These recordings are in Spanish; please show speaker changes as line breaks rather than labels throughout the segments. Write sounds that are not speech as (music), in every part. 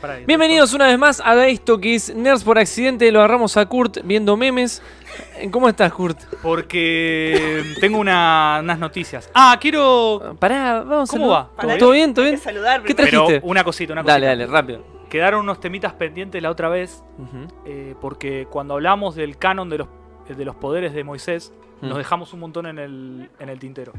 para ahí.
Bienvenidos una vez más a esto que es Nerds por accidente. Lo agarramos a Kurt viendo memes. Eh, ¿Cómo estás, Kurt?
Porque tengo una- unas noticias. Ah, quiero.
Pará, vamos a
¿Cómo
saludar.
va?
¿Todo
(laughs)
bien? ¿Todo bien?
saludar
¿Qué
primero.
Pero
trajiste?
una cosita, una cosita.
Dale, dale, rápido.
Quedaron unos temitas pendientes la otra vez.
Ujú.
eh, porque cuando hablamos del canon de los, eh, de los poderes de Moisés,
Mm.
nos dejamos un montón en el, en el tintero.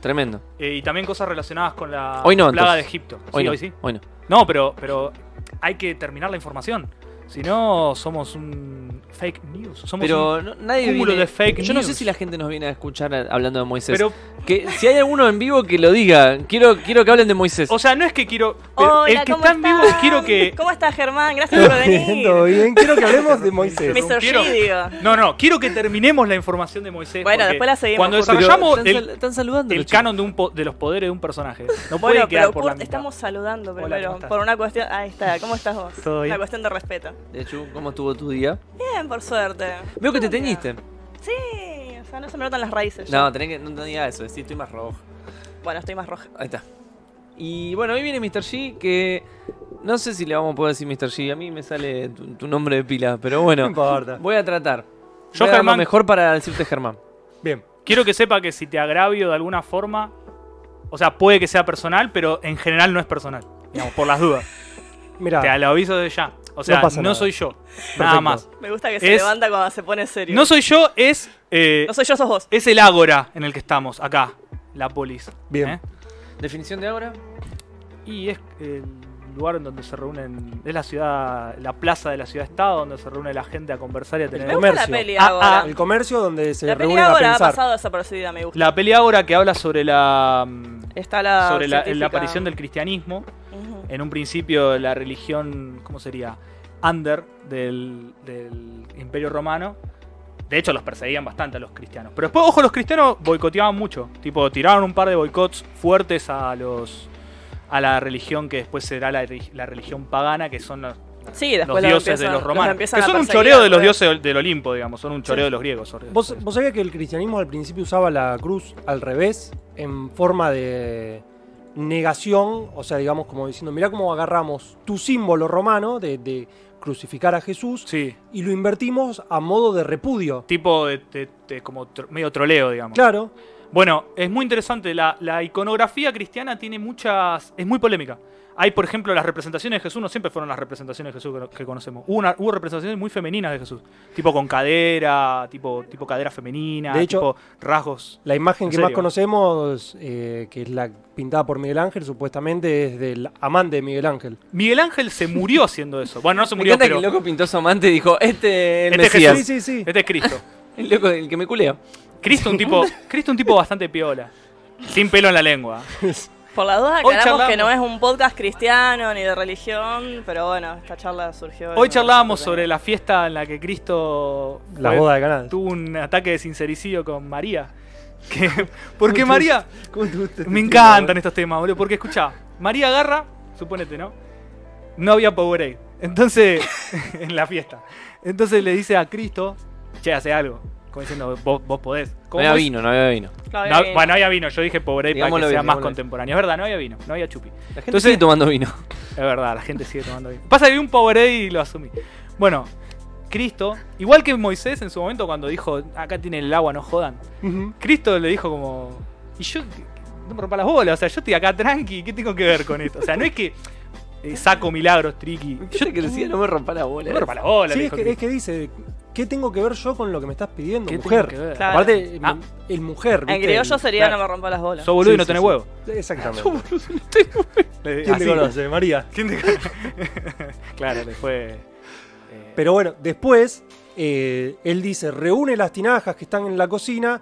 Tremendo.
Eh, y también cosas relacionadas con la
Hoy no,
plaga de
entonces.
Egipto.
Hoy
sí,
no.
hoy sí.
Hoy no.
No, pero, pero hay que terminar la información. Si no, somos un fake news. Somos un-
Pero no- nadie
cúmulo
viene-
de fake
Yo no sé
news.
si la gente nos viene a escuchar a- hablando de Moisés.
pero,
Que si hay alguno en vivo que lo diga. Quiero, quiero que hablen de Moisés.
o sea, no es que quiero. pero
Hola,
el que
¿cómo
está en vivo
están?
quiero que.
¿Cómo estás, Germán? Gracias por venir.
Todo bien, quiero que hablemos de
(laughs)
Moisés.
Me sorprendí,
Quiero-
digo.
No, no, quiero que terminemos la información de Moisés.
Bueno,
porque
después la seguimos,
Cuando
Kurt.
desarrollamos
están, sal-
Oh, el,
están saludando.
el
los
canon de, un po- de los poderes de un personaje, no puede
Bueno,
quedar
pero
por la
Kurt,
mitad.
estamos saludando
Hola,
primero.
¿cómo estás?
por una cuestión. Ahí está, ¿cómo estás vos?
Todo bien.
Una cuestión de respeto.
chicos. De hecho, ¿cómo estuvo tu día?
Bien, por suerte.
Veo que te
Bien.
teñiste.
Sí, o sea, no se me notan las raíces. ya.
No, tenés que, no te digas eso. Decí, estoy más rojo.
Bueno, estoy más roja.
Ahí está. Y bueno, hoy viene Mr. G, que no sé si le vamos a poder decir Mr. G. A mí me sale tu, tu nombre de pila, pero
(laughs) No
bueno,
importa.
voy a tratar.
Yo,
Voy a dar lo
Germán-
mejor para decirte Germán.
Bien.
Quiero que sepa que si te agravio de alguna forma, o sea, puede que sea personal, pero en general no es personal. Digamos, por las dudas.
(laughs)
Te
Mira,
lo aviso de ya. O sea,
pasa
no,
nada.
soy yo. Nada
Perfecto.
más.
Me gusta que se
Es-
levanta cuando se pone serio.
No soy yo, es, eh,
No soy yo, sos vos.
es el ágora en el que estamos, acá. La polis.
Bien.
¿eh?
¿Definición de ahora?
Y es el lugar en donde se reúnen. Es la ciudad, la plaza de la ciudad-estado donde se reúne la gente a conversar y a tener.
Me gusta la
comercio.
peli
Ah,
ahora.
ah,
el comercio donde se
la peli
reúnen a
ahora ha
pensar.
pasado desapercibida, me gusta.
La peli ágora que habla sobre la. mm,
Está la.
sobre la, la
científica.
aparición del cristianismo.
Ujú.
En un principio la religión, ¿cómo sería? Under del, del Imperio Romano. De hecho, los perseguían bastante a los cristianos. Pero después, ojo, los cristianos boicoteaban mucho. Tipo, tiraron un par de boicots fuertes a los a la religión que después será la, relig- la religión pagana, que son los,
Sí, después
los
lo
dioses
empiezan-
de los romanos. Que
empiezan a
son un
perseguir,
choreo de los
luego.
dioses del- del Olimpo, digamos. Son un choreo de los griegos.
¿Vos, vos sabías que el cristianismo al principio usaba la cruz al revés, en forma de negación, o sea, digamos como diciendo, mirá cómo agarramos tu símbolo romano de, de crucificar a Jesús
Sí.
y lo invertimos a modo de repudio.
Tipo de, de- de- como tro- medio troleo, digamos.
Claro,
Bueno, es muy interesante. La, la iconografía cristiana tiene muchas. Es muy polémica. Hay, por ejemplo, las representaciones de Jesús no siempre fueron las representaciones de Jesús que, que conocemos. Hubo, una- hubo representaciones muy femeninas de Jesús. Tipo con cadera, tipo, tipo cadera femenina,
De hecho-
tipo rasgos.
la imagen
¿En
que más
serio?
conocemos, eh, que es la pintada por Miguel Ángel, supuestamente es del amante de Miguel Ángel.
Miguel Ángel se murió haciendo eso. Bueno, no se
Me
murió,
encanta
pero.
que el loco pintó su amante y dijo, este es el
Este es
Mesías.
Sí, sí, sí.
Este es Cristo.
El loco, el que me culea.
Cristo un tipo. Cristo un tipo bastante piola. Sin pelo en la lengua.
Por las dudas
Hoy
aclaramos que
charlamos.
no es un podcast cristiano ni de religión, pero bueno, esta charla surgió.
Hoy charlábamos sobre la fiesta en la que Cristo.
La
fue-
boda de Canadá.
tuvo un ataque de sincericidio con María. (laughs) Que- porque María.
este
Me encantan estos temas, boludo. Porque escuchá, María agarra, suponete, ¿no? No había Powerade. Entonces, (laughs) en la fiesta. Entonces le dice a Cristo, che, hace algo. Como diciendo, vos, vos podés.
No
Como
había
vos-
vino, no había vino.
No,
No, bueno, no había vino, yo dije Powerade para que
Digámoslo
sea
bien,
más
digámoslo bien.
contemporáneo. Es verdad, no había vino, no había chupi.
La gente
Entonces-
sigue tomando vino.
Es verdad, la gente sigue tomando vino. Pasa que vi un Powerade y lo asumí. Bueno, Cristo, igual que Moisés en su momento cuando dijo, acá tiene el agua, no jodan.
Ujú.
Cristo le dijo como. Y yo. No me rompa las bolas, o sea, yo estoy acá tranqui, ¿qué tengo que ver con esto? O sea, no es que eh, saco milagros, triqui. Yo
Yo que decía, no me rompa la bola.
no me rompa las bolas,
Sí,
le
es
dijo
que, es
Cristo.
que dice, ¿qué tengo que ver yo con lo que me estás pidiendo,
¿Qué tengo
mujer?
que ver?
Claro.
Aparte,
Ah.
el, el mujer.
En
¿viste?
criollo
El-
sería
claro.
no me rompa las bolas.
Sos boludo y
Sí,
no
sí,
tenés
sí.
(laughs) huevo.
Exactamente.
Le-
¿Quién
así.
te conoce, María?
¿Quién
(laughs)
te conoce? (laughs) claro, le fue. eh,
Pero bueno, después eh, él dice, reúne las tinajas que están en la cocina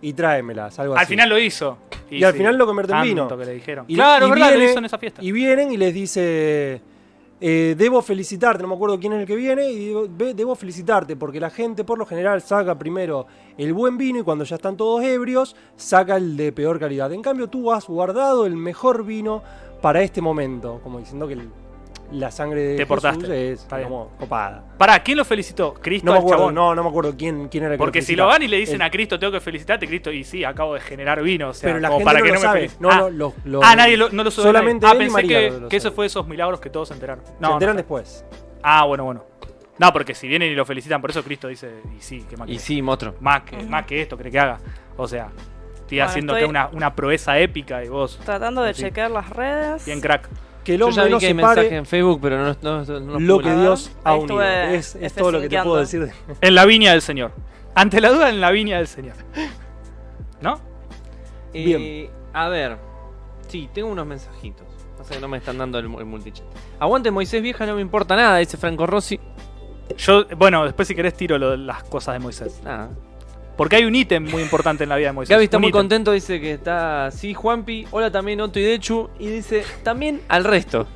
y tráemelas, algo
al
así.
final lo hizo.
Y al final lo convierte en
tanto
vino.
que le dijeron.
Y-
claro,
y
es verdad, lo
viene-
hizo en esa fiesta.
Y vienen y les dice, eh, debo felicitarte, no me acuerdo quién es el que viene, y digo, "Ve, debo felicitarte, porque la gente por lo general saca primero el buen vino y cuando ya están todos ebrios, saca el de peor calidad. En cambio, tú has guardado el mejor vino para este momento, como diciendo que el- la sangre de
Te portaste.
Jesús es
Está bien.
como copada.
Pará, ¿quién lo felicitó? Cristo
No me
al
acuerdo,
chabón.
no, no me acuerdo quién, quién era el que lo
Porque si
felicitaba.
lo van y le dicen
El-
a Cristo, tengo que felicitarte, Cristo, y sí, acabo de generar vino, o sea,
Pero la
como
gente
para
no
que
lo
no me
sabe.
felicite.
No,
ah,
no, lo- lo-
ah, nadie lo, no lo sabe.
Solamente
nadie.
él y
Ah, pensé
María
que,
lo- lo
que eso
saben.
fue de esos milagros que todos se enteraron.
se
No,
enteran
no.
después.
Ah, bueno, bueno. No, porque si vienen y lo felicitan, por eso Cristo dice, y sí, que más,
Y
que,
sí, monstruo.
más, que, más que esto, cree que haga. O sea, estoy
Bueno,
haciéndote
estoy-
una, una proeza épica y vos,
Tratando de
Sí.
chequear las redes.
bien crack.
Que el
Yo ya
hombre
vi
no
que hay
se
mensaje
pare
en Facebook, pero no, no, no- no
lo
pude
que
nada.
Dios ha
Ahí
unido.
estuve
Es, es todo lo que te
F5.
puedo decir. de-
En la viña del Señor. Ante la duda, en la viña del Señor. ¿No?
Eh,
Bien.
a ver. Sí, tengo unos mensajitos. Pasa que no me están dando el, mu- el multichat. Aguante Moisés vieja, no me importa nada, dice Franco Rossi.
Yo, bueno, después si querés tiro lo de las cosas de Moisés.
Nada.
Porque hay un ítem muy importante en la vida de Moisés.
Gaby está
Un
muy
ítem.
contento, dice que está sí, Juanpi. Hola también Otto y Dechu. Y dice también al resto.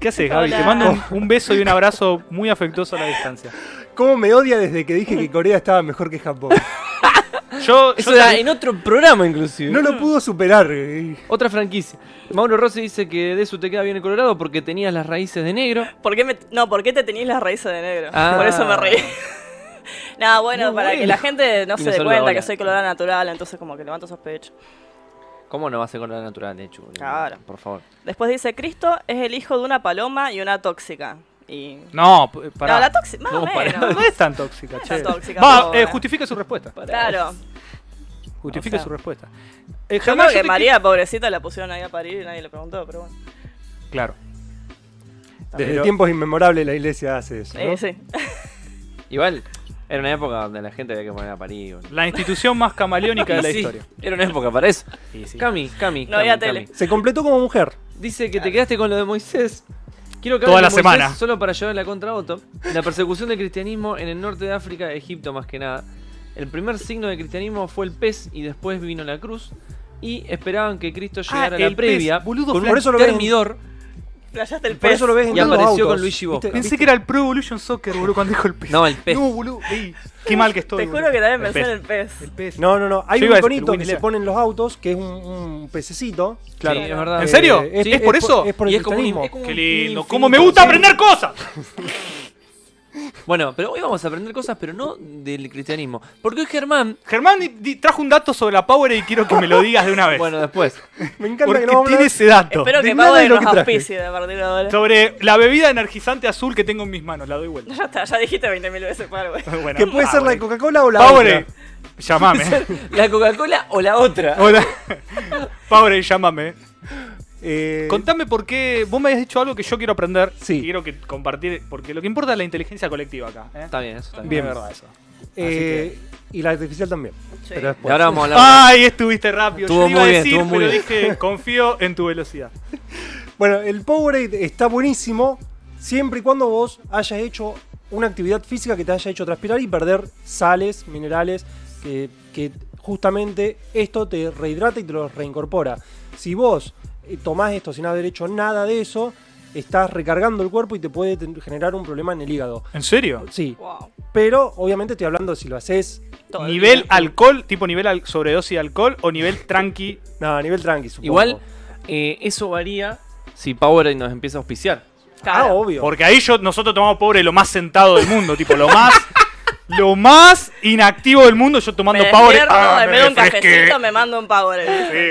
¿Qué haces, Gaby? Te
Hola.
mando un, un beso y un abrazo muy afectuoso a la distancia.
¿Cómo me odia desde que dije que Corea estaba mejor que Japón?
Yo,
Eso
yo
era
también-
en otro programa inclusive.
No lo pudo superar. eh.
Otra franquicia. Mauro Rossi dice que de su te queda bien en Colorado porque tenías las raíces de negro.
¿Por qué me- No, ¿por qué te tenías las raíces de negro?
Ah.
Por eso me reí. (laughs) Nada, bueno,
Muy
para
bueno.
que la gente no
Y
se
nos
dé
saluda
cuenta
ahora.
que soy colorada natural, entonces como que levanto sospecho.
¿Cómo no va a ser colorado natural, Dechu? boludo?
Claro.
Por favor.
Después dice, Cristo es el hijo de una paloma y una tóxica. Y...
No, p- pará.
No, la tóxica, más
No,
o
pará.
No,
menos.
no es tan tóxica,
es
che.
tan tóxica,
Va,
pero
eh,
bueno.
justifique su respuesta.
Claro.
Justifique
O sea,
su respuesta. Eh,
Yo
Germán,
creo
yo
que
te
María, pobrecita, la pusieron ahí a parir y nadie le preguntó, pero bueno.
quiero- Claro.
Desde
Pero-
tiempos inmemorables la iglesia hace eso. ¿no?
Eh, sí. (laughs)
Igual, era una época donde la gente había que poner a parir. boludo.
La institución más camaleónica de
Y
la
sí,
historia.
Era una época para eso.
Y sí.
Cami, Cami.
No había
Cami,
tele.
Cami.
Se completó como mujer.
Dice que te quedaste con lo de Moisés. Quiero que
Toda
hablen
la
de Moisés
semana.
Solo para llevarla contra Otto. La persecución del cristianismo en el norte de África, Egipto más que nada. El primer signo del cristianismo fue el pez y después vino la cruz. Y esperaban que Cristo llegara a la
el pez,
previa
boludo,
con
flan-
por
un
eso lo ven.
termidor.
Playaste el
Por
pez.
eso lo ves en
Y
todos los
apareció
autos.
con Luigi Bosca.
¿Viste?
Pensé que era el Pro Evolution Soccer, boludo, cuando dijo el pez.
No, el pez.
No, boludo. ey, qué mal que estoy.
Te juro
boludo.
que también
El
pensé en el
pez.
pez.
El pez.
No, no, no. Hay
Yo
un
iba a decir,
iconito
el
que
Winnie
le
Sea.
ponen los autos, que es un, un pececito.
Claro. Sí, es verdad.
Eh,
¿En serio?
Es,
Sí.
es por eso. Es por
Y
el
es como un-
cristianismo.
es como
Qué
un
lindo.
infinito,
¿Cómo me gusta
sí.
aprender cosas?
Bueno, pero hoy vamos a aprender cosas, pero no del cristianismo. Porque hoy Germán.
Germán di- di- trajo un dato sobre la Power y quiero que me lo digas de una vez.
Bueno, después.
Me encanta
porque
que no vamos a
tiene
hablar-
ese dato.
Espero
de
que
nada
Pablo
de lo
nos
que traje.
auspicie de partir de ahora.
Sobre la bebida energizante azul que tengo en mis manos. La doy
(laughs)
vuelta.
(laughs) Ya está, ya dijiste 20.000 veces Pablo. güey.
Ah, Bueno,
Que puede ser la de
Powerade.
Coca-Cola o la
Powerade,
otra.
llamame.
¿La Coca-Cola o la otra?
Hola.
(laughs)
Powerade, llámame.
Eh,
Contame por qué. Vos me habías dicho algo que yo quiero aprender.
Sí.
Y quiero que compartir. Porque lo que importa es la inteligencia colectiva acá. ¿eh?
Está bien, eso está bien.
Bien.
Es
verdad
verdad
eso.
eh, y la artificial también.
Sí.
Pero
Y
después.
ahora vamos a hablar.
Ay, estuviste rápido. yo
Estuvo
te iba
muy
a
bien,
decir,
estuvo muy
pero
bien.
dije, confío en tu velocidad.
Bueno, el Powerade está buenísimo siempre y cuando vos hayas hecho una actividad física que te haya hecho transpirar y perder sales, minerales, que, que justamente esto te rehidrata y te los reincorpora. Si vos eh, tomás esto sin haber hecho nada de eso, estás recargando el cuerpo y te puede ten- generar un problema en el hígado.
¿En serio?
Sí,
Wow.
pero obviamente estoy hablando si lo haces
Todo el
¿Nivel
día.
alcohol? ¿Tipo nivel al- sobredosis de alcohol? ¿O nivel tranqui?
no, a nivel tranqui, supongo.
Igual, eh, eso varía si Powerade nos empieza a auspiciar.
Ah,
Claro.
obvio.
Porque ahí yo, nosotros tomamos pobre lo más sentado del mundo. Tipo, lo
(laughs)
más. Lo más inactivo del mundo, yo tomando
me
Powerade.
despierto,
Ah,
me meto un
refresqué.
cafecito, me mando un Powerade.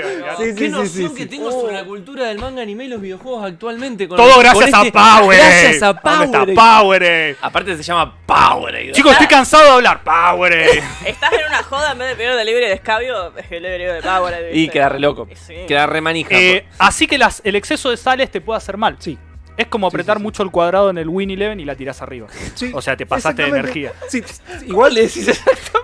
Sí, olvidate.
Sí, sí,
Qué
sí, sí,
noción
sí. Oh.
que tengo sobre la cultura del manga, anime y los videojuegos actualmente. Con
Todo
con
gracias a
este-
Powerade.
Gracias a
¿Dónde
Powerade.
está Powerade?
Aparte se llama Powerade.
Chicos, estoy cansado de hablar. eh.
(laughs)
Powerade.
Estás en una joda en vez de pedir delivery de escabio, es que delivery de Powerade.
Y
¿viste?
queda re loco.
Y sí.
Queda re manija.
Eh, así que las- el exceso de sales te puede hacer mal.
Sí.
Es como apretar mucho el cuadrado en el Win Eleven y la tirás arriba.
Sí,
O sea, te pasaste de
exactamente.
energía.
Sí, igual
le
(laughs)
decís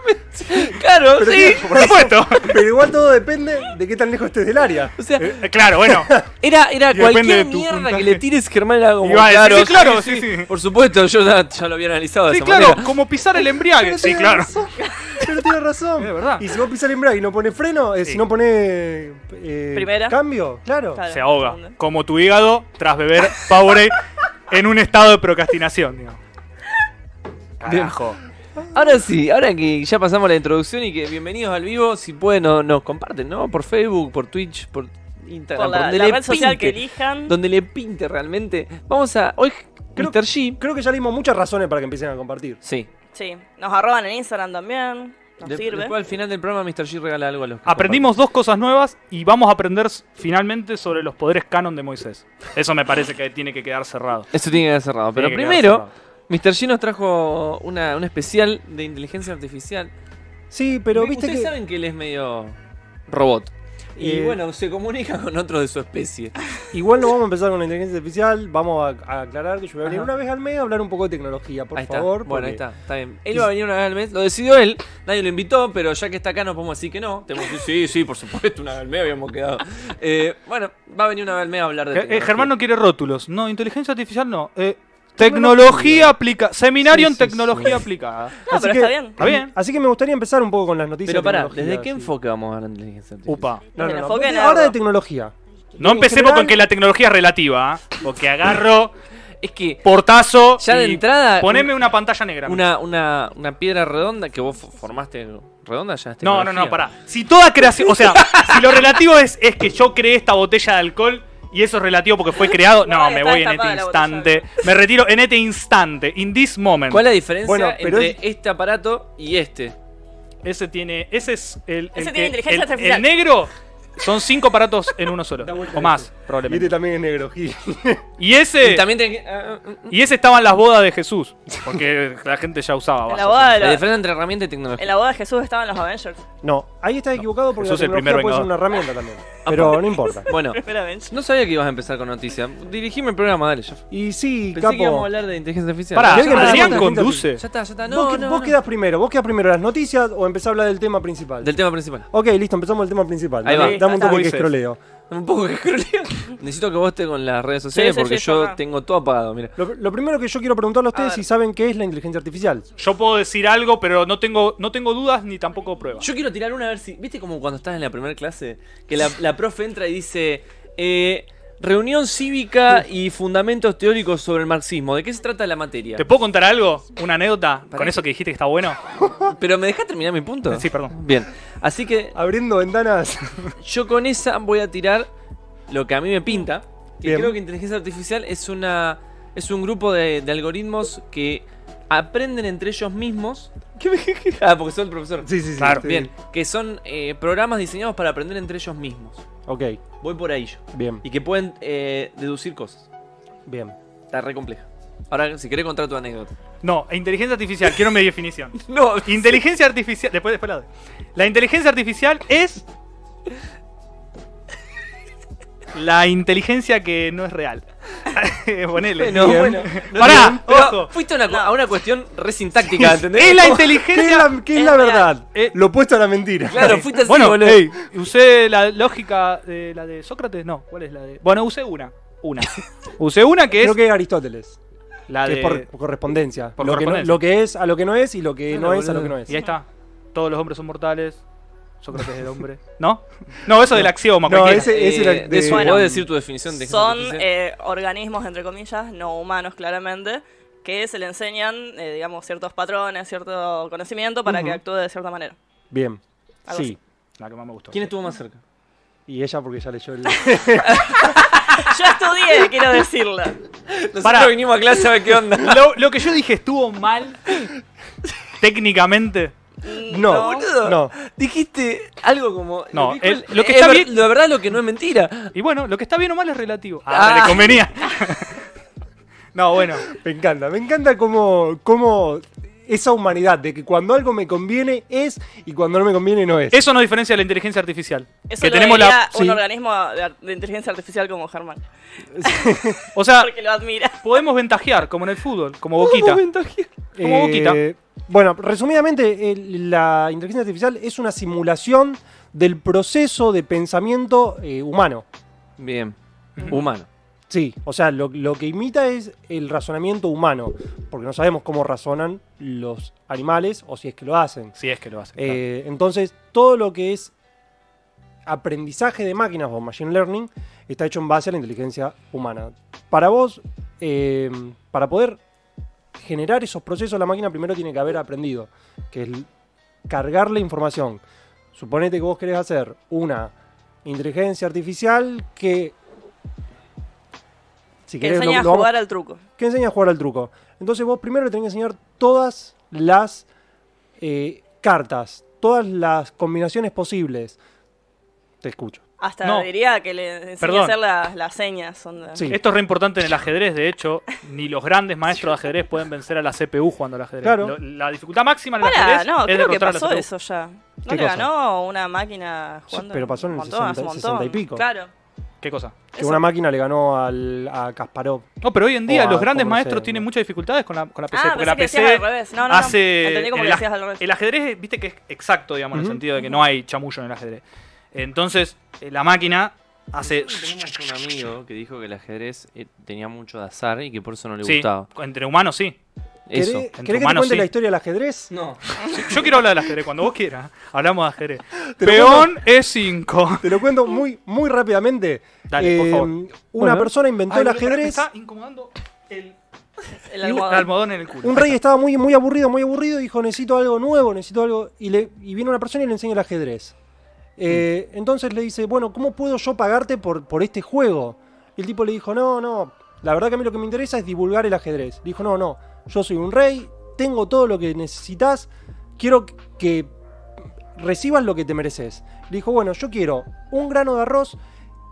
exactamente. Claro,
Pero
sí.
claro,
Por supuesto.
Pero igual todo depende de qué tan lejos estés del área.
O sea,
(laughs) Eh, claro,
(laughs)
bueno.
era,
depende
era
de
cualquier
tu
mierda
puntaje.
que le tires, Germán era como.
Iba a decir,
claro,
sí, claro, sí, sí.
Por supuesto, yo ya, ya lo había analizado de
Sí,
esa
claro,
manera.
como pisar el embriague.
Pero
Ah, Sí,
tiene
claro.
razón, Pero tiene razón.
Es verdad.
Y si vos pisas el embrague y no pones freno, eh,
Sí.
si no pones eh,
Primera.
cambio, claro.
Claro.
Se ahoga. Como tu hígado tras beber Powerade en un estado de procrastinación. digamos. Carajo.
Ahora sí, ahora que ya pasamos la introducción y que bienvenidos al vivo, si pueden no- nos comparten, ¿no? Por Facebook, por Twitch, por Instagram,
Por la,
donde
la
le
red social que
pinte,
elijan.
donde le pinte realmente. Vamos a. Hoy,
Creo-
Mr. G.
Creo que ya le dimos muchas razones para que empiecen a compartir.
Sí.
Sí, nos arroban en Instagram también. Nos
De-
sirve.
Después al final del programa Mr. G regala algo a los que
Aprendimos dos cosas nuevas y vamos a aprender s- finalmente sobre los poderes canon de Moisés. Eso me parece que tiene que quedar cerrado.
comparten. Eso tiene que quedar cerrado. Pero
Tiene que quedar
primero,
cerrado.
Mr. G nos trajo una, un especial de inteligencia artificial.
Sí, pero
Ve-
viste
Ustedes
que.
saben que él es medio robot. Y
Eh,
bueno, se comunica con otro de su especie.
Igual no vamos a empezar con la inteligencia artificial. Vamos a, a aclarar que yo voy a venir
Ajá.
una vez al mes a hablar un poco de tecnología, por
ahí
favor.
está. Bueno, ahí
porque-
está, está bien. Él iba a venir una vez al mes, lo decidió él, nadie lo invitó, pero ya que está acá no podemos decir que no. Tenemos que decir, sí, sí, por supuesto, una vez al mes habíamos quedado. Eh, bueno, va a venir una vez al mes a hablar de
Eh, eh,
tecnología.
Germán no quiere rótulos. No, inteligencia artificial no. Eh, tecnología aplicada. Seminario
Sí,
en
sí,
tecnología
sí.
aplicada.
No, pero
que-
está bien.
Está bien.
Así que me gustaría empezar un poco con las noticias.
Pero
de
pará,
tecnología,
¿desde qué
sí.
enfoque vamos a hablar de inteligencia artificial?
Upa.
No, no,
Me
no.
enfoqué en
Ahora de
algo.
tecnología.
No
En
empecemos
general-
con que la tecnología es relativa, ¿ah? porque agarro,
Es que
portazo.
Ya de
y
entrada,
Poneme una pantalla negra.
una, una, una piedra redonda que vos fo- formaste redonda ya es
No, no, no,
tecnología.
pará. Si toda creación. O sea,
(laughs)
si lo relativo es, es que yo creé esta botella de alcohol y eso es relativo porque fue creado. No,
Guarda,
me
está
voy en este
destapada la botella de
instante. Me retiro en este instante. In this moment.
¿Cuál es la diferencia
Bueno, pero
entre
es-
este aparato y este?
Ese tiene. Ese es el.
Ese
el
tiene
el-
inteligencia artificial.
El negro son cinco aparatos en uno solo. O más,
Y este
probablemente.
también es negro, Gil.
Y ese.
Y también tenés que- ah, ah, ah.
Y ese estaba en las bodas de Jesús. Porque la gente ya usaba.
En la
vasos.
boda de
La
la-
diferencia entre herramienta y tecnología.
en la boda de Jesús estaban los Avengers.
No, ahí estás equivocado porque
Jesús
la
el primer
tecnología puede ser una
vengador.
herramienta
(laughs)
también. Pero no importa.
Bueno,
Primera Avenger.
no sabía que ibas a empezar con noticias. Dirigime el programa, dale, ya.
Y sí,
(laughs) Pensé que íbamos a
capo.
hablar de inteligencia artificial.
Pará,
ya, está,
¿Alguien
ya
¿Adrián
la-
está,
conduce?
ya está, ya está.
vos
No,
que-
no,
vos
no.
quedás primero, vos quedás primero las noticias o empezás a hablar del tema principal.
Del tema principal.
Ok, listo, empezamos el tema principal.
Ahí
Dame-
va.
Dame un toque que
Moisés.
escroleo.
Dame Un poco que escroleo. Necesito que vos estés con las redes sociales
Sí, sí,
porque
sí,
yo
está acá.
tengo todo apagado, mira.
Lo, lo primero que yo quiero preguntarle a ustedes
A
es
ver.
si saben qué es la inteligencia artificial.
Yo puedo decir algo, pero no tengo, no tengo dudas ni tampoco pruebas.
Yo quiero tirar una a ver si. ¿Viste como cuando estás en la primera clase? Que la, la profe entra y dice. eh, reunión cívica y fundamentos teóricos sobre el marxismo. ¿De qué se trata la materia?
¿Te puedo contar algo? ¿Una anécdota? ¿Con eso que dijiste que está bueno?
Pero me dejas terminar mi punto.
Sí, perdón.
Bien. Así que
Abriendo ventanas. (laughs)
Yo con esa voy a tirar lo que a mí me pinta. Que
Bien.
creo que inteligencia artificial es una. es un grupo de, de algoritmos que aprenden entre ellos mismos. ah, porque soy el profesor.
sí, sí, sí.
Claro,
sí.
Bien. Que son eh, programas diseñados para aprender entre ellos mismos.
Ok,
Voy por ahí yo.
bien,
Y que pueden eh, deducir cosas.
bien.
Está re compleja. Ahora, si querés contar tu anécdota.
No, inteligencia artificial, quiero mi definición.
No,
Inteligencia artificial. Después, después la doy. La inteligencia artificial es. La inteligencia que no es real. (laughs) Ponele.
bueno,
Bien.
bueno. No
Pará,
te- pero
ojo.
fuiste a una, cu- a una cuestión re
(laughs)
sintáctica, ¿entendés?
Es la
Como-
¿Qué es
inteligencia.
la, qué es
es
la
real.
verdad?
Eh,
Lo opuesto a la mentira.
Claro, fuiste así,
bueno,
boludo.
ey, usé la lógica de la de Sócrates, no, ¿cuál es la de? Bueno, usé una, una. Usé una que es
Creo que es Aristóteles.
la
que
de
es por, por correspondencia.
por
lo, Que
correspondencia.
no, lo que es a lo que no es y lo que
Claro,
no es a lo que no
boludo.
es.
Y ahí está. Todos los hombres son mortales. Sócrates era
(laughs)
hombre. ¿No? No, eso del axioma,
No,
cualquiera.
ese- ese
Eh,
era
de,
de-
su-
Bueno.
¿Podés decir tu definición de
Son
inteligencia artificial?
eh, organismos, entre comillas, no humanos claramente, que se le enseñan, eh, digamos, ciertos patrones, cierto conocimiento para que
Ujú.
actúe de cierta manera. (laughs)
Bien.
Algo
Sí.
La que más me gustó.
¿Quién estuvo más cerca?
Y ella porque ya leyó el...
Yo estudié, quiero decirlo.
(laughs) Nosotros
Pará.
vinimos a clase a ver qué
(laughs)
onda.
Lo, lo que yo dije estuvo mal (laughs) técnicamente.
No,
Boludo,
no.
Dijiste algo como.
No,
que dijo
el-
él,
lo que
eh,
está
ver-
bien-
La verdad, lo que no es mentira.
Y bueno, lo que está bien o mal es relativo.
Ah.
Ah, me le convenía. (laughs) No, bueno.
Me encanta, me encanta cómo, cómo esa humanidad de que cuando algo me conviene es y cuando no me conviene no es.
Eso nos diferencia de la inteligencia artificial.
Eso
que
lo
tenemos
diría
la.
un
sí.
organismo de, ar- de inteligencia artificial como Germán,
O
Ah.
sea,
porque lo admira.
podemos ventajear, como en el fútbol, como boquita. como Boquita.
Eh, Bueno, resumidamente, el- la inteligencia artificial es una simulación del proceso de pensamiento eh, humano.
Bien. Humano.
Sí, o sea, lo, lo que imita es el razonamiento humano, porque no sabemos cómo razonan los animales o si es que lo hacen.
Si es que lo hacen. claro.
Eh, entonces, todo lo que es aprendizaje de máquinas o machine learning está hecho en base a la inteligencia humana. Para vos, eh, para poder generar esos procesos, la máquina primero tiene que haber aprendido, que es l- cargarle información. Suponete que vos querés hacer una Inteligencia artificial que. Si
Que
querés, lo-
enseña
lo
a
vamos-
jugar al truco.
que enseña a jugar al truco. Entonces vos primero le tenés que enseñar todas las eh, cartas, todas las combinaciones posibles. Te escucho.
Hasta
No.
diría que le enseña
Perdón.
a hacer las, las señas. onda.
Sí.
Esto es re importante en el ajedrez, de hecho, ni los grandes maestros de ajedrez pueden vencer a la CPU jugando al ajedrez.
Claro.
Lo- la dificultad máxima en el
Pará,
ajedrez
no,
es
creo que
derrotar a la
pasó
CPU.
eso ya. ¿No
¿Qué
le
cosa?
ganó una máquina jugando?
pero pasó en
un
el
montón, hace
60
un montón.
60 y pico.
Claro.
¿Qué cosa?
Que
Eso.
una máquina le ganó al, a Kasparov.
No, pero hoy en día
O a-
los grandes
o no sé,
maestros
¿no?
tienen muchas dificultades con la, con la PC,
Ah,
porque
pensé
la
que
PC
decías al revés. No, no, no.
hace...
Entendí como
el,
que
aj-
decías al revés.
el ajedrez, viste que es exacto, digamos, en
Ujú.
el sentido de que no hay chamullo en el ajedrez. Entonces, eh, la máquina hace...
Tenemos un amigo que dijo que el ajedrez eh, tenía mucho de azar y que por eso no le
Sí,
gustaba.
entre humanos sí.
Eso.
¿Querés,
entre
querés que te
humanos,
cuente
sí.
la historia del ajedrez?
No.
Yo quiero hablar del ajedrez cuando vos quieras. Hablamos de ajedrez.
Te lo
Peón E5.
Te lo cuento muy, muy rápidamente. Eh,
Dale, por favor.
Una
Bueno.
persona inventó
Ay,
el
boludo, pará, me
ajedrez.
está incomodando el,
El
el
almohadón.
almohadón en el culo.
Un
Ahí
rey estaba muy, muy aburrido, muy aburrido, y dijo, necesito algo nuevo, necesito algo. Y, le, y viene una persona y le enseña el ajedrez. Eh, Entonces le dice, bueno, ¿cómo puedo yo pagarte por, por este juego? Y el tipo le dijo, no, no, la verdad que a mí lo que me interesa es divulgar el ajedrez. Dijo, no, no, yo soy un rey, tengo todo lo que necesitas, quiero que recibas lo que te mereces. Le dijo, bueno, yo quiero un grano de arroz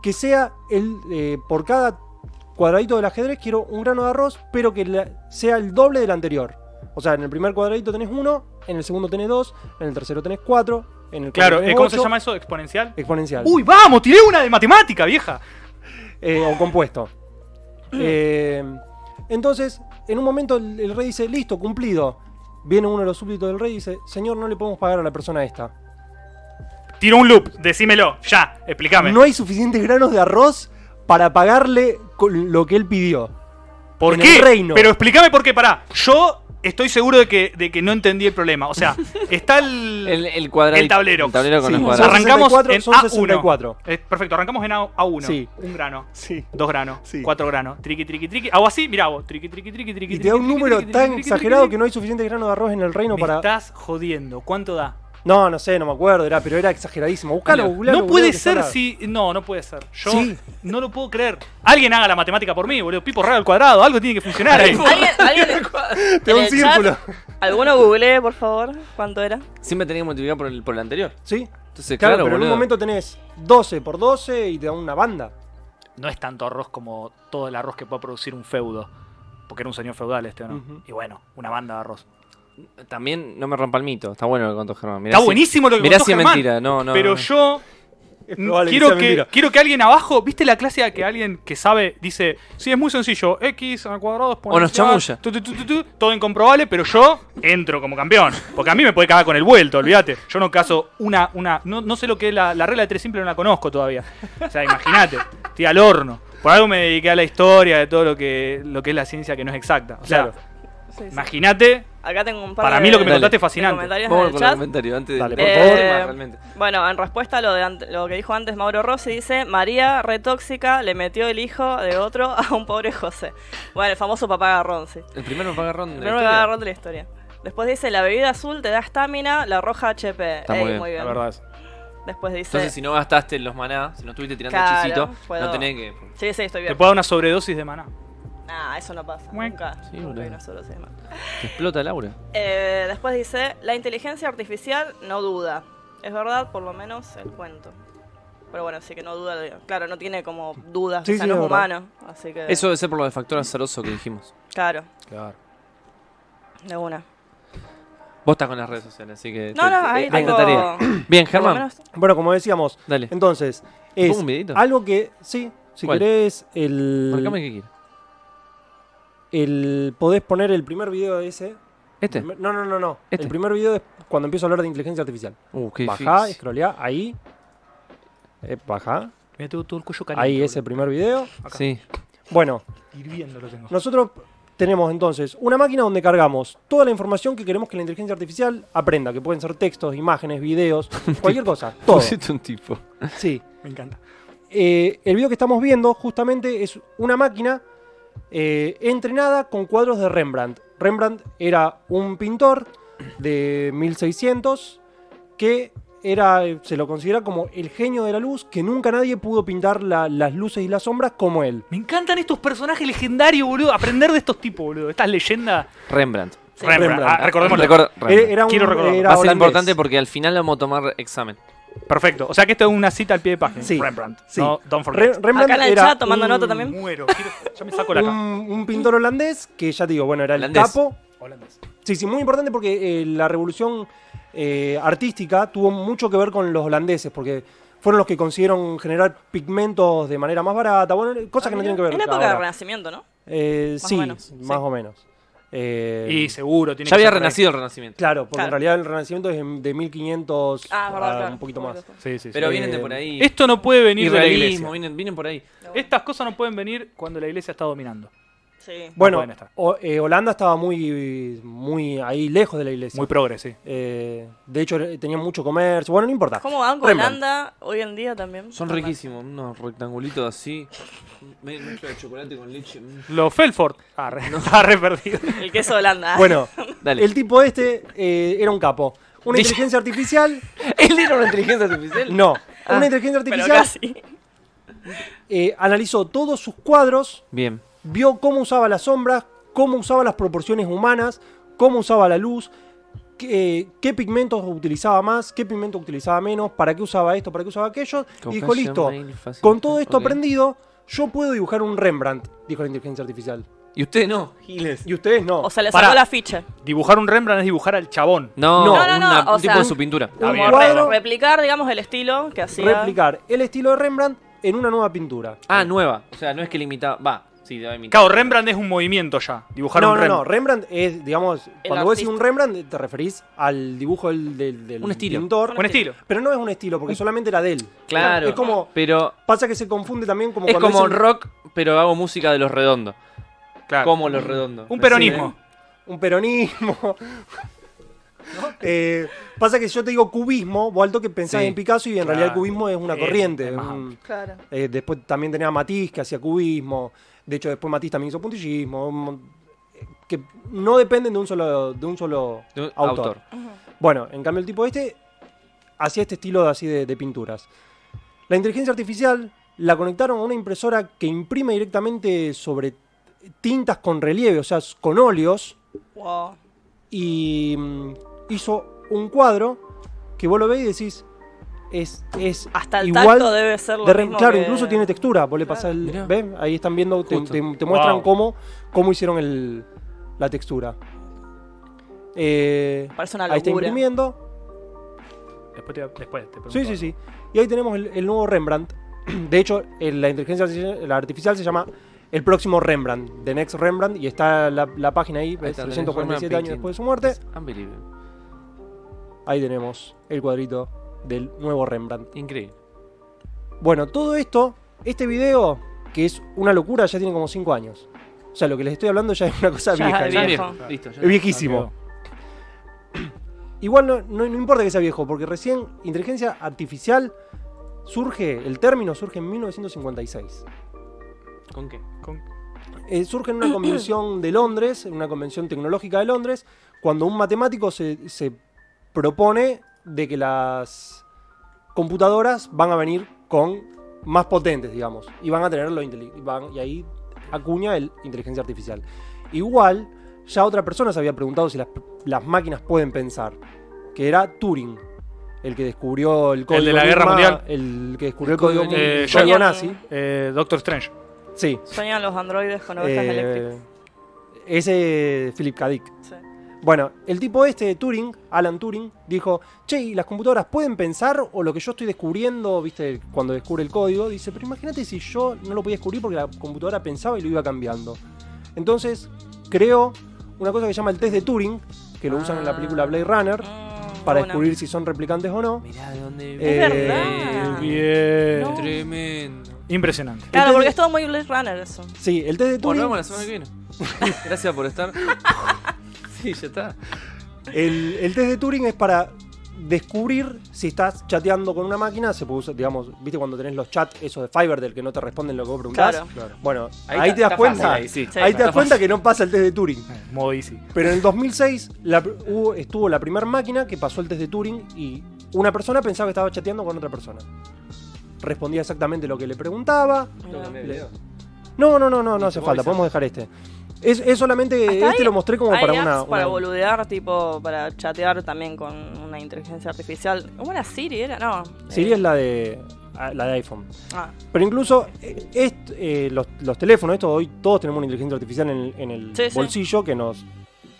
que sea el eh, por cada cuadradito del ajedrez quiero un grano de arroz, pero que la- sea el doble del anterior. O sea, en el primer cuadradito tenés uno, en el segundo tenés dos, en el tercero tenés cuatro, en el
Claro,
cuarto
eh,
tenés
¿cómo se
ocho.
llama eso? ¿Exponencial?
Exponencial.
Uy, vamos, tiré una de matemática, vieja.
eh, o compuesto.
Mm.
Eh, entonces, en un momento el, el rey dice, listo, cumplido. Viene uno de los súbditos del rey y dice, señor, no le podemos pagar a la persona esta.
Tiro un loop, decímelo, ya, explícame.
No hay suficientes granos de arroz para pagarle con lo que él pidió.
¿Por
en
qué?
el reino.
Pero explícame por qué, pará. Yo estoy seguro de que, de que no entendí el problema. O
(laughs)
sea, está el.
El, el cuadradito.
El tablero.
El tablero con
Sí,
los
son
cuadrados.
arran-
arrancamos
64,
en
son
A1.
64.
Eh, perfecto, arrancamos en A, 1
Sí.
Un grano.
Sí.
Dos granos,
Sí.
cuatro granos, triqui, triqui, triqui. Hago así, mirá vos, triqui, triqui, triqui, triqui.
Y te da un número tan exagerado que no hay suficiente grano de arroz en el reino
Me
para...
estás jodiendo. ¿Cuánto da?
No, no sé, no me acuerdo, era, pero era exageradísimo. Buscalo, googlealo,
no
googlealo,
puede
que
ser
está la-
si. No, no puede ser. Yo
Sí.
no lo puedo creer. Alguien haga la matemática por mí, boludo. Pipo raro al cuadrado, algo tiene que funcionar ahí.
(laughs) ¿Alguien, alguien en
da un
el
círculo.
chat, ¿Alguno googleé, por favor? ¿Cuánto era?
Siempre tenía que multiplicar por el, por el anterior.
Sí.
Entonces,
Claro,
claro,
pero en un
boludo.
momento tenés 12 por 12 y te da una banda.
No es tanto arroz como todo el arroz que puede producir un feudo. Porque era un señor feudal este, ¿o ¿no?
Ujú.
Y bueno, una banda de arroz.
También no me rompa el mito. Está bueno lo que contó Germán. Mirá
Está
si-
buenísimo lo que
Mirá
contó
si es
Germán,
mentira. No, no.
Pero
no.
yo (laughs)
Es probable
Mm, quiero
sea
que,
mentira.
quiero que alguien abajo, ¿viste la clase a que alguien que sabe dice, sí, es muy sencillo, x al cuadrado
O nos
exponencial,
chamulla.
tu, tu, tu, tu, tu, todo incomprobable, pero yo entro como campeón, porque a mí me puede cagar con el vuelto, olvídate. Yo no caso una una no, no sé lo que es la, la regla de tres simple, no la conozco todavía. O sea, imagínate, estoy al horno. Por algo me dediqué a la historia de todo lo que lo que es la ciencia que no es exacta. O sea,
Claro.
Sí, sí.
imagínate,
Acá tengo un par
para
de-
mí lo que me
Dale.
contaste es
de
fascinante.
comentarios en
Vamos
el
con el
chat.
comentario antes de-
Dale,
del
por
tema,
favor.
realmente.
Bueno, en respuesta a lo, de ante- lo que dijo antes Mauro Rossi, dice: María, re tóxica, le metió el hijo de otro a un pobre José. Bueno, el famoso papá Garrón, sí.
El primero me paga ronda.
El primero que va Garrón de la historia. Después dice: La bebida azul te da estamina, la roja HP.
Está
Ey,
muy bien,
La verdad es.
Después dice:
Entonces, si no gastaste los maná, si no estuviste tirando
Claro,
hechicitos,
puedo-
no tenés que.
Sí, sí, estoy
Te
bien.
puedo dar una sobredosis de maná.
Nah, eso no pasa.
Muec.
Nunca.
Sí,
Nunca
boludo.
hay una sola semana.
Te explota Laura.
Eh, después dice, la inteligencia artificial no duda. Es verdad, por lo menos el cuento. Pero bueno, así que no duda. digo. Claro, no tiene como dudas,
Sí,
o sea,
sí,
no
es
es
verdad.
humano. Así que...
Eso debe ser por lo de factor azaroso que dijimos.
Claro,
Claro.
de una.
Vos estás con las redes sociales, así que.
No, no, ahí
eh, hay
tengo...
tarea.
por
Bien,
lo
Germán.
menos-
Bueno, como decíamos,
Dale.
entonces,
¿Te
es
pongo un videito?
algo que, sí, si
¿Cuál?
querés, el,
Marcame que quieras.
el, podés poner el primer video de ese.
Este.
No, no, no, no.
Este.
El primer video es cuando empiezo a hablar de inteligencia artificial.
Uh, qué
Bajá,
difícil.
scrolleá, ahí. Eh, bajá.
Mira, tengo todo el cuello caliente.
Ahí ese
boludo.
primer video.
Acá.
Sí.
Bueno,
Hirviendo lo tengo.
Nosotros tenemos entonces una máquina donde cargamos toda la información que queremos que la inteligencia artificial aprenda, que pueden ser textos, imágenes, videos, cualquier cosa, todo.
Pusiste un tipo.
Sí.
Me encanta.
Eh, el video que estamos viendo justamente es una máquina eh, entrenada con cuadros de Rembrandt. Rembrandt era un pintor de 1600 que era, se lo considera como el genio de la luz, que nunca nadie pudo pintar la- las luces y las sombras como él.
Me encantan estos personajes legendarios, boludo. Aprender de estos tipos, boludo. Estas leyendas.
Rembrandt.
Sí.
Rembrandt.
Rembrandt.
Ah, recordémoslo.
Recuerda-
Era,
Rembrandt.
Eh, era un,
Quiero recordar.
era
Va a ser
holandés.
importante porque al final vamos a tomar examen.
Perfecto. O sea que esto es una cita al pie de página.
Sí.
Rembrandt.
Sí.
No, don't
Re- Mm.
forget.
Rembrandt
Acá en el
era
chat tomando
un-
nota también.
Muero. Quiero- Ya me saco la cara.
un, un pintor holandés que ya te digo, bueno, era el
Holandés.
capo. Sí, sí, muy importante porque eh, la revolución eh, artística tuvo mucho que ver con los holandeses, porque fueron los que consiguieron generar pigmentos de manera más barata, bueno, cosas que no tienen que ver.
Ah, En la época del
ahora.
Renacimiento, ¿no?
Eh,
Más o
sí,
menos,
más
sí.
o menos. Eh,
Y seguro, tiene
Ya
que
había
ser por ahí.
renacido el Renacimiento.
Claro, porque
Claro.
en realidad el Renacimiento es en- de 1500
Ah, es verdad,
a
claro.
un poquito más.
Sí, sí, sí.
Pero
Eh,
vienen de por ahí.
Esto no puede venir de la iglesia.
Irrealismo, vienen, vienen por ahí.
Estas cosas no pueden venir cuando la iglesia está dominando.
Sí.
Bueno,
pueden estar.
o- eh, Holanda estaba muy, muy ahí lejos de la iglesia.
Muy progre, sí.
Eh, de hecho, eh, tenía mucho comercio. Bueno, no importa.
¿Cómo Banco
Rembrandt.
Holanda hoy en día también?
Son
Rembrandt.
riquísimos, unos rectangulitos así. Me- Mezcla de chocolate con leche. mm.
Los Felford. Ah, re, (laughs) estaba re perdido.
El queso de Holanda.
(laughs)
(laughs)
Bueno,
Dale.
el tipo este eh, era un capo. Una
Dice-
inteligencia artificial.
¿Él era una inteligencia artificial?
No.
Ah.
una inteligencia
pero
artificial
casi.
eh, analizó todos sus cuadros,
(laughs) Bien.
vio cómo usaba las sombras, cómo usaba las proporciones humanas, cómo usaba la luz, qué, eh, qué pigmentos utilizaba más, qué pigmentos utilizaba menos, para qué usaba esto, para qué usaba aquello. Y dijo, listo, con todo esto
Ok.
aprendido, yo puedo dibujar un Rembrandt, dijo la inteligencia artificial.
Y usted no, Giles.
Y ustedes no.
O sea, le
Pará.
sacó la ficha.
Dibujar un Rembrandt es dibujar al chabón.
No,
No,
una-
no, no, o
un tipo
sea-
de su pintura.
Un
bien,
cuadro,
Replicar, digamos, el estilo que hacía.
replicar el estilo de Rembrandt en una nueva pintura.
Ah, nueva. O sea, no es que limitaba. Va, sí, debe imitar.
Claro, Rembrandt es un movimiento ya. Dibujar
No, no,
un
no.
Rembrandt.
Rembrandt es, digamos, cuando vos decís
artista.
un Rembrandt, te referís al dibujo del, del- del
Un estilo.
pintor.
Con estilo.
Pero no es un estilo, porque solamente era de él.
Claro.
Es como.
Pero
Pasa que se confunde también como
es
cuando
como
dicen
rock, pero hago música de los redondos.
Claro.
Como los redondos.
Un peronismo.
un peronismo. (laughs) Eh, pasa que si yo te digo cubismo, vos al toque pensás
Sí,
en Picasso y en realidad el
claro.
cubismo es una
Eh,
corriente.
es más
un-
amplio.
Claro.
eh, después también tenía Matiz que hacía cubismo. De hecho, después Matiz también hizo puntillismo. un mon- Que no dependen de un solo, de un solo
De un
autor.
autor.
Bueno, en cambio el tipo este hacía este estilo de- así de, de pinturas. La inteligencia artificial la conectaron a una impresora que imprime directamente sobre tintas con relieve, o sea, s- con óleos,
Wow.
y mm, hizo un cuadro que vos lo veis y decís, es, es
Hasta el
igual
tacto debe ser lo
de re-
mismo
claro,
que-
incluso tiene textura, vos le pasás el...
Mirá.
¿Ves? Ahí están viendo, te,
Justo.
te- te muestran
Wow.
cómo, cómo hicieron el- la textura. Eh,
Parece una
ahí está
locura.
imprimiendo.
Después te, después te pregunto.
Sí, sí, sí. Y ahí tenemos el, el nuevo Rembrandt. (clears throat) De hecho, el- la inteligencia artifici- la artificial se llama el próximo Rembrandt, The Next Rembrandt, y está la, la página ahí,
Ahí está,
347
Rembrandt
años después de su muerte.
Es Unbelievable.
Ahí tenemos el cuadrito del nuevo Rembrandt.
Increíble.
Bueno, todo esto, este video, que es una locura, ya tiene como 5 años. O sea, lo que les estoy hablando ya es una cosa
Ya,
vieja.
ya
¿no?
Bien,
viejo.
bien, Listo. ya
Es viejísimo. Igual no, no- no importa que sea viejo, porque recién inteligencia artificial surge, el término surge en 1956.
está. ¿Con qué?
Con-
Eh, surge en una convención de Londres, en una convención tecnológica de Londres, cuando un matemático se, se propone de que las computadoras van a venir con más potentes, digamos, y van a tener lo inteli- y van- y ahí acuña el inteligencia artificial. Igual, ya otra persona se había preguntado si las, las máquinas pueden pensar, que era Turing, el que descubrió el código
de la Guerra Mundial.
el que descubrió el
El código
código,
Enigma.
el
Eh,
código
Sheldon.
nazi,
Eh, Doctor Strange.
sí.
Sueñan los androides con ovejas
Eh,
eléctricas.
Ese Philip K. Dick.
Sí.
Bueno, el tipo este de Turing, Alan Turing, dijo, che, ¿y las computadoras pueden pensar o lo que yo estoy descubriendo, viste, cuando descubre el código? Dice, pero imagínate si yo no lo podía descubrir porque la computadora pensaba y lo iba cambiando. Entonces, creó una cosa que se llama el test de Turing, que lo usan en la película Blade Runner,
Mm,
para
bueno.
descubrir si son replicantes o no.
Mirá de dónde
Eh,
viene.
verdad.
Bien.
No.
Tremendo.
Impresionante.
Claro,
Entonces-
porque es todo muy Blade Runner eso.
Sí, el test de Turing...
Volvamos la semana que viene. Gracias por estar. (laughs) Sí, ya está.
El, el test de Turing es para descubrir si estás chateando con una máquina. Se puede usar, digamos, viste cuando tenés los chats, esos de Fiverr del que no te responden lo que vos preguntás.
Claro.
Bueno, ahí,
Ahí está-
te das
está
cuenta.
fácil ahí, sí.
ahí
Sí,
te
está
das cuenta que no pasa el test de Turing.
Eh, Modo easy.
Pero en el 2006 la pr- hubo- estuvo la primera máquina que pasó el test de Turing y Una persona pensaba que estaba chateando con otra persona. Respondía exactamente lo que le preguntaba. No, no, no, no, no hace
Voice
falta,
app.
podemos dejar este. Es, es solamente,
Hasta
este
hay-
lo mostré como
Hay
para
apps
una...
para
una-
boludear, tipo, para chatear también con una inteligencia artificial. ¿Cómo era Siri? Era? No.
Siri
eh,
es la de, a- la de iPhone.
ah,
Pero incluso eh, est- eh, los, los teléfonos, esto hoy todos tenemos una inteligencia artificial en el, en el
Sí, sí.
bolsillo que nos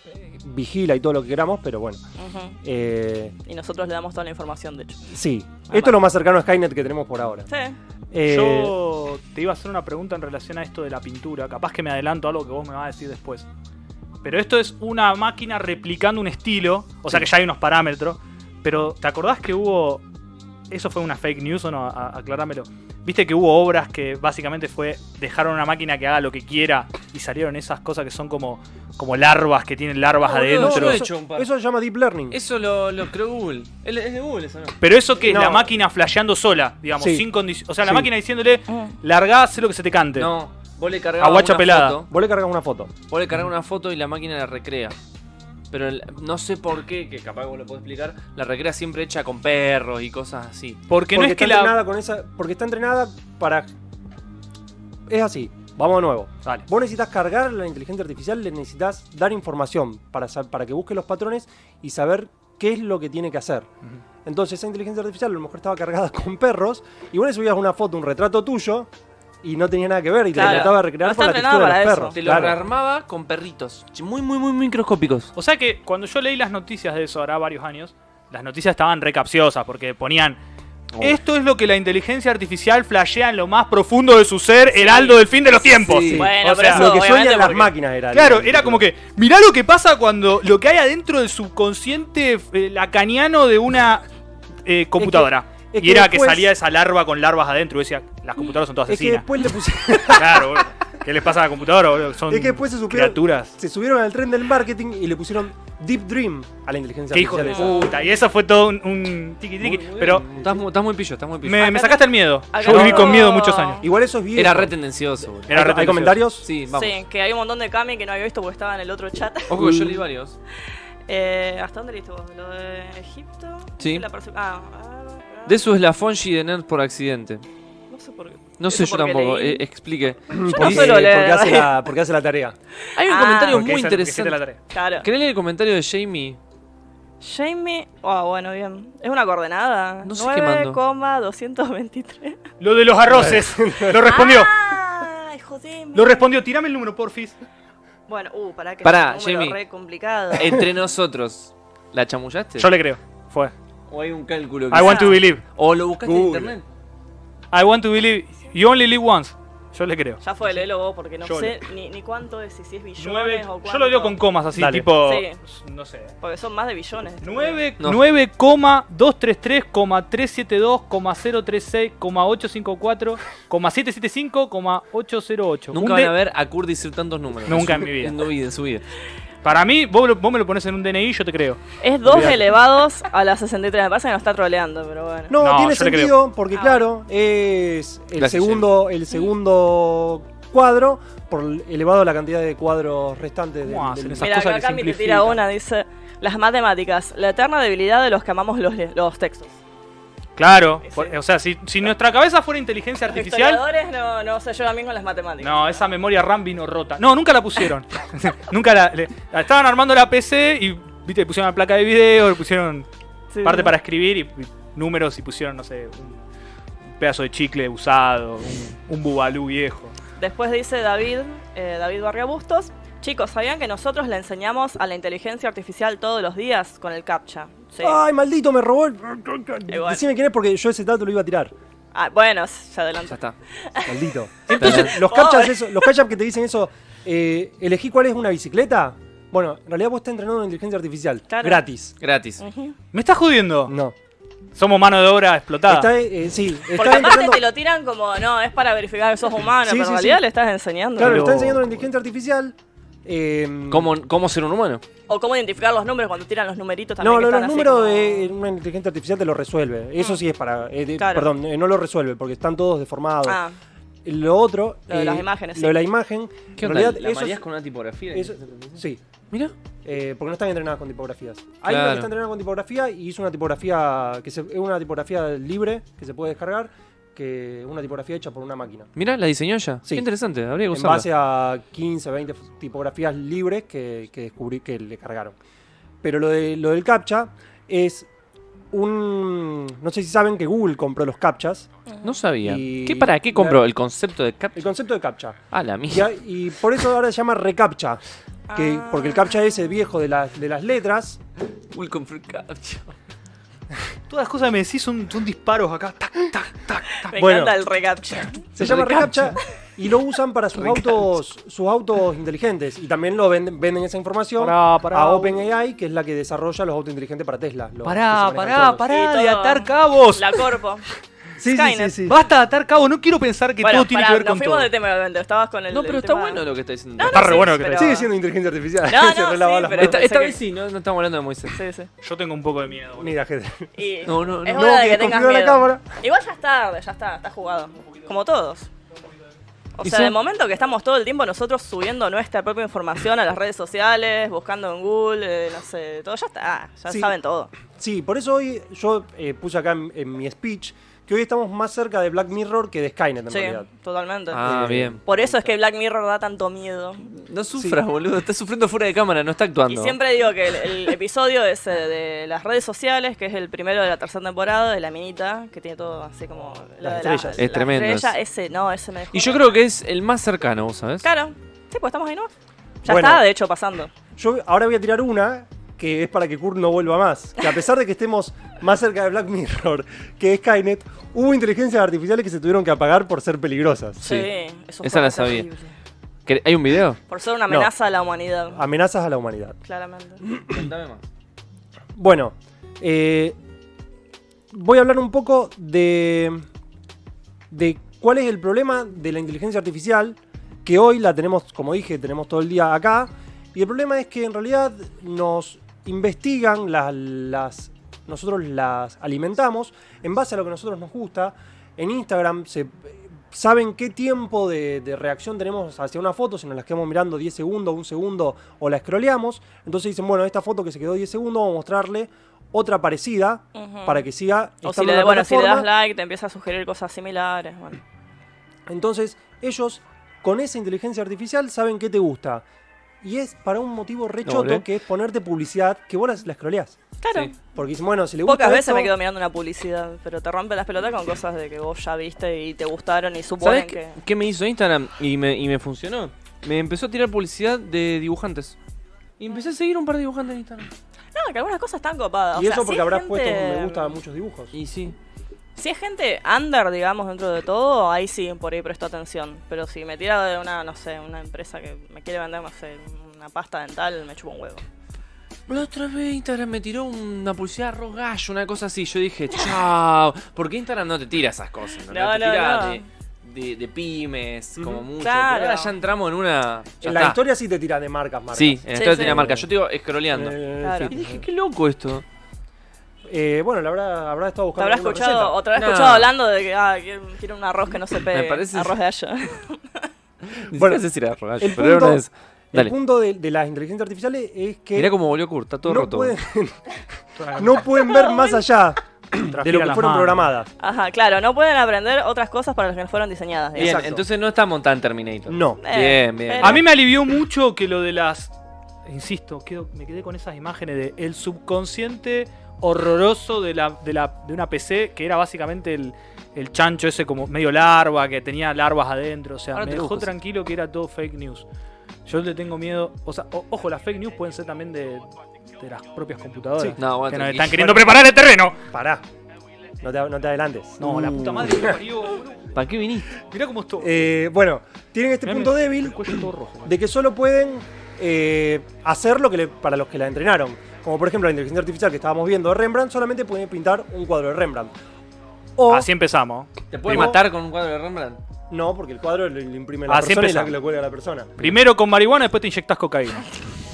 eh, vigila y todo lo que queramos, pero bueno.
ujú.
Eh,
Y nosotros le damos toda la información, de hecho.
sí,
Ah,
esto es
vale.
lo más cercano a Skynet que tenemos por ahora.
Sí.
Eh,
Yo te iba a hacer una pregunta en relación a esto de la pintura. Capaz que me adelanto a algo que vos me vas a decir después. Pero esto es una máquina replicando un estilo. O sea que ya hay unos parámetros. Pero ¿te acordás que hubo... Eso fue una fake news o no? A- acláramelo. Viste que hubo obras que básicamente fue dejaron una máquina que haga lo que quiera y salieron esas cosas que son como, como larvas que tienen larvas
No, boludo,
no,
adentro.
yo lo he
eso,
hecho un par.
eso se llama Deep Learning.
Eso lo, lo creó Google. Es es de Google eso, ¿no?
Pero eso que es
No.
la máquina flasheando sola, digamos,
Sí.
sin condición. O sea, la
Sí.
máquina diciéndole,
Mm.
largá, sé lo que se te cante.
No, vos le cargabas
Aguacha
una
pelada.
foto,
Vos le cargas una foto.
vos le cargabas una foto y la máquina la recrea. Pero el- no sé por qué, que capaz vos lo podés explicar, la recrea siempre hecha con perros y cosas así.
Porque, no
porque
es que
está
la.
entrenada con esa. Porque está entrenada para. Es así. Vamos de nuevo.
Vale.
Vos necesitas cargar la inteligencia artificial, le necesitas dar información para, sa- para que busque los patrones y saber qué es lo que tiene que hacer. Entonces esa inteligencia artificial a lo mejor estaba cargada (laughs) con perros y vos le subías una foto, un retrato tuyo y no tenía nada que ver y
Claro.
te trataba de recrear
No
con la
está
textura de los
entrenada para
perros.
Te lo
claro.
armaba con perritos. Muy, muy, muy microscópicos.
O sea que cuando yo leí las noticias de eso, hará varios años, las noticias estaban recapciosas porque ponían. Esto es lo que la inteligencia artificial flashea en lo más profundo de su ser, heraldo del fin de los tiempos.
Sí.
Bueno,
O
pero
sea,
eso-
lo que
obviamente,
sueñan las
porque-
máquinas era.
Claro, era como que, mirá lo que pasa cuando lo que hay adentro del subconsciente eh, lacaniano de una eh, computadora.
es que
y era
después-
que salía esa larva con larvas adentro y decía, las computadoras son todas
Es que
asesinas.
después le pusieron...
(laughs) Claro, boludo. ¿qué les pasa a la computadora? boludo? Son
Es que después se supieron-
criaturas.
(laughs) se subieron al tren del marketing y le pusieron Deep Dream a la inteligencia
Qué hijos
artificial.
de
esa.
puta. Y eso fue todo un, un tiki tiki. Pero
Estás mu- estás muy pillo, estás muy pillo.
me, me sacaste el miedo.
acá
Yo viví
no-
con miedo muchos años.
Igual eso es bien.
Era re tendencioso, boludo.
Era
¿Hay,
re
hay
tendencioso.
comentarios?
Sí, vamos.
Sí, que hay un montón de Kami que no había visto porque estaba en el otro chat. (laughs)
Ojo
Mm.
que yo leí varios.
Eh, ¿Hasta dónde leíste vos? ¿Lo de Egipto?
Sí.
La perse- ah, ah, ah.
De eso es la Fonji de Nerd por accidente.
No sé por qué.
No sé
Eso
yo
porque
tampoco,
leí.
eh, explique.
no
Porque-
suelo leer,
porque hace
¿verdad?
la, porque hace la tarea.
Hay un
Ah,
comentario
Porque
muy
esa- porque hiciste la
interesante.
tarea.
Claro.
¿Querés leer el comentario de Jamie?
Jamie. Ah, bueno, bien. ¿Es una coordenada?
No sé qué mandó.
9,223.
Lo de los
(laughs)
arroces. lo (laughs) respondió.
Ah.
¡Ay, jodeme!
Lo respondió. Tirame el número, porfis.
Bueno, uh, pará que
Pará,
es un
Jamie.
número
Eh,
re complicado.
Entre nosotros. ¿La chamullaste?
Yo le Ah, creo. Fue.
O hay un cálculo que
I want to believe.
O lo buscaste
Google.
en internet.
I want to believe. You only live once. Yo le creo.
Ya fue, léelo vos porque no
Yo
sé ni, ni cuánto es, y si es billones
Nueve-
o cuánto.
yo lo leo con comas así,
Dale.
tipo. No sé.
Porque son más de billones.
Nueve-
No.
9,233,372,036,854,775,808.
Nunca
Un
van
de-
a ver a Kurt decir tantos números.
Nunca
su- (laughs)
en mi vida.
En su vida, en su vida.
Para mí, vos, lo- vos me lo pones en un DNI, yo te creo.
Es 2
Olvidate.
elevados a la 63. Me parece que nos está troleando, pero bueno.
No,
No,
tiene
yo le creo.
sentido, porque
Ah.
claro, es el
Gracias,
segundo, el segundo cuadro, por el- elevado la cantidad de cuadros restantes del-
¿Cómo
del-
hacen esas
Mira,
cosas
acá
que
Cami te
simplifican.
tira una, dice. Las matemáticas, la eterna debilidad de los que amamos los, le- los textos.
Claro.
Ese.
por- o sea, si, si nuestra cabeza fuera inteligencia
Los
artificial.
historiadores no, no se llevan bien con las matemáticas.
No, esa memoria RAM vino rota. No, nunca la pusieron. nunca la, le- la- Estaban armando la PC y viste, le pusieron la placa de video, le pusieron
Sí.
parte para escribir y, y números y pusieron, no sé, un, un pedazo de chicle usado, un, un bubalú viejo.
Después dice David, eh, David Barria Bustos. Chicos, ¿sabían que nosotros le enseñamos a la inteligencia artificial todos los días con el CAPTCHA? Sí.
Ay, maldito, me robó. el-
Igual.
Decime quién es porque yo ese dato lo iba a tirar.
Ah, bueno, se
Ya
adelanta.
está.
Maldito.
Entonces,
Los captchas, eso- los captchas que te dicen eso, eh, elegí cuál es una bicicleta. Bueno, en realidad vos estás entrenando una inteligencia artificial.
Claro.
Gratis.
gratis.
¿Me estás jodiendo?
No.
Somos mano de obra explotada.
Está, eh, sí,
Porque
está
aparte
entrenando.
te lo tiran como, no, es para verificar que sos humano,
Sí,
pero
sí,
en realidad
sí.
le estás enseñando.
Claro, le
Pero-
está enseñando una inteligencia artificial. eh,
¿Cómo, ¿Cómo ser un humano?
O cómo identificar los números cuando tiran los numeritos también.
No,
que
no,
están
los
así
números
como- Mm.
de una inteligencia artificial te lo resuelve. Eso sí es para. eh, de-
Claro.
Perdón, eh, no lo resuelve porque están todos deformados.
Ah,
Lo otro. eh,
Lo de las imágenes,
Lo
sí.
de la imagen.
¿Qué
en
onda?
realidad,
¿La
eso
mareás
es-
con una tipografía?
eso- sí.
Mira.
Eh, porque no están entrenadas con tipografías. Hay una
Claro.
que está entrenada con tipografía y hizo una tipografía que se- es una tipografía libre que se puede descargar, que una tipografía hecha por una máquina.
Mira, la diseñó ella.
Sí.
Qué interesante, habría que
En
usarla.
base a 15, 20 tipografías libres que, que descubrí que le cargaron. Pero lo, de, lo del captcha es un... No sé si saben que Google compró los captchas.
No sabía.
Y-
¿Qué, ¿Para qué compró el concepto de cap?
El concepto de captcha.
Ah, la mía.
Y, hay- y por eso ahora se llama recaptcha. Que,
Ah.
porque el captcha ese viejo de, las de las letras
Google compró el captcha.
Todas las cosas que me decís son, son disparos acá. Tac, tac, tac, tac.
Me
Ah, Bueno.
encanta el recaptcha.
Se llama recaptcha y lo usan para sus autos, sus autos inteligentes. Y también lo venden, venden esa información
Pará, pará.
a OpenAI, que es la que desarrolla los autos inteligentes para Tesla. los que
Pará,
se manejan
pará,
solos.
pará
Sí,
de
todo.
atar cabos.
La corpo.
(laughs) Sí, sí, sí,
Skynet.
sí.
Basta de atar cabos, no quiero pensar que
Bueno,
todo tiene
pará,
que ver
nos
con
fuimos
todo.
del tema igualmente, Estabas con el
No,
el
pero está
tema-
bueno lo que está diciendo.
No,
Está
no,
re
sí,
bueno que
pero-
Sigue siendo inteligencia artificial.
No,
(laughs) Se
no,
relava
sí,
las
pero-
manos.
Esta,
pensé
esta
que-
vez sí, no, no estamos hablando de Moisés.
Sí, sí.
Yo tengo un poco de miedo. boludo.
Mira, gente.
Y
No, no,
es
no.
hora
No,
de
que
que tengas
desconfigura la
miedo.
cámara.
Igual ya es tarde, ya está, está jugado. Como todos. O
Y
sea,
son-
de momento que estamos todo el tiempo nosotros subiendo nuestra propia información a las redes sociales, buscando en Google, eh, no sé, todo ya está, ya
Sí.
saben todo.
Sí, por eso hoy yo eh, puse acá en, en mi speech que hoy estamos más cerca de Black Mirror que de Skynet en
Sí,
realidad.
totalmente.
Ah, bien.
Por eso es que Black Mirror da tanto miedo.
No sufras, boludo. Está sufriendo fuera de cámara, no está actuando.
Y siempre digo que el, el (laughs) episodio es eh, de las redes sociales, que es el primero de la tercera temporada, de la minita, que tiene todo así como... lo
Las
de la-
estrellas.
la
Es tremendo
estrella,
ese.
ese, no, ese me dejó-
Y yo creo que es el más cercano, ¿vos sabés?
Claro, sí, pues estamos ahí, ¿no? Ya
Bueno.
está, de hecho, pasando.
Yo ahora voy a tirar una que es para que Kurt no vuelva más. Que a pesar de que estemos más cerca de Black Mirror que de Skynet, hubo inteligencias artificiales que se tuvieron que apagar por ser peligrosas.
Sí, eso
Esa
fue
la sabía.
terrible.
¿Quer- ¿Hay un video?
Por ser una amenaza a la humanidad,
Amenazas a la humanidad. (clears throat)
claramente.
(coughs) Contame más.
Bueno, eh, voy a hablar un poco de, de cuál es el problema de la inteligencia artificial, que hoy la tenemos, como dije, tenemos todo el día acá, y el problema es que en realidad nos investigan, las, las- nosotros las alimentamos en base a lo que a nosotros nos gusta. En Instagram se saben qué tiempo de, de reacción tenemos hacia una foto, si nos la quedamos mirando 10 segundos, 1 segundo o la scrolleamos. Entonces dicen, bueno, esta foto que se quedó 10 segundos, vamos a mostrarle otra parecida
Ujú.
para que siga
O si
estando en
le,
la
bueno, si le das
plataforma.
like, te empieza a sugerir cosas similares. Bueno.
Entonces, ellos con esa inteligencia artificial saben qué te gusta. Y es para un motivo rechoto
volé.
que es ponerte publicidad que vos la, la scrolleás.
Claro.
Sí.
Porque dicen, bueno, si le gusta.
Pocas veces
esto-
me quedo mirando una publicidad, pero te rompen las pelotas con cosas de que vos ya viste y te gustaron y
¿Sabés
suponen que...
qué, qué me hizo Instagram y me, y me funcionó? Me empezó a tirar publicidad de dibujantes. Y empecé a seguir un par de dibujantes en Instagram.
No, que algunas cosas están copadas.
Y
o sea,
eso
sí
porque
es
habrás
gente-
puesto un me gusta a muchos dibujos.
Y sí.
Si es gente under, digamos, dentro de todo, ahí sí, por ahí presto atención. Pero si me tira de una, no sé, una empresa que me quiere vender, no sé, una pasta dental, me chupa un huevo.
La otra vez Instagram me tiró una publicidad de arroz gallo, una cosa así. Yo dije, chao. Porque Instagram no te tira esas cosas. No,
No,
Te
no,
tira
no.
De, de- de pymes,
Ujú.
como mucho.
Claro.
Pero ahora ya entramos en una. ya
en la
está.
historia sí te tiran de marcas, marcas.
Sí, en la
Sí,
historia
sí.
tenía marca. Yo te digo, escroleando.
Eh,
Claro.
Y
sí.
dije, qué loco esto.
Eh, bueno, la habrá, habrá estado
¿Te
buscando.
habrás
alguna
escuchado,
receta.
otra vez
No.
escuchado hablando de que ah, quiero, quiero un arroz que no se pegue?
parece-
Arroz de allá.
Bueno,
Bueno, sé si era arroz gallo,
el
pero era
punto-
una de esas.
El
Dale.
punto de, de las inteligencias artificiales es que
Mirá cómo volvió Kurt, está todo
no,
roto.
pueden, (laughs) no pueden ver más allá de lo
Transpira
que
las
fueron
manos.
programadas.
(laughs) Ajá, claro, no pueden aprender otras cosas para las que fueron diseñadas.
Bien,
digamos.
Exacto.
entonces no estamos tan Terminator.
No.
Eh,
Bien, bien.
pero-
A mí me alivió mucho que lo de las. Insisto, quedo- me quedé con esas imágenes de el subconsciente horroroso de la, de la- de una PC que era básicamente el, el chancho ese como medio larva, que tenía larvas adentro. O sea,
Ahora
me
te
dejó
busco, sí.
tranquilo que era todo fake news. Yo le tengo miedo. O sea, o- ojo, las fake news pueden ser también de, de las propias computadoras.
Sí.
No, bueno,
que nos
tranquilo.
están queriendo preparar el terreno.
Pará. No te, no te adelantes.
No, la puta madre que parió, boludo.
¿Para qué viniste?
Mirá cómo estoy.
Eh, bueno, tienen este
Mirá,
punto
me-
débil
el cuello todo rojo.
de que solo pueden eh, hacer lo que le- para los que la entrenaron. Como por ejemplo la inteligencia artificial que estábamos viendo de Rembrandt, solamente puede pintar un cuadro de Rembrandt. O
Así empezamos.
¿Te puede
Primo.
matar con un cuadro de Rembrandt?
no, porque el cuadro lo, lo imprime la
Así
persona y la-
empezamos.
lo cuelga la persona.
Primero con marihuana, después te inyectas cocaína.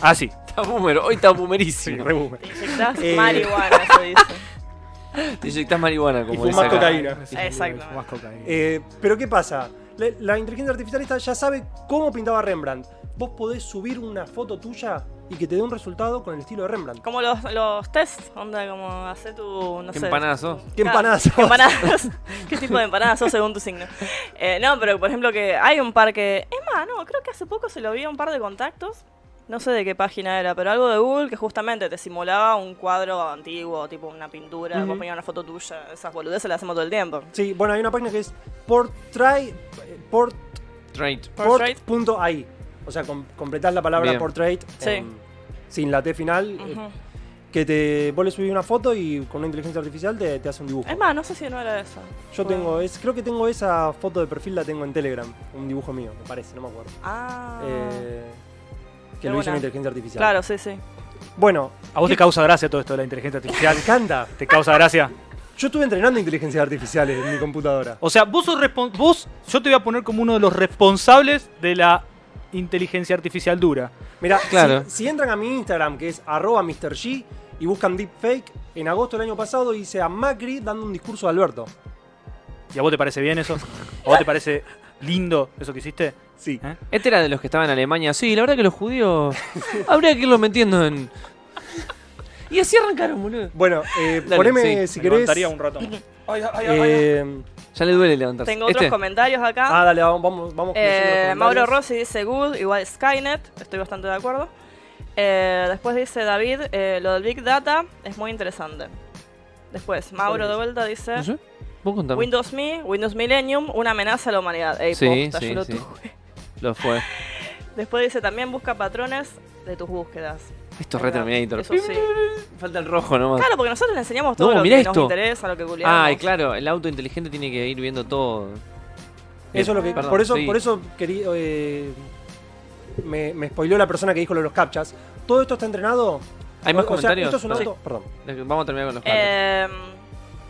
Así.
Está boomer, hoy está boomerísimo.
Re boomer.
Te inyectás
Eh.
marihuana, se
(laughs)
dice.
Te inyectás marihuana, como
fumás
dice acá.
cocaína.
Exacto.
Eh,
Más cocaína.
Eh, pero ¿qué pasa? la, la inteligencia artificial esta ya sabe cómo pintaba Rembrandt. Vos podés subir una foto tuya y que te dé un resultado con el estilo de Rembrandt.
Como los, los tests, onda, como hace tu, no
¿Qué
sé.
empanadas sos?
¿Qué
Claro,
empanadas sos?
¿Qué empanadas? (laughs) ¿Qué tipo de empanadas sos según tu signo? Eh, no, pero por ejemplo que hay un par que... Es más, no, creo que hace poco se lo vi a un par de contactos. No sé de qué página era, pero algo de Google que justamente te simulaba un cuadro antiguo, tipo una pintura,
Ujú.
vos ponías una foto tuya, esas boludeces las hacemos todo el tiempo.
Sí, bueno, hay una página que es portrait, port,
Trade.
Portrait.
port.ai. O sea, com- completás la palabra
Bien.
portrait
Sí.
em, sin la T final. eh,
Ujú.
Que te vos le subís una foto y con una inteligencia artificial te, te hace un dibujo.
Es más, no sé si no era esa. Fue-
Yo tengo, es, creo que tengo esa foto de perfil, la tengo en Telegram. Un dibujo mío, me parece, no me acuerdo.
Ah.
Eh, que
Qué
lo hizo
buena.
una inteligencia artificial.
Claro, sí, sí.
Bueno,
¿A vos te causa gracia todo esto de la inteligencia
me
artificial?
encanta.
¿Te causa gracia?
Yo estuve entrenando inteligencias artificiales en mi computadora.
O sea, vos sos respon- vos, yo te voy a poner como uno de los responsables de la inteligencia artificial dura.
Mirá,
Claro.
si, si entran a mi Instagram, que es arroba MrG, y buscan deepfake, en agosto del año pasado hice a Macri dando un discurso a Alberto.
¿Y a vos te parece bien eso? ¿A vos te parece lindo eso que hiciste?
Sí.
¿Eh?
Este era de los que estaban en Alemania. Sí, la verdad que los
(laughs)
judíos. habría que irlo metiendo en. Y así arrancaron, boludo.
Bueno, eh,
Dale,
poneme
Me
si querés.
levantaría un rato. más.
eh,
Ya le duele levantarse.
Tengo
Este,
otros comentarios acá.
ah, dale, vamos, vamos, vamos con los
Eh,
otros comentarios.
Mauro Rossi dice Good, igual Skynet, estoy bastante de acuerdo. Eh, después dice David, eh, lo del Big Data es muy interesante. Después, Mauro de vuelta dice
¿No sé? Vos contame.
Windows Me, Windows Millennium, una amenaza a la humanidad. Ey,
Sí,
posta,
sí,
yo lo
sí.
tuve.
Lo fue.
Después dice también busca patrones de tus búsquedas.
Esto es re Terminator.
Eso sí.
Falta el rojo nomás.
Claro, porque nosotros le enseñamos todo
No,
lo que
mirá
nos
esto.
interesa, lo que googleamos.
Ah, y claro, el auto inteligente tiene que ir viendo todo.
Eso es lo que.
Perdón,
por eso,
sí.
por eso quería. eh, me, me spoileó la persona que dijo lo de los captchas. Todo esto está entrenado.
¿Hay más
O sea,
comentarios?
esto es un
Perdón.
auto. Perdón.
Vamos a terminar con los comentarios.
Eh,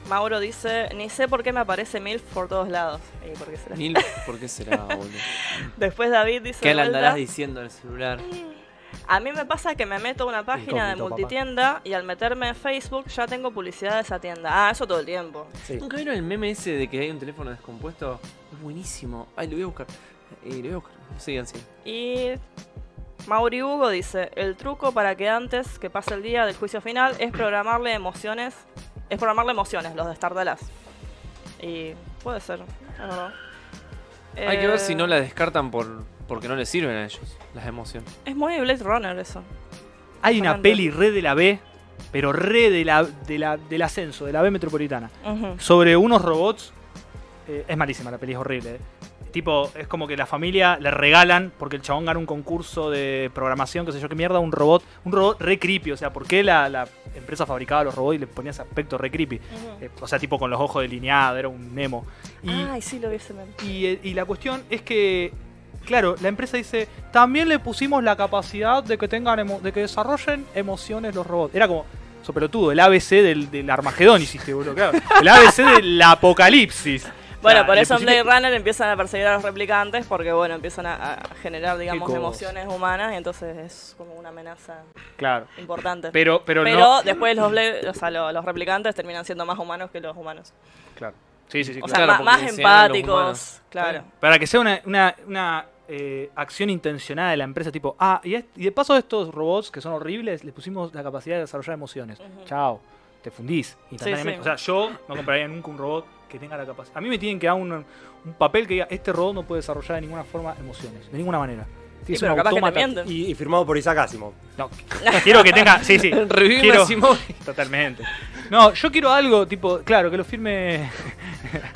Mauro dice, ni sé por qué me aparece MILF por todos lados. Ey, ¿por qué será?
Mil, ¿por qué será,
(laughs)
boludo?
Después David dice...
¿Qué
de
le
vuelta,
andarás diciendo al celular?
A mí me pasa que me meto a una página de
Incógnito, papá.
multitienda y al meterme en Facebook ya tengo publicidad de esa tienda. Ah, eso todo el tiempo.
Sí.
¿Nunca vieron el meme ese de que hay un teléfono descompuesto? Es buenísimo. Ay, lo voy a buscar. Eh, lo voy a buscar. Sigan, sigan.
Y Mauri Hugo dice, el truco para que antes que pase el día del juicio final es programarle emociones, es programarle emociones, los destartalás. Y puede ser, es verdad.
Hay que
Eh,
ver si no la descartan por porque no les sirven a ellos las emociones. (laughs)
Es muy Blade Runner eso.
Hay una
Bastante.
peli re de la B, pero re de la, de la- del ascenso, de la B metropolitana,
Ujú.
sobre unos robots. eh, es malísima la peli, es horrible. eh. Tipo, es como que la familia le regalan, porque el chabón gana un concurso de programación, qué sé yo qué mierda, un robot, un robot re creepy. O sea, ¿por qué la, la empresa fabricaba los robots y le ponía ese aspecto re creepy? Eh, o sea, tipo con los ojos delineados, era un Nemo. Y,
Ay, sí, lo vi ese meme.
y, eh, y la cuestión es que, claro, la empresa dice, también le pusimos la capacidad de que tengan emo- de que desarrollen emociones los robots. Era como, sopelotudo, el ABC del, del Armagedón hiciste, boludo, claro. El ABC del apocalipsis.
(laughs)
O
Bueno,
sea,
por
le
eso en
pusiste-
Blade Runner empiezan a perseguir a los replicantes porque, bueno, empiezan a, a generar, digamos,
cobos.
emociones humanas y entonces es como una amenaza
Claro.
importante. Pero,
Pero, pero, no.
después los, Blade- o sea, lo- los, replicantes terminan siendo más humanos que los humanos.
Claro. Sí, sí, sí.
O
claro.
sea,
claro,
ma-
porque
más
enseñan a los
empáticos,
humanos.
claro.
Para que sea una, una- una, eh, acción intencionada de la empresa, tipo, ah, y, est- y de paso a estos robots que son horribles, les pusimos la capacidad de desarrollar emociones.
Ujú.
Chao, te fundís instantáneamente.
sí.
O sea, yo no compraría nunca un robot que tenga la capacidad. A mí me tienen que dar un, un papel que diga, este robot no puede desarrollar de ninguna forma emociones, de ninguna
(laughs)
manera.
Sí,
Es
pero
un
capaz que te
autómata.
mienten.
Y, y firmado por Isaac Asimov.
No, quiero que tenga, sí, sí.
Revivir
Quiero-
a Simón.
Totalmente. No, yo quiero algo tipo, claro, que lo firme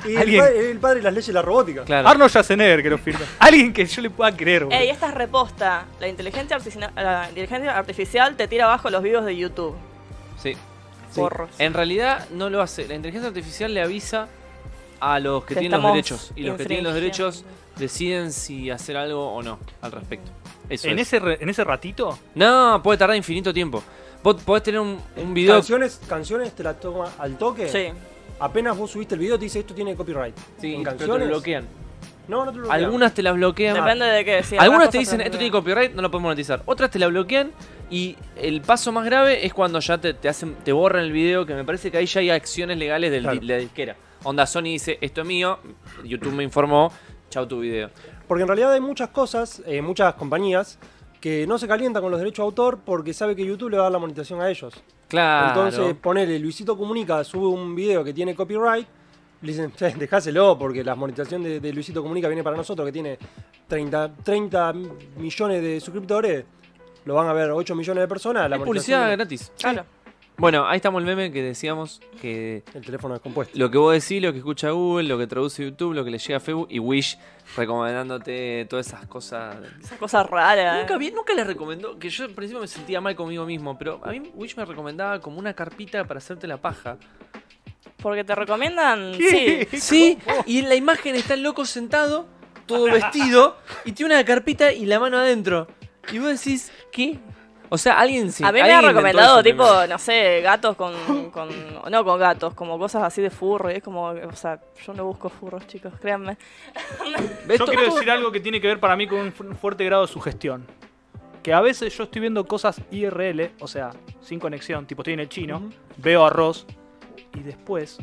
Y el,
Alguien-
pa- el padre de las leyes de la robótica.
Claro.
Arnold Schwarzenegger, que lo firme. Alguien que yo le pueda creer. boludo.
Ey, esta es reposta. La inteligencia, artificial, la inteligencia artificial te tira abajo los videos de YouTube.
Sí. Eh,
Sí.
Porros.
En realidad no lo hace. La inteligencia artificial le avisa a los que
Te
tienen los
estamos
derechos. Y los que tienen los derechos
infringiendo.
deciden si hacer algo o no al respecto. Eso
en,
es.
ese, re- en ese ratito,
No, puede tardar infinito tiempo. Vos podés tener un, un video.
Canciones, canciones te la toma al toque.
Sí.
Apenas vos subiste el video, te dice esto tiene copyright.
Sí,
En
pero te
canciones.
lo bloquean.
No, no te lo bloquean.
Algunas te las bloquean.
Depende de qué. si
Algunas
abajo
te dicen,
está
esto tiene
prohibido.
copyright, no lo podemos monetizar. Otras te la bloquean y el paso más grave es cuando ya te, te hacen, te borran el video, que me parece que ahí ya hay acciones legales de
Claro.
la disquera. Onda Sony dice, esto es mío, YouTube me informó, Chao tu video.
Porque en realidad hay muchas cosas, eh, muchas compañías, que no se calientan con los derechos de autor porque sabe que YouTube le va a dar la monetización a ellos.
Claro.
Entonces, ponele, Luisito Comunica sube un video que tiene copyright, le dicen, "Che, dejáselo porque la monetización de, de Luisito Comunica viene para nosotros, que tiene 30, 30 millones de suscriptores, lo van a ver 8 millones de personas. La
Es
monetización
publicidad
de-
gratis.
Claro.
Bueno, ahí estamos el meme que decíamos que
El teléfono descompuesto.
lo que vos decís, lo que escucha Google, lo que traduce YouTube, lo que le llega a Facebook y Wish recomendándote todas esas cosas.
Esa cosa rara.
Nunca,
eh.
vi, nunca les recomendó, que yo al principio me sentía mal conmigo mismo, pero a mí Wish me recomendaba como una carpita para hacerte la paja.
eh, Porque te recomiendan.
¿Qué?
Sí.
Sí, y en la imagen está el loco sentado, todo vestido, y tiene una carpita y la mano adentro. Y vos decís, ¿qué? O sea, alguien sí.
a mí me
alguien
han
inventó
recomendado,
ese
tipo,
meme.
no sé, gatos
(laughs)
con, con- No con gatos, como cosas así de furry. Es como. O sea, yo no busco furros, chicos, créanme.
¿Ves?
Yo
Todo-
quiero
todo-
decir algo que tiene que ver para mí con un fu- fuerte grado de sugestión. Que a veces yo estoy viendo cosas IRL, o sea, sin conexión, tipo estoy en el chino,
Ujú.
veo arroz y después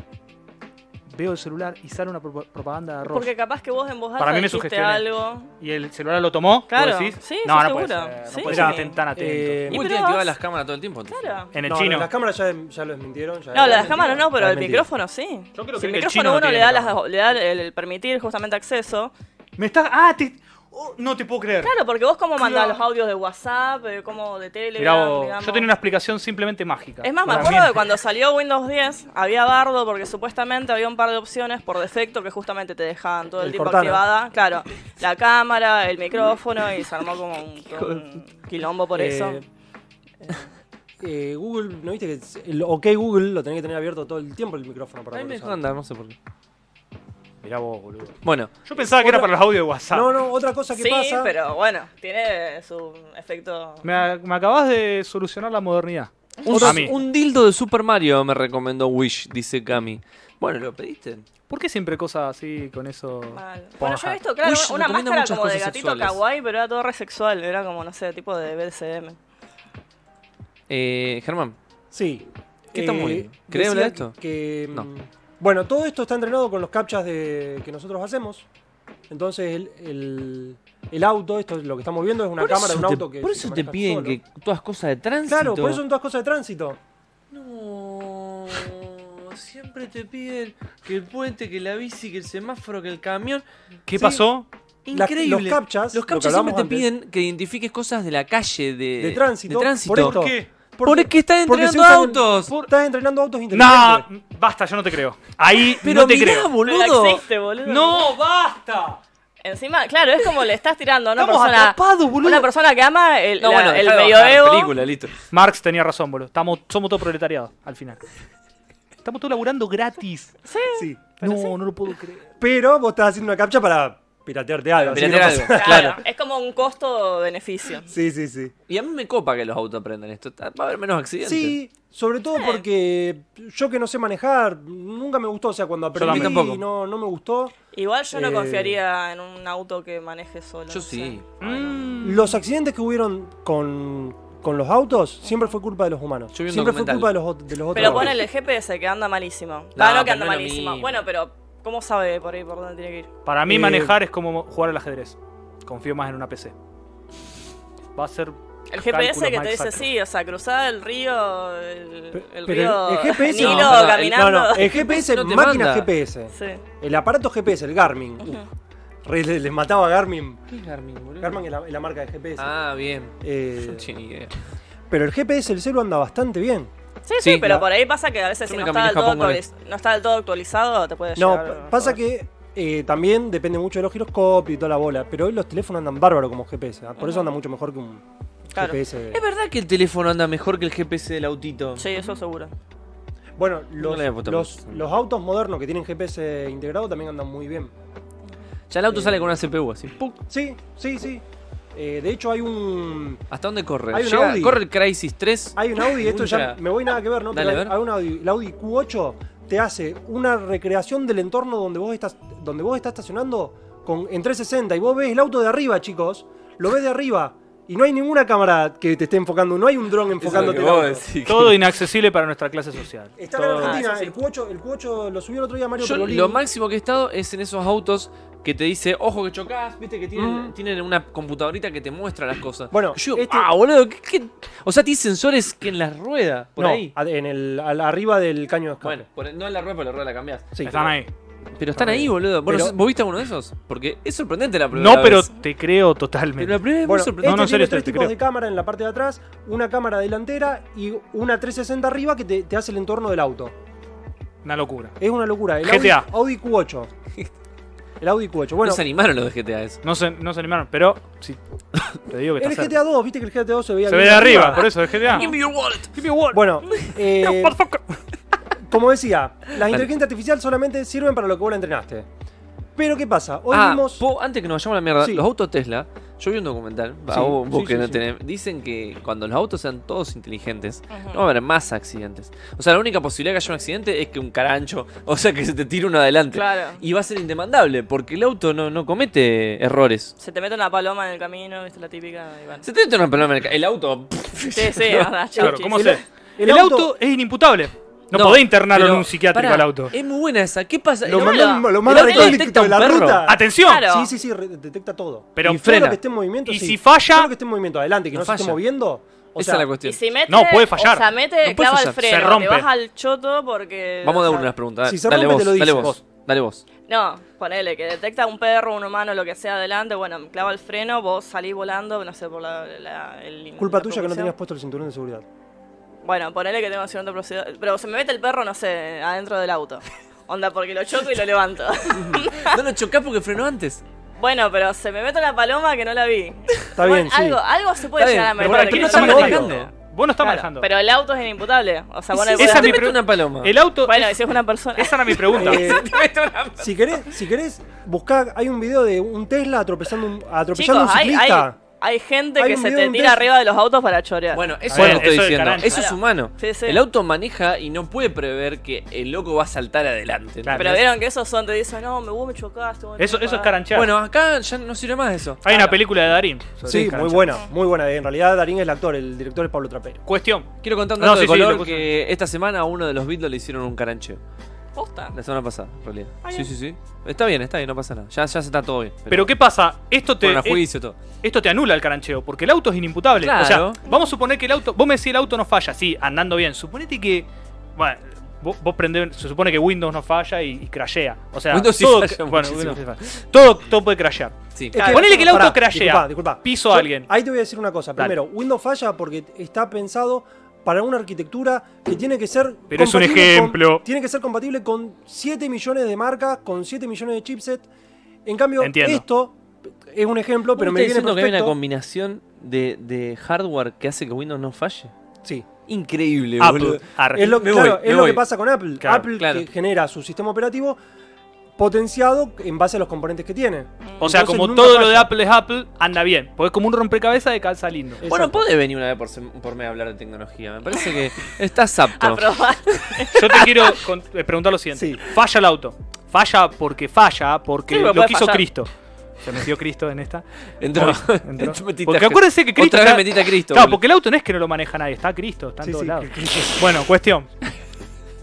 veo el celular y sale una propa- propaganda de arroz.
Porque capaz que vos en voz alta
Para mí me
dijiste
sugestioné.
algo.
¿Y el celular lo tomó? ¿Vos
Claro,
decís?
sí,
no,
sí,
no puede
seguro.
ser, no
Sí.
puede ser,
Mirá,
estén tan atentos.
eh,
Google
pero
tiene activadas
vos-
las cámaras todo el tiempo. entonces.
Claro.
en el
No,
chino.
Las cámaras ya, ya lo desmintieron. ya-
No,
ya
las
es
cámaras no,
mentira.
pero
Ya
el
es mentira.
micrófono sí.
Yo creo
Si
que
el
el
micrófono
chino no
uno le
tiene
da,
cámara.
las- le da el, el permitir justamente acceso.
Me estás. ¡Ah! Te... oh, no te puedo creer.
Claro, porque vos como mandás
Claro.
los audios de WhatsApp, eh, como de
Mirá
Telegram,
vos,
digamos.
yo tenía una explicación simplemente mágica.
Es más, me
Para
acuerdo
mí-
de cuando salió Windows 10, había bardo porque supuestamente había un par de opciones por defecto que justamente te dejaban todo el,
El
tiempo
Cortana.
activada. Claro, la cámara, el micrófono y se armó como un, un quilombo por
Eh,
eso.
eh, Google, ¿no viste que es- el OK Google lo tenés que tener abierto todo el tiempo el micrófono para
A mí me
poder
dejó
usarlo?
andar, no sé por qué.
Mirá vos, boludo.
Bueno,
Yo pensaba que era para los audios de WhatsApp.
No, no, otra cosa que
Sí,
pasa.
pero bueno, tiene su efecto.
Me, me acabas de solucionar la modernidad.
un,
A mí.
un dildo de Super Mario me recomendó Wish, dice Cami. Bueno, lo pediste.
¿Por qué siempre cosas así con eso?
Mal. Bueno, yo
Porja.
he visto, claro,
Ush,
una
recomienda
máscara
muchas
como de
cosas
gatito
sexuales.
kawaii, pero era todo re sexual, era como, no sé, tipo de BDSM.
Eh, Germán,
Sí.
¿Qué estamos viendo? ¿Querés
decía
hablar de esto?
Que,
No.
mm, Bueno, todo esto está entrenado con los captchas de, que nosotros hacemos. Entonces, el, el- el auto, esto es lo que estamos viendo, es una
por
cámara
eso
de un
te-
auto que.
Por
se
eso te
maneja
piden
solo.
que todas cosas de tránsito.
Claro, por eso son todas cosas de tránsito.
No, siempre te piden que el puente, que la bici, que el semáforo, que el camión.
¿Qué
Sí.
pasó?
Las-
Increíble.
los captchas,
Los
lo que
captchas siempre te
hablábamos antes.
piden que identifiques cosas de la calle, Eh, de,
De tránsito,
de tránsito.
por esto.
¿Por qué?
Porque están
porque se
entrenando
usan-
autos.
por- están entrenando autos
No,
inteligentes.
basta, yo no te creo. Ahí
Pero
no te
mirá,
creo.
boludo.
Existe, boludo.
No, basta.
Encima, claro, es como le estás tirando a una
Estamos
persona.
atrapados, boludo.
Una persona que ama el,
No,
la-
bueno, dejá
el
de bajar
(laughs) medioevo.
película, listo.
Marx tenía razón, boludo. Estamos, somos todos proletariados al final. Estamos todos laburando gratis.
Sí.
Sí.
No, no lo puedo creer.
Pero vos estás haciendo una captcha para piratearte algo. así que
Piratear
no pasa-
algo,
Claro,
claro.
es como un costo-beneficio.
Sí, sí, sí.
(laughs) Y a mí me copa que los autos aprendan esto. Ta- Va a haber menos accidentes.
Sí, sobre
Eh.
todo porque yo que no sé manejar, nunca me gustó. O sea, cuando aprendí
tampoco.
no, no me gustó.
Igual yo no
Eh.
confiaría en un auto que maneje solo.
Yo
no sé.
sí.
Mm.
Los accidentes que hubieron con, con los autos siempre fue culpa de los humanos.
Yo vi un
Siempre fue
documental.
culpa de los, ot- de los otros.
Pero ponele el GPS que anda malísimo.
No,
Ah, no,
pero
que
no
anda
es lo
malísimo.
mismo.
Bueno, pero ¿cómo sabe por ahí por dónde tiene que ir?
Para mí
Eh.
manejar es como jugar al ajedrez. Confío más en una PC. Va a ser...
El GPS
cálculos
que
más
te dice,
exactos.
sí, o sea, cruzar el río, el,
Pe-
el
pero
río
el- el GPS
Nilo
no, no, eh. el-
caminando.
No, no, el GPS,
No te
máquina
manda.
GPS.
Sí.
El aparato GPS, el Garmin. Uf, (laughs) re- le- les mataba a Garmin.
¿Qué es Garmin, boludo?
Garmin es la, es la marca de GPS.
Ah, bien.
Eh,
Yo no tenía idea.
pero el GPS, el celu anda bastante bien.
Sí,
Sí,
sí, pero
la-
por ahí pasa que a veces
Yo
si
me
no
caminé
está, del todo
Japón con
actualiz- no está del todo actualizado, te puede
No,
llegar.
pa- pasa que eh, también depende mucho de los giroscopios y toda la bola, pero hoy los teléfonos andan bárbaro como GPS, ¿ah? por eso anda mucho mejor que un
Claro.
GPS.
Es verdad que el teléfono anda mejor que el GPS del autito.
Sí, eso seguro.
Bueno,
No
los,
le voy a
los,
votar.
los autos modernos que tienen GPS integrado también andan muy bien.
Ya el auto
Eh.
sale con una CPU así. ¡puc!
Sí, sí, sí. Eh, de hecho hay un
¿Hasta dónde corre?
Hay un
Llega-
Audi.
Corre el Crisis 3.
hay un Audi, esto ya
Ultra.
me voy nada que ver, ¿no?
Dale,
Pero
a ver.
hay un Audi, el Audi Q8 te hace una recreación del entorno donde vos estás donde vos estás estacionando con en 360 y vos ves el auto de arriba, chicos. Lo ves de arriba Y no hay ninguna cámara que te esté enfocando, no hay un dron enfocándote.
Eso es
en
lo que
la
vos
moto.
decís.
Todo inaccesible para nuestra clase social.
Está en
Todo-
Argentina,
Ah, eso sí.
el, Q8, el Q8 lo subió el otro día Mario
Yo
Perolini.
lo máximo que he estado es en esos autos que te dice, ojo que chocás, viste que tienen,
Mm.
tienen una computadorita que te muestra las cosas.
Bueno,
yo,
este-
ah, boludo, ¿qué- qué? o sea, tienes sensores que en la rueda, por
No, Ah,
ahí.
ad- en el, al- arriba del caño de escape.
Bueno, por- no en la rueda, pero la rueda la cambiás.
Sí,
Están ahí.
Pero están ahí, boludo. ¿Vos,
Pero-
no- vos viste alguno de esos? Porque es sorprendente la primera
No, pero
vez.
te creo
Pero la
totalmente.
primera vez es muy
Bueno,
sorprendente.
No, no, en
este tiene
serio, te-
tres
te
tipos
creo.
de cámara en la parte de atrás, una cámara delantera y una 360 arriba que te, te hace el entorno del auto.
Una locura.
Es una locura. El
GTA.
Audi, Audi Q8. El Audi Q8.
No
Bueno,
se animaron los de GTA eso.
No se, no se animaron, pero sí, te digo que
el
está
GTA 2, viste que el GTA 2 se veía
cerca. Se ve
bien
de arriba, por eso, el GTA.
Give me your wallet.
Bueno,
(laughs)
eh,
Motherfucker.
(laughs) como decía, las inteligencias artificiales solamente sirven para lo que vos la entrenaste. Pero ¿qué pasa? Hoy
ah,
vimos...
po- antes que nos vayamos a la mierda,
Sí.
los autos Tesla, yo vi un documental, a
Sí,
vos- vos
sí,
que
sí,
no
sí.
tenés- dicen que cuando los autos sean todos inteligentes,
Ujú.
no va a haber más accidentes. O sea, la única posibilidad que haya un accidente es que un carancho, (laughs) o sea, que se te tire uno adelante.
Claro.
Y va a ser indemandable, porque el auto no, no comete errores.
Se te mete una paloma en el camino, viste la típica. y bueno.
Se te mete una paloma en el ca- el auto...
Sí, (laughs) sí, es verdad. chau,
Claro,
chis.
¿cómo
el-
se? El,
el
auto...
auto
es inimputable. No,
podés
podés internarlo en un psiquiátrico al auto.
Es muy buena esa. ¿Qué pasa?
Lo
El
más,
auto-
lo más
el auto
icónico
detecta
de
un
la
perro.
ruta.
¡Atención!
Claro.
Sí, sí, sí, re- detecta todo.
Pero
y
frena.
Todo lo que esté en movimiento,
Y
sí.
si falla-
Todo lo que esté en movimiento adelante, que
No
no, se
falla.
esté moviendo. O
Esa
sea,
es la
Y
cuestión.
si mete,
No, puede fallar.
O sea, mete,
No puede
clava
fallar,
el
se
freno,
rompe.
te vas al choto porque.
Vamos a
o
dar
sea,
unas preguntas.
si se
dale,
rompe,
vos,
te lo
dale
dices.
vos, dale
(laughs)
vos.
No, ponele, que detecta un perro, un humano, lo que sea adelante, bueno, clava el freno, vos salís volando, no sé, por la. la- el-
Culpa
la
tuya que no
propulsión.
tenías puesto el cinturón de seguridad.
Bueno, ponele que tengo accidente procedente. Pero se me mete el perro, no sé, adentro del auto. Onda, porque lo choco y lo levanto. (laughs)
No lo chocás porque frenó antes.
bueno, pero se me mete la paloma que no la vi.
Está
Bueno,
bien, sí.
Algo, algo se puede
Está bien,
llegar a
pero
meter.
bueno,
que
aquí no
no
estamos
lo
estás
digo.
manejando.
manejando. Vos no estás
Claro,
manejando.
pero el auto es inimputable. O sea, vos no
Si
le podés
se
esa es
te
mi
decir-
mete
pregunta.
una paloma.
El auto.
Bueno,
es-
y si es una persona.
Esa era mi pregunta.
Eh,
Te mete una paloma.
(laughs) Si querés, si querés, buscá, hay un video de un Tesla atropellando un, atropellando
Chicos,
un
hay, hay,
ciclista.
hay gente
Hay
que
un
se
video
te
de un
tira
Tesla.
arriba de los autos para chorear.
Bueno, eso
Bueno,
es lo que estoy
eso del
diciendo.
carancho.
Eso es humano.
Sí, sí.
El auto maneja y no puede prever que el loco va a saltar adelante.
Claro.
pero vieron que esos son, te dicen, no, me, vos me chocaste. vos me
Eso, eso es
chocaste".
caranchear.
Bueno, acá ya no sirve más eso.
Hay una película de Darín. sobre
Sí, muy
caranchear.
buena, muy buena. En realidad Darín es el actor, el director es Pablo Trapero.
Cuestión.
Quiero contar un
No,
dato
sí,
de
sí,
color
lo puse.
que esta semana a uno de los Beatles le hicieron un carancheo.
Posta.
La semana pasada, en realidad.
Ah,
Sí,
bien.
sí, sí. Está bien, está bien, no pasa nada. Ya, ya está todo bien.
Pero ¿qué pasa? Esto te,
Fueron a
es-
juicio, todo.
esto te anula el carancheo, porque el auto es inimputable. O sea,
Claro.
vamos a suponer que el auto. Vos me decís el auto no falla, sí, andando bien. Suponete que. Bueno, vos, vos prendés- Se supone que Windows no falla y, y crashea. O sea,
Windows sí
todo,
falla
bueno,
muchísimo.
Windows sí falla. todo, todo puede crashear.
Sí.
Es
Ponele que el auto
pará,
crashea.
disculpá, disculpá.
Piso a
Yo-
alguien.
Ahí te voy a decir una cosa.
Dale.
Primero, Windows falla porque está pensado para una arquitectura que tiene que ser.
Pero es un
compatible con-
ejemplo.
tiene que ser compatible con 7 millones de marcas, con 7 millones de chipsets. En cambio,
Entiendo.
esto es un ejemplo, pero
¿Vos
me
estás
viene
diciendo que hay una
perfecto.
combinación de, de hardware que hace que Windows no falle? Ah,
sí.
Increíble, boludo.
Apple. arre.
Es lo,
Me
claro,
voy,
es
me
lo
voy.
que pasa con Apple.
Claro,
Apple
claro.
que genera su sistema operativo potenciado en base a los componentes que tiene.
O sea,
Entonces,
como
nunca
todo lo de
falla.
Apple es Apple, anda bien. Porque es como un rompecabezas de calza lindo.
Exacto.
Bueno, puede venir una vez por, sem- por mes a hablar de tecnología. Me parece que estás apto.
(laughs) A probar.
(laughs)
(laughs)
Yo te quiero con- eh, preguntar lo siguiente.
Sí.
Falla el auto. Falla porque falla, porque
Sí, pero
lo
puede
quiso
fallar.
Cristo. Se metió Cristo en esta.
Entró.
Entró.
(laughs) Entró, metiste
Porque
a-
acuérdense que Cristo.
Otra vez
está-
metiste a Cristo.
Claro,
boludo.
porque el auto no es que no lo maneja nadie, está Cristo, está en
Sí,
todos
sí,
lados. Bueno, cuestión.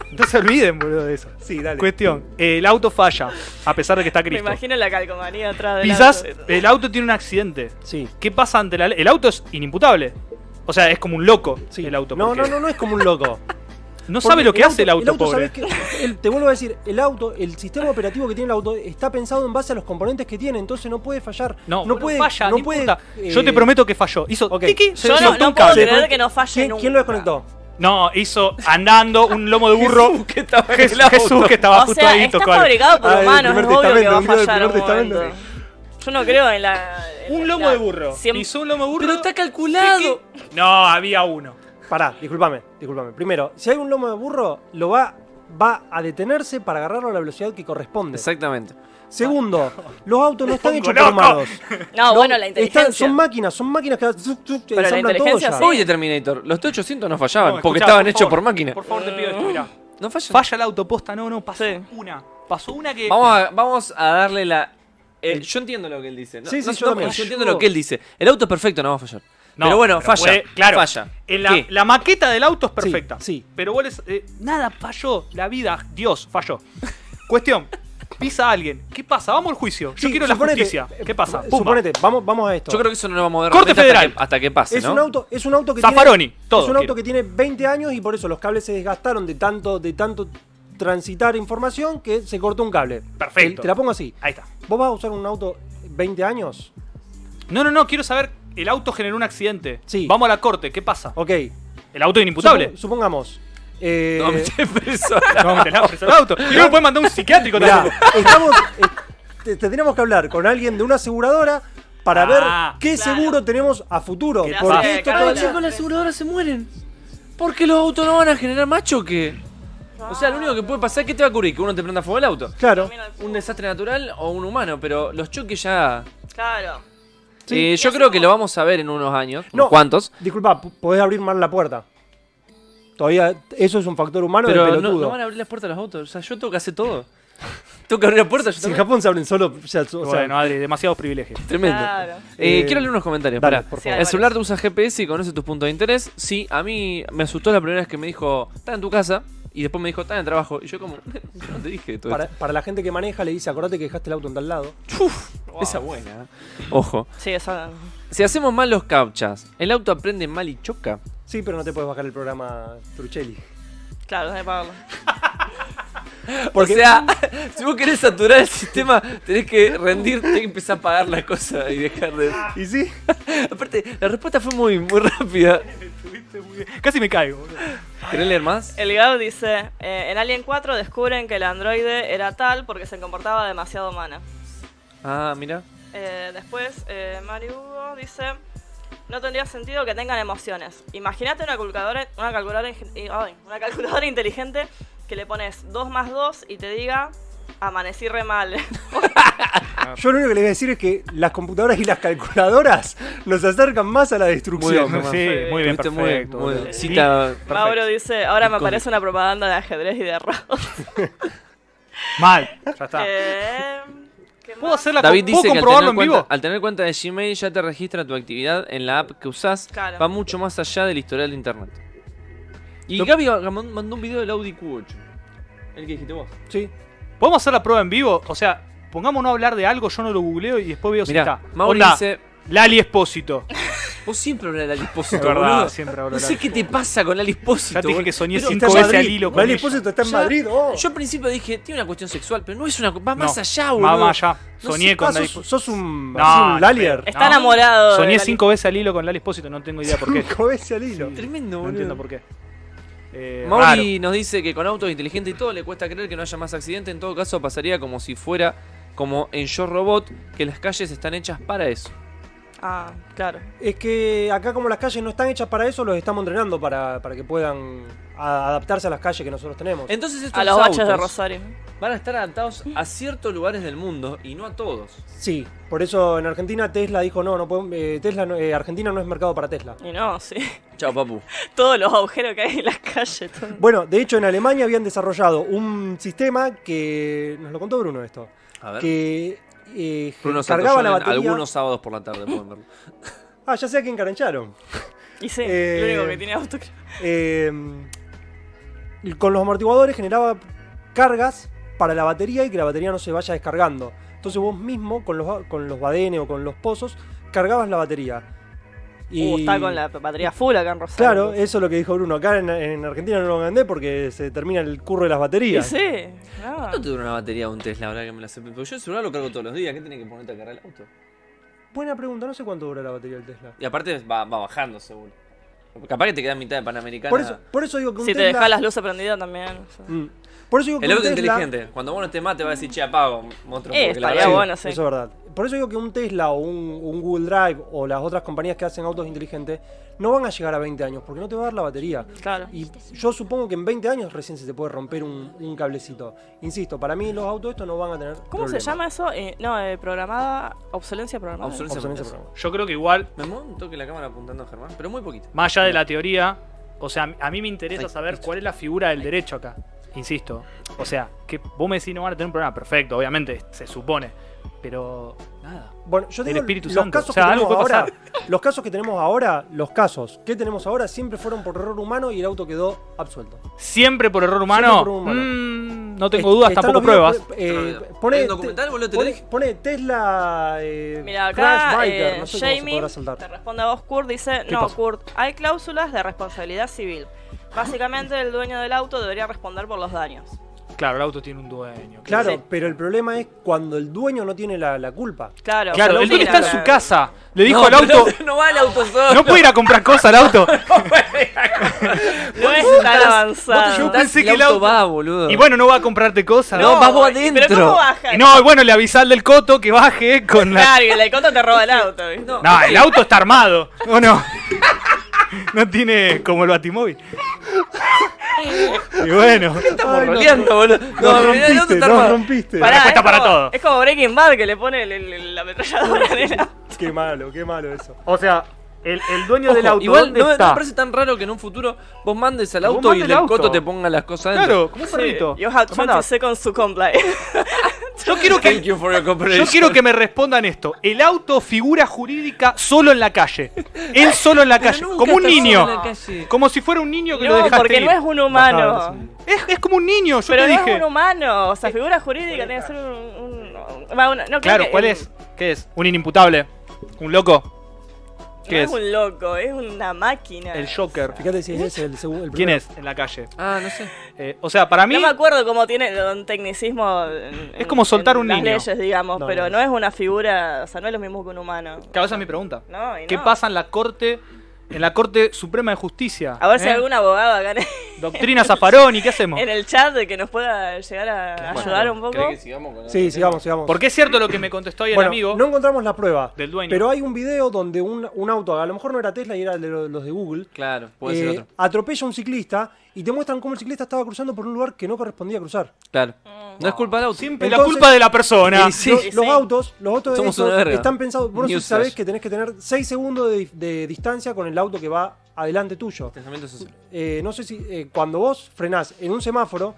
No se olviden, boludo, de eso.
Sí, dale.
Cuestión. Eh, El auto falla, a pesar de que está
Me
Cristo.
imagino la calcomanía atrás de
Quizás el auto tiene un accidente.
Sí.
¿Qué pasa ante la ley? El auto es inimputable. O sea, es como un loco
sí.
el auto.
No,
porque
no, no,
(laughs)
no es como un loco.
No
Porque
sabe lo que hace el auto, pobre.
¿sabes qué? El- te vuelvo a decir, el auto, el sistema operativo que tiene el auto está pensado en base a los componentes que tiene, entonces no puede fallar.
No, bueno,
puede,
falla,
no
no
puede.
importa.
eh,
Yo te prometo que falló. Hizo
ok.
tiki, se
Yo no-
soltó
no
un
puedo
cable.
creer que no falle
¿Quién, quién lo
nunca.
desconectó?
No, hizo andando un lomo de burro.
que estaba en el
Jesús,
auto.
Jesús que estaba
O
Ah, justo
sea,
ahí
está
tocó algo.
fabricado por
Ah, el
humanos, es
primer
obvio que va a
testamento, un libro
fallar
del
en un
primer
momento. Yo no creo en la... en
Un
la-
lomo de burro.
Siempre-
Hizo un lomo de burro.
Pero está calculado.
tiki. No, había uno.
Pará, discúlpame, discúlpame. Primero, si hay un lomo de burro, lo va, va a detenerse para agarrarlo a la velocidad que corresponde.
Exactamente.
Segundo, los autos no están
Ah, pongo
hechos por
loco.
humanos.
No, bueno, (laughs) la
están-
inteligencia.
son máquinas, son máquinas que zup, zup,
Pero la
ensamblan todo
inteligencia
ya.
sí.
Oye, Terminator, los T800 no fallaban
No,
porque
escuchá,
estaban
por
hechos
favor,
por máquina.
Por favor, te pido esto, mirá.
No fallan.
Falla el autoposta, no, no, pasó
Mm. Sí.
una. Pasó una que.
Vamos a, vamos a darle la. eh, yo entiendo lo que él dice. No,
Sí, sí,
no-
yo
no,
también.
yo entiendo lo que él dice. El auto es perfecto, no va a fallar.
No,
pero bueno,
pero
falla.
fue- claro.
Falla.
En la,
¿Qué?
la maqueta del auto es perfecta.
sí.
Pero vos les- eh, nada falló. La vida, Dios, falló. (laughs) Cuestión. Pisa a alguien. ¿Qué pasa? Vamos al juicio. Yo
Sí,
quiero la
suponete,
justicia.
eh,
¿Qué pasa? Pumba.
Suponete, vamos, vamos a esto.
Yo creo que eso no lo vamos a ver
Corte
realmente hasta
federal.
que, hasta que pase,
es
¿no?
un auto, es un auauto que
Zaffaroni,
tiene,
todo
es un auto
quiero.
que tiene 20 años y por eso los cables se desgastaron de tanto, de tanto transitar información que se cortó un cable.
Perfecto.
Te, te la pongo así.
Ahí está.
¿Vos vas a usar un auto 20 años?
No, no, no. Quiero saber. El auto generó un accidente.
Sí.
Vamos a la corte. ¿Qué pasa?
Ok.
El auto es inimputable.
Supo- supongamos. eh,
No, me preso.
(laughs) No, me la- preso el auto. Y no lo pueden mandar a un psiquiátrico
mirá,
tampoco.
estamos, eh, te- tendríamos que hablar con alguien de una aseguradora para
Ah,
ver qué
claro.
seguro tenemos a futuro.
¿Qué
porque
pasa?
esto
Claro,
todo
claro.
el tiempo-
chicos, las aseguradoras se mueren. Porque los autos no van a generar más choque. O sea, lo único que puede pasar es que te va a cubrir, que uno te prenda fuego el auto.
Claro.
Un desastre natural o un humano, pero los choques ya.
Claro.
Eh, yo creo que lo vamos a ver en unos años.
No.
No. ¿Cuántos?
Disculpa, p- podés abrir mal la puerta. Todavía, eso es un factor humano de
Pero no,
pelotudo.
no van a abrir las puertas a los autos. O sea, yo tengo que hacer todo. (laughs) tengo que abrir la puerta, yo
Si en
tengo
Japón se abren solo, ya, o sea,
Bueno, Adri, demasiados privilegios.
Tremendo.
Claro.
Eh,
Eh,
quiero leer unos comentarios.
dale,
pará.
por
favor.
El celular te usa GPS y conoce tus puntos de interés. Sí, a mí me asustó la primera vez que me dijo, está en tu casa. Y después me dijo, está en el trabajo. Y yo como, (laughs) "Yo no te dije todo
para, para la gente que maneja le dice, acordate que dejaste el auto en tal lado.
esto". Uf, Esa buena. ¿eh? Ojo.
Sí, esa.
Si hacemos mal los captchas, ¿el auto aprende mal y choca?
Sí, pero no te puedes bajar el programa Truchelli.
Claro, de pagarlo.
Porque-
o
(laughs)
sea, (laughs) si vos querés saturar el sistema, tenés que rendirte y empezar a pagar la cosa y dejar
(laughs)
de...
¿Y sí?
(laughs) Aparte, la respuesta fue muy, muy
(laughs)
rápida.
Casi me caigo. boludo.
¿Querés leer más?
El Gao dice: eh, En Alien 4 descubren que el androide era tal porque se comportaba demasiado humana.
Ah, mira.
Eh, después, eh, Mari Hugo dice: No tendría sentido que tengan emociones. Imagínate una calculadora, una, calculadora, ingen- y- ay, una calculadora (laughs) inteligente que le pones 2 más 2 y te diga: Amanecí re mal.
Ah.
Yo lo único que le voy a decir es que las computadoras y las calculadoras nos acercan más a la destrucción.
Muy bien,
Sí, muy bien,
Tuviste
perfecto.
muy-
boludo.
muy- cita
Mauro dice: Ahora me
Icónico.
parece una propaganda de ajedrez y de arroz.
Mal. Ya está.
(laughs) Eh, ¿qué
¿Puedo
más?
hacerla
David
con- ¿Puedo
dice que al
comprobarlo
tener,
en
cuenta,
vivo?
al tener cuenta de Gmail ya te registra tu actividad en la app que usás.
Claro.
Va mucho más allá del historial de internet. Y Gaby Gamón mandó un video del Audi Q8. El que dijiste vos.
Sí.
¿Podemos hacer la prueba en vivo? O sea, pongámonos a hablar de algo, yo no lo googleo y después veo si
Mirá,
está.
Mauro
Onda,
dice,
Lali Espósito.
vos siempre
(laughs)
hablas de Ali
Es
Espósito,
verdad,
boludo.
siempre hablo
No
de
sé
Lali.
qué te pasa con Ali Espósito.
Ya te dije
boludo.
que soñé
Pero
cinco
Está en
veces al
Madrid.
hilo con
Vale,
ella.
Pósito está en
ya-
Madrid. oh.
Yo al principio dije, tiene una cuestión sexual, pero no es una cu- va
No,
más allá, boludo.
Va más allá.
No
Soñé
sé,
con
ah,
Lali
sos,
Espósito.
sos un,
No,
así un
no,
Lalier.
pero-
Está enamorado. de
Ah. Soñé
Lali.
cinco veces al hilo con Lali Espósito, no tengo idea
(laughs)
por qué.
Cinco veces al hilo.
Tremendo, boludo.
No entiendo por qué. Eh,
Mauri nos dice que con autos inteligentes y todo le cuesta creer que no haya más accidentes. En todo caso, pasaría como si fuera como en Yo Robot, que las calles están hechas para eso.
Ah, claro.
Es que acá como las calles no están hechas para eso, los estamos entrenando para, para que puedan a- adaptarse a las calles que nosotros tenemos.
Entonces, estos
A los
autos
baches de Rosario.
van a estar adaptados a ciertos lugares del mundo y no a todos.
Sí, por eso en Argentina Tesla dijo no, no podemos- eh, Tesla no- eh, Argentina no es mercado para Tesla.
Y no, sí. (laughs)
Chao, papu.
Todos los agujeros que hay en las calles. todo.
Bueno, de hecho en Alemania habían desarrollado un sistema que nos lo contó Bruno esto,
A ver.
que eh,
Bruno
cargaba la
Santoyonen,
batería.
algunos sábados por la tarde, pueden (laughs) verlo.
Ah, ya sé a quién encarancharon.
Y sí,
Eh,
lo único que tiene auto. creo.
Eh, con los amortiguadores generaba cargas para la batería y que la batería no se vaya descargando. Entonces vos mismo con los, con los badenes o con los pozos cargabas la batería.
Uh, está con la batería full acá en Rosario.
Claro, eso es lo que dijo Bruno. Acá en, en Argentina no lo vendé porque se termina el curro de las
Y
baterías.
sí, no.
¿Cuánto te dura una batería de un Tesla? Ahora que me la sé. Porque yo el celular lo cargo todos los días. ¿Qué tiene que ponerte a cargar el auto?
Buena pregunta, no sé cuánto dura la batería del Tesla.
Y aparte va, va bajando, seguro. Capaz que te queda en mitad de Panamericana.
Por eso, por eso digo que un
Si te
Tesla.
dejas las luces prendidas también. o sea.
Mm. Por eso digo que
El
un
auto
Tesla-
inteligente. Cuando vos no estés más, te va a decir, che, apago, monstruo.
Eh,
porque la
estaría
verdad-
bueno, sí.
Eso es verdad. Por eso digo que un Tesla o un, un Google Drive o las otras compañías que hacen autos inteligentes no van a llegar a 20 años porque no te va a dar la batería.
Claro.
Y yo supongo que en 20 años recién se te puede romper un, un cablecito. Insisto, para mí los autos estos no van a tener.
¿Cómo se llama eso? Eh, no, eh, programada. Obsolencia programada.
Obsolencia-
Yo creo que igual,
Me muevo un toque la cámara apuntando a Germán, pero muy poquito.
más allá de la teoría, o sea, a mí me interesa
Ay,
saber
listo.
cuál es la figura del derecho acá. Insisto. O sea, que vos me decís no van a tener un problema. Perfecto, obviamente, se supone. pero nada.
Bueno, yo
Del
digo,
Espíritu
los
Santo.
casos
O sea,
que
algo
tenemos
puede
ahora, los casos que tenemos ahora, los casos que tenemos ahora siempre fueron por error humano y el auto quedó absuelto.
Siempre por error humano.
Siempre por error humano.
mm, no tengo
Est-
dudas,
están
tampoco
los videos,
pruebas.
eh,
Yo no veo.
pone,
¿El documental, boludo, te lo
pone-
dije?
pone Tesla eh,
Mira,
Crash
acá
Biker,
eh,
no sé cómo se
Jamie
podrá
te
saltar.
responde a vos, Kurt, dice,
¿Qué
no,
pasa?
Kurt, hay cláusulas de responsabilidad civil. Básicamente el dueño del auto debería responder por los daños.
Claro, el auto tiene un dueño.
Claro,
Sí.
pero el problema es cuando el dueño no tiene la, la culpa.
Claro,
Claro,
pero
el dueño
mira,
está en su
eh,
casa. Le dijo al
No, pero
auto.
(laughs) No, va el auto solo. (laughs)
No puede ir a comprar cosas al auto.
No es tan
Yo
avanzado.
pensé
el
que el
auto
auto-
va, boludo.
Y bueno, no va a comprarte cosas.
No, vas vos
Pero
adentro.
¿cómo baja?
Y no, y bueno, le avisa al del coto que baje
(laughs)
con la.
Claro, y el conto te roba el auto. ¿viste?
No.
No, el auto está armado. ¿O no? (laughs) No tiene como el batimóvil. Y bueno.
Estamos roleando, boludo. No,
Nos
pero mirá, el auto
rompiste,
está
nos
armado.
rompiste.
Pará. respuesta
es como,
todo.
Es como Breaking Bad que le pone el- el- el- la ametralladora en el auto.
Qué malo, qué malo eso.
O sea, el, el dueño
Ojo, Igual no, me- no me parece tan raro que en un futuro vos mandes al
Vos
auto y
mandas
el
el
del
auto.
coto te ponga las cosas dentro.
Claro, como un perrito.
You have
Lo mandás.
20 seconds to comply.
Yo quiero
Thank
que.
you for your
Yo
cooperation.
quiero que me respondan esto. El auto figura jurídica solo en la calle. Él solo en la
Pero
calle.
nunca
Como un
está
niño.
solo en la calle.
Como si fuera un niño que lo
no,
dejaste
porque
ir.
no es un humano.
es... es como un niño, yo
Pero
te
no
dije.
es un humano. O sea, figura jurídica tiene que ser un... un- un- va, una- no, creo
Claro,
que-
¿cuál es? ¿Qué es? Un inimputable. Un loco.
No
¿Qué
es un loco, es una máquina.
El Joker.
Fíjate si es el, segu- el
¿Quién
primero.
es en la calle?
Ah, no sé.
Eh, o sea, para mí.
No me acuerdo cómo tiene un tecnicismo. en-
Es como soltar
en
un
las
niño.
leyes, digamos,
No,
pero
no.
no. es una figura, o sea, no es lo mismo que un humano.
Claro, esa es mi pregunta.
No, y
¿Qué
no.
pasa en la corte? En la Corte Suprema de Justicia.
A ver si
¿eh? Oh.
hay algún abogado acá en,
Doctrina Zaffaroni, ¿qué hacemos?
en (laughs) el chat de que nos pueda llegar a ayudar un poco.
sigamos con
Sí, sigamos, sigamos.
Porque es cierto lo que me contestó ahí
Bueno,
el amigo.
no encontramos la prueba
Del dueño.
Pero hay un video donde un, un auto, a lo mejor no era Tesla y era de lo- los de Google,
Claro, puede ser
eh,
otro.
atropella a un ciclista y te muestran cómo el ciclista estaba cruzando por un lugar que no correspondía cruzar.
Claro. No es culpa del auto.
Siempre la
Entonces-
culpa de la persona.
Y sí.
Los, los
sí.
autos, los autos de
Somos
esos
una verga.
están pensados. Vos no
Newsflash.
sabés que tenés que tener 6 segundos de, de distancia con el auto que va adelante tuyo.
Pensamiento social.
Eh, no sé si eh, cuando vos frenás en un semáforo,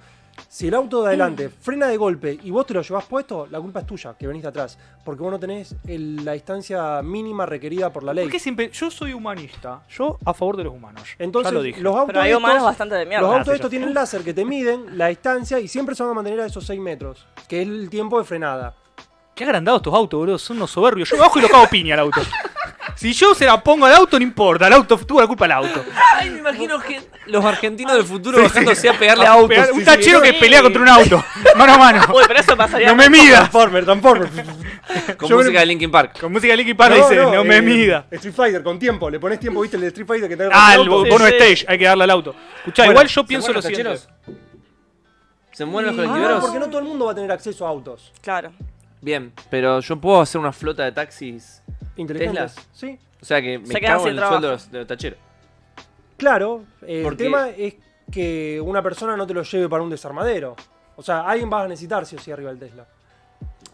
si el auto de adelante
Mm.
frena de golpe y vos te lo llevás puesto, la culpa es tuya, que venís de atrás. Porque vos no tenés el- la distancia mínima requerida por la ley.
¿Por qué siempre? Yo soy humanista. Yo a favor de los humanos.
Entonces,
ya lo dije.
los autos
Pero hay
estos-
humanos bastante de
los
mierda.
Ah, sí,
autos estos
ya.
tienen láser que te miden la distancia y siempre se van a mantener a esos 6 metros, que es el tiempo de frenada.
Qué agrandados estos autos, boludo. Son unos soberbios. Yo me bajo y lo cago piña al auto. Si yo se la pongo al auto, no importa. El auto tuvo la culpa al auto.
Ay, me imagino que los argentinos del futuro bajándose a pegarle a autos.
Pegar- un tachero que
Sí.
pelea contra
(laughs)
un auto. Mano a mano.
Uy, pero eso pasaría.
No me mida.
Transformer, Transformer.
Con
Yo
música
creo-
de Linkin Park.
Con música de Linkin Park dice, no, me
eh,
mida.
Street Fighter, con tiempo. Le pones tiempo, viste, el de Street Fighter que te agarra
Ah,
el
el
auto.
bo- bono
sí.
stage, hay que darle al auto. Escuchá,
Bueno,
igual
¿se
yo pienso lo
mueren
siguiente.
los ¿Se mueren los
Ah,
colectiveros?
porque no todo el mundo va a tener acceso a autos
Claro.
Bien, pero yo puedo hacer una flota de taxis.
inteligentes. Sí.
O sea que me
Se quedan
cago
sin
en el
trabajo.
sueldo de los, de los tacheros.
Claro, eh, el
Porque-
tema es que una persona no te lo lleve para un desarmadero. O sea, alguien vas a necesitar si o sí arriba del Tesla.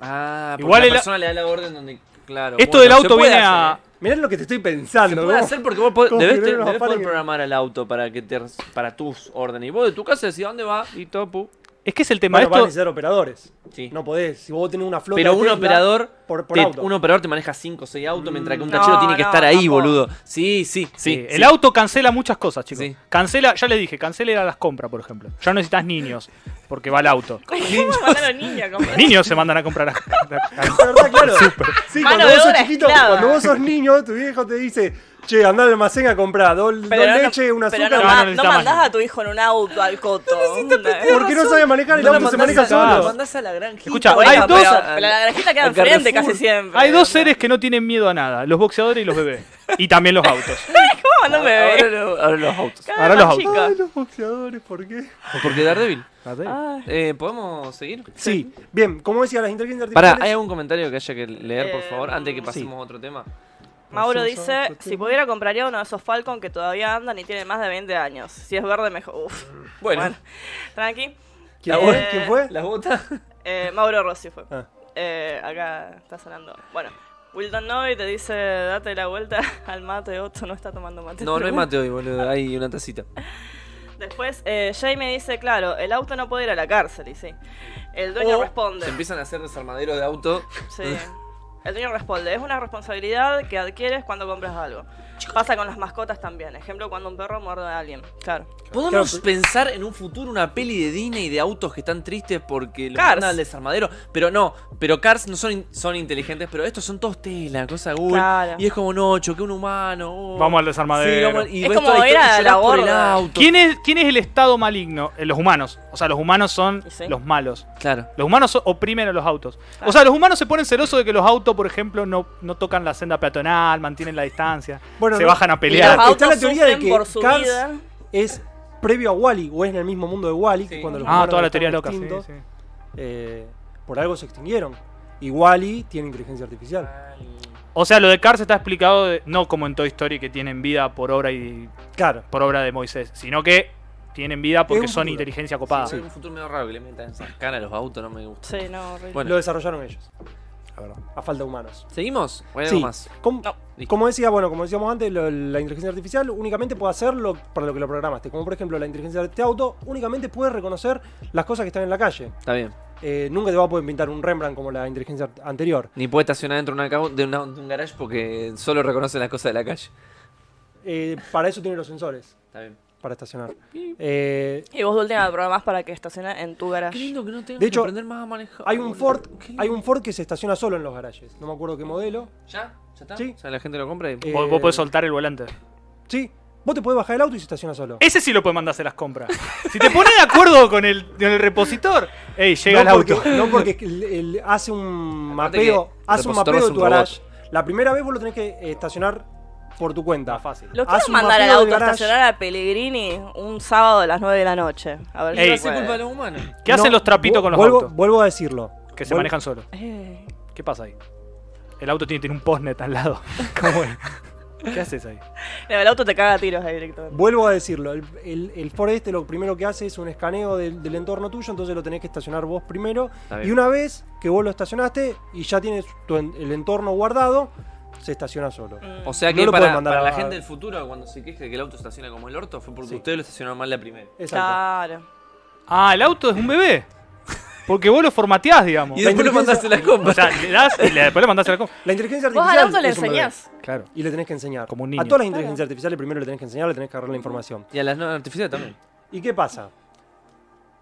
Ah, porque
Igual
Igual
el-
la persona le da la orden donde. Claro.
Esto
bueno,
del
se
auto
puede
viene
hacer,
a.
¿eh?
Mirá lo que te estoy pensando.
Se puede
¿no?
hacer porque vos podés,
Configurar
debés, te-
unos
debés poder
afanes que-
programar al auto para que te para tus órdenes. Y vos de tu casa decís dónde va y todo, pu.
Es que es el tema
Bueno, vas a
de esto.
necesitar operadores.
Sí.
No podés. Si vos tenés una flota
Pero
de
un
Tesla
operador,
por, por
te,
auto. Mm,
un
(laughs)
operador te maneja 5 o 6 autos, mientras que un
No,
tachero tiene que
no,
estar ahí,
tampoco.
boludo. Sí, sí, sí.
Sí,
sí.
el auto cancela muchas cosas, chicos.
Sí.
Cancela, ya les dije, cancela las compras, por ejemplo. Ya no necesitas niños, porque va el auto.
Niños. Mandaron niños, como.
Niños se mandan a comprar. a-
Es verdad, claro. Sí,
Mano
cuando
de
vos sos
obra
chiquito,
esclava.
cuando vos sos niño, tu viejo te dice, che, andá al almacén a comprar dos, dos
no-
leches, una
pero
azúcar.
no,
No,
ma-
no
no
necesita
mandás
maña.
a tu hijo en un auto al coto.
porque no sabe manejar el
No la
auto, se
mandás
maneja
a- no la
solo.
mandás a la granja.
Escucha,
Bueno,
hay dos-
pero, pero la granjita queda
al
enfrente
Carrefour.
casi siempre.
Hay dos seres que no tienen miedo a nada: los boxeadores y los bebés. Y también los autos.
¿Cómo mandó un bebé?
Ahora, lo- ahora los autos.
Cada
ahora
vez
los
más
autos.
chica.
Ay, los boxeadores, ¿por qué?
Porque Daredevil.
Ay.
Eh, ¿Podemos seguir?
Sí, bien, como decía, las inteligencias
Pará,
artificiales...
¿hay algún comentario que haya que leer, por
Eh,
favor? Antes de que
mm, sí.
pasemos a otro tema.
Mauro
Son-
dice,
son-
si pudiera compraría uno de esos Falcon que todavía andan y tienen más de 20 años. Si es verde, mejor. Uf.
Bueno.
tranqui.
¿Quién
Eh,
fue? ¿Quién fue?
¿Las botas?
Eh, Mauro Rossi fue.
Ah.
Eh, acá está sonando. Bueno, Wilton Novi te
(laughs)
dice, (laughs) date la vuelta al mate, Otto no está tomando mate.
No, no hay mate hoy, boludo. Hay una tacita.
(laughs) Después eh, Jay me dice, claro, el auto no puede ir a la cárcel, y sí. El dueño
O
responde.
Oh, Se empiezan a hacer desarmaderos de auto.
Sí. El dueño responde, es una responsabilidad que adquieres cuando compras algo. Pasa con las mascotas también. Ejemplo, cuando un perro muerde a alguien. Claro.
¿Podemos
Claro,
pensar en un futuro una peli de Disney de autos que están tristes porque los
Cars.
mandan al desarmadero? Pero no, pero Cars no son, in- son inteligentes, pero estos son todos Tesla, cosa Google.
Claro.
Y es como, no, choqué un humano. oh.
Vamos al desarmadero.
Sí, vamos- y
Es
ves
como
toda la
ir a
historia y
la
llorás por el
borda.
auto.
¿Quién es, ¿Quién es el estado maligno? Eh, los humanos. O sea, los humanos son
Y sí.
los malos.
Claro.
Los humanos so- oprimen a los autos.
Claro.
O sea, los humanos se ponen celosos de que los autos, por ejemplo, no, no tocan la senda peatonal, mantienen la distancia,
Bueno,
se
no.
bajan a
Los
pelear.
Mira,
autos
está la teoría de
sufren
que
por su
Cars-
vida.
Es previo a Wally, o es en el mismo mundo de Wally, que
Sí.
cuando los
Ah,
humanos
toda la
están
teoría loca. sí,
extintos,
sí.
eh, por algo se extinguieron. Y Wally tiene inteligencia artificial.
O sea, lo de Cars está explicado de- no como en Toy Story que tienen vida por obra y
Claro.
por obra de Moisés, sino que tienen vida
Es
porque
un
son
futuro.
inteligencia copada.
Sí, Ah, un futuro medio raro que le metan esas canas a los autos, no me gusta.
Sí, no, horrible.
Bueno.
Lo desarrollaron ellos. A falta de humanos.
¿Seguimos? ¿O hay
Sí.
algo más?
Com-
No.
Listo.
Como decía, bueno, como decíamos antes, lo- la inteligencia artificial únicamente puede hacer lo, para lo que lo programaste. Como por ejemplo, la inteligencia de este auto únicamente puede reconocer las cosas que están en la calle.
Está bien.
Eh, nunca te va a poder pintar un Rembrandt como la inteligencia art- anterior.
Ni puede estacionar dentro de, una cau- de una- de un garage porque solo reconoce las cosas de la calle.
Eh, para eso tiene los sensores,
Está bien.
para estacionar. Eh,
Y vos de última programás para que estacione en tu
Qué
garage.
lindo que no tengas
De hecho,
que aprender más a manejar.
hay un
boludo.
Ford,
Qué lindo.
hay un Ford que se estaciona solo en los garajes. No me acuerdo qué modelo.
¿Ya? ¿Ya está?
Sí.
O sea, la gente lo compra y...
Eh,
Vos, vos podés soltar el volante.
Sí. Vos te podés bajar el auto y se estaciona solo.
Ese sí lo puede mandarse las compras. Si te pones de acuerdo con el, con el repositor, ey, llega el
no porque,
auto.
no porque el- el- hace un
Aparte
mapeo,
que el
hace un
repositor
mapeo
es
de
un
tu
robot.
garage. La primera vez vos lo tenés que eh, estacionar por tu cuenta.
Más fácil.
Lo
Haz
quiero
Ah, un
mandar al
mapeo del
auto a
garage.
estacionar a Pellegrini un sábado a las 9 de la noche. A ver
Ey.
No
si
hace
puede.
culpa de los humanos.
¿Qué hacen
No,
los trapitos
vu-
con los
vuelvo,
autos?
Vuelvo a decirlo.
Que se
Vuel-
manejan solos.
Eh,
¿Qué pasa ahí? El auto tiene, tiene un postnet al lado. ¿Cómo es? ¿Qué haces ahí?
El auto te caga a tiros ahí directamente.
Vuelvo a decirlo. El, el, el Ford este lo primero que hace es un escaneo del, del entorno tuyo, entonces lo tenés que estacionar vos primero.
Está bien.
Y una vez que vos lo estacionaste y ya tienes tu en- el entorno guardado, se estaciona solo.
Mm.
O sea
No
que
lo
para,
pueden mandar
para
a-
la gente del futuro, cuando se queje que el auto estaciona como el orto, fue porque
Sí.
ustedes lo estacionaron mal la primera.
Exacto.
Claro.
Ah, el auto es un bebé. Porque vos lo formateás, digamos.
Y después lo mandaste a la compra.
O sea, le das y le- después le mandás a la compra.
La inteligencia
Vos
artificial.
al auto le
es un bebé.
enseñás.
Claro.
Y le tenés que enseñar.
Como un
A
niño.
todas las inteligencias artificiales primero le tenés que enseñar, le tenés que agarrar la información.
y a las no artificiales también.
¿Y qué pasa?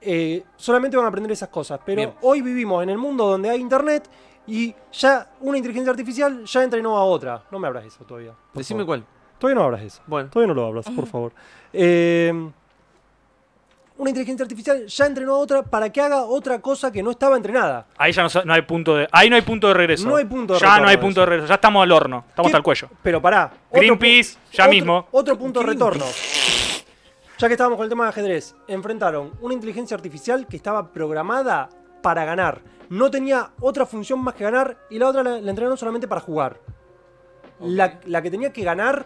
Eh, solamente van a aprender esas cosas, pero
Bien.
hoy vivimos en el mundo donde hay internet y ya una inteligencia artificial ya entrenó a otra. No me abras eso todavía. por
Decime
favor.
cuál.
Todavía no abras eso.
Bueno.
Todavía no lo abras, por favor. Eh, una inteligencia artificial ya entrenó a otra para que haga otra cosa que no estaba entrenada.
Ahí ya no, sa- no hay punto de. Ahí no hay punto de regreso.
No hay punto de
Ya no hay
retorno,
punto de regreso. Ya estamos al horno. Estamos
¿Qué-
hasta el cuello.
Pero pará. otro
Greenpeace,
pu-
ya
otro-
mismo.
Otro punto de retorno. Ya que estábamos con el tema de ajedrez, enfrentaron una inteligencia artificial que estaba programada para ganar. No tenía otra función más que ganar y la otra la, la entrenaron solamente para jugar. La, la que tenía que ganar,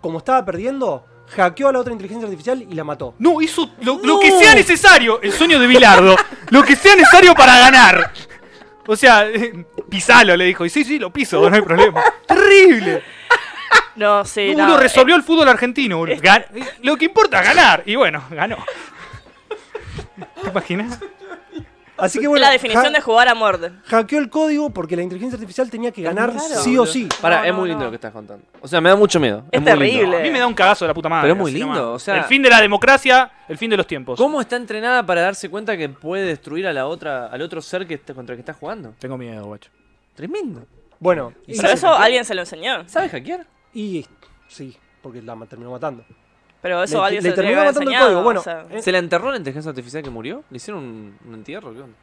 como estaba perdiendo, hackeó a la otra inteligencia artificial y la mató.
No, hizo lo, lo
No.
que sea necesario. El sueño de (laughs) Bilardo. lo que sea necesario para ganar. O sea, (laughs) eh, pisalo, le dijo. Y sí, sí, lo piso, no hay (laughs) problema. Terrible.
No, sí,
Uno
no.
resolvió el fútbol argentino. boludo. Gan- lo que importa, ganar. Y bueno, ganó. ¿Te imaginas?
Así que
Es
bueno.
la definición
ha-
de jugar a muerte.
Hackeó el código porque la inteligencia artificial tenía que ganar
Claro.
sí o sí.
Pará,
No,
es
no,
muy
no.
lindo lo que estás contando. O sea, me da mucho miedo.
Es
muy lindo.
terrible.
A mí me da un cagazo de la puta madre.
Pero es muy
así
lindo,
nomás.
o sea-
El fin de la democracia, el fin de los tiempos.
¿Cómo está entrenada para darse cuenta que puede destruir a la otra, al otro ser que está- contra el que está jugando?
Tengo miedo, guacho.
Tremendo.
Bueno, y,
Pero eso alguien se lo enseñó.
¿Sabes hackear?
y- sí, porque la ma- terminó matando.
Pero eso
Le-
alguien
le
se lo tenía que
terminó
haber
matando el
enseñado,
código, bueno,
o sea.
¿Eh?
¿Se la enterró la inteligencia artificial que murió? ¿Le hicieron un, un entierro? ¿Qué onda?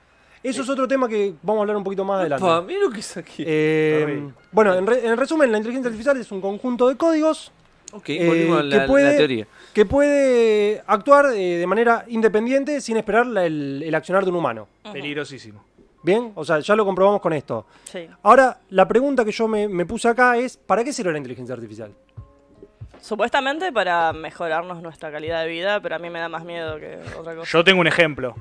Eso es otro tema que vamos a hablar un poquito más adelante.
Pa, mira lo que es aquí.
Eh, bueno, en, re- en resumen, la inteligencia artificial es un conjunto de códigos
ok,
eh,
volvimos a
que
la, la
puede-
teoría.
que puede actuar eh, de manera independiente sin esperar la- el, el accionar de un humano.
Peligrosísimo.
¿Bien? O sea, ya lo comprobamos con esto.
Sí.
Ahora, la pregunta que yo me, me puse acá es, ¿para qué sirve la inteligencia artificial?
Supuestamente para mejorarnos nuestra calidad de vida, pero a mí me da más miedo que otra cosa.
Yo tengo un ejemplo.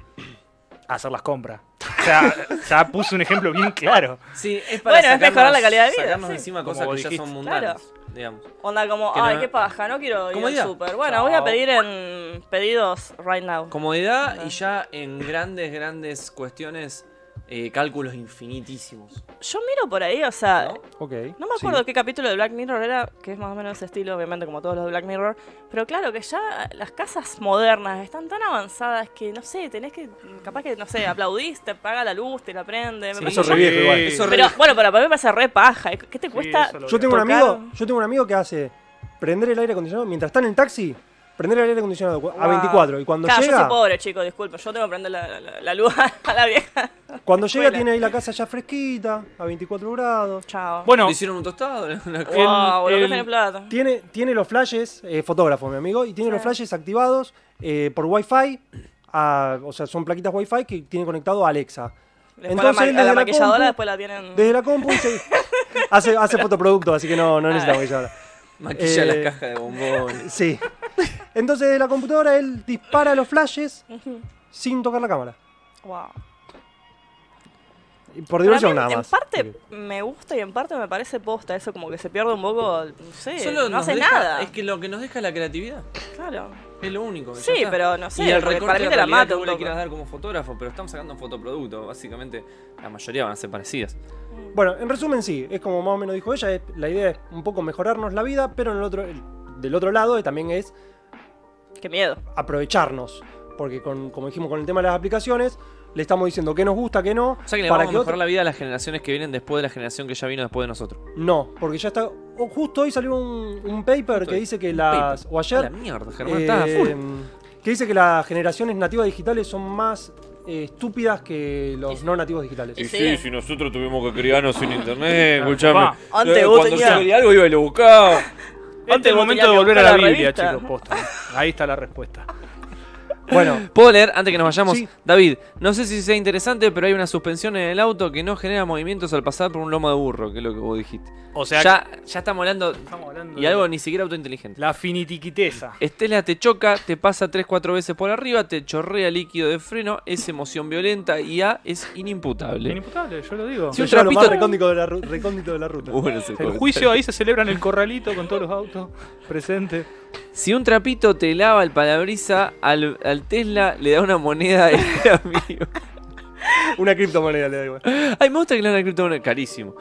Hacer las compras. O sea, ya puse un ejemplo bien claro.
Sí, es
para Bueno, es sacarnos- mejorar la calidad de vida,
Sacarnos
sí.
encima
Como
cosas
vos
que ya son
dijiste.
mundanas, digamos.
Onda como,
Que
ay,
no-
qué paja, no quiero ir al
Comodidad.
súper. Bueno, voy a
Chao.
pedir en mm, pedidos right now.
Comodidad
Ajá.
y ya en grandes, grandes cuestiones, eh, cálculos infinitísimos.
Yo miro por ahí, o sea,
¿no?
Ok.
No me acuerdo qué capítulo de Black Mirror era, que es más o menos ese estilo, obviamente, como todos los de Black Mirror. Pero claro, que ya las casas modernas están tan avanzadas que, no sé, tenés que. Capaz que, no sé, aplaudís, te paga la luz, te la prende. me
Sí,
parece
Eso
que
re
ya-
bien.
revive igual.
Eso
Pero bueno, para mí me parece re paja. ¿eh? ¿Qué te cuesta?
eso lo
Yo
Obvio.
tengo, un
Tocar-
amigo, yo tengo un amigo que hace prender el aire acondicionado mientras está en el taxi, prender el aire acondicionado cu- a
Wow.
24. Y cuando
Claro, yo soy
llega,
pobre, chico, disculpe. Yo tengo que prender la, la- la luz (laughs) a la vieja.
cuando llega
Bueno.
tiene ahí la casa ya fresquita, a 24 grados.
Chao.
Bueno,
Le hicieron un tostado. (laughs) una cosa.
wow, boludo,
el-
que tiene plata.
Tiene, tiene los flashes, eh, fotógrafo mi amigo, y tiene
Sí.
los flashes activados eh, por Wi-Fi. a- o sea, son plaquitas Wi-Fi que tiene conectado a Alexa.
Después
Entonces,
la, ma- a
desde
la
la
maquilladora
compu-
después la tienen.
Desde la compu
(laughs)
se- hace, hace fotoproducto, así que no, no necesita
Ah.
maquilladora.
Maquilla
Eh,
las cajas de
(laughs)
bombones.
Sí. Entonces desde la computadora él dispara los flashes
Ujú.
sin tocar la cámara.
Wow.
Y Por
Para
diversión
mí,
nada
en
más.
parte me gusta y en parte me parece posta eso, como que se pierde un poco, no sé,
Solo
no
nos
hace
deja-
nada.
Es que lo que nos deja es la creatividad.
Claro.
Es lo único. ya
Sí,
está.
pero no sé,
Y el
porque
recorte
para mí
de
te la
realidad
mata
que vos
un
le
poco.
quieras dar como fotógrafo, pero estamos sacando un fotoproducto. Básicamente, la mayoría van a ser parecidas.
Bueno, en resumen sí, es como más o menos dijo ella, es- la idea es un poco mejorarnos la vida, pero en el otro, el- del otro lado eh, también es
Qué miedo.
aprovecharnos. Porque con, como dijimos con el tema de las aplicaciones, le estamos diciendo qué nos gusta, qué no.
O sea que le
para
vamos a
que
mejorar
otro-
la vida a las generaciones que vienen después de la generación que ya vino después de nosotros.
No, porque ya está... o justo hoy salió un, un paper
Justo
que
hoy.
dice que
Un
las...
paper.
Ah, O
A
ayer...
la mierda, Germán, estás a
Eh,
full.
que dice que las generaciones nativas digitales son más eh, estúpidas que los no nativos digitales.
Y
Sí.
sí, si nosotros tuvimos que criarnos sin internet,
papá.
escuchame.
Antes
Eh,
vos
Cuando
tenías-
yo quería algo iba y lo buscaba.
este
Antes
es el
vos
momento
tenías
de
que
volver a
buscar
la
la
Biblia,
revista.
chicos, posta. Ahí está la respuesta.
Bueno,
(laughs) ¿Puedo leer antes que nos vayamos?
Sí.
David, no sé si sea interesante, pero hay una suspensión en el auto que no genera movimientos al pasar por un lomo de burro, que es lo que vos dijiste.
O sea,
ya, ya estamos hablando
estamos hablando
y
de
algo ni siquiera auto inteligente.
la finitiquiteza.
Estela te choca, te pasa 3-4 veces por arriba, te chorrea líquido de freno, es emoción violenta y A es inimputable.
Inimputable, yo lo digo.
Si un
yo era lo más
trapito-
recóndito de la, ru- recóndito de la ruta.
(laughs) Bueno, ese
El
comentario.
juicio ahí se celebra en el corralito con todos los autos presentes.
Si un trapito te lava el palabrisa, al, al Tesla le da una moneda el (laughs) amigo.
Una criptomoneda le da igual.
Ay, me gusta que le dan la criptomoneda. Carísimo.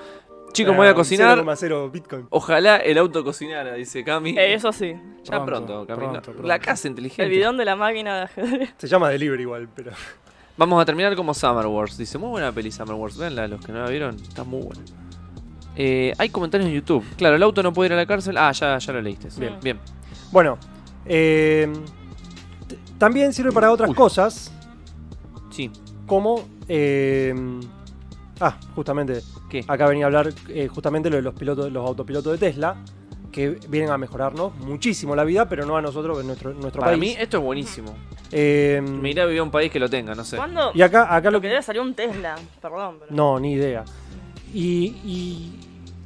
Chicos, me voy a cocinar.
0,0 Bitcoin.
Ojalá el auto cocinara, dice Cami.
Eh, eso sí.
Ya pronto,
Pronto,
Cami.
pronto,
No,
pronto.
La casa inteligente.
El bidón de la máquina de ajedrez.
Se llama delivery igual, pero.
Vamos a terminar como Summer Wars. Dice, muy buena peli Summer Wars. Veanla, los que no la vieron. Está muy buena. Eh, hay comentarios en YouTube. Claro, el auto no puede ir a la cárcel. Ah, ya, ya lo leíste. Bien,
Mm.
bien.
Bueno, eh, t- también sirve para otras cosas,
Sí.
como. eh, ah, justamente.
¿Qué?
Acá venía a hablar eh, justamente lo de los pilotos, los autopilotos de Tesla, que vienen a mejorarnos muchísimo la vida, pero no a nosotros, en nuestro, nuestro
Para
país.
mí esto es buenísimo.
Eh,
Me iré a vivir a un país que lo tenga, no sé.
¿Cuándo?
y acá, acá
Lo
lo
que
que.
debe salir un Tesla. Perdón, pero.
No, ni idea. Y, y-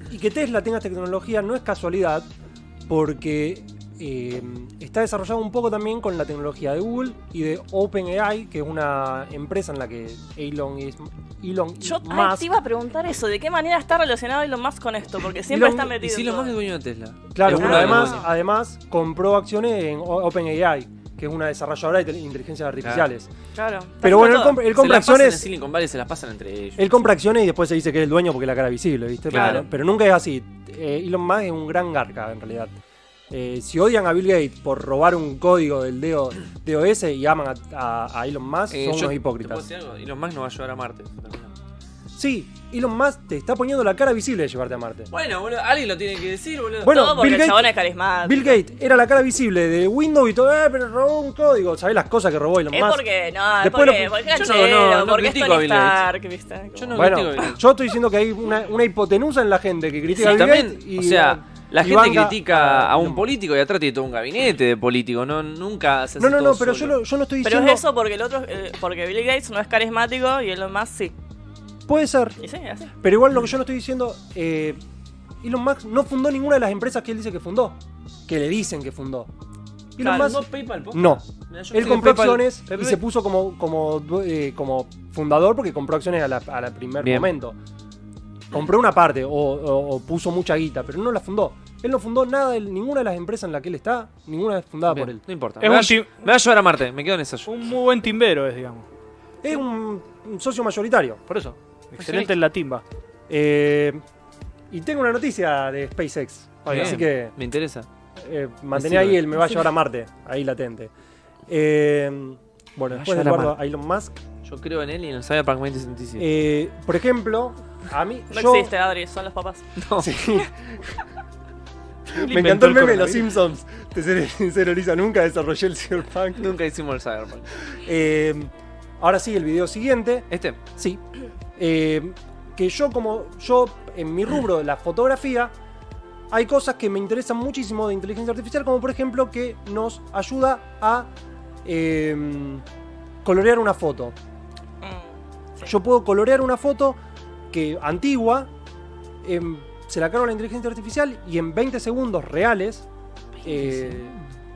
y que Tesla tenga esta tecnología no es casualidad, porque eh, está desarrollado un poco también con la tecnología de Google y de OpenAI, que es una empresa en la que Elon es. Elon y
Yo ay,
Musk-
te iba a preguntar eso, ¿de qué manera está relacionado Elon Musk con esto? Porque siempre
Elon-
está
Y
metido.
si
en
lo más
todo.
es dueño de Tesla.
Claro,
Es uno
pero
de los
además,
dueños.
además compró acciones en O- OpenAI, que es una desarrolladora de tel- inteligencias artificiales.
Claro. está
Pero bueno, él,
haciendo
compra- él
Se
compra
las pasan en
acciones.
Silicon Valley, se las pasan entre ellos.
Él compra acciones y después se dice que es el dueño porque la cara visible, ¿viste? Pero-
Claro.
Pero, nunca es así. Eh, Elon Musk es un gran garca, en realidad. Eh, si odian a Bill Gates por robar un código del DO DOS y aman a, a- a Elon Musk,
Eh, yo-
son unos
¿te puedo
hipócritas.
decir algo? Elon Musk nos va a llevar a Marte.
Sí, Elon Musk te está poniendo la cara visible de llevarte a Marte.
Bueno, boludo, alguien lo tiene que decir, boludo.
Bueno,
todo porque
Bill
el
Gates-
chabón es
Ah,
carismático.
Bill Gates era la cara visible de Windows y todo, eh, pero robó un código. ¿Sabés las cosas que robó Elon
es
Musk?
porque, no, es
Después lo
porque,
pu-
porque
Yo no-
canchero,
no- no
porque es
critico
Tony
a Bill Gates.
Stark, ¿viste?
Yo no
Bueno, (laughs)
critico a Bill Gates.
yo estoy diciendo que hay una, una hipotenusa en la gente que critica a Bill
también,
Gates y,
o sea, la
y
gente
banca
critica a un
Elon Musk.
político y atrás tiene todo un gabinete de políticos. No, nunca se hace
No, no,
todo
no, pero yo,
solo.
lo- yo no estoy
Pero
diciendo.
es eso porque el otro, eh, porque Bill Gates no es carismático y Elon Musk sí.
Puede ser.
Y sí, así.
Pero igual lo que yo no estoy diciendo, eh, Elon Musk no fundó ninguna de las empresas que él dice que fundó, que le dicen que fundó. Elon
Claro,
Musk,
PayPal, posta?
no.
Mirá, yo pensé
Él
que
compró
PayPal-
acciones y
PayPal-
se puso como, como, du- eh, como fundador porque compró acciones a la, a la primer
Bien.
momento. Compró una parte o, o- o puso mucha guita, pero no la fundó. Él no fundó nada, de- ninguna de las empresas en las que él está, ninguna es fundada por él.
No importa.
Es
Me va,
un
a-
ti-
me va a llevar a Marte, me quedo en esa yo.
Un muy buen timbero es, digamos.
Es un, un socio mayoritario.
Por eso. Excelente en la timba.
Eh, y tengo una noticia de SpaceX.
Bien,
así que
Me interesa.
eh, mantené
Me sirve.
ahí, él me va a llevar a Marte, ahí latente. Eh,
Me
bueno,
va a
después
llevar
de
a
Eduardo
Marte.
a Elon Musk.
Yo creo en él y en el Cyberpunk 2077.
eh, por ejemplo, a mí.
No
yo-
existe, Adri, son los papás.
Oh. (laughs) Me encantó el meme de los Simpsons. Te seré (laughs) sincero, Lisa, nunca desarrollé el Cyberpunk.
Nunca hicimos el Cyberpunk.
Eh, ahora sí, el video siguiente.
Este.
Sí. Eh, que yo, como yo, en mi rubro de la fotografía, hay cosas que me interesan muchísimo de inteligencia artificial, como por ejemplo que nos ayuda a em, colorear una foto.
Mm, sí.
Yo puedo colorear una foto que antigua, em, se la cargo a la inteligencia artificial y en 20 segundos reales eh,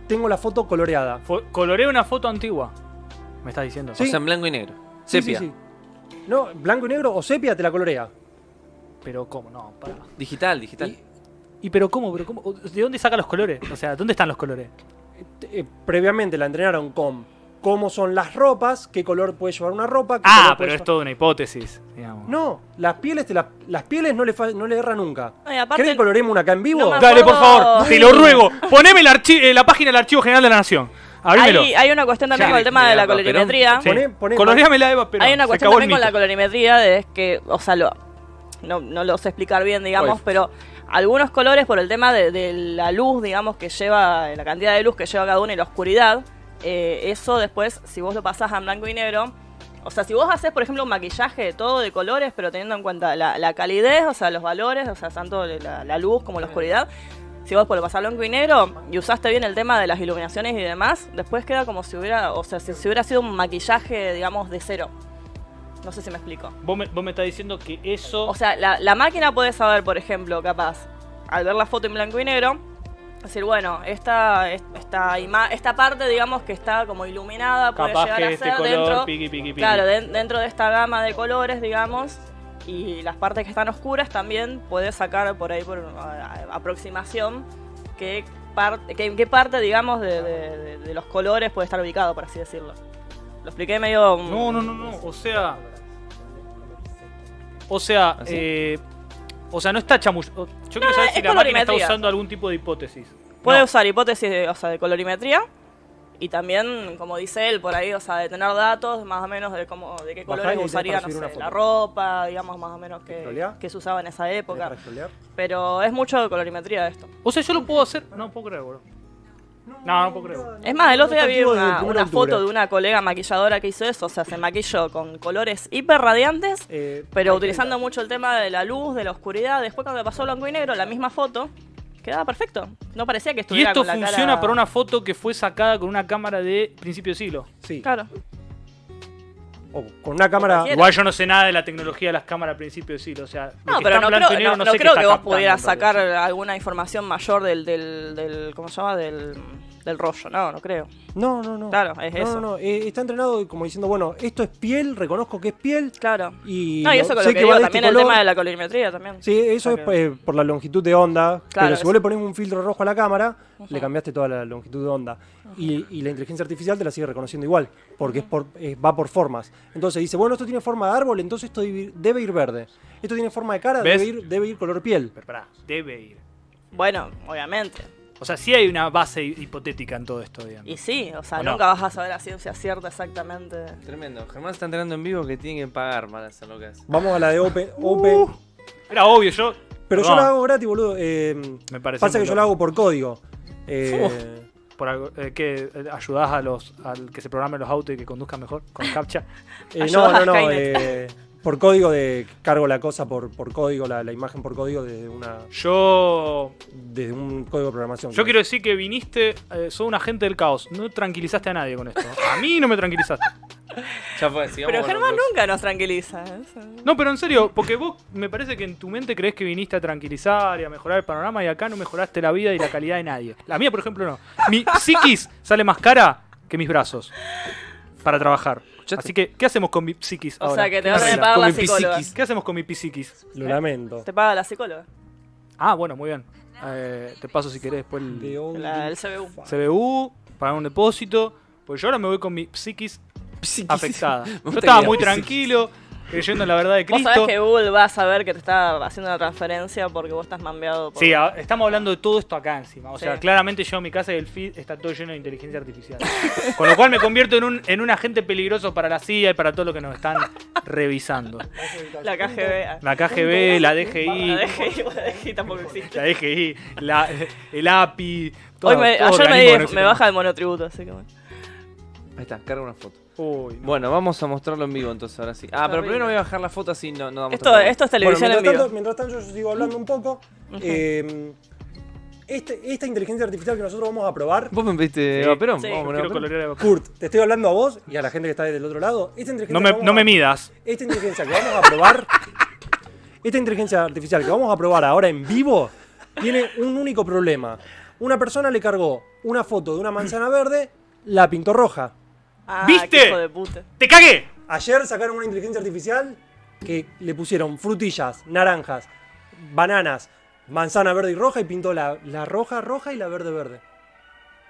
tengo la foto coloreada.
Coloreé una foto antigua. Me estás diciendo.
Sí.
O sea, en blanco y negro.
Sí,
Sepia.
sí, sí. No, blanco y negro o sepia te la colorea.
Pero cómo, no, pará.
Digital, digital.
Y-
¿Y pero cómo? pero cómo? ¿De dónde saca los colores? O sea, ¿dónde están los colores?
Eh, previamente la entrenaron con cómo son las ropas, qué color puede llevar una ropa. qué
Ah,
color puede
pero es
llevar-
toda una hipótesis, digamos.
No, las pieles, te la- las pieles no le, fa- no le erra nunca.
Ay, aparte-
¿Querés que coloremos una acá en vivo?
No me acuerdo.
Dale, por favor,
Ay.
te lo ruego. Poneme el archi- eh, la página del Archivo General de la Nación. Abrímelo.
Hay, hay una cuestión también
Ya,
con el tema de la
mira, Perón.
colorimetría.
Sí.
Poné- poné-
Coloreame la Eva, pero
hay una
se
cuestión
acabó el
también con la
mito.
colorimetría de es que, o sea, lo, no, no lo sé explicar bien, digamos,
Oye.
pero algunos colores por el tema de, de la luz, digamos, que lleva, la cantidad de luz que lleva cada uno y la oscuridad, eh, eso después, si vos lo pasás a blanco y negro, o sea, si vos haces, por ejemplo, un maquillaje de todo de colores, pero teniendo en cuenta la, la calidez, o sea, los valores, o sea, tanto la, la luz como la oscuridad, si vos por lo pasás a blanco y negro y usaste bien el tema de las iluminaciones y demás, después queda como si hubiera, o sea, si, si hubiera sido un maquillaje, digamos, de cero. No sé si me explico.
Vos me, vos me estás diciendo que eso.
O sea, la, la máquina puede saber, por ejemplo, capaz, al ver la foto en blanco y negro, decir, bueno, esta, es- esta, ima- esta parte, digamos, que está como iluminada, puede
capaz
llegar
que
a
este
ser
color,
dentro,
piqui, piqui, piqui.
claro, den- dentro de esta gama de colores, digamos, y las partes que están oscuras también puede sacar por ahí por a- a- aproximación qué parte, que, en qué parte, digamos, de, de- de- de los colores puede estar ubicado, por así decirlo. Lo expliqué medio... mm,
No, no, no, no. O sea. O sea,
¿Así?
eh, o sea, no está chamull. Yo quiero saber
es
si la máquina está
colorimetría.
usando algún tipo de hipótesis.
Puede
No.
usar hipótesis de, o sea, de colorimetría y también, como dice él, por ahí, o sea, de tener datos más o menos de cómo, de qué
Bajá y
colores
ahí tenés
usaría,
para
no
subir una
sé,
foto.
la ropa, digamos, más o menos que,
¿Troleá?
que se usaba en esa
¿Querés
época.
para colorear?
Pero es mucho de colorimetría esto.
O sea, yo lo puedo hacer. No puedo creer, boludo. No, no puedo creer.
Es más, el otro día
está
vi
activo desde el
una,
primero
una
octubre.
foto de una colega maquilladora que hizo eso, o sea, se maquilló con colores hiper radiantes,
Eh,
pero utilizando mucho el tema de la luz, de la oscuridad. Después, cuando pasó blanco y negro, la misma foto quedaba perfecto. No parecía que
Y
estuviera
esto
con la cara-
funciona para una foto que fue sacada con una cámara de principio de siglo.
Sí.
Claro.
O con una cámara.
cualquiera.
Igual yo no sé nada de la tecnología de las cámaras de principio de siglo. O sea, lo
No,
que
pero
está
no
en
creo,
blanco y negro
no-
no
no
sé qué
creo
está
que vos
captando,
pudieras
en realidad.
sacar alguna información mayor del, del, del- ¿cómo se llama? Del, del rollo. No, no creo.
No, no, no.
Claro, es
No,
eso.
No, no, eh, está entrenado como diciendo, bueno, esto es piel, reconozco que es piel.
Claro.
Y
no, y
lo-
eso con
sé
lo que,
que va
digo,
de este
también el
color.
tema de la colorimetría también.
Sí, eso
Ok.
pues.
es eh, por la longitud de onda.
Claro,
pero si vos
eso.
le pones un filtro rojo a la cámara, le cambiaste toda la longitud de onda. Y, y la inteligencia artificial te la sigue reconociendo igual, porque es por- eh, va por formas. Entonces dice, bueno, esto tiene forma de árbol, entonces esto debe ir- debe ir verde. Esto tiene forma de cara,
¿Ves?
debe ir, debe ir color piel.
Pero pará, debe ir.
Bueno, obviamente.
O sea, sí hay una base hi- hipotética en todo esto, digamos.
Y sí, o sea,
¿O no?
nunca vas a saber a ciencia cierta exactamente.
Tremendo. Germán se está enterando en vivo que tiene que pagar para hacer lo que hace.
Vamos a la de Open. Open.
Era obvio, yo.
pero yo
Uh, perdón,
la hago gratis, boludo. Eh,
Me parece
pasa
muy
que yo la
loco.
hago por
(laughs)
código. Eh,
Por algo, eh, que eh, ayudás a los al que se programen los autos y que conduzcan mejor con
(laughs)
captcha.
Eh, no,
Ayudas
no,
a
no.
Skynet.
eh, por código de cargo la cosa, por, por código, la, la imagen por código desde una
Yo
desde un código de programación.
yo quiero decir que viniste, eh, sos un agente del caos. No tranquilizaste a nadie con esto. A mí no me tranquilizaste.
Ya fue, sigamos
Pero
con
Germán
otros.
nunca nos tranquiliza. ¿eh? eso.
No, pero en serio, porque vos me parece que en tu mente crees que viniste a tranquilizar y a mejorar el panorama y acá no mejoraste la vida y la calidad de nadie. La mía, por ejemplo, no. Mi psiquis sale más cara que mis brazos para trabajar.
¿Escuchaste?
Así que, ¿qué hacemos con mi psiquis
O
ahora?
sea, que te
¿Qué
van a
hacemos?
pagar
Con
la
mi
psicóloga.
psiquis.
¿Qué hacemos con mi psiquis?
Lo lamento.
Te paga la psicóloga.
Ah, bueno, muy bien. Eh, te paso si querés después el
La- el CBU.
CBU, pagar un depósito. Pues yo ahora me voy con mi psiquis
(laughs)
afectada. Yo
gusta
estaba
que
muy
digas
tranquilo, creyendo en la verdad de
Vos
Cristo.
sabés que Google va a saber que te está haciendo una transferencia porque vos estás mambeado. Por...
Sí, a- estamos hablando de todo esto acá encima. O sea,
Sí.
claramente yo en mi casa y el feed está todo lleno de inteligencia artificial. (laughs) Con lo cual me convierto en un, en un agente peligroso para la CIA y para todo lo que nos están revisando.
la KGB.
La KGB, la
La
DGI,
DGI, la DGI tampoco existe.
la DGI, la- el API, todo,
Hoy me,
todo
ayer me,
organismo que no
di-
existe
me
más.
baja el monotributo, así que bueno.
Ahí está, carga una foto.
Uy, no.
Bueno, vamos a mostrarlo en vivo entonces ahora sí. Ah, pero
Terrible.
primero voy a bajar la foto así, no, no damos
Esto,
tanto-
esto es
Bueno,
televisión
mientras,
en vivo.
tanto, mientras tanto yo sigo hablando un poco. Eh, este- esta inteligencia artificial que nosotros vamos a probar,
Vos me pediste
Sí.
a Perón.
Sí.
Vamos a poner a
Quiero
Perón.
colorear algo.
Kurt, te estoy hablando a vos y a la gente que está desde el otro lado. Esta inteligencia
No
que
me,
vamos
no
a-
me midas.
Esta inteligencia que vamos a probar. esta inteligencia artificial que vamos a probar ahora en vivo tiene un único problema. Una persona le cargó una foto de una manzana verde, la pintó roja.
Ah,
¿Viste?
qué hijo de puta.
¡Te cagué!
Ayer sacaron una inteligencia artificial que le pusieron frutillas, naranjas, bananas, manzana verde y roja y pintó la, la roja roja y la verde verde.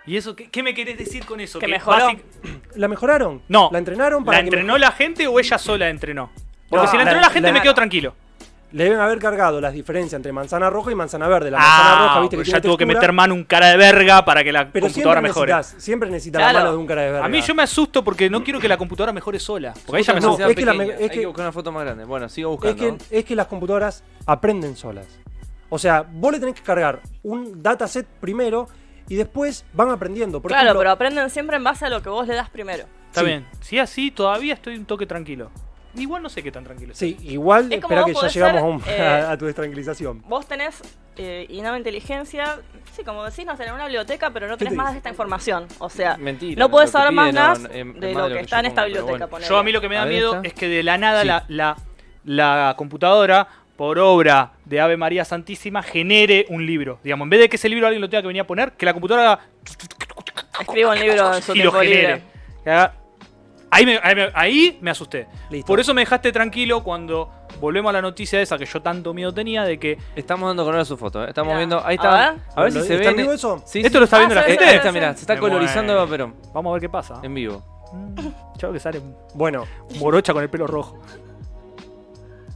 ¿Y eso qué, qué me querés decir con eso?
Que mejoró.
basic-
¿La mejoraron.
No.
La entrenaron para
¿La
que
entrenó la gente o ella sola entrenó? Porque
No,
si la
la-
entrenó la, gente
la-
me quedo tranquilo.
Le deben haber cargado las diferencias entre manzana roja y manzana verde. La manzana roja, viste, que
pues
tiene
ya tuvo que
textura,
meter mano un cara de verga para que la
Pero
computadora
siempre
mejore.
necesitas, siempre necesitas
Claro.
la mano de un cara de verga.
A mí yo me asusto porque no quiero que la computadora mejore sola. Porque ahí ya me
No,
No,
asusto.
es que la
pequeña,
me- es
Hay
que-
que buscar una foto más grande. Bueno, sigo
es
buscando.
que, es que las computadoras aprenden solas. O sea, vos le tenés que cargar un dataset primero y después van aprendiendo. Por
claro,
ejemplo,
pero aprenden siempre en base a lo que vos le das primero.
Está
sí.
bien. Si es así, todavía estoy un toque tranquilo. Igual no sé qué tan tranquilo. estoy.
Sí, igual
Es como
espera
vos
que ya
podés
llegamos a, un-
ser, eh,
(laughs) a- a tu destranquilización.
Vos tenés eh, innada inteligencia, sí, como decís, no sé, en una biblioteca, pero no
¿Qué
tenés
te
más
dice?
de esta información. O sea,
Mentira,
no
lo que
podés saber
pide
más
no-
nada
no-
de
em-
lo
más
que,
de lo que
está
yo
en esta
pongo, pero
biblioteca.
bueno.
ponele.
Yo a mí lo que me da
A ver,
miedo
esta.
es que de la nada
Sí.
la, la- la computadora, por obra de Ave María Santísima, genere un libro. Digamos, en vez de que ese libro alguien lo tenga que venir a poner, que la computadora
Escribo un libro en su
(laughs) y lo
tiempo libre.
genere. Que haga- Ahí me, ahí me- ahí me asusté.
Listo.
Por eso me dejaste tranquilo cuando volvemos a la noticia esa que yo tanto miedo tenía de que.
Estamos dando color a su foto. eh. Estamos
Mirá.
viendo. Ahí
A
está. A
ver.
ver, si se ve.
¿Está
en-
en vivo eso?
Sí,
Esto
sí.
lo está viendo
Ah,
la
se ve,
gente.
Ahí
se ve.
está, mirá, se está
Me
colorizando
muero.
a Perón
Vamos a ver qué pasa.
en vivo.
Mm, Chavo que sale un
Bueno,
morocha con el pelo rojo.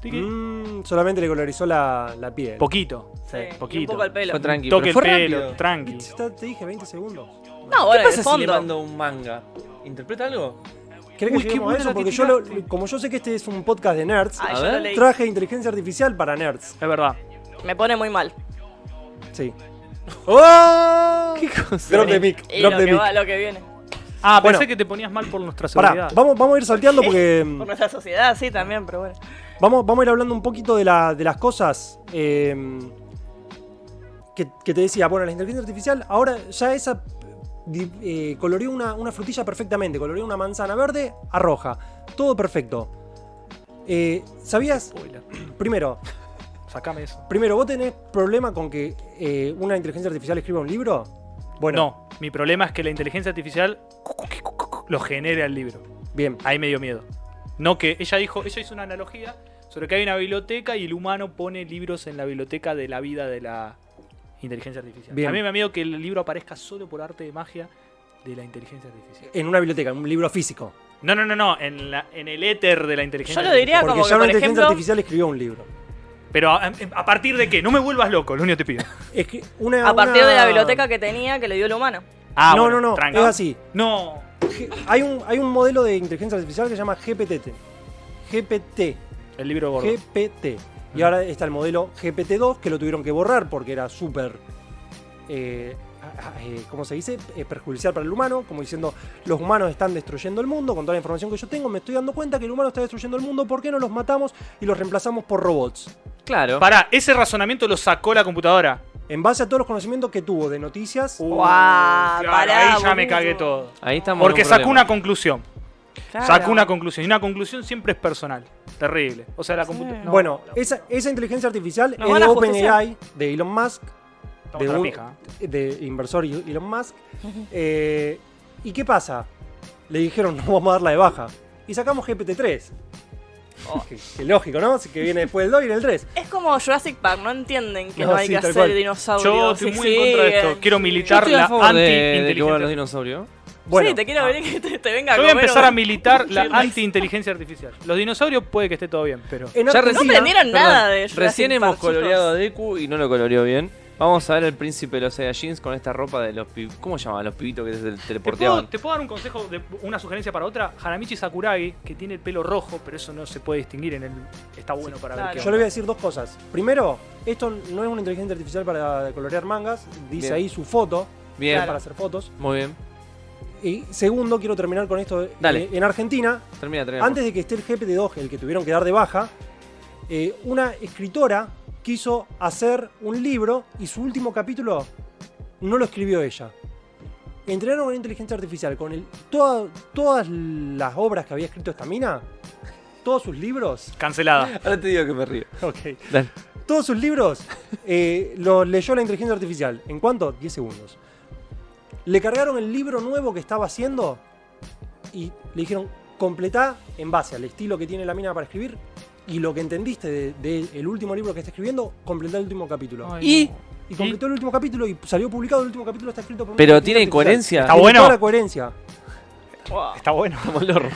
Tiki.
mm, solamente le colorizó la, la piel.
Poquito.
Sí, y un
poquito.
poco el pelo.
Fue tranquilo.
Toque el pelo, tranqui.
Está- te dije 20 segundos.
No,
¿Qué
bueno, en
pasa
el
si le
fondo.
mando un manga? ¿Interpreta algo?
¿Querés que
Uy, qué
lleguemos a
buena
eso?
la que
Porque yo, lo-
tiraste.
como yo sé que este es un podcast de nerds,
Ay,
A
yo
ver.
lo leí.
traje inteligencia artificial para nerds.
Es verdad.
Me pone muy mal.
Sí.
¿Qué cosa?
¡Oh! Drop de mic.
Y
Drop
Eh, lo
de
que,
mic.
va, lo que viene.
Ah,
Bueno.
pensé que te ponías mal por nuestra
Pará,
seguridad.
vamos, vamos a ir
(laughs)
salteando porque mm,
Por nuestra sociedad, sí, también, pero bueno.
vamos, vamos a ir hablando un poquito de, la- de las cosas eh, que, que te decía. Bueno, la inteligencia artificial ahora ya esa di- eh, coloreó una, una frutilla perfectamente, coloreó una manzana verde a roja. Todo perfecto. Eh, ¿Sabías?
Spoiler.
Primero,
Sacame eso.
primero, ¿vos tenés problema con que eh, una inteligencia artificial escriba un libro? Bueno,
No, mi problema es que la inteligencia artificial lo genera el libro.
bien.
Ahí me dio miedo. No que ella dijo, ella hizo una analogía sobre que hay una biblioteca y el humano pone libros en la biblioteca de la vida de la inteligencia artificial.
Bien.
A mí me da miedo que el libro aparezca solo por arte de magia de la inteligencia artificial.
En una biblioteca, en un libro físico.
No, no, no, no, en, la- en el éter de la inteligencia
Yo lo
artificial.
diría
Porque
como que,
ya una
por
inteligencia
ejemplo,
artificial escribió un libro.
Pero a, em, a partir de qué, no me vuelvas loco, lo único que te pido.
Es que una-
a partir de la
una-
biblioteca que tenía, que le dio el humano.
Ah,
no,
bueno,
no, no,
tranca.
es así.
No.
Ge- Hay un, hay un modelo de inteligencia artificial que se llama GPT. GPT.
El libro gordo.
GPT. Y ahora está el modelo GPT-2 que lo tuvieron que borrar porque era súper. eh, a- a- eh, ¿Cómo se dice? Eh, perjudicial para el humano. Como diciendo, los humanos están destruyendo el mundo. Con toda la información que yo tengo, me estoy dando cuenta que el humano está destruyendo el mundo. ¿Por qué no los matamos y los reemplazamos por robots?
Claro.
Pará, ese razonamiento lo sacó la computadora.
En base a todos los conocimientos que tuvo de noticias,
Uh,
Guau,
claro,
Ah, pará,
ahí ya
boludo.
me cagué todo.
Ahí estamos.
Porque
en un
sacó una conclusión.
Claro.
Sacó una conclusión. Y una conclusión siempre es personal. Terrible. O sea, la
Sí.
computadora.
bueno, esa, esa inteligencia artificial
Nos
es
van
de
a justiciar.
OpenAI, de Elon Musk, de, un-
pija. ¿eh?
de inversor Elon Musk. Eh, (laughs) ¿Y qué pasa? Le dijeron, no vamos a darla de baja. Y sacamos GPT-3. Que, que lógico, ¿no? Así Que viene después el 2 y viene el 3.
Es como Jurassic Park, no entienden que
No,
no, hay
sí,
que
tal
hacer
cual.
dinosaurios.
Yo estoy
y
muy en contra de esto.
siguen.
Quiero militar
Estoy a
la
favor de- de que vuelvan los
anti-inteligencia
dinosaurios.
Bueno,
Sí, te quiero venir que te, te venga
ah. Yo voy a
comer
empezar
un-
a militar
(laughs)
la
Sí,
anti-inteligencia artificial. Los dinosaurios puede que esté todo bien, pero...
en
Ya
Argentina-
recién-
No aprendieron nada de Jurassic
Recién hemos
Park,
coloreado
chicos.
a Deku y no lo coloreó bien. Vamos a ver el príncipe de los Saiyajins con esta ropa de los pib... ¿Cómo llamaban los pibitos que se
¿Te puedo,
teleporteaban?
te puedo dar un consejo, de, una sugerencia para otra? Hanamichi Sakuragi, que tiene el pelo rojo, pero eso no se puede distinguir en el... Está bueno para
claro.
ver qué
Yo le voy a
onda.
decir dos cosas. Primero, esto no es una inteligencia artificial para colorear mangas. Dice
Bien.
ahí su foto,
Bien,
Claro.
para hacer fotos.
muy bien.
Y segundo, quiero terminar con esto.
Dale.
Eh, En Argentina,
Termina, termina.
antes de que esté el GPT-2, el que tuvieron que dar de baja, eh, una escritora quiso hacer un libro y su último capítulo no lo escribió ella. Entrenaron una inteligencia artificial con el, toda- todas las obras que había escrito esta mina, todos sus libros.
Cancelada.
Ahora te digo que me río.
Ok.
Dale.
Todos sus libros eh, los leyó la inteligencia artificial. ¿En cuánto? 10 segundos. Le cargaron el libro nuevo que estaba haciendo y le dijeron, completá en base al estilo que tiene la mina para escribir y lo que entendiste del de, el último libro que está escribiendo, completá el último capítulo.
Ay,
y,
no.
y completó el último capítulo y salió publicado, el último capítulo está escrito por una
Pero
inteligencia
tiene
artificial.
coherencia.
Tiene toda la coherencia.
Está bueno.
Wow.
Está bueno.
Como el horno.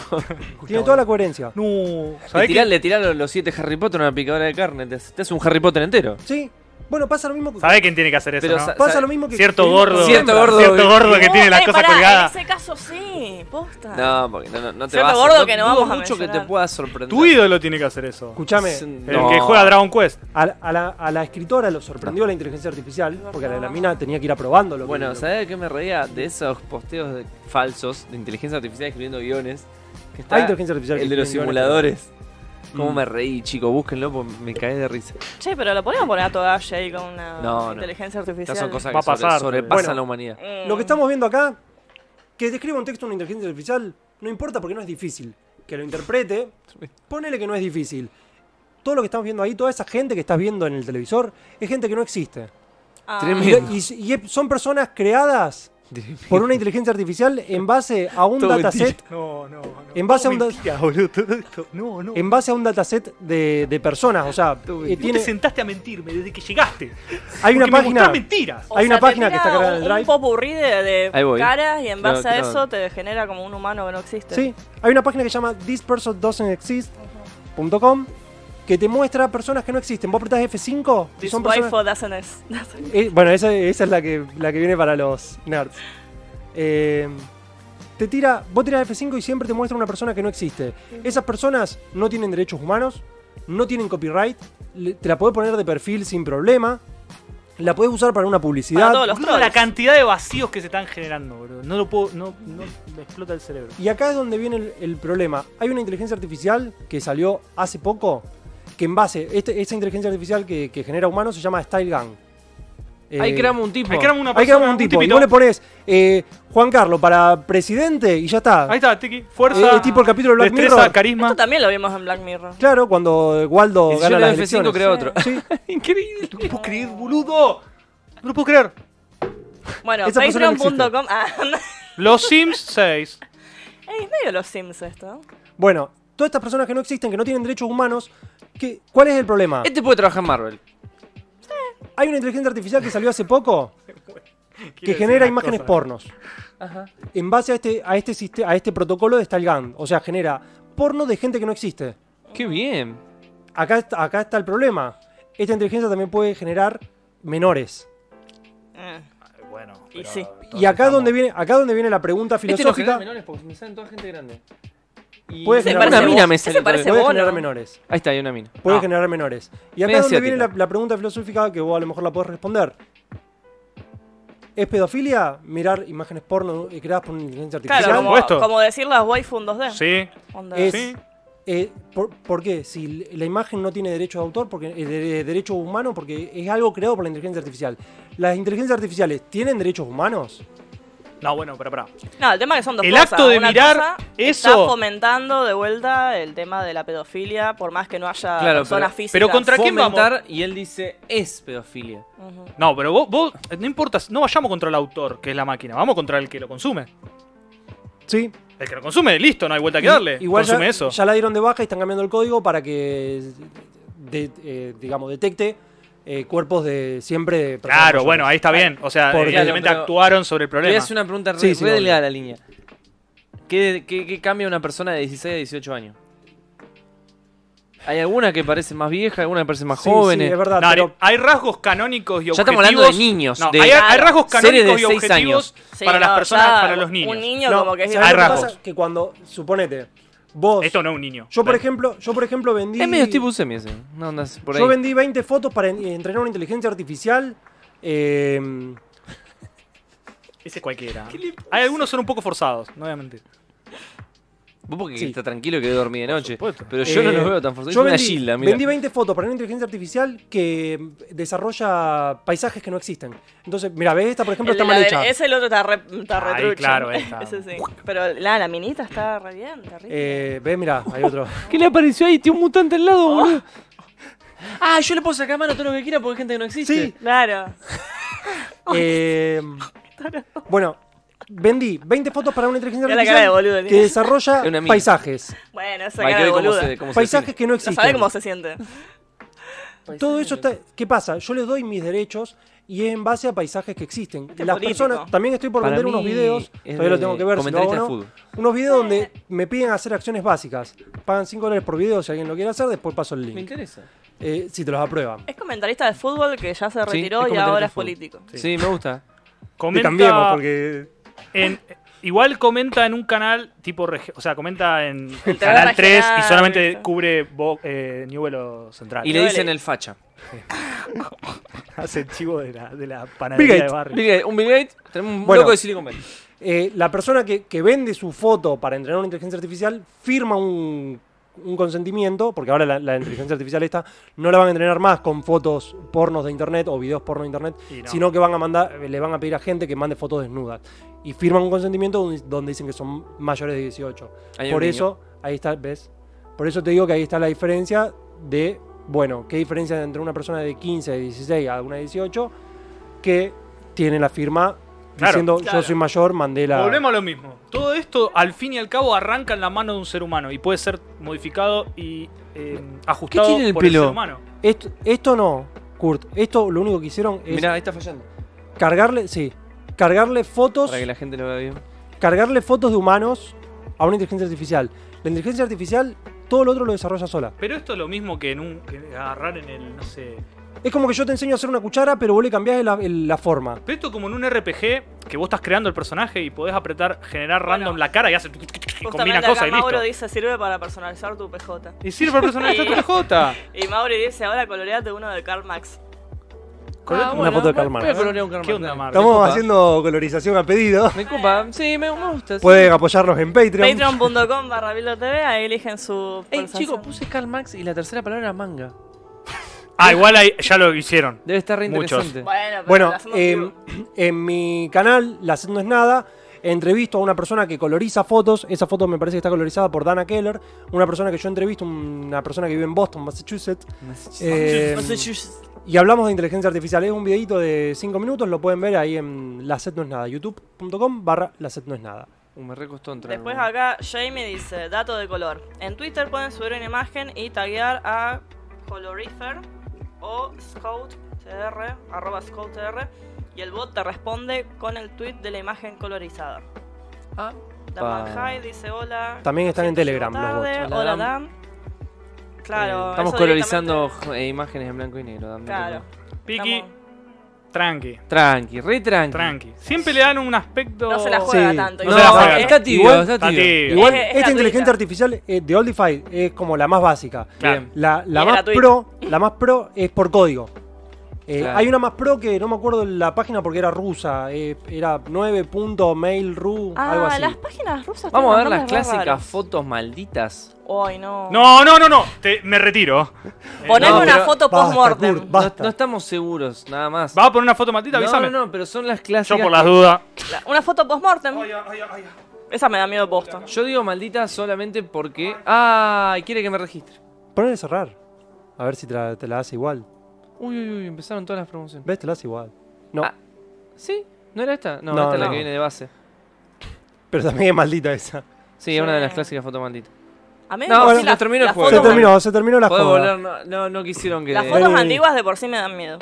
Tiene toda la coherencia.
No.
Le
¿Sabés
tirá,
qué?
le tirá los, los siete Harry Potter en una picadora de carne. Te, hace- te hace un Harry Potter entero.
Sí. Bueno, pasa lo mismo que...
¿Sabés quién tiene que hacer eso,
Pero
no?
sa-
Pasa
sabe-
lo mismo que...
Cierto
que-
gordo.
Cierto gordo.
Cierto gordo que
No,
tiene la
eh,
cosa
pará,
colgada.
En ese caso sí, posta.
No, porque no, no, no te
Cierto
va a
Ah. gordo que no
dudo
vamos a
mucho que te
mencionar.
pueda sorprender.
Tu ídolo tiene que hacer eso.
Escuchame.
El que juega Dragon Quest.
A, la- a la, a la escritora lo sorprendió la inteligencia artificial, porque a la, la mina tenía que ir aprobando lo que-
Bueno,
lo-
¿sabés de qué me reía? De esos posteos de- falsos de inteligencia artificial escribiendo guiones. Que está
Hay inteligencia artificial. que
el de los
tiene
simuladores. ¿Cómo
Mm.
me reí, chico? Búsquenlo porque me caí de risa.
Che, pero lo podemos poner a toda ahí con una
No, no.
inteligencia artificial.
Estas son cosas que
Va a
sobre-
pasar.
sobrepasan
Bueno.
la humanidad.
Mm.
ganas. Lo que estamos viendo acá, que describa un texto una inteligencia artificial, no importa porque no es difícil. Que lo interprete, ponele que no es difícil. Todo lo que estamos viendo ahí, toda esa gente que estás viendo en el televisor, es gente que no existe.
Ah.
Y,
Tremendo.
y- y son personas creadas por una inteligencia artificial en base a un
Todo
dataset
No, no, no.
En base a un-
Mentira, boludo, todo esto. No, no.
en base a un dataset de, de personas, o sea,
Todo
eh,
Vos
tiene,
te sentaste a mentirme desde que llegaste.
hay una
Este Porque me mostrás
página,
mentiras.
O
Hay una
sea, te
página que
tira
está cargada en el
un-
Drive.
Un popurrí de, de
Ahí voy.
caras y en
Claro,
base a
claro.
eso te genera como un humano que no existe.
Sí, hay una página que se llama thispersondoesn'texist.com que te muestra personas que no existen. Vos apretás F5 y
This
son
wife
personas...
doesn't is- doesn't-
Eh, bueno, esa, esa es la que, la que viene para los nerds. Eh, te tira, vos tirás F5 y siempre te muestra una persona que no existe. Esas personas no tienen derechos humanos, no tienen copyright, le- te la podés poner de perfil sin problema, la podés usar para una publicidad.
Para todos los
Boludo, la
trolls.
cantidad de vacíos que se están generando, boludo. No lo puedo. No, no me explota el cerebro.
Y acá es donde viene el, el problema. Hay una inteligencia artificial que salió hace poco, que en base, este- esa inteligencia artificial que, que genera humanos se llama Style Gang. Eh,
Ahí creamos un tipo.
Ahí creamos una
ahí
persona,
creamos un tipo. Y
tipito.
vos le pones eh, Juan Carlos para presidente y ya está.
Ahí está, Tiki.
Eh,
Fuerza.
es tipo el capítulo de Black
destreza,
Mirror.
carisma.
Esto también lo vimos en Black Mirror.
Claro, cuando Waldo
Y si yo
gana
le
las
doy F5
elecciones.
crea otro.
Sí,
(laughs)
Increíble. No lo puedo creer, boludo. No lo puedo creer.
Bueno,
Esa persona no existe.
patreon.com. Ah, (laughs)
Los Sims 6.
Ey, es medio los Sims esto.
Bueno, todas estas personas que no existen, que no tienen derechos humanos, que, ¿cuál es el problema?
Este puede trabajar en Marvel.
Hay una inteligencia artificial que salió hace poco que genera imágenes pornos. En base a este, a este, siste- a este protocolo de Stalgan. O sea, genera porno de gente que no existe.
Qué bien.
Acá, est- acá está el problema. Esta inteligencia también puede generar menores.
Mm.
Bueno.
Y sí.
Y acá donde viene, acá donde viene la pregunta
Este no genera
filosófica.
menores porque me salen toda gente grande. Y
Puede
una
generar menores.
mina me
Ese
salió
parece
todavía.
puede
bono.
generar menores.
Ahí está, hay una mina.
Puede
Ah,
generar menores. Y acá
Medio
donde viene la,
asiática.
la pregunta filosófica que vos a lo mejor la podés responder. ¿Es pedofilia mirar imágenes porno eh, creadas por una inteligencia artificial?
Claro, como,
supuesto.
como decir las waifu en 2D.
Sí.
Onda.
Es-
Sí.
Eh, ¿por, por qué? Si l- la imagen no tiene derecho de autor, porque eh, de, de derecho humano, porque es algo creado por la inteligencia artificial. ¿Las inteligencias artificiales tienen derechos humanos?
No, bueno, pero pará.
No, el tema es que son dos
El
cosas.
acto de
Una
mirar
cosa
eso-
Está fomentando de vuelta el tema de la pedofilia, por más que no haya
Claro,
personas
pero-
físicas.
pero contra- quién vamos?
Fomentar, Y él dice, es pedofilia.
Ujú.
No, pero vos, vos, no importa, no vayamos contra el autor, que es la máquina, vamos contra el que lo consume.
Sí.
El que lo consume, listo, no hay vuelta que darle.
Igual
consume
ya,
eso.
ya la dieron de baja y están cambiando el código para que, de- eh, digamos, detecte eh, cuerpos de siempre. de personas
claro,
mayores.
bueno, ahí está bien. O sea,
Porque-
evidentemente
Claro, pero-
actuaron sobre el
Te voy a
problema.
hacer una pregunta re,
Sí, sí,
re
obvio.
delgada de la línea. ¿Qué, qué, qué cambia una persona de 16 a 18 años? Hay alguna que parece más vieja, alguna que parece más
Sí,
jóvenes.
sí, es verdad.
No,
pero-
Hay rasgos canónicos y objetivos.
Ya estamos hablando de niños,
No,
de-
hay, hay rasgos
seres de
canónicos y
seis
objetivos
Sí,
para las
no,
personas,
ya
para los niños.
Un niño
no,
como que es
¿sabés
Hay
lo que
rasgos.
pasa? Que cuando, suponete, vos.
Esto no es un niño.
Yo, por
Claro.
ejemplo, yo, por ejemplo, vendí.
Es medio Steve Buscemi ese. No andás por ahí.
Yo vendí 20 fotos para en- entrenar una inteligencia artificial. eh,
Ese es cualquiera. Hay algunos son un poco forzados, no voy a mentir.
Vos porque
Sí.
está tranquilo que dormí de noche.
supuesto.
Pero yo no
eh,
lo veo tan forzado.
yo
Es una
vendí,
gilda, mira.
vendí 20 fotos para una inteligencia artificial que desarrolla paisajes que no existen. Entonces, mira, ves esta, por ejemplo,
El de
está mal
la
hecha.
dere- Ese el otro está re, está re
Ahí,
trucho. (laughs)
claro, ahí está.
Ese sí. Pero la, la minita está re bien, terrible.
Eh, ves, mira,
(laughs)
hay otro.
¿Qué le apareció ahí? Tiene un mutante al lado, boludo. Ah, yo le puedo sacar mano todo lo que quiera porque hay gente que no existe.
Sí.
Claro.
Eh, bueno, vendí 20 fotos para una inteligencia
Mira la cara de
artificial
boludo,
que
Lía.
desarrolla
Es una mina.
paisajes.
Bueno, esa
Hay que
cara de
ver cómo
boluda.
se, cómo se
Paisajes que no
No
existen.
sabe cómo se siente.
Todo eso está. ¿Qué pasa? Yo les doy mis derechos y es en base a paisajes que existen.
Qué
Las
político.
personas. También estoy por
Para
vender
mí
unos videos.
es
Todavía lo
de
tengo que ver. Si lo hago,
comentarista de
no.
fútbol.
Unos videos donde me piden hacer acciones básicas. Pagan 5 dólares por video si alguien lo quiere hacer. Después paso el
Me
link.
interesa.
Eh, si te los aprueban.
Es comentarista de fútbol que ya se retiró
es
y
comentarista de
ahora es
fútbol.
político.
Sí, me gusta.
Te
Comenta
cambiemos porque.
en- igual comenta en un canal tipo, reg- o sea, comenta
(laughs)
en el
Te va a
canal 3 y
imaginar,
solamente
¿viste?
cubre Bo- eh, Newello Central.
Y le
Vale.
dicen el facha.
hace chivo de la, de la
Bill
panadería
Gates,
de barrio.
Bill Gates, un Bill Gates, tenemos un
Bueno.
loco de Silicon Valley.
Eh, la persona que, que vende su foto para entrenar una inteligencia artificial firma un, un consentimiento, porque ahora la, la inteligencia artificial esta no la van a entrenar más con fotos pornos de internet o videos porno de internet,
Y no.
sino que van a mandar, le van a pedir a gente que mande fotos desnudas. Y firman un consentimiento donde- donde dicen que son mayores de 18.
Ahí hay
Por
un niño.
eso, ahí está, ¿ves? Por eso te digo que ahí está la diferencia de, bueno, ¿qué diferencia entre una persona de 15, de 16 a una de 18 que tiene la firma
Claro.
diciendo
Claro.
yo soy mayor, mandé la...
Volvemos a lo mismo. Todo esto, al fin y al cabo, arranca en la mano de un ser humano y puede ser modificado y eh, ajustado
tiene en el
por
pelo?
el ser humano.
Esto, esto no, Kurt. Esto lo único que hicieron es
Mirá, ahí está fallando.
cargarle, sí, cargarle fotos,
Para que la gente lo vea bien.
cargarle fotos de humanos a una inteligencia artificial. La inteligencia artificial todo lo otro lo desarrolla sola.
Pero esto es lo mismo que, en un, que agarrar en el, no sé...
Es como que yo te enseño a hacer una cuchara, pero vos le cambiás la, el- la forma.
Pero esto como en un RPG que vos estás creando el personaje y podés apretar, generar
Bueno.
random la cara y hace... y combina
Justamente acá
cosas y
Mauro
listo.
dice, sirve para personalizar tu PJ.
Ah,
Y
(laughs)
sirve para el personaje
Sí.
de TJ.
Y Mauro dice, ahora coloreate uno de Karl Max.
Colgate una foto de Karl Marx.
Voy a colorear un Karl
¿Qué
Marx,
onda,
dale.
Mar?
Estamos
copa.
haciendo colorización a pedido.
Me copa. Sí, me, me gusta. sí.
Pueden apoyarnos en Patreon.
Patreon.com barra Bildo TV, ahí eligen su...
Ey,
personalización.
chico, puse Karl Marx y la tercera palabra era manga.
Ah, igual ahí, ya lo hicieron.
Debe estar re
Muchos.
interesante.
Bueno, pero
Bueno,
lo hacemos
em,
vivo.
(clears throat) en mi canal, La Sed No Es Nada, entrevisto a una persona que coloriza fotos. Esa foto me parece que está colorizada por Dana Keller, una persona que yo entrevisto, una persona que vive en Boston, Massachusetts. Em,
Massachusetts.
y hablamos de inteligencia artificial. Es un videito de 5 minutos, lo pueden ver ahí en La Sed No Es Nada, youtube.com barra La Sed No Es Nada.
Uh, me recostó entrar.
Después acá Jamie dice, dato de color. En Twitter pueden subir una imagen y taguear a Colorifer o ScoutTR, arroba ScoutTR, y el bot te responde con el tweet de la imagen colorizada.
Ah,
Daman
Pa.
High dice hola.
También están en
siento
Telegram
llego
los bots.
tarde,
Hola,
Hola,
Dam.
Dan. Eh, Claro.
Estamos
eso
colorizando eh, imágenes en blanco y negro. dame
directamente- Claro.
cuenta.
Piki,
estamos-
tranqui,
Tranqui, re tranqui.
tranqui. Siempre le dan un aspecto...
No se la juega
Sí.
tanto.
No
No,
se la
igual,
juega.
¿eh?
está tibio,
Igual-
está
Está
tibio.
tibio.
Igual,
es
esta
gratuita.
inteligencia artificial eh, de Oldify es como la más básica.
Claro.
Bien.
La, la
Y es
más
gratuita.
pro, la más pro es por código. Eh,
Claro.
Hay una más pro que no me acuerdo la página porque era rusa, eh, era 9.mail.ru, algo
Ah,
así.
las páginas rusas.
Vamos a ver
tienen
las
nombres re
clásicas
raros.
fotos malditas.
Ay, no.
No, no, no, no. Te- me retiro.
Poner
No,
una
pero-
foto
Basta,
post-mortem.
Kurt, basta.
No, no estamos seguros, nada más.
¿Vas a poner una foto matita?
no,
Avísame.
no, no, pero son las clásicas.
Yo por las
que-
dudas.
La- Una foto post-mortem. Esa me da miedo posta.
Yo digo malditas solamente porque. ¡Ay! Quiere que me registre.
Ponele cerrar. A ver si te la, te la hace igual.
Uy, uy, uy, empezaron todas las promociones.
¿Ves? Te la hace igual. No,
Ah. ¿Sí? ¿No era esta? No,
No,
esta es la
no.
que viene de base.
(laughs)
pero también es maldita esa.
Sí, es una de las clásicas fotos malditas.
A mí me
No,
bueno,
parece
se
la-
terminó el
las
juego.
Se
fotos-
terminó, se terminó la
Puedo
joda.
volar, no, no, no quisieron que.
Las fotos
Eh.
antiguas de por sí me dan miedo.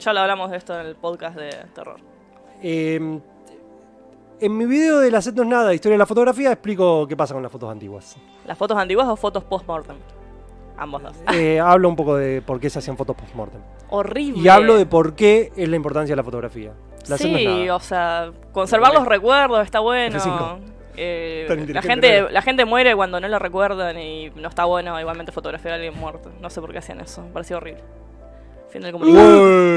Ya lo hablamos de esto en el podcast de terror.
Eh, en mi video de la set no es nada, historia de la fotografía, explico qué pasa con las
(laughs)
fotos antiguas.
¿Las fotos antiguas o fotos post-mortem? Ambos dos.
Eh, hablo un poco de por qué se hacían fotos post-mortem.
Horrible.
Y hablo de por qué es la importancia de la fotografía. La set no es
Sí,
nada.
o sea, conservar los recuerdos está bueno.
Este Cinco.
Eh,
Tan
la,
inteligente no
gente,
era.
la gente muere cuando no lo recuerdan y no está bueno igualmente fotografiar a alguien muerto. No sé por qué hacían eso, me pareció horrible. Fin del comunicado.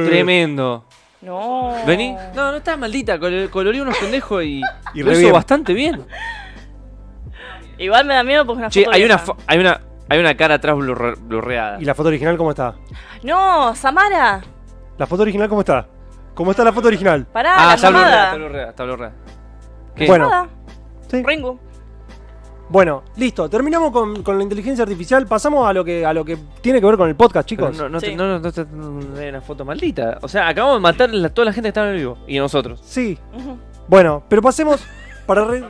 Uy.
Tremendo.
No.
Vení. No, no estás maldita. col- Colorí unos pendejos y,
Y
lo
re
hizo
bien.
bastante bien.
Igual me da miedo porque es una
Che,
foto
hay una,
vieja.
fo- hay una, hay una cara atrás blurre- blurreada.
¿Y la foto original cómo está?
No, Samara.
¿La foto original cómo está? ¿Cómo está la foto original?
Pará,
Ah,
la
está blurreada, está
llamada.
blurreada, está blurreada.
Bueno.
Llamada.
Sí.
Ringu.
Bueno, listo. Terminamos con, con la inteligencia artificial. Pasamos a lo que a lo que tiene que ver con el podcast,
Pero
chicos.
no, no, te-
Sí.
no, no, no te- no hay una foto maldita. O sea, acabamos de matar a toda la gente que estaba en el vivo. Y nosotros.
Sí.
Ujú.
Bueno, pero pasemos para, re-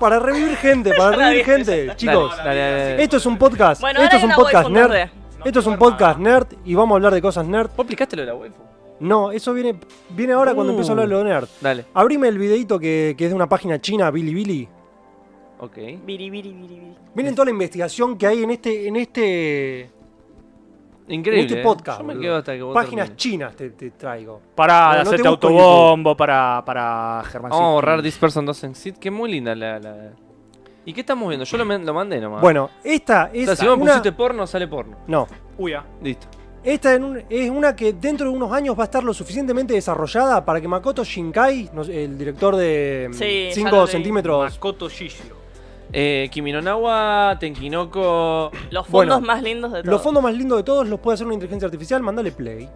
para revivir gente, para
la vi,
revivir gente, chicos. este-
Dale, dale, dale, dale.
Esto es un podcast.
Bueno, ahora
Esto es un
hay una
podcast
waifu, no
nerd.
re.
Esto es un podcast nerd y vamos a hablar de cosas nerd.
¿Vos aplicaste lo de la waifu?
No, eso viene viene ahora cuando
Uh.
empiezo a hablar de lo nerd.
Dale.
Abrime el videito que, que es de una página china, Bilibili.
Ok.
Biri, biri, biri, biri.
Miren toda la investigación que hay en este en este
Increíble.
En este
eh.
podcast,
Yo me
boludo.
quedo hasta que vos
páginas
termines.
chinas te, te traigo.
Para
No, no te
hacerte
busco en
autobombo, para, para Germán.
Vamos a borrar
Sitti.
This Person Doesn't Sit, que es muy linda la... la- ¿Y qué estamos viendo? Yo lo, men- lo mandé nomás.
Bueno, esta
Ah. o
es
sea, si vos me
una-
pusiste porno, sale porno.
No,
Uy, ah.
Listo.
Esta en un- es una que dentro de unos años va a estar lo suficientemente desarrollada para que Makoto Shinkai, no sé, el director
Sí,
de
ya
5
lo leí.
centímetros,
Makoto Shishio.
Eh, Kiminonawa, Tenkinoko...
Los
Bueno,
fondos más lindos de todos.
los fondos más lindos de todos los puede hacer una inteligencia artificial, mandale play.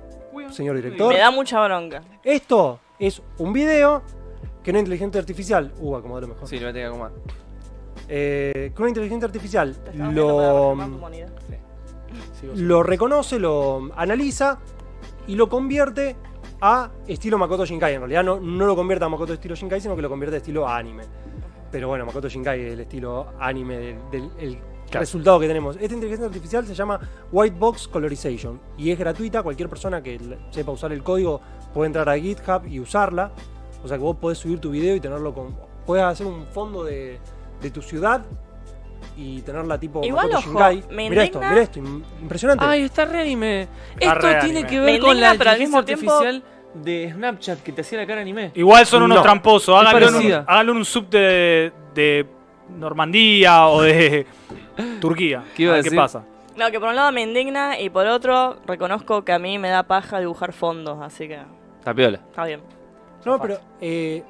Señor director.
Me da mucha bronca.
Esto es un video que una inteligencia artificial, uh, acomodalo mejor,
Sí, lo voy a tener que acomodar.
Eh, que una inteligencia artificial
Te estaba viendo para
lo, mm,
reafirmar tu humanidad.
lo reconoce, lo analiza y lo convierte a estilo Makoto Shinkai. En realidad no, no lo convierte a Makoto estilo Shinkai, sino que lo convierte a estilo anime. Pero bueno, Makoto Shinkai es el estilo anime del, del- el resultado que tenemos. Esta inteligencia artificial se llama White Box Colorization y es gratuita. Cualquier persona que l- sepa usar el código puede entrar a GitHub y usarla. O sea que vos podés subir tu video y tenerlo con. Puedes hacer un fondo de, de tu ciudad y tenerla tipo
Igual, ojo,
Makoto Shinkai.
me
mirá esto,
indigna-
mirá esto, im- impresionante.
Ay, está re anime.
Está
Esto
re
tiene
anime.
que
Me
ver con
indigna,
la
pero al
inteligencia
mismo tiempo-
artificial de Snapchat que te hacía la cara anime.
Igual son unos
No.
tramposos. Háganlo en, un,
parecida.
háganlo en un sub de, de Normandía o de Turquía.
¿Qué iba
A
a
ver ¿Qué
decir?
pasa?
No, que por un lado me indigna y por otro reconozco que a mí me da paja dibujar fondos, así que
Tapiola.
está bien.
no, pero eh,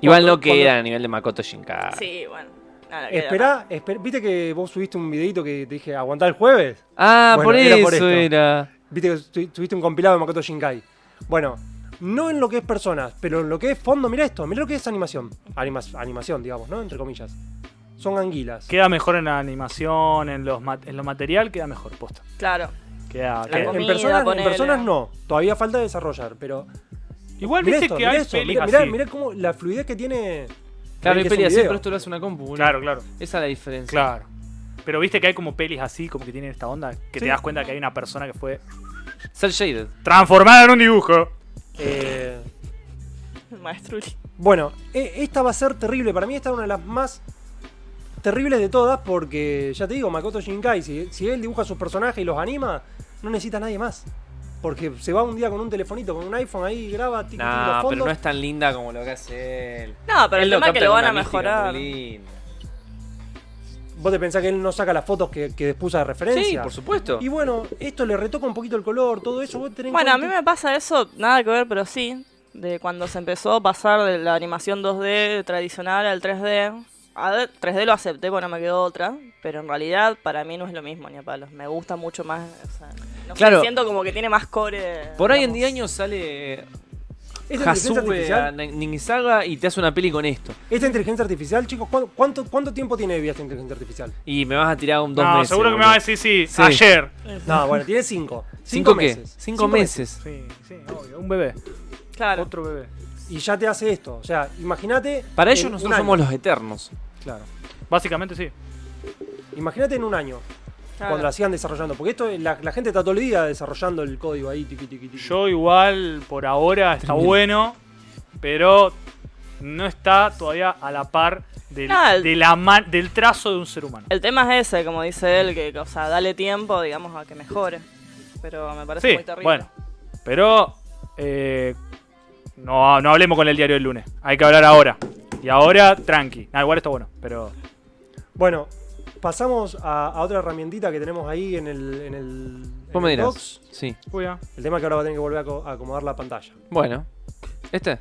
Igual
Cuando-
no que
cuando-
era a nivel de Makoto Shinkai.
Sí, bueno. Nada, que
Esperá, esper- viste que vos subiste un videito que te dije, aguantá el jueves.
Ah,
Bueno,
por
era por
eso
esto.
era.
Viste que tu- tuviste un compilado de Makoto Shinkai. Bueno, no en lo que es personas, pero en lo que es fondo, mira esto, mira lo que es animación. Animas- animación, digamos, ¿no? Entre comillas. Son anguilas.
Queda mejor en la animación, en, los mat- en lo material, queda mejor posta.
Claro. (laughs)
Queda,
Que
queda-
en,
comida,
personas, en
ponele.
personas no, todavía falta desarrollar, pero.
Igual
Mirá
viste
esto,
que
mirá
hay
esto,
pelis
mirá, mirá,
así.
mirá cómo la fluidez que tiene.
Claro, hay
que es un
peleas, sí,
video.
pero esto lo hace una compu. boludo.
Claro, claro,
Esa es la diferencia.
claro. Pero viste que hay como pelis así, como que tienen esta onda, que te das cuenta que hay una persona que fue
Cell Shaded.
transformada en un dibujo.
eh,
Maestruli.
Bueno, e- esta va a ser terrible. Para mí esta es una de las más terribles de todas porque, ya te digo, Makoto Shinkai, si, si él dibuja sus personajes y los anima, no necesita a nadie más. Porque se va un día con un telefonito, con un iPhone ahí, graba, tic, tic, los
No, pero
fondos.
no es tan linda como lo que hace él.
No, pero
Él
el tema es que
capta
lo
con
van a
una mística
mejorar.
muy linda.
Vos te pensás que él no saca las fotos que, que puso de referencia.
Sí, por supuesto.
Y bueno, esto le retoca un poquito el color, todo eso. Vos tenés en
Bueno, a mí
cuenta-
me pasa eso, nada que ver, pero sí, de cuando se empezó a pasar de la animación 2D tradicional al 3D. A ver, 3D lo acepté porque no me quedó otra, pero en realidad para mí no es lo mismo ni a palos. Me gusta mucho más, o sea, no sé,
Claro.
siento como que tiene más core.
Por ahí en
digamos.
10 años sale
Esta inteligencia
Hasube a
artificial,
Nin- Ningisaga y te hace una peli con esto.
esta inteligencia artificial, chicos, ¿cuán- ¿cuánto, cuánto tiempo tiene de vida esta inteligencia artificial?
(laughs) Y me vas a tirar un dos
No,
meses.
seguro que me
boludo.
va a decir sí,
Sí.
ayer.
(laughs) No, bueno, tiene cinco.
¿Cinco, qué?
meses.
Cinco, meses.
Sí, sí, obvio, un bebé,
Claro.
otro bebé.
y ya te hace esto. O sea, imagínate.
Para
en
ellos
un
nosotros
año.
somos los eternos.
Claro.
Básicamente sí.
Imagínate en un año,
Claro.
cuando la sigan desarrollando. Porque esto, la, la gente está todo el día desarrollando el código ahí, tiqui, tiqui, tiqui.
Yo igual, por ahora, está
Tremendo.
bueno, pero no está todavía a la par del,
No, el-
de la ma- del trazo de un ser humano.
El tema es ese, como dice él, que, o sea, dale tiempo, digamos, a que mejore. Pero me parece
Sí,
muy terrible.
bueno. Pero eh, no, no hablemos con el diario del lunes. Hay que hablar ahora. Y ahora, tranqui. Ah, igual está bueno, pero
Bueno, pasamos a, a otra herramientita que tenemos ahí en el, en el,
Vos
en
me
el
dirás.
box.
Sí.
Cuidado.
El tema es que ahora va a tener que volver a aco- a acomodar la pantalla.
Bueno. ¿Este?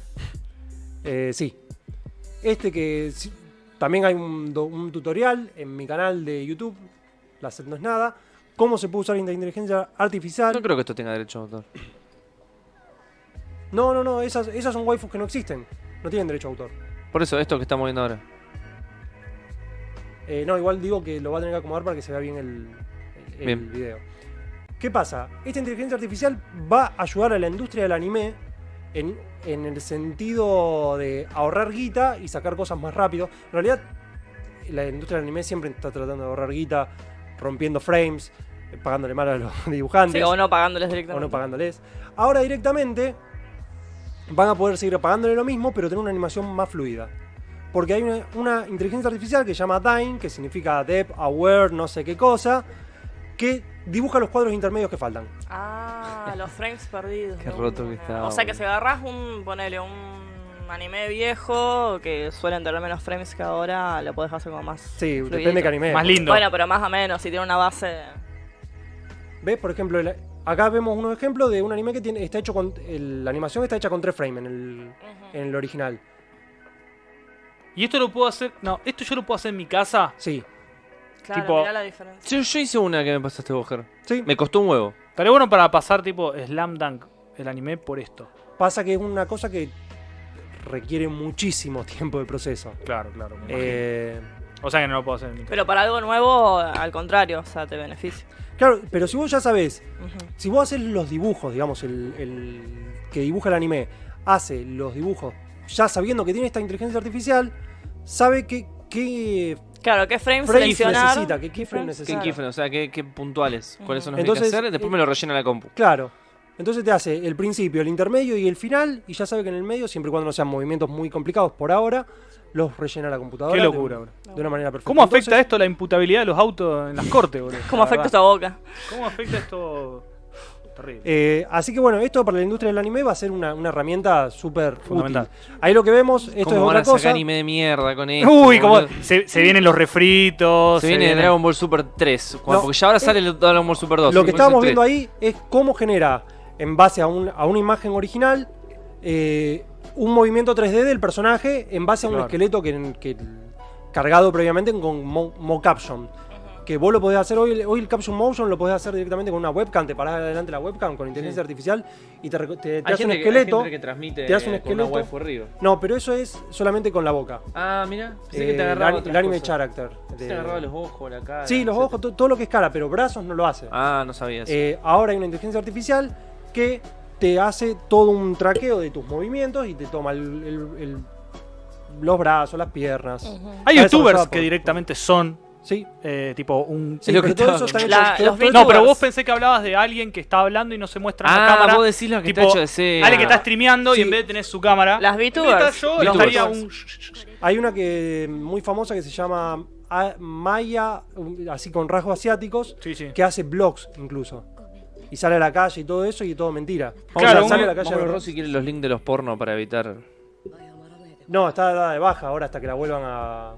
Eh, sí. Este que sí- también hay un, do- un tutorial en mi canal de YouTube, la SED no es nada, cómo se puede usar la inteligencia
No
artificial.
creo que esto tenga derecho de autor.
No, no, no, esas, esas son waifus que no existen, no tienen derecho a autor.
Por eso, esto que estamos viendo ahora.
Eh, no, igual digo que lo va a tener que acomodar para que se vea bien el, el- el
Bien.
video. ¿Qué pasa? Esta inteligencia artificial va a ayudar a la industria del anime en, en el sentido de ahorrar guita y sacar cosas más rápido. En realidad, la industria del anime siempre está tratando de ahorrar guita, rompiendo frames, eh, pagándole mal a los (laughs) dibujantes
Sí, o no pagándoles
o
directamente.
no pagándoles. Ahora directamente van a poder seguir pagándole lo mismo, pero tener una animación más fluida. Porque hay una, una inteligencia artificial que se llama Dine, que significa Depth, Aware, no sé qué cosa, que dibuja los cuadros intermedios que faltan.
Ah, los frames perdidos.
Qué
de
roto que
una.
está,
O sea que
boludo.
si agarras un, ponele, un anime viejo que suelen tener menos frames que ahora, lo podés hacer como más.
Sí,
fluidito.
depende de qué anime.
Más lindo.
Bueno, pero más o menos, si tiene una base.
¿Ves? Por ejemplo, el- acá vemos un ejemplo de un anime que tiene, está hecho con. el- la animación está hecha con tres frames en el,
Ujú.
en el original.
Y esto lo puedo hacer. No, esto yo lo puedo hacer en mi casa.
Sí,
Claro,
tipo-
mirá la diferencia.
Yo, yo hice una que me pasaste, Boger.
sí.
Me costó un huevo.
Estaría bueno para pasar tipo Slam Dunk, el anime, por esto.
Pasa que es una cosa que requiere muchísimo (laughs) tiempo de proceso.
Claro, claro.
Eh,
o sea que no lo puedo hacer en mi casa.
Pero para algo nuevo, al contrario, o sea, te beneficia.
claro, pero si vos ya sabés
Ujú.
Si vos haces los dibujos, digamos, el, el que dibuja el anime hace los dibujos ya sabiendo que tiene esta inteligencia artificial, sabe que, que
Claro, ¿qué frames
Frames
seleccionar?
necesita, ¿qué- qué frame
¿Qué
Claro.
claro.
keyframe? O sea, qué, qué puntuales. ¿Cuáles son los que hay
Entonces,
que hacer? Después
eh,
me lo rellena la compu.
Claro. Entonces te hace el principio, el intermedio y el final, y ya sabe que en el medio, siempre y cuando no sean movimientos muy complicados por ahora, los rellena la computadora.
Qué
de-
locura, bro.
De, una manera perfecta.
¿Cómo afecta
Entonces,
esto la imputabilidad de los autos en las cortes, boludo?
¿Cómo
La
afecta
verdad.
esta boca?
¿Cómo afecta esto? Terrible.
eh, así que bueno, esto para la industria del anime va a ser una, una herramienta súper
Fundamental.
útil. Ahí lo que vemos, esto
¿Cómo
es
van
otra
a sacar
cosa.
anime de mierda con esto?
Uy, como
Eh, boludo?
se, se vienen los refritos.
Se viene
vienen-
Dragon Ball Super 3. Juan,
No,
porque ya ahora
eh,
sale el Dragon Ball Super 2.
Lo que
Super
estábamos
3.
viendo ahí es cómo genera, en base a, un- a una imagen original, eh, un movimiento 3D del personaje en base a un
Claro.
esqueleto que, que- cargado previamente con mo- mocaption. que vos lo podés hacer hoy, hoy el caption motion lo podés hacer directamente con una webcam, te parás adelante la webcam con inteligencia artificial y te, reco- te- te hace
gente
un
que- hay
esqueleto.
gente que transmite
te hace un
eh, con una
esqueleto.
waifu arriba.
No, pero eso es solamente con la boca.
Ah, mira. Pensé
Eh,
que te agarraba
el, ani-
otras
el anime
cosas.
character.
Pensé que
de-
te agarraba los ojos, la cara.
sí, los
etcétera.
ojos, to- todo lo que es cara, pero brazos no lo hace.
Ah, no sabía eso.
Eh, ahora hay una inteligencia artificial que te hace todo un traqueo de tus movimientos y te toma el- el- el- los brazos, las piernas.
Hay
Está
youtubers
desarrollado
que
por-
directamente son
Sí,
eh, tipo un.
sí,
lo que
pero todo
estaba-
eso está hecho-
La-
todo-
los
todo-
No, pero
youtubers.
vos pensé que hablabas de alguien que está hablando y no se muestra en la
ah,
cámara.
vos decís lo que
tipo,
está hecho de cena.
Alguien que está streameando
Sí.
y en vez de tener su cámara.
Las
En vez de estar
VTubers.
yo,
VTubers.
estaría un.
Hay una que muy famosa que se llama A- Maya, un- así con rasgos asiáticos,
Sí, sí.
que hace blogs incluso. Y sale a la calle y todo eso y todo mentira.
Claro,
O sea,
un-
sale a la
Mauro
calle.
Rossi quiere los links de los porno para evitar.
No, está dada de baja ahora hasta que la vuelvan a,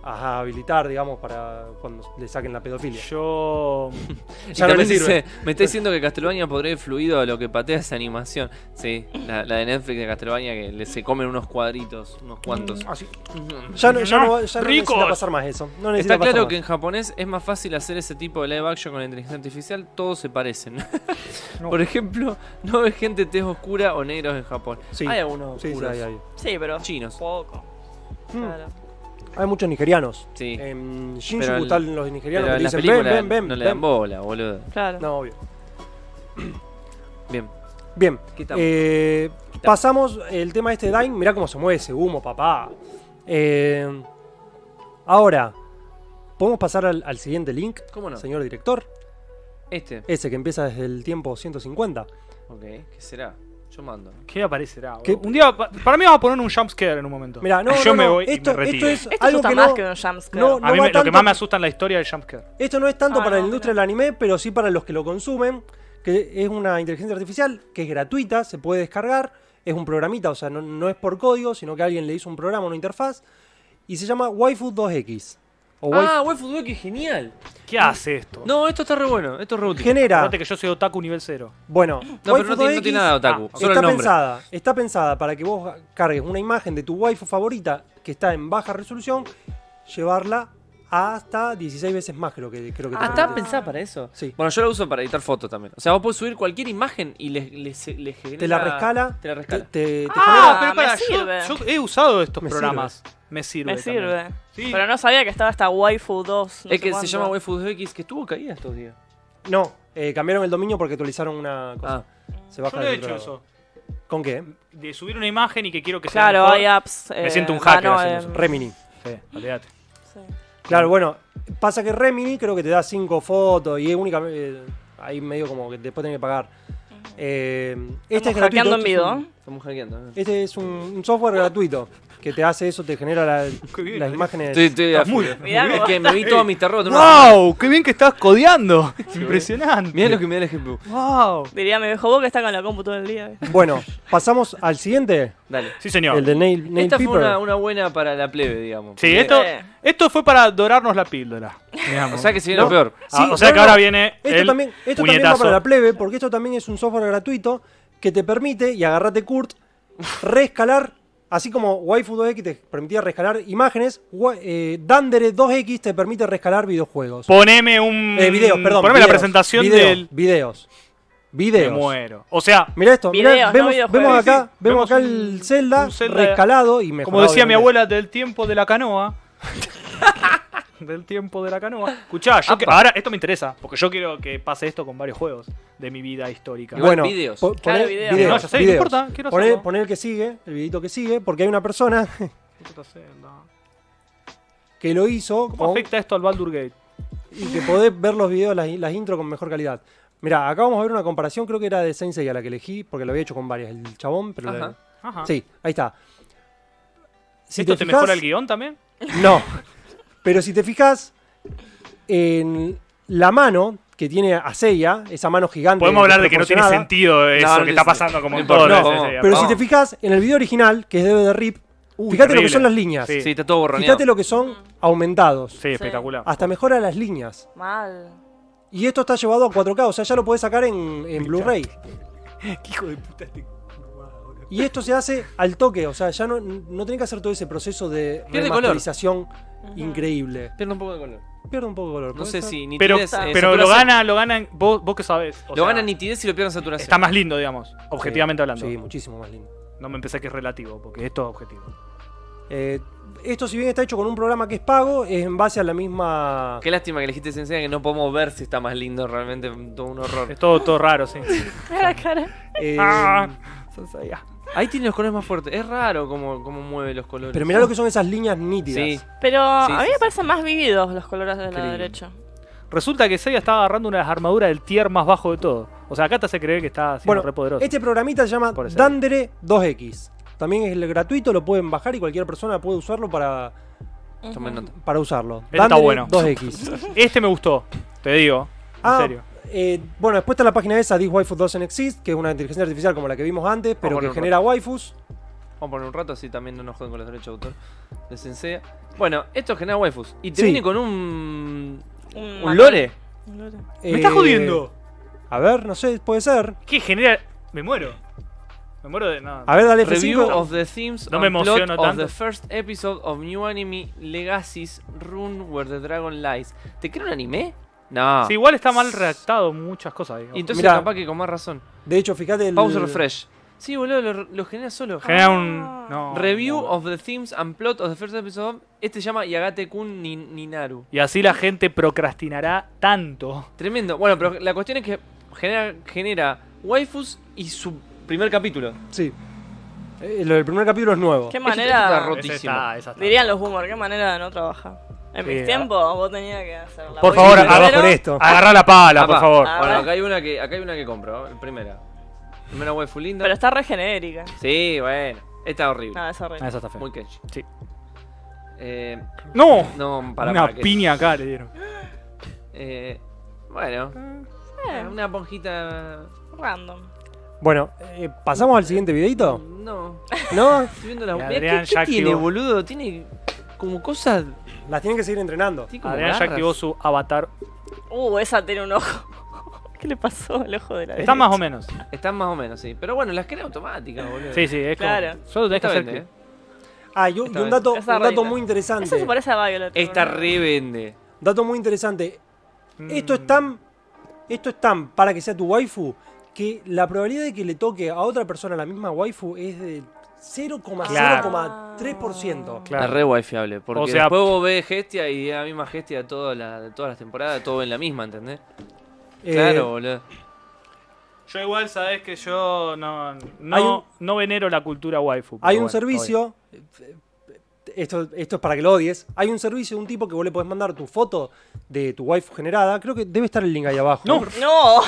a habilitar, digamos, para cuando le saquen la pedofilia.
Yo.
(laughs) Y
Ya no
también
le sirve.
dice, me está diciendo que Castlevania podría haber fluido a lo que patea esa animación. Sí, la, la de Netflix de Castlevania que le- se comen unos cuadritos, unos cuantos.
Mm, Ya no, ya no, va- ya no
Ricos.
necesita pasar más eso. No necesita
Está
pasar
claro
más.
que en japonés es más fácil hacer ese tipo de live action con la inteligencia artificial, todos se parecen.
(laughs)
No.
Por ejemplo, no ves gente tez oscura o negros en Japón.
Sí.
Hay algunos
Sí, sí,
oscuros.
hay, hay.
Sí, pero.
Oh,
Chinos.
Poco.
Mm.
Claro.
Hay muchos nigerianos.
Sí.
En
Pero
Shinjuku
el-
están los
Pero
nigerianos que
en
te
las
dicen, ven,
películas
ven, ven.
no le
ven".
dan bola, boludo.
Claro.
No, obvio.
Bien.
Bien.
¿Qué estamos?
eh, pasamos el tema este de Dine. Mirá cómo se mueve ese humo, papá. Eh, Ahora, ¿podemos pasar al, al siguiente link,
¿Cómo no?
señor director?
Este.
Ese que empieza desde el tiempo 150.
Ok, ¿qué será? Yo mando.
¿Qué aparecerá? boludo?
¿Qué?
Un día, pa- para mí vamos a poner un jumpscare en un momento.
Mira, no,
Ah, Yo
no,
me
no,
voy
esto,
y me retiro.
esto es
Esto
algo
asusta
que
más
no-
que un jumpscare.
no,
a mí
va
me- lo que
tanto-
más me asusta es la historia del jumpscare.
Esto no es tanto
Ah,
para
no,
la industria del anime, pero sí para los que lo consumen, que es una inteligencia artificial que es gratuita, se puede descargar, es un programita, o sea, no, no es por código, sino que alguien le hizo un programa, una interfaz, y se llama Waifu 2X. O Waifu-
Ah, Waifu Dueki, genial.
¿Qué hace esto?
No, esto está re bueno. Esto es re útil.
genera,
Fíjate que yo soy otaku nivel cero.
bueno,
No, pero
Waifu
no tiene, no
2X
tiene nada de otaku.
ah,
solo
está
el nombre.
pensada, está pensada para que vos cargues una imagen de tu waifu favorita que está en baja resolución, llevarla hasta 16 veces más creo que creo que
Ah,
te
¿está
permite.
pensada para eso?
Sí.
Bueno, yo la uso para editar fotos también. O sea, vos podés subir cualquier imagen y le, le, se- le genera...
te la rescala,
Te la rescala.
te- te- te
Ah,
pero
me
pará,
sirve.
yo, yo he usado estos
Me
programas. Me sirve.
Me
también.
sirve.
Sí.
Pero no sabía que estaba esta Waifu 2. no
es
sé
que se
cuánto.
llama Waifu X que estuvo caída estos días.
No, eh, cambiaron el dominio porque actualizaron una cosa.
Ah,
Se baja
Yo lo
del
he
otro
hecho
lado.
eso.
¿Con qué?
De subir una imagen y que quiero que sea.
Claro,
mejor.
hay apps.
Me
eh,
siento un hacker
ah, no,
haciendo
em,
Remini.
Sí, olvídate.
sí.
Este Claro, bueno, pasa que Remini creo que te da cinco fotos y es única. eh, ahí medio como que después tenés que pagar. Eh, este
Estamos
es gratuito.
hackeando
Este
en
es,
vivo.
un,
estamos hackeando. ¿eh?
este es un- un software gratuito que te hace eso, te genera la-
(laughs) bien, ¿eh?
las
Adrián.
imágenes.
Estoy, estoy a full.
Mirá
Es
cómo
que me vi todos mis terrores. en una semana.
¡Wow! ¡Qué bien que estás codeando! Impresionante.
Mirá lo que me da el ejemplo.
¡Wow!
Diría mi viejo vos que está con la compu todo el día.
Bueno, pasamos al siguiente,
Dale.
Sí, señor.
el de Nail, Nail
Esta fue
Peeper.
una, una buena para la plebe, digamos.
Sí,
Porque-
esto,
Eh.
esto fue para dorarnos la píldora.
O
digamos.
sea que se viene
No.
lo peor.
Ah,
Sí,
o sea
no,
que
no.
ahora viene
Esto
el
también, esto también va
puñetazo.
para la plebe, porque esto también es un software gratuito que te permite, y agarrate Kurt, reescalar, así como Waifu 2X te permitía reescalar imágenes, wa- eh, Dandere 2X te permite reescalar videojuegos.
Poneme un...
Eh, videos, perdón.
Poneme la
videos,
presentación
videos,
del...
Videos.
Me
Videos.
muero. O sea,
Mirá esto, mirá,
Videos, no
vemos,
videojuegos.
vemos
Sí,
acá,
sí,
vemos
vemos
acá
un-
el Zelda,
un Zelda,
reescalado y mejorado.
como decía mi
obviamente.
abuela, del tiempo de la canoa. del tiempo de la canoa. Escuchá, yo que- ahora esto me interesa, porque yo quiero que pase esto con varios juegos de mi vida histórica.
Igual
Bueno,
videos.
po-
Claro,
poné
videos.
videos,
No, ya sé, no
videos.
importa, quiero
Poné-
hacerlo.
poné el que sigue, el videito que sigue, porque hay una persona (laughs)
Puta celda.
que lo hizo
¿Cómo
con-
afecta esto al Baldur Gate?
y que podés ver los videos, las, las intro con mejor calidad. Mirá, acá vamos a ver una comparación, creo que era de Saint Seiya la que elegí, porque lo había hecho con varias, el chabón, pero... la-
Ajá.
Ajá.
sí, ahí está. Si
¿Esto te,
fijás-
mejora el guión también?
No, pero si te fijas en la mano que tiene a Seiya, esa mano gigante...
Podemos hablar de que no tiene
desproporcionada,
sentido eso
no
que
tiene sentido.
está pasando como
No
en
importa,
todos
no,
los
vamos.
SSD.
Pero si
Vamos.
te fijas en el video original, que es de de Rip,
Uy,
fíjate lo
terrible.
que son las líneas,
Sí.
Sí, está todo borroneado.
fíjate lo que son aumentados,
Sí, espectacular.
hasta mejora las líneas.
Mal.
Y esto está llevado a 4K, o sea, ya lo podés sacar en, en Blu-ray.
(laughs) hijo de puta este.
Y esto se hace al toque, o sea, ya no, no tenés que hacer todo ese proceso de
Pierde color.
remasterización increíble.
Pierde un poco de color.
Pierde un poco de color.
No
¿puede
sé
ser?
si
Pero,
nitidez. eh,
pero lo
saturación.
gana, lo gana. en- Vos, vos que sabés. o
Lo
sea,
gana nitidez y lo pierde en saturación.
Está más lindo, digamos. Objetivamente
Sí,
hablando.
Sí, muchísimo más lindo.
No me empecé que es relativo, porque esto es objetivo.
Eh, esto, si bien está hecho con un programa que es pago, es en base a la misma.
Qué lástima que elegiste Sensei que no podemos ver si está más lindo realmente. Todo un horror.
Es todo, todo raro, sí.
Mira (laughs) la cara.
eh,
Ah, Sansaya.
Ahí tiene los colores más fuertes. Es raro cómo, cómo mueve los colores.
Pero mirá lo que son esas líneas nítidas.
Sí.
Pero
Sí,
a mí
sí,
me
sí.
parecen más vividos los colores de la
Increíble.
derecha.
Resulta que Seiya está agarrando una de las armaduras del tier más bajo de todo. O sea, acá te hace creer que está siendo
Bueno,
re poderoso.
este programita se llama
Por eso.
Dandere 2X. También es el gratuito, lo pueden bajar y cualquier persona puede usarlo para,
Tomen nota.
para usarlo.
Este está
Dandere
bueno.
2X.
Este me gustó, te digo. En
Ah,
serio.
eh, bueno, después está la página esa, This Waifu Doesn't Exist, que es una inteligencia artificial como la que vimos antes, pero
Vamos a
que
poner un
genera waifus.
Vamos a poner un rato así también no nos joden con los derechos de autor de Sensei. Bueno, esto genera waifus. Y te
Sí.
viene con un.
Un
Un lore.
Un lore.
¡Me está
Eh,
jodiendo!
A ver, no sé, puede ser.
¿Qué genera.? Me muero. Me muero de nada.
A ver, dale F5.
Review of the themes
No
and
me emociono
plot
tanto.
of the first episode of new anime Legacies Rune Where the Dragon Lies. ¿Te crea un anime? No.
Sí, igual está mal redactado muchas cosas. digamos.
Y entonces
Mirá.
capaz que con más razón.
De hecho, fíjate el.
Pause refresh. Sí, boludo, lo, lo genera solo.
Genera
Ah.
un. no,
Review
no.
of the themes and plot of the first episode. of- Este se llama Yagate Kun Nin- Ninaru.
Y así la gente procrastinará tanto.
Tremendo. Bueno, pero la cuestión es que genera, genera waifus y su primer capítulo.
Sí. Eh, lo del primer capítulo es nuevo.
Qué
Eso está
Oh,
manera.
rotísimo.
Esa está- esa está.
Dirían los boomers, qué manera de no trabajar. En
Sí,
mis
ah.
tiempos vos tenías que hacer la
Por
boina
favor,
Abajo
primero.
agarra-
con esto.
Agarra la pala, por
Apa.
favor.
Ah.
Bueno,
ver.
acá hay una que, acá hay una que compro. ¿eh? Primera. Primera waifu linda.
Pero está re genérica.
Sí, bueno. Esta es horrible.
Nada, esa re.
Ah, esa está fea.
Muy catchy.
Sí.
Eh,
No,
no, para
una
para que-
piña acá le dieron.
Eh, bueno.
Eh,
Una esponjita.
Ah.
Random.
Bueno, eh, ¿pasamos al siguiente videito?
(laughs) No.
¿No?
Estoy viendo la
Y
Mirá,
Adrián
¿Qué,
ya
qué tiene,
activó.
boludo? Tiene como cosas.
Las tienen que seguir entrenando.
tiene como
Adrián ya
garras.
activó su avatar.
Uh, esa tiene un ojo. (laughs) ¿Qué le pasó al ojo de la
Está
derecha?
más o menos.
Están más o menos, sí. Pero bueno, las crea automáticas, boludo.
Sí, sí, es como-
Claro.
Solo tenés que
Esta
hacer
vende,
clic.
¿eh?
Ah, y un,
Esta
y un
vez.
dato,
Esa
un dato
reina.
muy interesante.
Esa se parece a Violet.
Esta
¿no?
revende.
Dato muy interesante. Esto es
Mm.
tan. Esto es tan para que sea tu waifu que la probabilidad de que le toque a otra persona la misma waifu es de 0,03%.
Ah. Claro.
Es re wifiable, porque
O sea-
después vos ves Gestia y es la misma Gestia de todas las, de todas las temporadas, todo en la misma, ¿entendés?
Eh,
claro, boludo.
Yo igual sabés que yo no,
Hay
no,
un-
no venero la cultura waifu. pero
Hay un
bueno,
servicio. eh, Esto, esto es para que lo odies. Hay un servicio de un tipo que vos le podés mandar tu foto de tu waifu generada. Creo que debe estar el link ahí abajo.
No.
No.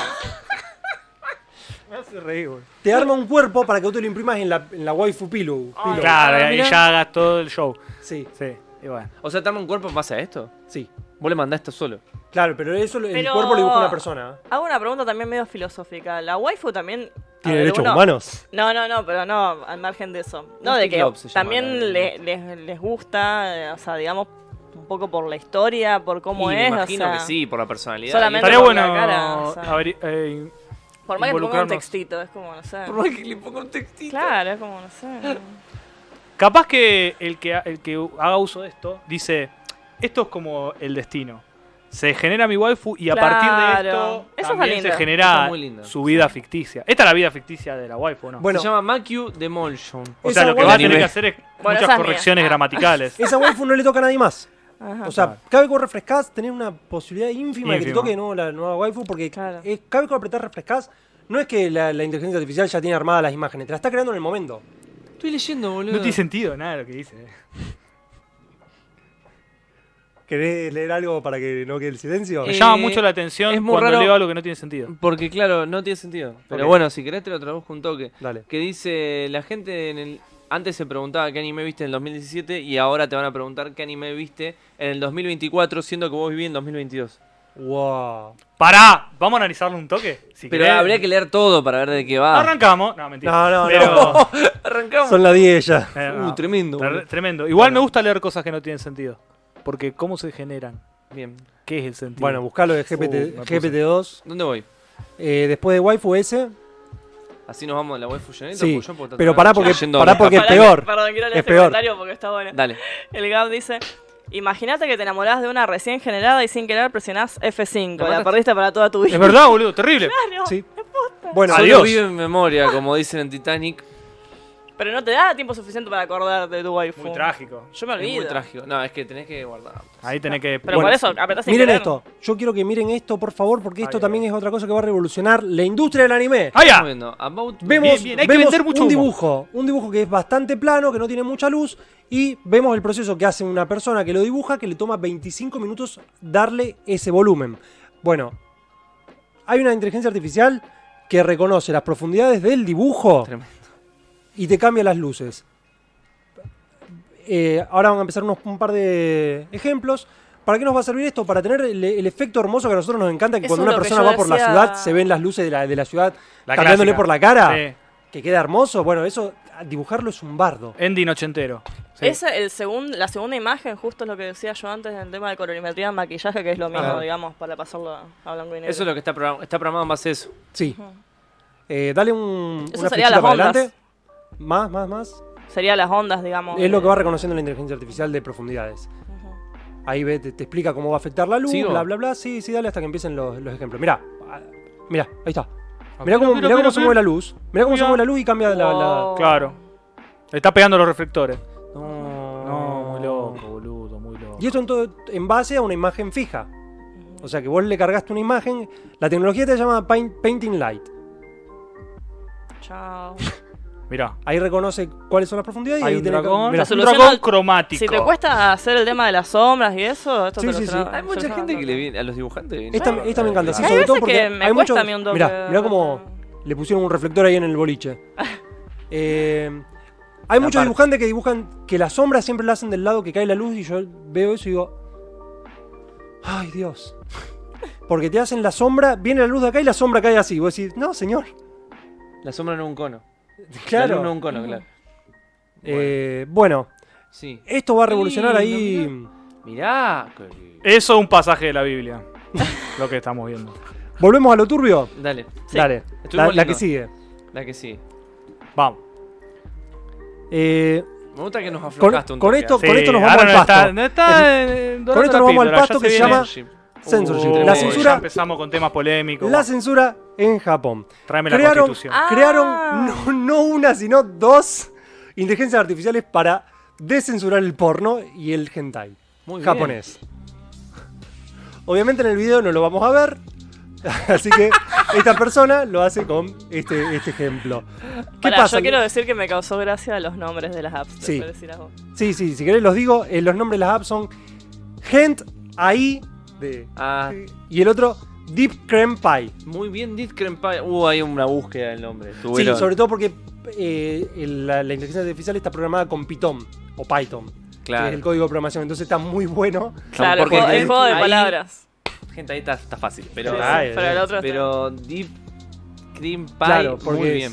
Te arma un cuerpo para que vos te lo imprimas en la, en la waifu pillow.
está bien.
pillow.
Claro,
Ah,
y
mirá.
ya hagas todo el show.
Sí,
Sí, y bueno.
O sea, ¿te arma un cuerpo en base a esto?
sí.
Vos le mandás esto solo.
Claro, pero eso lo- el
Pero-
cuerpo lo dibuja una persona.
Hago una pregunta también medio filosófica. ¿La waifu también. a ver, uno-
humanos?
No, no, no, pero no, al margen de eso. No, de
Mystic
que
Love se llama la-
también le- les, les gusta, eh, o sea, digamos, un poco por la historia, por cómo
Y me
es.
imagino
o sea,
que sí, por la personalidad.
solamente-
Estaría
por
bueno.
la cara, o sea.
abrir- eh,
Por más que le ponga un
Involucrarnos.
textito, es como, no sé.
Por más que le ponga un textito.
Claro, es como, no sé.
capaz que el, que el que haga uso de esto dice: Esto es como el destino. Se genera mi waifu y a partir de
Claro.
esto
Eso está
también se
lindo.
Eso
genera
está muy lindo.
su vida ficticia. Esta es la vida ficticia de la waifu, ¿no?
Bueno,
Se llama Macu Demolsion.
o sea,
esa
lo que va a
waifu-
tener que hacer es
Bueno, esa
muchas
es mía.
correcciones
Ah. (laughs)
gramaticales.
Esa waifu no le toca a nadie más.
Ajá.
O sea,
Claro.
cada vez que vos refrescás, tenés una posibilidad ínfima de que te
Ínfima.
toque de nuevo la nueva waifu, porque
Claro.
es- cada vez que apretás refrescás, no es que la, la inteligencia artificial ya tiene armadas las imágenes, te la está creando en el momento.
Estoy leyendo, boludo.
No tiene sentido nada lo que dice.
Eh,
¿Querés leer algo para que no quede el silencio?
Me
Eh,
llama mucho la atención
es muy
cuando
raro-
leo algo que no tiene sentido.
Porque claro, no tiene sentido. Pero
Ok.
bueno, si querés te lo traduzco un toque.
Dale.
Que dice, la gente en el... Antes se preguntaba qué anime viste en el 2017 y ahora te van a preguntar qué anime viste en el 2024, siendo que vos viví en 2022.
Wow.
Pará, vamos a analizarlo un toque. Si
Pero
querés.
habría que Ah. leer todo para ver de qué va.
Arrancamos. No, mentira.
No, no, no. (laughs)
Pero-
Arrancamos.
Son las 10 ya.
Eh, no.
Uh, tremendo.
Tre-
boludo.
Tremendo. Igual me gusta leer cosas que no tienen sentido. Porque cómo se generan.
Bien.
¿Qué es el sentido?
Bueno, buscalo de
Uh, me
GPT,
puse.
GPT-2.
¿Dónde voy?
Eh, después de waifu S,
Así nos vamos de la web Fusioneta.
Sí,
porque yo puedo estar
pero
tratando-
pará porque-
yendo
pará
a-
porque- es
Pará que-
peor.
Perdón, quiero leer
Es
este
peor.
comentario porque está bueno.
Dale.
El Gab dice: Imagínate que te enamorás de una recién generada y sin querer presionás F5. La perdiste para toda tu vida.
Es verdad, boludo, terrible.
Claro.
Sí. Bueno,
Adiós.
Solo vive en memoria, como dicen en Titanic.
Pero no te da tiempo suficiente para acordarte de tu waifu.
Muy trágico.
Yo me
Es
olvido.
muy trágico. No, es que tenés que guardar.
Ahí tenés que.
Pero
Bueno,
por eso apretás sin
miren
querer.
esto. Yo quiero que miren esto, por favor, porque esto
Ay,
también es otra cosa que va a revolucionar la industria del anime.
¡Ah, ya!
Estamos viendo About
Vemos,
Bien, bien, hay que
vemos
vender mucho
un
humo.
dibujo, un dibujo que es bastante plano, que no tiene mucha luz, y vemos el proceso que hace una persona que lo dibuja, que le toma 25 minutos darle ese volumen. Bueno, hay una inteligencia artificial que reconoce las profundidades del dibujo
Tremendo.
y te cambia las luces. Eh, ahora van a empezar unos, un par de ejemplos. ¿Para qué nos va a servir esto? Para tener el, el efecto hermoso que a nosotros nos encanta, que
Eso
cuando
es
una
lo que
persona
yo
va por la
decía-
ciudad se ven las luces de la, de la ciudad
La
cambiándole
clásica.
por la cara,
Sí.
que queda hermoso. Bueno, eso, a- dibujarlo es un bardo.
Ending ochentero. Sí.
Esa, el segun- la segunda imagen, justo es lo que decía yo antes en el tema de colorimetría, maquillaje, que es lo mismo,
Ajá.
digamos, para pasarlo a, a blanco y negro.
Eso es lo que está programado. Está programado en base a eso.
Sí. Eh, dale un,
Eso
una
sería
flechita
las
para
ondas.
adelante. Más, más, más.
Sería las ondas, digamos.
Es lo
de-
que va reconociendo la inteligencia artificial de profundidades.
Eh, Ujú.
Ahí ve- te, te explica cómo va a afectar la luz,
¿Sigo?
bla, bla, bla. Sí, sí, dale hasta que empiecen los, los ejemplos. Mirá, ah, mirá, ahí está.
Ah,
Mirá
mira,
cómo, mirá
mira, mira,
cómo se
mira.
mueve la luz. Mirá cómo se
Mira.
mueve la luz y cambia la... la-
Wow.
Claro. Le está pegando los reflectores.
No,
No, muy loco, boludo, muy loco.
Y esto en, todo- en base a una imagen fija. O sea que vos le cargaste una imagen. La tecnología te llama Paint- Painting Light.
Chao.
Mirá.
Ahí reconoce cuáles son las profundidades y
Hay
ahí
un
tenés que-
dragón.
mirá.
un
Soluciona
dragón
el-
cromático.
Si te cuesta hacer el tema de las sombras y eso, esto
Sí,
te
sí,
lo
sí.
soluciona-
Hay mucha
soluciona
gente que le
bastante.
viene a los dibujantes. le viene
Esta,
mal,
esta me encanta, sí,
Hay
sobre todo
veces
porque
que me
hay
cuesta
muchos-
a mí un doble-
Mirá, mirá cómo le pusieron un reflector ahí en el boliche.
(laughs)
Eh, hay
La
muchos
parte.
dibujantes que dibujan que la sombra siempre la hacen del lado que cae la luz y yo veo eso y digo, ay
(laughs)
Dios. Porque te hacen la sombra, viene la luz de acá y la sombra cae así. Vos decís, no, señor.
La sombra no es un cono. La luz no es
Claro.
un cono, claro.
Eh, bueno,
Sí.
esto va a revolucionar
Lindo,
ahí.
Mirá. que-
Eso es un pasaje de la Biblia. (laughs) lo que estamos viendo.
Volvemos a lo turbio.
Dale,
Sí.
Dale,
Estuvimos
la, la que
lindos.
sigue.
la que sí.
Vamos.
Eh,
Me gusta que nos aflojaste un
con
toque.
esto-
así.
esto nos
ahora
vamos al
no
pasto.
Está, no está, eh, dorando
Con esto nos
la
vamos al
píldora, ya
pasto que se
viene.
llama-
Uh,
Censorship.
Uy,
La
Ya
censura,
empezamos con temas polémicos.
la censura en Japón.
Tráeme la
Crearon,
constitución.
Ah.
crearon no, no una, sino dos inteligencias artificiales para descensurar el porno y el hentai
Muy bien.
japonés. Obviamente en el video no lo vamos a ver, (laughs) así que esta persona lo hace con este, este ejemplo. ¿Qué
Pará,
pasa?
Yo quiero decir que me causó gracia los nombres de las apps.
Sí.
después decirás vos.
Sí, sí, si querés los digo. eh, los nombres de las apps son Gent AI de-
Ah,
y el otro Deep Creme Pie.
muy bien, Dit Pie. Uh, hay una búsqueda del nombre.
Sí,
Tuvieron.
sobre todo porque eh, el- la, la inteligencia artificial está programada con Python o Python, que es el
Claro.
código de programación. Entonces está muy bueno.
Claro, el
porque
juego, el
ahí-
juego de
ahí-
palabras.
Gente, ahí está, está fácil. Pero,
Sí, sí,
ah, eh,
pero el otro está-
pero Deep Cream Pie.
Claro, porque
muy
es-
bien.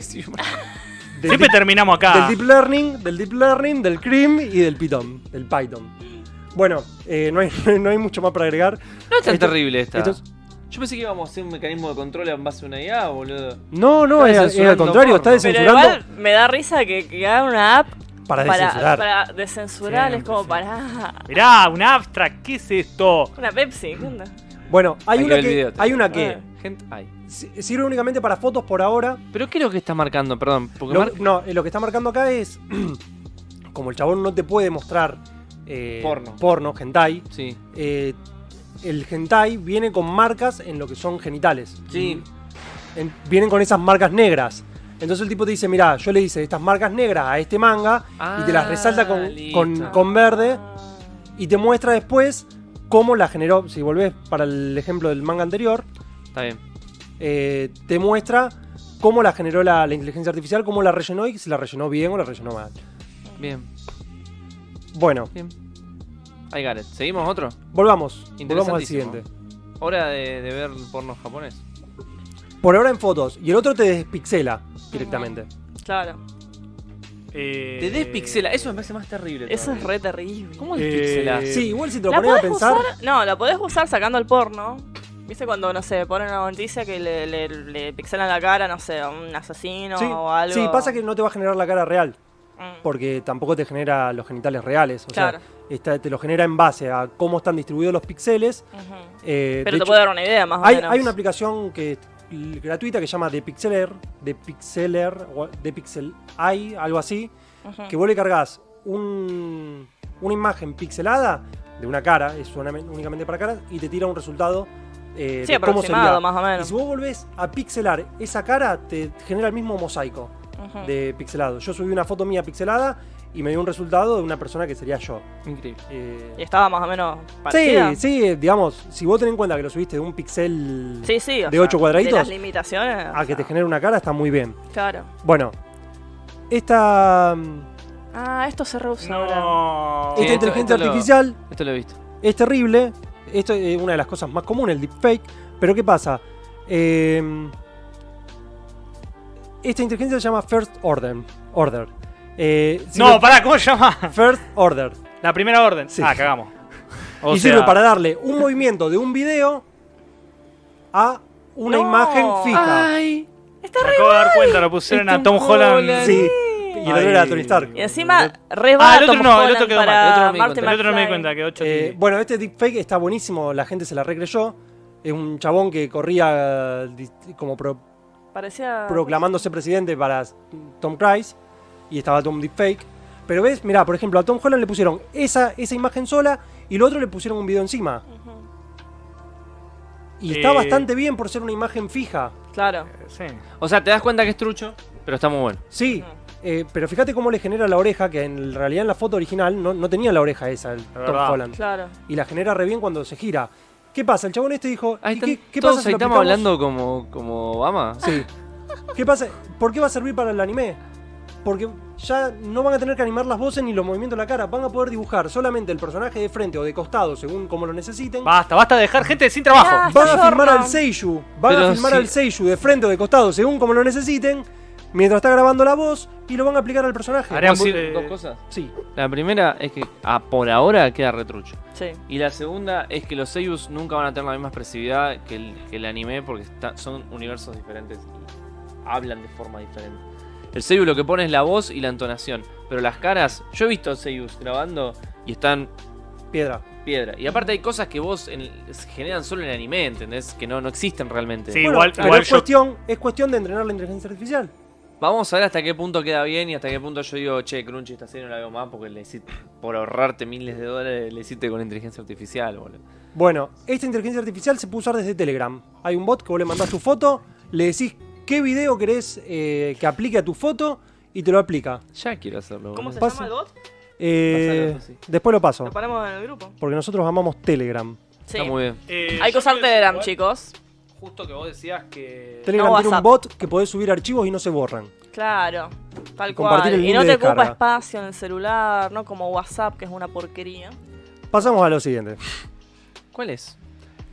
Sí,
Del,
Siempre
deep,
terminamos acá.
del deep learning, del deep learning, del CRIM y del Python, del Python. Bueno, eh, no, hay, (laughs) no hay mucho más para agregar.
No es tan
Esto-
terrible esta.
esto es-
Yo pensé que íbamos a hacer un mecanismo de control en base a una IA, boludo.
No, no,
Está
es, es al
censurando
contrario, está
porno.
Pero
descensurando
igual me da risa que, que hagan una app
para
para,
descensurar.
para descensurar. Es
Siempre,
como
sí.
para. (laughs)
Mirá, un abstract. ¿Qué es esto?
Una Pepsi, ¿qué onda?
Bueno, hay,
Hay que
una
ver el
que,
video, te
hay
digo.
una que
Ah.
Gente, ay.
si- sirve únicamente para fotos por ahora.
Pero ¿qué es lo que está marcando? Perdón, porque
Lo-
marca
no, eh, lo que está marcando acá es. (clears throat) como el chabón no te puede mostrar. eh,
Porno.
Porno, hentai.
Sí.
eh, el hentai viene con marcas en lo que son genitales.
Sí.
En- vienen con esas marcas negras. Entonces el tipo te dice, mirá, yo le hice estas marcas negras a este manga y te las
Ah,
resalta con,
listo.
con- con verde
Ah,
y te muestra después cómo la generó. Si volvés para el ejemplo del manga anterior,
Está bien.
eh, te muestra cómo la generó la, la inteligencia artificial, cómo la rellenó y si la rellenó bien o la rellenó mal.
Bien,
Bueno,
bien. I got it. ¿Seguimos otro?
volvamos. Volvamos al
Interesantísimo.
siguiente.
Hora de, de ver porno japonés.
Por ahora en fotos. Y el otro te despixela directamente.
Claro.
Eh,
Te despixela. Eso me parece más terrible.
Eso es
todavía.
re terrible.
¿Cómo
Eh,
despixela?
Eh,
Sí, igual si te lo
¿La
pones a
podés
pensar.
usar? No, la podés usar sacando el porno. ¿Viste cuando, no sé, ponen una noticia que le, le, le pixelan la cara, no sé, a un asesino
Sí,
o algo?
sí, pasa que no te va a generar la cara real,
Mm.
porque tampoco te genera los genitales reales. O
Claro.
sea, está- te lo genera en base a cómo están distribuidos los pixeles.
Ujú.
eh,
Pero
de
te
hecho,
puede dar una idea, más o
hay,
menos.
hay una aplicación que es l- gratuita que se llama The Pixeler, The Pixeler, o The Pixel Eye, algo así,
Ujú.
que vos le cargas un, una imagen pixelada de una cara, es una- únicamente para caras, y te tira un resultado eh,
Sí,
de cómo sería.
aproximado, más o
Y
menos.
si vos volvés a pixelar esa cara, te genera el mismo mosaico
Ujú.
de pixelado. Yo subí una foto mía pixelada y me dio un resultado de una persona que sería yo.
Increíble.
Eh,
Y estaba más o menos
sí,
parecida.
sí, eh, digamos, si vos tenés en cuenta que lo subiste de un pixel
Sí, sí, o sea,
de 8
De las
cuadraditos
limitaciones. o
a que
sea,
te genere una cara, está muy bien.
Claro.
Bueno, esta, mm,
Ah, esto se reusa ahora.
No.
esta
esto-
inteligencia
esto lo-
artificial
Esto lo he visto.
es terrible. Esto es una de las cosas más comunes, el deepfake. Pero ¿qué pasa? Eh, esta inteligencia se llama First Order. Order. Eh,
No,
sirve-
pará, ¿cómo se llama?
First Order.
La primera orden.
Sí.
Ah, cagamos. O
y
sea,
sirve para darle un movimiento de un video a una
No.
imagen fija.
Ay.
Me acabo de dar cuenta, lo pusieron a
Este
Tom
un
Holland.
Holland.
Sí. Y el otro
Ay.
era Tony Stark.
Y encima, pues,
Ah,
reba
el otro no, el otro quedó
no
mal, el otro
me di cuenta,
El otro no me di cuenta que 8
Eh, bueno, este deepfake está buenísimo. La gente se la recreyó. Es un chabón que corría eh, di- como pro-
Parecía.
proclamándose presidente para Tom Cruise y estaba Tom Deepfake. Pero ves, mirá, por ejemplo, a Tom Holland le pusieron esa, esa imagen sola y lo otro le pusieron un video encima.
Ujú.
Y está
Eh.
bastante bien por ser una imagen fija.
Claro.
Eh, sí.
O sea, te das cuenta que es trucho, pero está muy bueno.
Sí, eh, pero fíjate cómo le genera la oreja, que en realidad en la foto original no, no tenía la oreja esa, el Tom
verdad.
Holland.
Claro.
Y la genera re bien cuando se gira. ¿Qué pasa? El chabón este dijo,
Ahí
¿y
están
¿qué, qué
todos
pasa si
ahí
lo
estamos
aplicamos?
hablando como, como Obama.
Sí. ¿Qué pasa? ¿Por qué va a servir para el anime? Porque ya no van a tener que animar las voces ni los movimientos de la cara. Van a poder dibujar solamente el personaje de frente o de costado, según como lo necesiten.
Basta, basta de dejar gente sin trabajo.
Ah.
Van a
Zorro.
filmar al Seiyu. Van
Pero
a filmar
si-
al Seiyu de frente o de costado, según como lo necesiten. Mientras está grabando la voz y lo van a aplicar al personaje.
Haré- Haríamos,
¿Puedo decir
eh,
dos cosas.
Sí.
La primera es que ah, por ahora queda retrucho.
Sí.
Y la segunda es que los Seiyus nunca van a tener la misma expresividad que el, que el anime porque está- son universos diferentes y hablan de forma diferente. El Seiyu lo que pone es la voz y la entonación, pero las caras, yo he visto Seiyus grabando y están
Piedra.
piedra. Y aparte hay cosas que vos en- se generan solo en el anime, ¿entendés? Que no, no existen realmente.
Sí.
Bueno,
Igual-
pero
igual
es,
yo-
cuestión, es cuestión de entrenar la inteligencia artificial.
Vamos a ver hasta qué punto queda bien y hasta qué punto yo digo, che, Crunchy, esta serie no la veo más porque le hiciste- por ahorrarte miles de dólares le hiciste con inteligencia artificial, boludo.
Bueno, esta inteligencia artificial se puede usar desde Telegram. Hay un bot que vos le mandás tu foto, le decís qué video querés eh, que aplique a tu foto y te lo aplica.
Ya quiero hacerlo.
¿Cómo se
boludo.
Pasa-
llama el bot?
Eh,
Pásalo, sí.
Después lo paso,
Lo ponemos en el grupo.
porque nosotros amamos Telegram.
Sí.
Está muy bien.
Eh,
Hay que usar Telegram, chicos.
Justo que vos decías que.
Telegram
No
tiene un
WhatsApp.
bot que podés subir archivos y no se borran.
Claro. Tal
Y compartir
cual.
el
Y
link
no
de
te ocupa
descarga.
espacio en el celular, no como WhatsApp, que es una porquería.
Pasamos a lo siguiente.
¿Cuál es?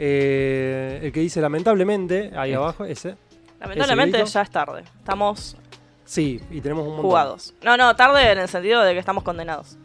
Eh, el que dice lamentablemente, ahí
Este.
abajo, ese.
Lamentablemente
grito?
ya es tarde. Estamos
Sí, y tenemos un montón.
jugados. No, no, tarde en el sentido de que estamos condenados.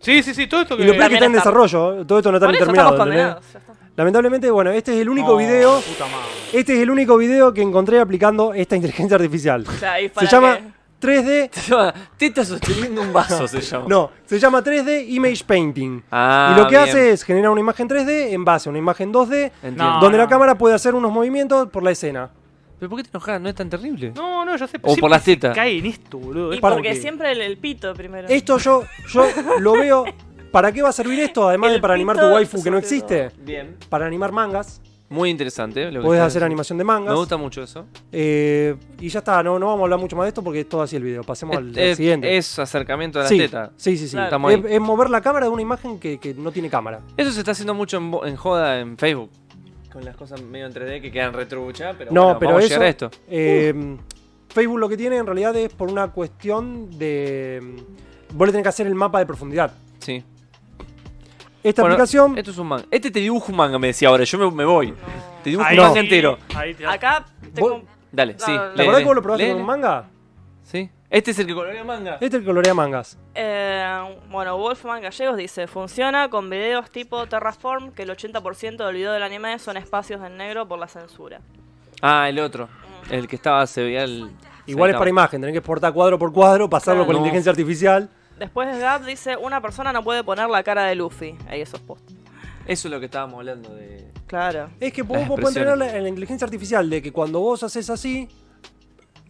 Sí, sí, sí, todo esto
Y lo peor es que
También
está en
está.
desarrollo, ¿eh? todo esto no está
Por eso
terminado.
estamos
¿entendés?
condenados. ya está.
Lamentablemente, bueno, este es el único
No,
video
Puta madre.
Este es el único video que encontré aplicando esta inteligencia artificial.
O sea, y
Se
para que-
llama 3D.
Se llama Teta sosteniendo un vaso, se llama.
No, se llama 3D Image Painting.
Ah,
y lo que
bien.
hace es generar una imagen 3D en base a una imagen 2D,
Entiendo.
No.
donde la cámara puede hacer unos movimientos por la escena.
¿Pero por qué te enojas? ¿No es tan terrible?
No, no, ya sé.
O por
siempre
las
se
tetas.
Cae en esto, boludo.
Y
Es
para
porque
que-
siempre el, el pito primero.
Esto yo, yo lo veo. ¿Para qué va a servir esto? Además de
El
para animar tu
pito
waifu que no
sobre
existe.
Bien.
Para animar mangas.
Muy interesante. ¿eh? Lo que
Podés
estás
hacer
diciendo.
animación de mangas.
Me gusta mucho eso.
Eh, y ya está, no, no vamos a hablar mucho más de esto porque es todo así el video. Pasemos al, al
Es,
siguiente.
es acercamiento a la
sí,
teta.
sí, sí, sí.
Claro.
Estamos
Es,
ahí.
es mover la cámara de una imagen que, que no tiene cámara.
Eso se está haciendo mucho en, bo- en joda en Facebook. Con las cosas medio en 3D que quedan retrucha, pero
No,
bueno,
pero
vamos
eso,
a llegar a esto.
eh, Facebook lo que tiene en realidad es por una cuestión de... mm, Vos le tenés que hacer el mapa de profundidad.
Sí.
Esta
Bueno,
aplicación...
Esto es un manga. Este te dibujo un manga, me decía ahora. Yo me, me voy. Te dibujo
Ahí
un manga
sí,
entero.
Ahí te
Acá
Vos-
tengo...
Dale,
No,
sí.
no, no.
¿Te
lee,
acordás
lee,
que vos lo probaste
lee,
con un
lee.
manga?
Sí. Este es el que colorea manga.
Este es el que colorea mangas.
Eh, bueno, Wolfman Gallegos dice, funciona con videos tipo Terraform, que el 80% del video del anime son espacios en negro por la censura.
Ah, el otro. El que estaba, se veía el.
Igual es para imagen, tenés que exportar cuadro por cuadro, pasarlo
Claro.
con
No.
inteligencia artificial.
Después Gab dice, una persona no puede poner la cara de Luffy. Ahí esos posts.
Eso es lo que estábamos hablando de.
Claro.
Es que vos,
Las
vos podés entrenar
expresiones.
la, la inteligencia artificial de que cuando vos haces así,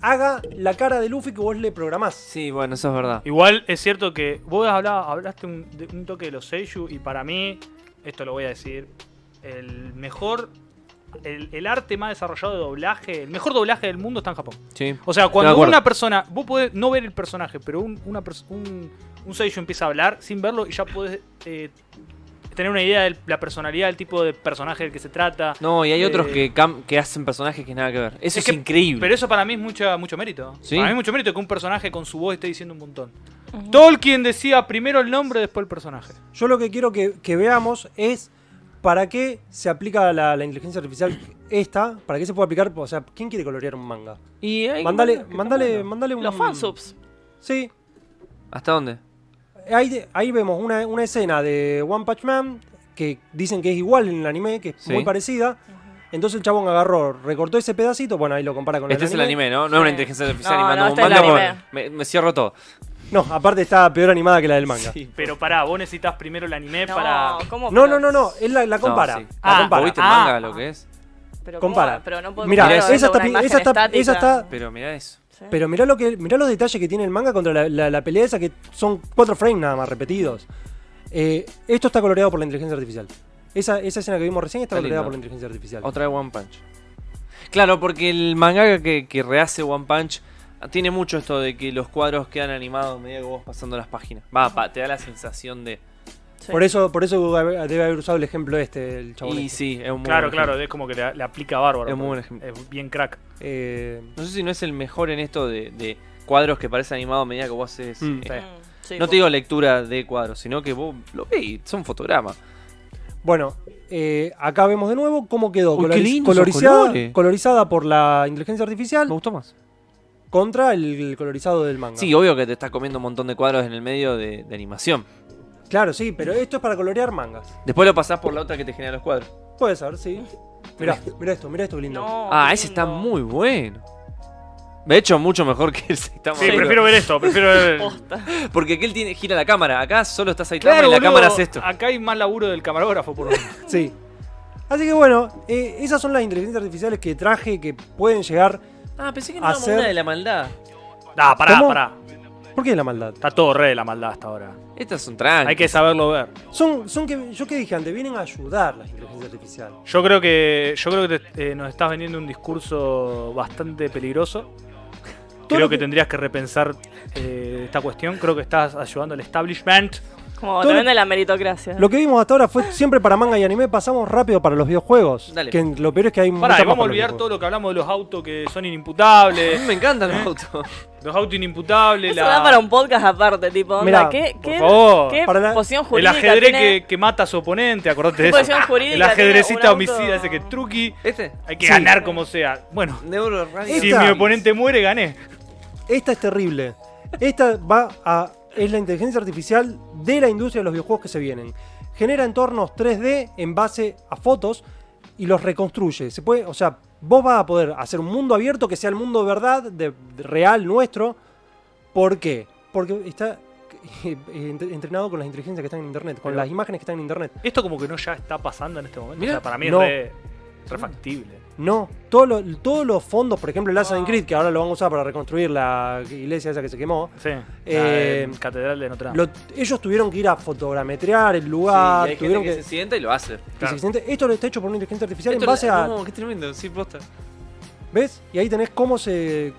haga la cara de Luffy que vos le programás.
Sí, bueno, eso es verdad.
Igual es cierto que vos hablabas, hablaste un, de un toque de los Seiyuu y para mí, esto lo voy a decir, el mejor, el, el arte más desarrollado de doblaje, el mejor doblaje del mundo está en Japón.
Sí.
O sea,
de
cuando
acuerdo.
una persona, vos podés no ver el personaje, pero un, una pers- un, un Seiyuu empieza a hablar sin verlo y ya podés eh, tener una idea de la personalidad, del tipo de personaje del que se trata.
No, y hay
Eh,
otros que, cam- que hacen personajes que nada que ver. Eso es,
Es que-
increíble.
Pero eso para mí es mucha, mucho mérito.
Sí.
Para mí es mucho mérito que un personaje con su voz esté diciendo un montón. Tolkien decía primero el nombre, después el personaje.
Yo lo que quiero que, que veamos es para qué se aplica la, la inteligencia artificial esta, para qué se puede aplicar, o sea, ¿quién quiere colorear un manga?
y hay mangas
Mandale,
que están
mandale,
buenos.
mandale un...
Los fansubs.
Sí.
¿Hasta dónde?
Ahí, ahí vemos una, una escena de One Punch Man que dicen que es igual en el anime, que es
Sí.
muy parecida. Entonces el chabón agarró, recortó ese pedacito, bueno, ahí lo compara con
Este
el
es el anime, ¿no? No es
Sí.
una inteligencia artificial
No,
animando
no,
un
este es el
manga.
anime.
porque Me, me cierro todo.
No, aparte está peor animada que la del manga.
Sí.
Pero pará, vos necesitas primero el anime
No,
para.
¿cómo?
No,
Pero-
no, no, no, él la, la
No,
compara.
sí.
Ah,
La
¿Vos
compara.
viste el
Ah.
manga lo que es?
Pero ¿cómo?
compara.
Pero no puedo
Mirá,
poner
esa está,
una
pi-
imagen
esa está,
estática.
esa está,
Pero mirá eso.
Sí.
Pero mirá, lo que, mirá los detalles que tiene el manga contra la, la- la pelea esa, que son cuatro frames nada más repetidos. Eh, esto está coloreado por la inteligencia artificial. Esa, esa escena que vimos recién
Está
está, coloreada
lindo.
por la inteligencia artificial.
Otra de One Punch. Claro, porque el mangaka que, que rehace One Punch ah, tiene mucho esto de que los cuadros quedan animados a medida que vos pasando las páginas. Va, pa- te da la sensación de.
Sí.
Por eso, por eso debe haber usado el ejemplo este, el chabón.
Y
este.
sí, es un muy
claro,
buen ejemplo.
claro, es como que le, le aplica bárbaro.
Es muy buen
porque
ejemplo.
Es bien crack.
Eh,
No sé si no es el mejor en esto de, de cuadros que parecen animados a medida que vos haces.
Mm,
eh,
sí.
Mm, sí,
no
por-
te digo lectura de cuadros, sino que vos lo ves y son fotogramas.
Bueno, eh, acá vemos de nuevo cómo quedó.
Uy, qué
Coloriz-
lindos esos colores.
colorizada, colorizada por la inteligencia artificial
Me gustó más.
contra el, el colorizado del manga.
Sí, obvio que te estás comiendo un montón de cuadros en el medio de, de animación.
Claro, sí, pero esto es para colorear mangas.
Después lo pasás por la otra que te genera los cuadros.
Puede ser, sí. Mirá, mirá esto, mirá esto qué lindo.
No,
ah,
qué
ese está
Oh, lindo.
muy bueno. De hecho, mucho mejor que el que estamos
Sí,
viendo.
prefiero ver esto, prefiero ver.
Posta.
Porque aquel tiene, gira la cámara. Acá solo estás ahí y la
boludo,
cámara hace esto.
Acá hay más laburo del camarógrafo, por lo (laughs) menos.
Sí. Así que bueno, eh, esas son las inteligencias artificiales que traje que pueden llegar.
Ah, pensé que
no éramos Hacer- una de
la maldad.
Ah, pará,
¿Cómo?
pará.
¿Por qué la maldad?
Está todo re de la maldad hasta ahora.
Estas son tranqui.
Hay que saberlo ver.
Son, son que yo que dije antes, vienen a ayudar las inteligencias artificiales.
Yo creo que, yo creo que te- eh, nos estás vendiendo un discurso bastante peligroso. Creo
lo
que
que-
tendrías que repensar eh, esta cuestión. Creo que estás ayudando al establishment.
Como
Todo-
te vende la
Ah.
meritocracia.
Lo que vimos hasta ahora fue siempre para manga y anime, pasamos rápido para los videojuegos.
Dale.
Que lo peor es que hay muchas
Pará, y
más
vamos a
para los
olvidar todo
videojuegos.
lo que hablamos de los autos que son
A
inimputables.
mí me encantan
(laughs)
los autos.
los autos inimputables.
Eso
la-
da para un podcast aparte, tipo, onda,
Mirá,
¿qué,
por
qué,
favor,
qué
para la-
posición
El
jurídica
ajedrez
tiene-
que, que mata a su oponente, acordate de
¿Qué
eso.
posición jurídica
El
tiene un
ajedrecista
auto?
homicida ese que es truqui.
¿Este?
Hay que
Sí.
ganar como sea. Bueno,
Neuro
si mi oponente muere, gané.
Esta es terrible. Esta va a. es la inteligencia artificial de la industria de los videojuegos que se vienen. Genera entornos 3D en base a fotos y los reconstruye. Se puede, o sea, vos vas a poder hacer un mundo abierto que sea el mundo de verdad, de, de real nuestro. ¿Por qué? Porque está (laughs) eh, entre- entrenado con las inteligencias que están en internet, con
Pero-
las imágenes que están en internet.
Esto como que no ya está pasando en este momento.
Mirá,
o sea, para mí
no.
es re, re factible.
No, todo lo- todos los fondos, por ejemplo, el Assassin's Creed, que ahora lo van a usar para reconstruir la iglesia esa que se quemó.
Sí.
Eh,
La, eh, Catedral de Notre Dame.
Lo- ellos tuvieron que ir a fotogrametrear el lugar, tuvieron
que, se
que,
sienta y lo hace.
que
claro.
se siente- Esto lo está hecho por una inteligencia artificial
Esto
en base
le-
a.
No, qué tremendo. Sí, posta.
¿Ves? Y ahí tenés cómo se.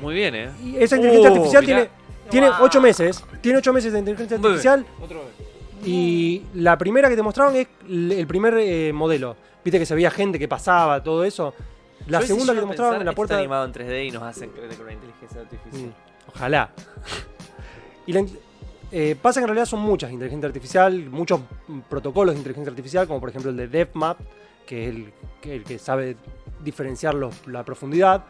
Muy bien, eh.
y esa inteligencia
Oh,
artificial
mirá.
tiene. Tiene
Guau.
8 meses. Tiene 8 meses de inteligencia
Muy bien.
artificial.
Otro vez.
Y la primera que te mostraron es l- el primer eh, modelo. Viste que se veía gente que pasaba, todo eso. La
¿Sabés si
segunda
yo
que te
a
mostraron
pensar,
en la
está
puerta.
animado en 3D y nos hacen creer con una inteligencia artificial.
Mm, Ojalá. (laughs) Y la in- eh, pasa que en realidad son muchas inteligencia artificial, muchos mm, protocolos de inteligencia artificial, como por ejemplo el de DevMap, que es el que, el que sabe diferenciar los- la profundidad,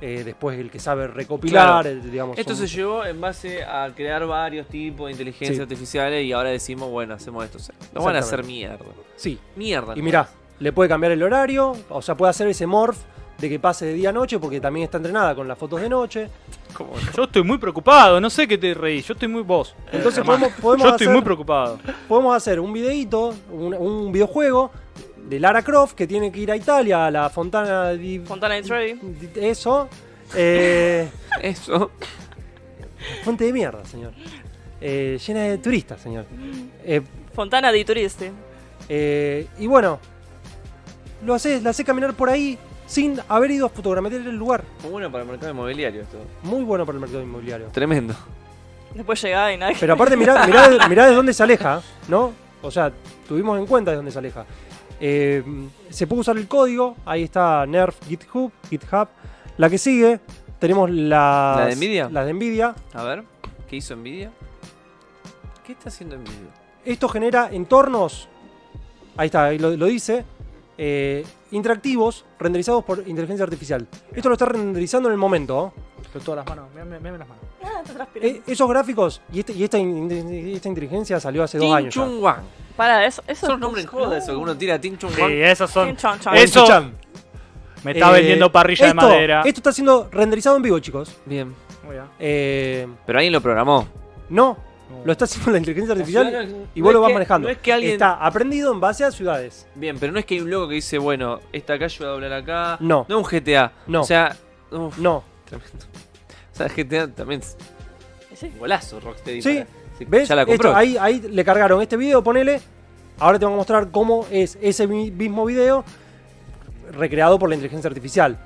eh, después el que sabe recopilar,
Claro.
el- digamos.
Esto se
son-
llevó en base a crear varios tipos de inteligencia
Sí.
artificiales y ahora decimos, bueno, hacemos esto. O sea, Nos van a hacer mierda.
Sí.
Mierda.
Y
¿no?
mirá, le puede cambiar el horario, o sea, puede hacer ese morph de que pase de día a noche, porque también está entrenada con las fotos de noche.
Eh,
¿Cómo no?
Yo estoy muy preocupado, no sé qué te reí. Yo estoy muy vos.
Entonces
hermano.
podemos, podemos
Yo estoy
hacer-
muy preocupado.
podemos hacer un videíto, un, un videojuego de Lara Croft que tiene que ir a Italia, a la Fontana di...
Fontana di Trevi.
di- Eso. Eh,
(laughs) Eso.
fuente de mierda, señor. Eh, llena de turistas, señor. Eh,
Fontana di Turisti.
eh, y bueno, lo haces, la hace caminar por ahí sin haber ido a fotogrametrar el lugar.
Muy bueno para el mercado inmobiliario esto.
Muy bueno para el mercado inmobiliario.
Tremendo.
Después llegaba y nada. (laughs)
Pero aparte, mirá, mirá, de- mirá de dónde se aleja, ¿no? O sea, tuvimos en cuenta de dónde se aleja. Eh, se pudo usar el código, ahí está Nerf GitHub, GitHub. La que sigue, tenemos la.
¿La de Nvidia?
La de Nvidia.
A ver, ¿qué hizo Nvidia? ¿Qué está haciendo Nvidia?
Esto genera entornos. Ahí está, ahí lo, lo dice. eh, interactivos renderizados por inteligencia artificial. Esto lo está renderizando en el momento. ¿oh?
Pero todas las manos, mirame, mirame las manos.
Ah, te transpiré.
Eh, esos gráficos y, este- y esta, in- esta inteligencia salió hace dos
Ting
años. ya.
Chung Wang.
Para, eso, eso
Son los nombres en juegos de eso, que uno tira Ting Chung
Sí,
Wang.
esas son.
Chin, chon, chon.
Eso
Chan.
me está
Eh,
vendiendo parrilla de
esto-
madera.
Esto está siendo renderizado en vivo, chicos.
Bien.
Muy bien.
Eh,
Pero alguien lo programó.
no,
No.
lo está haciendo la inteligencia
ciudad
artificial
no es-
y
no
vos
es
lo vas
que-
manejando.
no es que alguien-
Está aprendido en base a ciudades.
Bien, pero no es que hay un loco que dice, bueno, esta acá yo voy a doblar acá.
No.
No un GTA.
No.
O sea, uf,
No.
tremendo. O sea, GTA también es
Sí.
un golazo, Rocksteady.
Sí,
para-
¿Ves?
Ya la compró.
Esto, ahí, ahí le cargaron este video, ponele. Ahora te van a mostrar cómo es ese mi- mismo video recreado por la inteligencia artificial.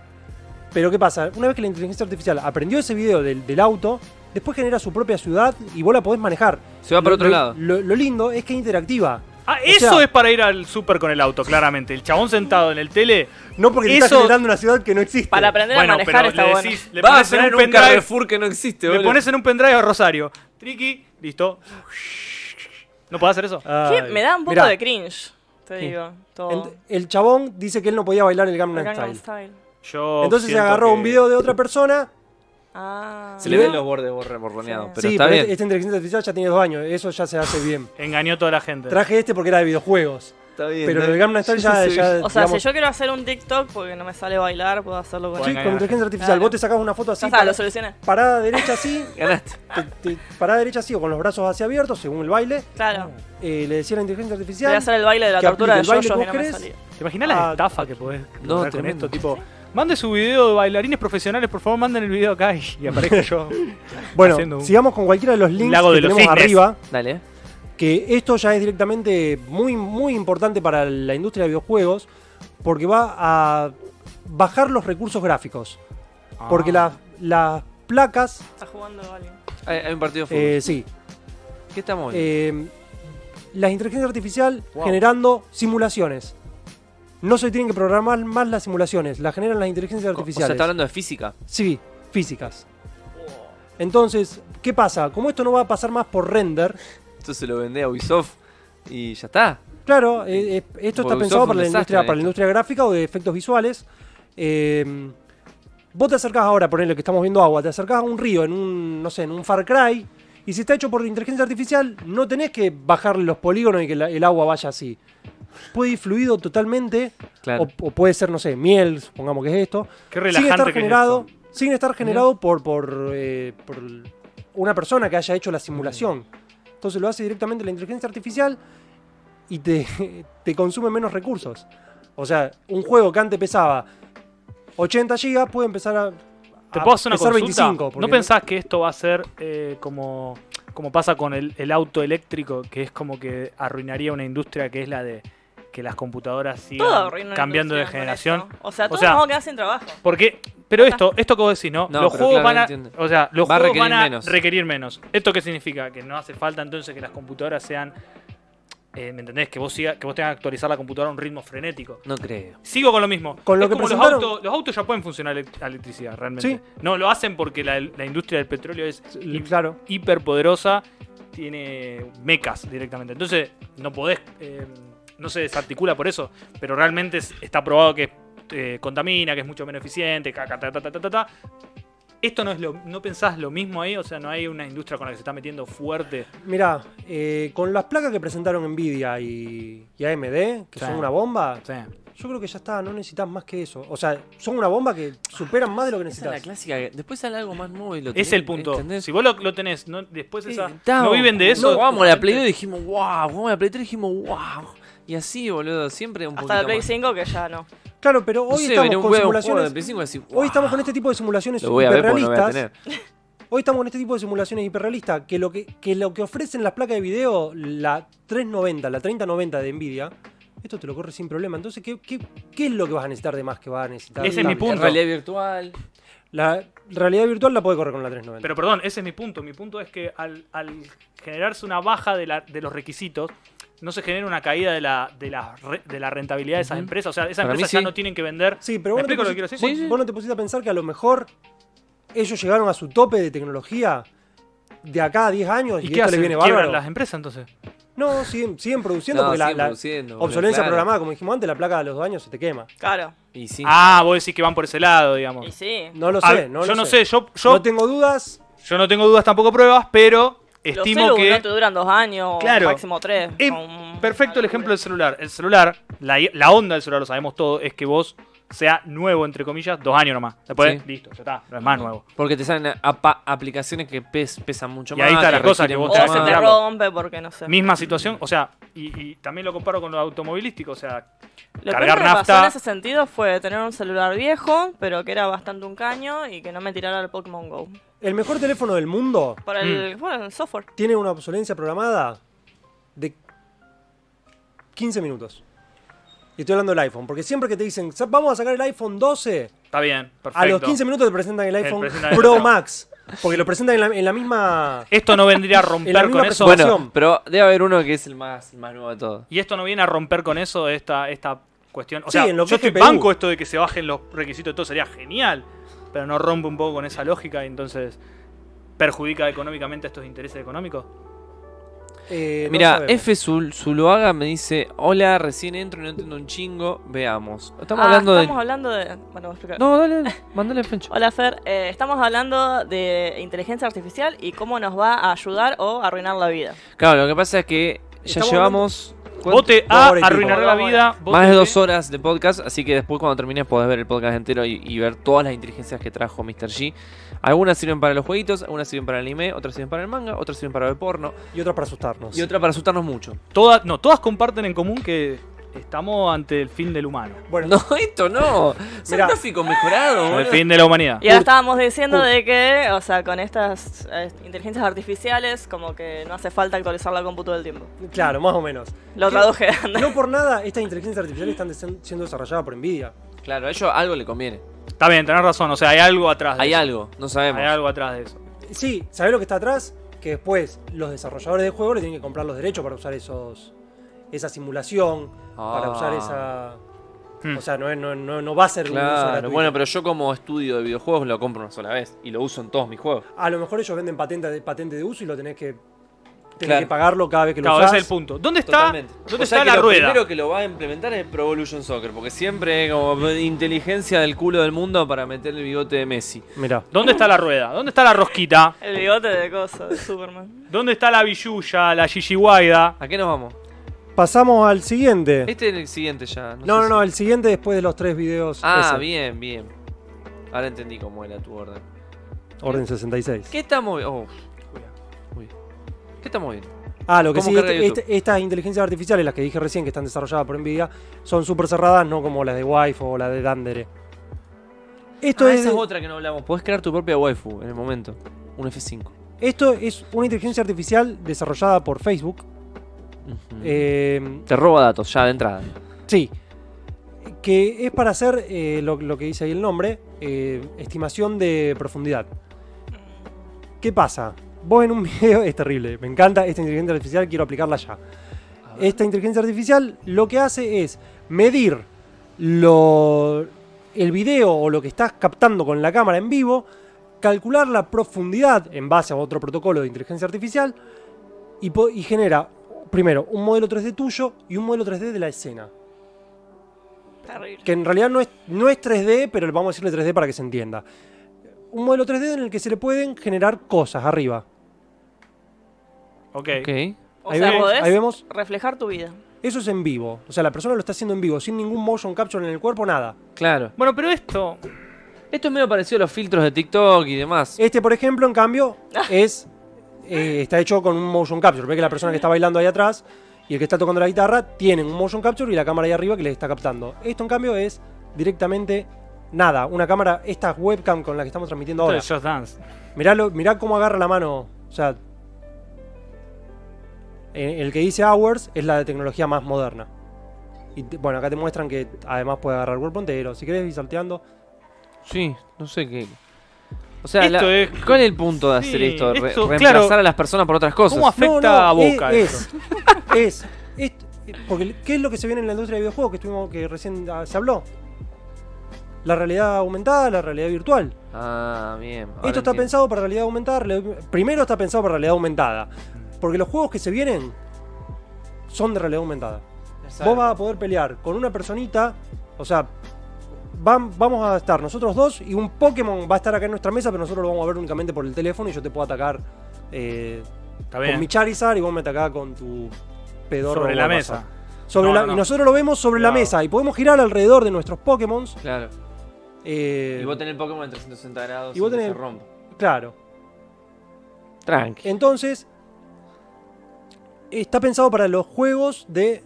Pero ¿qué pasa? Una vez que la inteligencia artificial aprendió ese video del, del auto, después genera su propia ciudad y vos la podés manejar.
Se va para
Lo-
otro
lo-
lado.
Lo, lo lindo es que es interactiva.
Ah,
O
eso
sea-
es para ir al súper con el auto, claramente. El chabón sentado en el tele.
No porque le estás
Eso-
generando una ciudad que no existe.
Para aprender
bueno,
a manejar
pero
está
le
bueno.
decís, le
Va a
pones en
ser
un
un
pendrive,
Carrefour que no existe,
le
boludo.
pones en un pendrive a Rosario. Triqui, listo. ¿No podés hacer eso?
Ay,
Que me da un poco
Ah, mirá,
de cringe, te digo. Todo.
ent- El chabón dice que él no podía bailar el Gangnam
Gangnam
Style.
Style. Oh,
Yo
Entonces se
siento
agarró
que-
un video de otra persona.
Ah.
Se le ven los bordes borre- borroneados, pero
sí,
está
pero
bien.
este- esta inteligencia artificial ya tiene dos años. Eso ya se hace bien.
Engañó a toda la gente.
Traje este porque era de videojuegos.
está bien.
Pero
¿eh?
¿no?
el Gangnam Style ya.
Sí.
ya,
O sea,
digamos,
si yo quiero hacer un TikTok porque no me sale bailar, puedo hacerlo con
sí,
Bueno,
con inteligencia artificial.
Claro.
Vos te sacás una foto así.
Ya está,
para-
lo solucioné.
parada derecha así.
Ganaste.
te- te- parada derecha así o con los brazos hacia abiertos, según el baile.
Claro.
Eh, le decía a la inteligencia
Voy
artificial.
a hacer el baile de la
que
tortura de
aplique el baile
Jojo
que
que no me
vos
salía.
¿Te imaginas la
Ah,
estafa que podés
No,
lograr con
tremendo.
esto? Tipo, mande su video de bailarines profesionales, por favor, manden el video acá y,
(laughs)
y aparezco yo. haciendo
Bueno,
un-
sigamos con cualquiera de los links
Lago
que
de los
tenemos
cisnes.
arriba.
Dale, eh.
que esto ya es directamente muy, muy importante para la industria de videojuegos, porque va a bajar los recursos gráficos.
Ah.
Porque las, las placas,
Está jugando alguien.
Hay, hay un partido de fútbol.
eh, sí,
¿Qué estamos viendo?
eh, la inteligencia artificial
Wow.
generando simulaciones. No se tienen que programar más las simulaciones, las generan las inteligencias
Co- o
artificiales.
sea, está hablando de física.
Sí, físicas. Entonces, ¿qué pasa? Como esto no va a pasar más por render,
Esto se lo vende a Ubisoft y ya está.
Claro, eh, eh, esto
Porque
está
Ubisoft
pensado
fue
para
un
la,
desastre
industria,
en
para la
esto.
industria gráfica o de efectos visuales. Eh, vos te acercás ahora, por lo que estamos viendo agua, te acercás a un río en un, no sé, en un Far Cry, y si está hecho por inteligencia artificial, no tenés que bajarle los polígonos y que la- el agua vaya así. Puede ir fluido totalmente,
Claro.
o, o puede ser, no sé, miel, supongamos que es esto.
Qué
sin
relajante
estar
que es
generado,
esto.
sin estar generado por, por, eh, por una persona que haya hecho la simulación. Entonces lo hace directamente la inteligencia artificial y te, te (laughs) consume menos recursos. O sea, un juego que antes pesaba 80 gigas puede empezar a,
¿Te
a
puedo hacer una
pesar
consulta?
25. Ah, porque
¿No pensás que esto va a ser eh, como, como pasa con el, el auto eléctrico, que es como que arruinaría una industria que es la de que las computadoras
Todo
sigan
arruinó la
cambiando de
industria con
generación?
esto. O sea, todos
sea-
nos vamos a quedar sin trabajo.
Porque, pero esto, esto que vos decís, ¿no?
No,
los
pero
juegos
claro,
van a,
entiendo.
o sea, los
Va a
juegos van
requerir
a
menos.
requerir menos. ¿Esto qué significa? Que no hace falta entonces que las computadoras sean, eh, ¿me entendés? Que vos siga, que vos tengas que actualizar la computadora a un ritmo frenético.
No creo.
Sigo con lo mismo.
Con lo
Es
que
como los,
presentaron-
autos, los autos ya pueden funcionar elec- a electricidad, realmente.
Sí.
No, lo hacen porque la, la industria del petróleo es
Sí, Claro.
hiperpoderosa, tiene mecas directamente. Entonces, no podés, eh, no se desarticula por eso, pero realmente es- está probado que eh, contamina, que es mucho menos eficiente, ca, ca, ta, ta, ta, ta, ta, ta. Esto no es lo, no pensás lo mismo ahí, o sea, no hay una industria con la que se está metiendo fuerte.
Mirá, eh, con las placas que presentaron Nvidia y, y AMD, que
Sí.
son una bomba,
O sea,
yo creo que ya está, no necesitas más que eso. O sea, son una bomba que superan más de lo que
Esa es la
necesitas.
clásica. que Después sale algo más nuevo y lo
es
tenés,
el punto.
¿entendés?
Si vos lo, lo tenés, no, después
Sí,
esa,
está,
no viven de eso.
No, jugamos a la Play 2 y
justamente.
dijimos, wow. Jugamos a la Play 3 y dijimos, wow. Y así, boludo. Siempre un
Hasta la
poquito
Play
más.
5 que ya no.
Claro, pero
No
hoy
sé, venía
estamos
un
con
huevo, un juego de
simulaciones.
Play 5 y decís, wow,
Hoy estamos con este tipo de simulaciones
Lo voy a ver porque no voy a
hiperrealistas.
tener.
Hoy estamos con este tipo de simulaciones hiperrealistas que lo que, que lo que ofrecen las placas de video, la 390, la 3090 de Nvidia, esto te lo corre sin problema. Entonces, ¿qué, qué, qué es lo que vas a necesitar de más que vas a necesitar?
Ese es mi
También.
punto.
Realidad virtual.
La realidad virtual la puede correr con la 390.
Pero perdón, ese es mi punto. Mi punto es que al, al generarse una baja de, la- de los requisitos, no se genera una caída de la, de la, re- de la rentabilidad de esas
Ujú.
empresas. O sea, esas
Para mí
empresas ya
sí.
no tienen que vender.
sí, pero
¿Me
vos no, te
explico lo que quiero
pusiste-
decir?
Sí, sí.
vos no te pusiste a pensar que a lo mejor ellos llegaron a su tope de tecnología de acá a 10 años y,
¿Y
esto
qué hacen?
le viene
¿Quiebran
bárbaro.
las empresas entonces?
No, siguen, siguen produciendo
No,
porque la-
siguen
la,
produciendo, boludo,
obsolencia
claro.
programada, como dijimos antes, la placa de los dos años se te quema.
Claro.
Y sí.
Ah, vos decís que van por ese lado, digamos.
Y sí.
No lo sé,
Ah,
no
yo
lo
no sé, yo, yo,
No tengo dudas.
yo no tengo dudas tampoco pruebas, pero
Los
estimo
celu
que.
no te duran dos años,
Claro.
máximo tres.
Eh,
con-
Perfecto el ejemplo del celular. El celular, la, la onda del celular, lo sabemos todo, es que vos sea nuevo, entre comillas, dos años nomás. Después,
Sí.
listo, ya está, no es más nuevo.
Porque te salen apa- aplicaciones que pes- pesan mucho
Y
más.
ahí está
que
la cosa
requieren
que vos
O
mucho
se
te vas a
más.
te
enterar.
rompe porque no sé.
Misma situación, o sea, y, y también lo comparo con lo automovilístico, o sea,
Lo
cargar
peor que me pasó
nafta.
en ese sentido fue tener un celular viejo, pero que era bastante un caño y que no me tirara el Pokémon Go.
El mejor teléfono del mundo
Por el,
Mm.
bueno, el software.
tiene una obsolencia programada de 15 minutos. Y estoy hablando del iPhone, porque siempre que te dicen, "Sa- vamos a sacar el iPhone 12,
Está bien, perfecto.
a los 15 minutos te presentan el iPhone
presentan el
Pro
Pro.
Max. Porque lo presentan en la, en la misma...
Esto
(laughs)
no vendría a
En la
romper
misma
con eso.
presentación.
Bueno, pero debe haber uno que es el más, el más nuevo de todos.
Y esto no viene a romper con eso esta, esta cuestión. O
Sí,
sea,
en lo que
yo
es
estoy
GPU.
banco esto de que se bajen los requisitos y todo, sería genial. Pero no rompe un poco con esa lógica y entonces perjudica económicamente estos intereses económicos.
eh, no
Mira,
sabemos.
F Zul- Zuluaga me dice: Hola, recién entro y no entiendo un chingo. Veamos. Estamos
Ah,
hablando
estamos
de.
hablando de... Bueno, voy a explicar.
No, dale, dale, mandale
(laughs)
Pencho.
Hola Fer, Eh, estamos hablando de inteligencia artificial y cómo nos va a ayudar o arruinar la vida.
Claro, lo que pasa es que ya
Estamos
llevamos. ¿cuánto?
Vote
Dos
A
horas y pico.
arruinará la
Dos
vida. vote
Más de
B.
dos horas de podcast, así que después cuando termines podés ver el podcast entero y, y ver todas las inteligencias que trajo Mr. G. Algunas sirven para los jueguitos, algunas sirven para el anime, otras sirven para el manga, otras sirven para el porno
Oh,
Y otra para asustarnos.
y otra para asustarnos mucho.
(laughs) Todas, no, todas comparten en común que estamos ante el fin del humano.
Bueno,
No, esto no. Es un
Mirá.
gráfico mejorado,
El
boludo.
fin de la humanidad.
Y ahora estábamos diciendo de que, o sea, con estas eh, inteligencias artificiales, como que no hace falta actualizar la cómputo del tiempo.
claro, más o menos.
Lo
¿Qué?
traduje (laughs) anda.
No por nada, estas inteligencias artificiales están desen- siendo desarrolladas por Nvidia.
Claro, a ellos algo le conviene.
Está bien, tenés razón. O sea, hay algo atrás de
Hay
eso.
algo, no sabemos.
Hay algo atrás de eso.
Sí, ¿sabés lo que está atrás? Que después los desarrolladores de juegos le tienen que comprar los derechos para usar esos esa simulación, para
Ah.
usar esa...
Hmm.
O sea, no, es- no, no, no va a ser un uso
Claro,
gratuito.
bueno, pero yo como estudio de videojuegos lo compro una sola vez y lo uso en todos mis juegos.
A lo mejor ellos venden patente de, patente de uso y lo tenés que, tenés
Claro.
que pagarlo cada vez que lo
Claro,
usás.
ese es el punto. ¿Dónde está,
Totalmente.
¿dónde
O sea
está
que
la
lo
rueda?
primero que lo va a implementar es Pro Evolution Soccer, porque siempre es como inteligencia del culo del mundo para meter el bigote de Messi.
Mirá.
¿Dónde está la rueda? ¿Dónde está la rosquita?
El bigote de cosas de Superman.
¿Dónde está la billuya, la gilliwaida?
¿A qué nos vamos?
Pasamos al siguiente.
Este es el siguiente ya.
Eh. No,
sé
no,
si-
no, el siguiente después de los tres videos.
Ah,
ese.
bien, bien. Ahora entendí cómo era tu orden.
Orden 66.
¿Qué estamos viendo? Oh, uy. ¿Qué estamos viendo?
Ah, lo que
¿Cómo
sí,
carga
este-
YouTube?
este- estas inteligencias artificiales, las que dije recién, que están desarrolladas por Nvidia, son súper cerradas, no como las de Wi-Fi o las de Dandere. Esto,
Ah,
es,
esa es otra que no hablamos. Podés crear tu propia waifu en el momento. Un F5.
esto es una inteligencia artificial desarrollada por Facebook.
Ujú.
eh,
Te roba datos ya de entrada.
sí. Que es para hacer eh, lo, lo que dice ahí el nombre, eh, estimación de profundidad. ¿Qué pasa? Vos en un (laughs) video, es terrible, me encanta esta inteligencia artificial, quiero aplicarla ya. Esta inteligencia artificial lo que hace es medir lo, el video o lo que estás captando con la cámara en vivo, calcular la profundidad en base a otro protocolo de inteligencia artificial y, po- y genera primero un modelo 3D tuyo y un modelo 3D de la escena.
Terrible.
Que en realidad no es, no es 3D, pero vamos a decirle 3D para que se entienda. Un modelo 3D en el que se le pueden generar cosas arriba.
Ok.
Ok.
O
ahí
sea,
vemos-
podés
ahí vemos.
reflejar tu vida.
Eso es en vivo. O sea, la persona lo está haciendo en vivo, sin ningún motion capture en el cuerpo, nada.
Claro.
Bueno, pero esto.
Esto es medio parecido a los filtros de TikTok y demás.
Este, por ejemplo, en cambio, es eh, está hecho con un motion capture. Ve que la persona que está bailando ahí atrás y el que está tocando la guitarra tienen un motion capture y la cámara ahí arriba que les está captando. Esto, en cambio, es directamente nada. Una cámara, esta webcam con la que estamos transmitiendo
Esto
ahora.
es Just Dance.
Mirá, lo- mirá cómo agarra la mano. O sea, eh, el que dice Hours es la de tecnología más moderna. Y te- bueno, acá te muestran que además puede agarrar el cuerpo entero. Si querés ir salteando.
Sí, no sé qué. O sea,
Esto
la-
es-
¿cuál es el punto de
Sí,
hacer esto? Re-
esto-
reemplazar
claro.
a las personas por otras cosas.
¿Cómo afecta a
eh,
Boca
Es,
esto?
es, es- porque ¿Qué es lo que se viene en la industria de videojuegos que, estuvimos, que recién ah, se habló? La realidad aumentada, la realidad virtual.
Ah, bien. ahora
Esto está
entiendo.
pensado para realidad aumentada. reali- Primero está pensado para realidad aumentada.
Mm.
Porque los juegos que se vienen son de realidad aumentada. Vos vas a poder pelear con una personita, o sea, van- vamos a estar nosotros dos y un Pokémon va a estar acá en nuestra mesa, pero nosotros lo vamos a ver únicamente por el teléfono y yo te puedo atacar eh,
Está
con mi
bien.
Charizard y vos me atacás con tu pedorro.
Sobre la
Bulbasaur.
mesa.
Sobre
No,
la-
no, no.
Y nosotros lo vemos sobre la
Cuidado.
mesa y podemos girar alrededor de nuestros Pokémon.
Claro.
eh,
Y vos tenés el Pokémon en 360 grados.
y vos
sin que
tenés-
se rompa.
Claro.
Tranqui.
Entonces, está pensado para los juegos de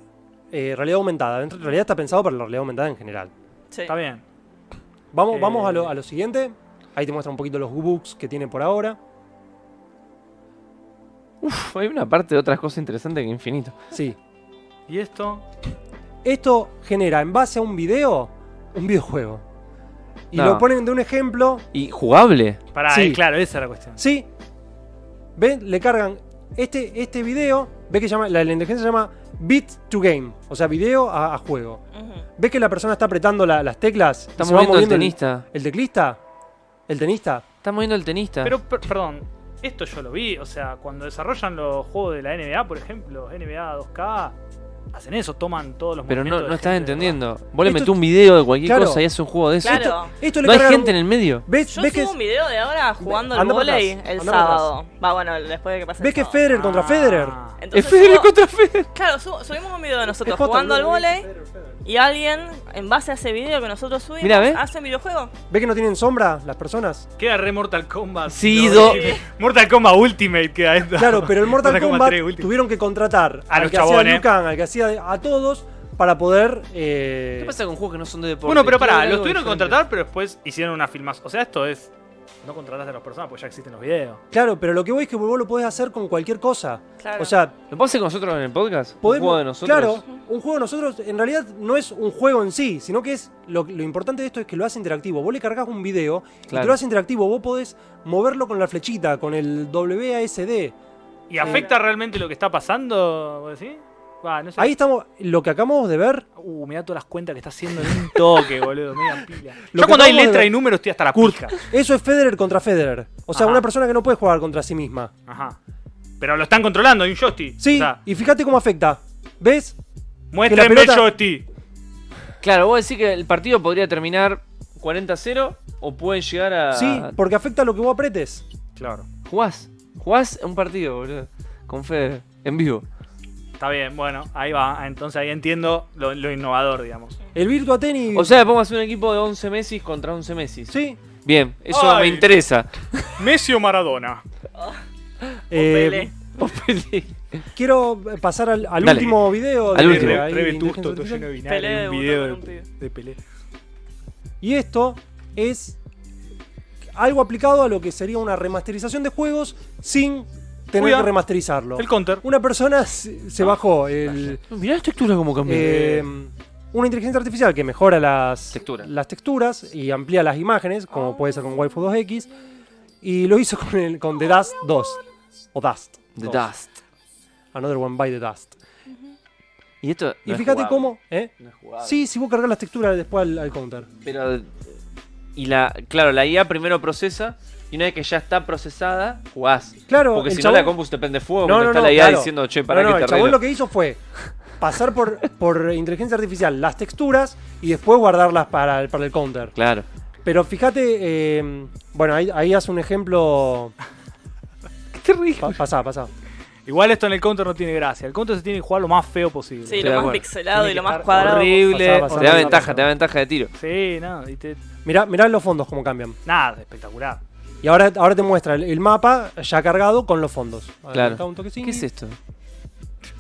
eh, realidad aumentada. En realidad está pensado para la realidad aumentada en general.
Sí.
Está bien.
Vamos,
Eh.
vamos a, lo, a lo siguiente. Ahí te muestra un poquito los books que tiene por ahora.
Uf, hay una parte de otras cosas interesantes que infinito.
Sí.
¿Y esto?
Esto genera, en base a un video, un videojuego. Y
No.
lo ponen de un ejemplo
¿Y jugable?
Pará,
Sí.
eh, claro, esa era la cuestión.
Sí. ¿Ven? Le cargan este, este video. Ve que llama, la, la inteligencia se llama Beat to Game. O sea, video a, a juego.
Ujú.
Ve que la persona está apretando la- las teclas. y
Está
se va
moviendo el
moviendo
tenista.
El, teclista. El tenista.
Está moviendo el
Ah.
tenista.
Pero, per- perdón, esto yo lo vi, o sea, cuando desarrollan los juegos de la NBA, por ejemplo, NBA 2K, hacen eso, toman todos los
Pero no,
movimientos
no
de
estás
gente,
entendiendo. Vos le
Esto-
metés un video de cualquier
Claro.
cosa y haces un juego de eso.
Claro.
Esto le
No hay
cargan
gente en el medio.
¿Ves,
Yo
ves que,
subo un video de ahora jugando al
anda para
volei
atrás,
el
anda para
sábado. Va, bueno, después de que pase el
ves que
sábado.
Federer contra
Ah.
Federer?
Entonces
Es Federer
subo-
contra Federer.
Claro, subo- subimos un video de nosotros
Es Jota,
jugando al
boludo,
volei
Federer, Federer.
y alguien, en base a ese video que nosotros subimos,
Mirá, ¿ves?
hace un videojuego.
¿Ves que no tienen sombra las personas?
Queda re Mortal Kombat.
Sí,
No,
do-
Mortal Kombat Ultimate queda esto.
Claro, pero el Mortal Kombat
3 Ultimate.
tuvieron que contratar
A
al
los
que
chabones.
hacía Liu Kang, al que hacía a todos para poder. eh,
¿Qué pasa con juegos que no son de deporte?
(laughs) Bueno, pero
Quiero
pará,
algo
los tuvieron que
diferente.
contratar, pero después hicieron una filmación. O sea, esto es. No contrataste a las personas porque ya existen los videos.
Claro, pero lo que voy es que vos lo podés hacer con cualquier cosa.
Claro.
O sea,
¿Lo podés hacer con nosotros en el podcast?
podemos.
¿Un juego de nosotros?
Claro, un juego de nosotros en realidad no es un juego en sí, sino que es. Lo, lo importante de esto es que lo hace interactivo. Vos le cargas un video y
Claro.
te lo hace interactivo. Vos podés moverlo con la flechita, con el WASD.
¿Y afecta realmente lo que está pasando? ¿Vos decís? Va, no sé.
Ahí estamos. Lo que acabamos de ver.
Uh, mirá todas las cuentas que está haciendo en un (laughs) toque, boludo. Mira pila.
Lo
Yo
que
cuando hay
acabamos de
letra
ver-
y números estoy hasta la pija.
Eso es Federer contra Federer. O sea,
Ajá.
una persona que no puede jugar contra sí misma.
Ajá. Pero lo están controlando, hay un joystick.
Sí,
O sea,
y fíjate cómo afecta. ¿Ves? que
muéstrenme
la pelota-
el joystick.
Claro, vos decís que el partido podría terminar 40-0 o pueden llegar a.
Sí, porque afecta a lo que vos apretes.
Claro.
Jugás. Jugás un partido, boludo. Con Federer. En vivo.
Está bien, bueno, ahí va. Entonces ahí entiendo lo, lo innovador, digamos.
El Virtua Tennis.
O sea, le podemos hacer un equipo de 11 Messi contra 11 Messi.
sí.
Bien, eso
Ay.
me
(laughs)
interesa.
Messi o Maradona.
eh,
Pele.
quiero pasar al, al
Dale.
último video.
Al último.
ahí,
Re
inteligencia
vetusto, todo
artificial.
lleno de vinagre,
Pelé
un
debutó
video
con
de-
un pibe.
de Pelé.
Y esto es algo aplicado a lo que sería una remasterización de juegos sin tener
Cuidado.
que remasterizarlo.
El counter.
Una persona se se bajó el,
Mirá la textura como cambió.
eh, una inteligencia artificial que mejora las,
Textura.
las texturas y amplía las imágenes, como puede ser con Wi-Fi 2X, y lo hizo con, el, con The Dust 2 o Dust.
The
2.
Dust.
Another One by the Dust.
Y esto. no
Y
es
fíjate
jugable.
cómo. ¿eh?
No es jugable.
Sí, si vos cargas las texturas después al, al counter.
Pero. Y la. Claro, la IA primero procesa. Y una vez que ya está procesada, jugás.
Claro,
Porque
el
si no
chabón-
la compu se te prende fuego. cuando está la IA
claro.
diciendo, che, para
No, no,
que
el
te
chabón
arreglo.
lo que hizo fue pasar por, por (laughs) inteligencia artificial las texturas y después guardarlas para, el- para el counter.
Claro.
Pero fíjate, eh, bueno, ahí, ahí hace
(laughs)
un ejemplo.
Qué rico.
Pa- pasá, pasá.
Igual esto en el counter no tiene gracia. El counter se tiene que jugar lo más feo posible.
Sí,
de
lo más
acuerdo.
pixelado
Tiene
y
que
lo más
estar
cuadrado.
Horrible.
Pasá, pasá,
te da
pasá,
ventaja,
pasá.
te da ventaja de tiro.
Sí, no, y te-
Mirá, mirá los fondos cómo cambian.
nada, espectacular.
Y ahora, ahora te muestra el, el mapa ya cargado con los fondos. A ver,
Claro.
acá Ah, un toquecín.
¿Qué es esto?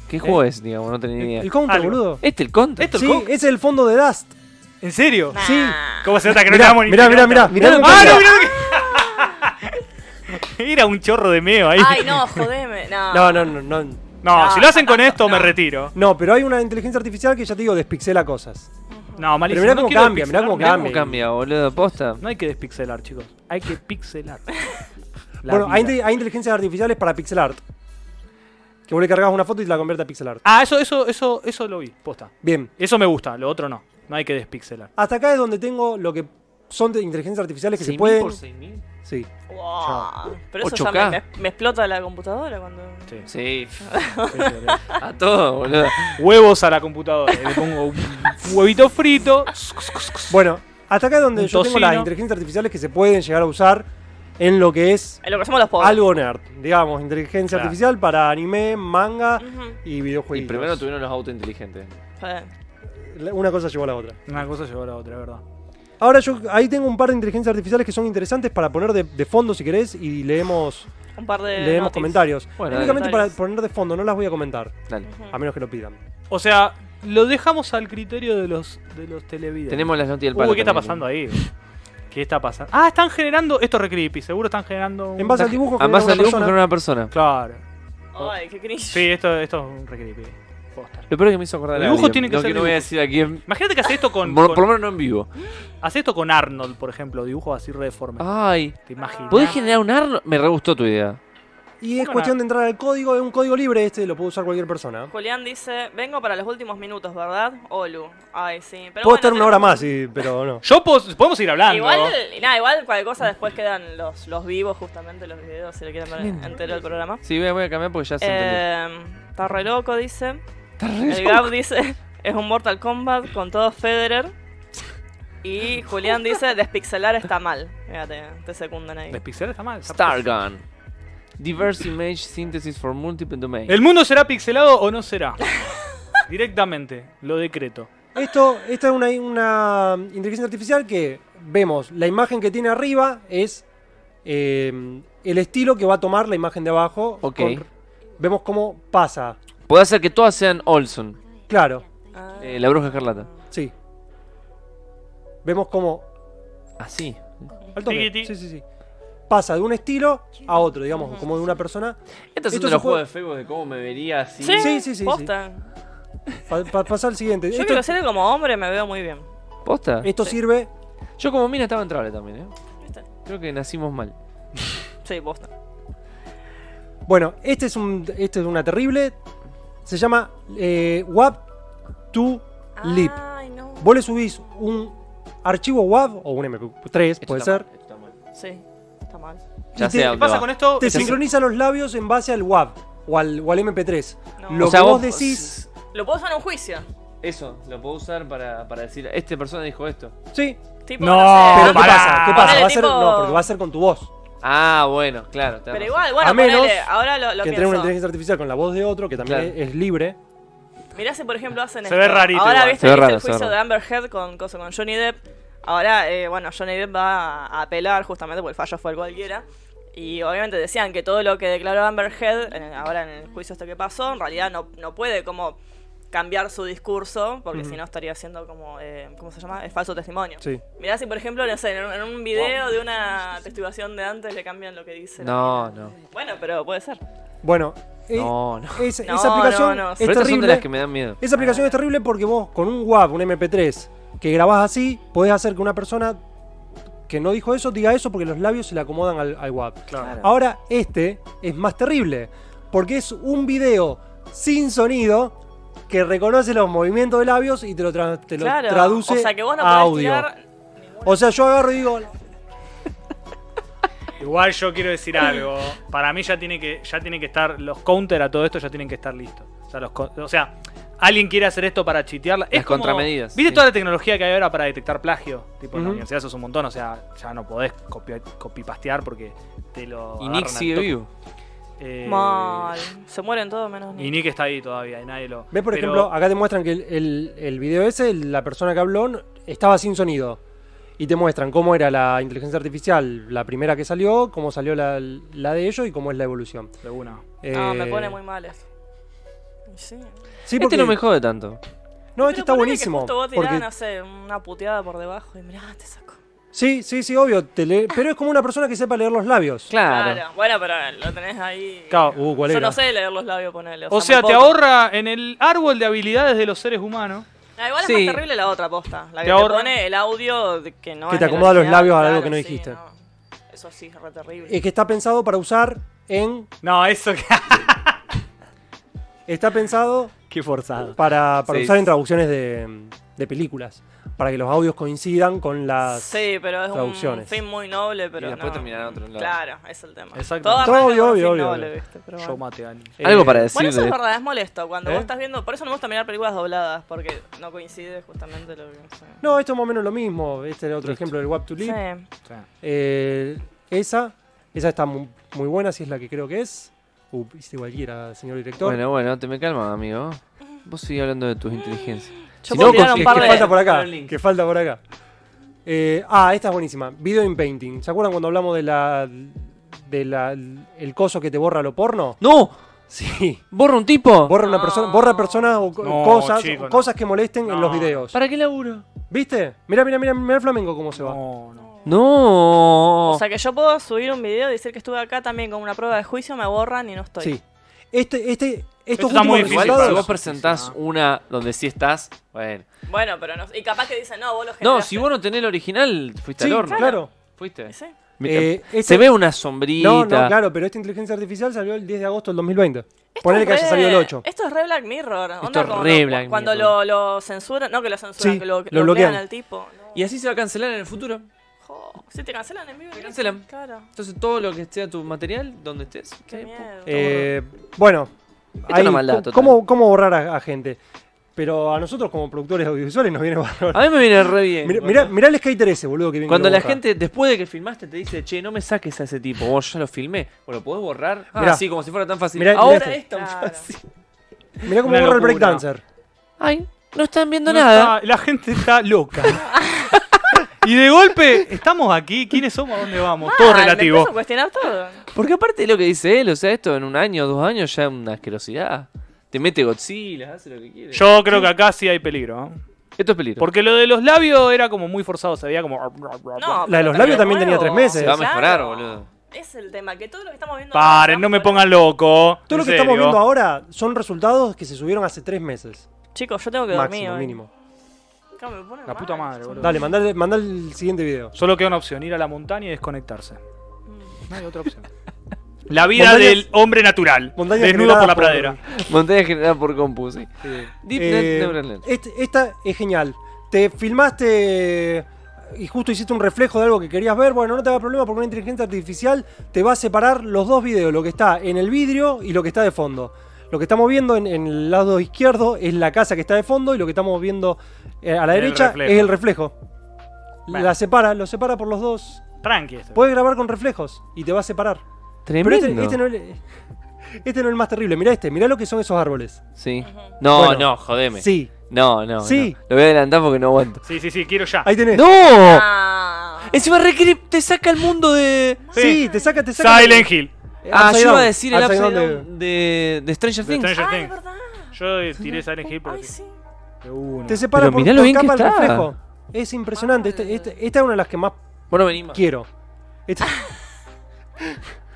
¿Qué juego es, digamos? No tenía ni idea.
El counter,
Algo.
boludo.
¿Este el contra?
¿Esto el
sí,
counter?
es el fondo de Dust.
¿En serio?
Nah.
Sí.
¿Cómo se nota que no
Mirá,
estábamos ni
mirá, mirá,
peleando?
mirá, mirá lo que
¡Ah, no,
era.
mirá lo que- (laughs) Era un chorro de meo ahí.
Ay, no, jodeme. No.
No, no, no, no.
no,
Ah, no,
si lo hacen con
no,
esto me
no.
retiro.
No, pero hay una inteligencia artificial que ya te digo, despixela cosas.
No, malísimo.
mirá
no
cómo
quiero
cambia, mirá cómo
despixelar,
¿Cómo
Cambia.
cambia, boludo? Posta.
No hay que despixelar, chicos. Hay que pixelar. La
bueno, hay,
vida.
inte- hay inteligencias artificiales para pixel art. Que vos le cargas una foto y te la convierte a pixel art.
Ah, eso, eso, eso, eso lo vi, posta.
Bien,
Eso me gusta, lo otro no. No hay que despixelar.
hasta acá es donde tengo lo que son de inteligencias artificiales que se
6.000
pueden.
por 6.000?
Sí.
Wow. Pero eso
8K.
ya me, me- me explota la computadora cuando.
Sí.
(laughs)
Sí. A todo, boludo.
Huevos a la computadora. y Le pongo un huevito frito.
Bueno, hasta acá es donde
Un
yo tengo las
tocino.
inteligencias artificiales que se pueden llegar a usar en lo que es
Es Eh, lo que hacemos los pobres.
algo nerd. Digamos, inteligencia
Claro.
artificial para anime, manga
Ujú.
y
Y
videojuegos.
primero tuvieron los autos inteligentes.
Joder.
Una cosa llevó a la otra.
Una cosa llevó a la otra, ¿verdad?
Ahora yo ahí tengo un par de inteligencias artificiales que son interesantes para poner de, de fondo si querés y leemos,
Un par de.
leemos
notis.
comentarios.
Bueno,
Únicamente para
comentarios.
poner de fondo, no las voy a comentar.
Dale.
Ujú.
A menos que lo pidan.
O sea, lo dejamos al criterio de los, de los televidentes.
Tenemos las noticias del palo.
Uy, ¿qué está
también.
pasando ahí? ¿Qué está pasando? Ah, están generando. Esto es re creepy, seguro están generando. un-
En base al dibujo,
Además,
genera
Ah, al
una
dibujo con
persona.
una persona.
Claro.
Ay, qué cringe.
Sí, esto, esto es un re creepy. póster.
Lo peor es que me hizo acordar
Los
a
dibujos
alguien.
tienen que
no,
ser
no voy a decir a quién.
Imagínate que haces esto con,
Por,
con-
por lo menos no en vivo.
haces esto con Arnold, por ejemplo, dibujos así redeformes.
Ay.
¿Te imaginas?
¿Podés generar un Arnold? Me re gustó tu idea.
Y es
Bueno.
cuestión de entrar al código, es un código libre este, lo puede usar cualquier persona.
Julián dice, vengo para los últimos minutos, ¿verdad? Olu. Ay, sí. Pero
Puedo
bueno,
estar una
tenemos-
hora más, sí, pero no.
Yo pos- podemos ir hablando.
Igual, y nada, igual cualquier cosa después quedan los, los vivos, justamente los videos, si le quieren ver
Tremendo.
entero el programa.
Sí, voy a, voy a cambiar porque ya se entendió.
Eh, está re loco, dice.
Está re
El Gab dice, es un Mortal Kombat con todo Federer. Y Julián dice, despixelar está mal. Mira, te, te secundan ahí.
Despixelar está mal. está
Stargun. Diverse image synthesis for multiple domains.
¿El mundo será pixelado o no
(laughs)
será? Directamente, lo decreto.
Esto, esta es una, una inteligencia artificial que vemos, la imagen que tiene arriba es eh, el estilo que va a tomar la imagen de abajo.
Ok.
vemos cómo pasa.
Puede hacer que todas sean Olson.
Claro,
Ah.
eh, la bruja escarlata.
sí. Vemos cómo
Así.
al toque,
Tiquití.
sí, sí, sí. Pasa de un estilo a otro, digamos, como de una persona.
Estos son
Esto
de
es
los
un juego-
juegos de Facebook de cómo me vería así.
Sí,
sí, sí, sí.
posta.
Pa- pa- pasa al siguiente.
Yo
Esto,
quiero ser como hombre, me veo muy bien.
¿Posta?
esto sirve
Yo como mina estaba entrable también, ¿eh?
¿Viste?
Creo que nacimos mal.
Sí, posta.
Bueno, este es un, este es una terrible. Se llama eh, WAP to
Ah.
Lip.
Ay, no.
Vos le subís un archivo WAP o un MP3,
Esto
puede
está
ser.
mal, esto está mal.
Sí, está mal.
Ya
Y
sé
te-
a
¿Qué
dónde
pasa
va.
con esto?
Te
Es-
sincroniza los labios en base al WAP o al, o al MP3.
No.
Lo
O
que vos decís.
Lo puedo usar en un juicio.
Eso, lo puedo usar para, para decir, este persona dijo esto.
Sí.
Tipo,
No,
sé,
Pero ¿qué
pará.
pasa? ¿Qué pasa?
Ponele
Va a ser,
tipo-
no, porque va a ser con tu voz.
Ah, bueno, claro. tenés
Pero
razón.
igual, bueno,
a menos
ponele, ahora lo, lo
que entre
pienso.
una inteligencia artificial con la voz de otro, que también
Claro.
es, es libre.
Mirá si por ejemplo hacen
Se
esto.
ve rarito
Ahora
igual.
Se
viste,
ve
viste
raro,
el
se ve
juicio
raro.
de Amber Heard con, cosa, con Johnny Depp. Ahora, eh, bueno, Johnny Depp va a apelar justamente porque el fallo fue el cualquiera. Y obviamente decían que todo lo que declaró Amber Heard, en- ahora en el juicio este que pasó, en realidad no, no puede como cambiar su discurso, porque si no estaría haciendo como, eh, ¿cómo se llama? Es falso testimonio.
Sí.
Mirá si por ejemplo, no sé, en un, en un video de una testigación de antes le cambian lo que dice.
No, no.
Bueno, pero puede ser.
Bueno, eh,
No, no.
es-
No,
esa aplicación
no, no.
es
Pero estas son de
terrible.
las que me dan miedo.
Esa
Ah.
aplicación es terrible porque vos con un WAV, un MP3, que grabás así, podés hacer que una persona que no dijo eso diga eso porque los labios se le acomodan al, al WAV.
Claro.
Ahora este es más terrible porque es un video sin sonido que reconoce los movimientos de labios y te lo, tra- te lo
claro.
traduce
o sea que vos no
a
podés
audio.
tirar
O sea, yo agarro y digo,
Igual yo
(laughs)
quiero decir algo. Para mí ya tiene que ya tiene que estar los counter a todo esto ya tienen que estar listos. O sea, los co- o sea, alguien quiere hacer esto para chitearla. Es
Las
como-
contramedidas,
¿Viste
sí.
toda la tecnología que hay ahora para detectar plagio? Tipo en la
Ujú.
universidad sos un montón, o sea, ya no podés copi- copipastear porque te lo
Y
agarran
Nick
al
sigue
toque.
vivo.
Eh,
Mal. Se mueren todos menos
Y
Nick.
Nick está ahí todavía y nadie lo
ves por
pero-
ejemplo, acá te muestran que el, el- el video ese, el- la persona que habló, no- estaba sin sonido. Y te muestran cómo era la inteligencia artificial, la primera que salió, cómo salió la, la de ellos y cómo es la evolución.
de una.
No, Ah, me
Eh,
pone muy mal eso. Sí.
Sí,
Este
porque,
no me jode tanto.
no, este
Pero ponele
está
que
buenísimo.
justo vos tirás,
Porque,
no sé, una puteada por debajo y mirá, te sacó.
sí, sí, sí, obvio. te lee- pero es como una persona que sepa leer los labios.
Claro.
Bueno, pero lo tenés ahí.
Claro.
Uh, ¿cuál
Yo
era?
no sé leer los labios, ponele.
O
me
sea, te
importa.
ahorra en el árbol de habilidades de los seres humanos.
Ah, igual es
Sí.
más terrible la otra posta. La que
Te
te,
ahorra.
pone el audio de- que no
Que
es
te
el
acomoda los
original,
labios a algo
claro,
que no
sí,
dijiste.
Eso sí es re terrible.
Es que está pensado para usar en.
No, eso que
Está pensado
qué forzado.
para, para
Sí.
usar en traducciones de, de películas. Para que los audios coincidan con las.
Sí, pero es un
traducciones.
fin muy noble, pero
Y después
no.
terminar en otro lado.
Claro, es el tema.
Exacto.
Todo
Todo
arranca con un
obvio,
fin
obvio,
noble,
obvio.
viste, pero
Yo
bueno.
maté a alguien.
eh,
Algo para decir.
Bueno, eso
de-
es verdad, es molesto cuando
¿Eh?
vos estás viendo. Por eso no me gusta mirar películas dobladas, porque no coincide justamente lo que. o sea.
No, esto es más o menos lo mismo. Este era otro ejemplo del Wap to Live.
Sí.
O sea,
Eh, esa. Esa está mu- muy, buena, si es la que creo que es. Uh, hiciste cualquiera, señor director.
Bueno, bueno, te me calma, amigo. Vos sigue hablando de tus inteligencias.
Yo
Si
puedo
no,
tirar
con-
un
que,
par
pues, que
de.
falta por acá.
Tirar un link.
Que falta por acá. Eh, ah, esta es buenísima. Video in painting. ¿Se acuerdan cuando hablamos de la. de la. el coso que te borra lo porno?
(gasps)
(laughs)
¡No!
Sí.
¿Borra un tipo?
Borra una
No.
persona. Borra personas o co-
No,
cosas.
chico, no.
cosas que molesten en
No.
los videos.
¿Para qué laburo?
¿Viste? Mira, mira, mira, mira el flamenco cómo se va.
no, no.
No.
O sea, que yo puedo subir un video y decir que estuve acá también con una prueba de juicio, me borran y no estoy.
Sí. Este, este, estos
está muy
últimos
difícil
Igual,
para
si vos
los-
presentás una donde sí estás, bueno.
Bueno, pero no. Y capaz que dicen, no, vos los
No,
generaste.
si vos no tenés el original, fuiste
Sí,
al horno.
claro.
Fuiste.
Sí.
Eh,
Se
este-
ve una sombrita.
No, no, claro, pero esta inteligencia artificial salió el 10 de agosto del 2020.
Esto
Ponele
es
que haya
re-
salido el 8.
Esto es re Black Mirror. Onda
Esto es
como
re
lo-
Black
cuando
Mirror.
lo, lo censuran, no que lo censuran,
Sí,
que lo,
lo
lo bloquean.
bloquean.
al tipo. No.
Y así se va a cancelar en el futuro.
Jo, Si te cancelan en vivo.
Te cancelan.
Claro.
Entonces todo lo que sea tu material, donde estés,
Qué
eh,
miedo.
Eh, bueno,
es una maldad
co-
total.
¿cómo, ¿cómo borrar a, a gente? Pero a nosotros como productores audiovisuales nos viene bárbaro.
A mí me viene re bien.
(laughs) Mirá,
cuando-
mirá- mirá el skater ese, boludo, que bien que
Ah, Cuando
lo
la
borra.
gente, después de que filmaste, te dice, che, no me saques a ese tipo, vos ya lo filmé. ¿O lo podés borrar? Ah,
Mirá.
sí, como si fuera tan fácil.
Mirá- mirá
Ahora
este.
es tan
Claro.
fácil.
Mirá cómo borra
Una
el
locura.
breakdancer.
Ay, no están viendo
No
nada.
está- la gente
(laughs)
está loca. y de golpe, estamos aquí, ¿quiles somos? ¿A dónde vamos?
Ah,
Todo
le
relativo.
empiezo a cuestionar todo.
Porque aparte de lo que dice él, o sea, esto en un año, dos años ya es una asquerosidad. Te mete Godzilla, hace lo que quiere.
Yo creo que acá sí hay peligro. ¿eh?
Esto es peligro.
Porque lo de los labios era como muy forzado, se veía como.
No,
La de
pero
los labios también tenía
nuevo.
tres meses.
Se va a mejorar, boludo.
Es el tema, que todo lo que estamos viendo.
Paren, no me pongan loco.
Todo lo
en
que estamos
serio.
viendo ahora son resultados que se subieron hace tres meses.
Chicos, yo tengo que dormir.
Máximo,
hoy.
mínimo.
Acá me ponen
La
mal.
puta madre, boludo.
Dale, mandá, el- mandá el siguiente video.
Solo queda una opción: ir a la montaña y desconectarse.
Mm.
No hay otra opción. La vida
Montañas-
del hombre natural.
montañas
desnudo por la
generadas
pradera.
Montaña generada por compu, sí. Deep
Eh,
Net Neural Net.
este- esta es genial. Te filmaste eh, y justo hiciste un reflejo de algo que querías ver. Bueno, no te haga problema porque una inteligencia artificial te va a separar los dos videos, lo que está en el vidrio y lo que está de fondo. Lo que estamos viendo en, en el lado izquierdo es la casa que está de fondo y lo que estamos viendo eh, a la
El
derecha
reflejo.
es el reflejo.
Bueno.
La separa, lo separa por los dos.
Tranqui esto.
Puedes grabar con reflejos y te va a separar. Pero
Tremendo.
este, este no es, (laughs) este no es el más terrible. Mirá este, mirá lo que son esos árboles.
Sí. No,
Bueno.
no, jodeme.
Sí,
No, no.
Sí.
no. Lo voy a adelantar porque no
(laughs)
aguanto.
Sí, sí, sí, quiero ya.
ahí tenés.
¡No!
Ah.
Encima requiere, te saca el mundo de.
Sí,
Sí.
te saca, te saca.
Silent Hill.
Ah,
Upside
yo iba a
Down.
decir el
Upside
Upside
Down de-
Down de, de Stranger
De
Things.
Stranger
Ay,
Things.
verdad.
Yo eh, tiré Silent Hill
Ay,
porque.
sí.
de una.
Te separa
Pero
por,
mirá lo
por
bien que
capa el
está.
reflejo. Es impresionante. Este- este- esta es una de las que más
Bueno, venimos.
quiero.
(laughs)
Esta-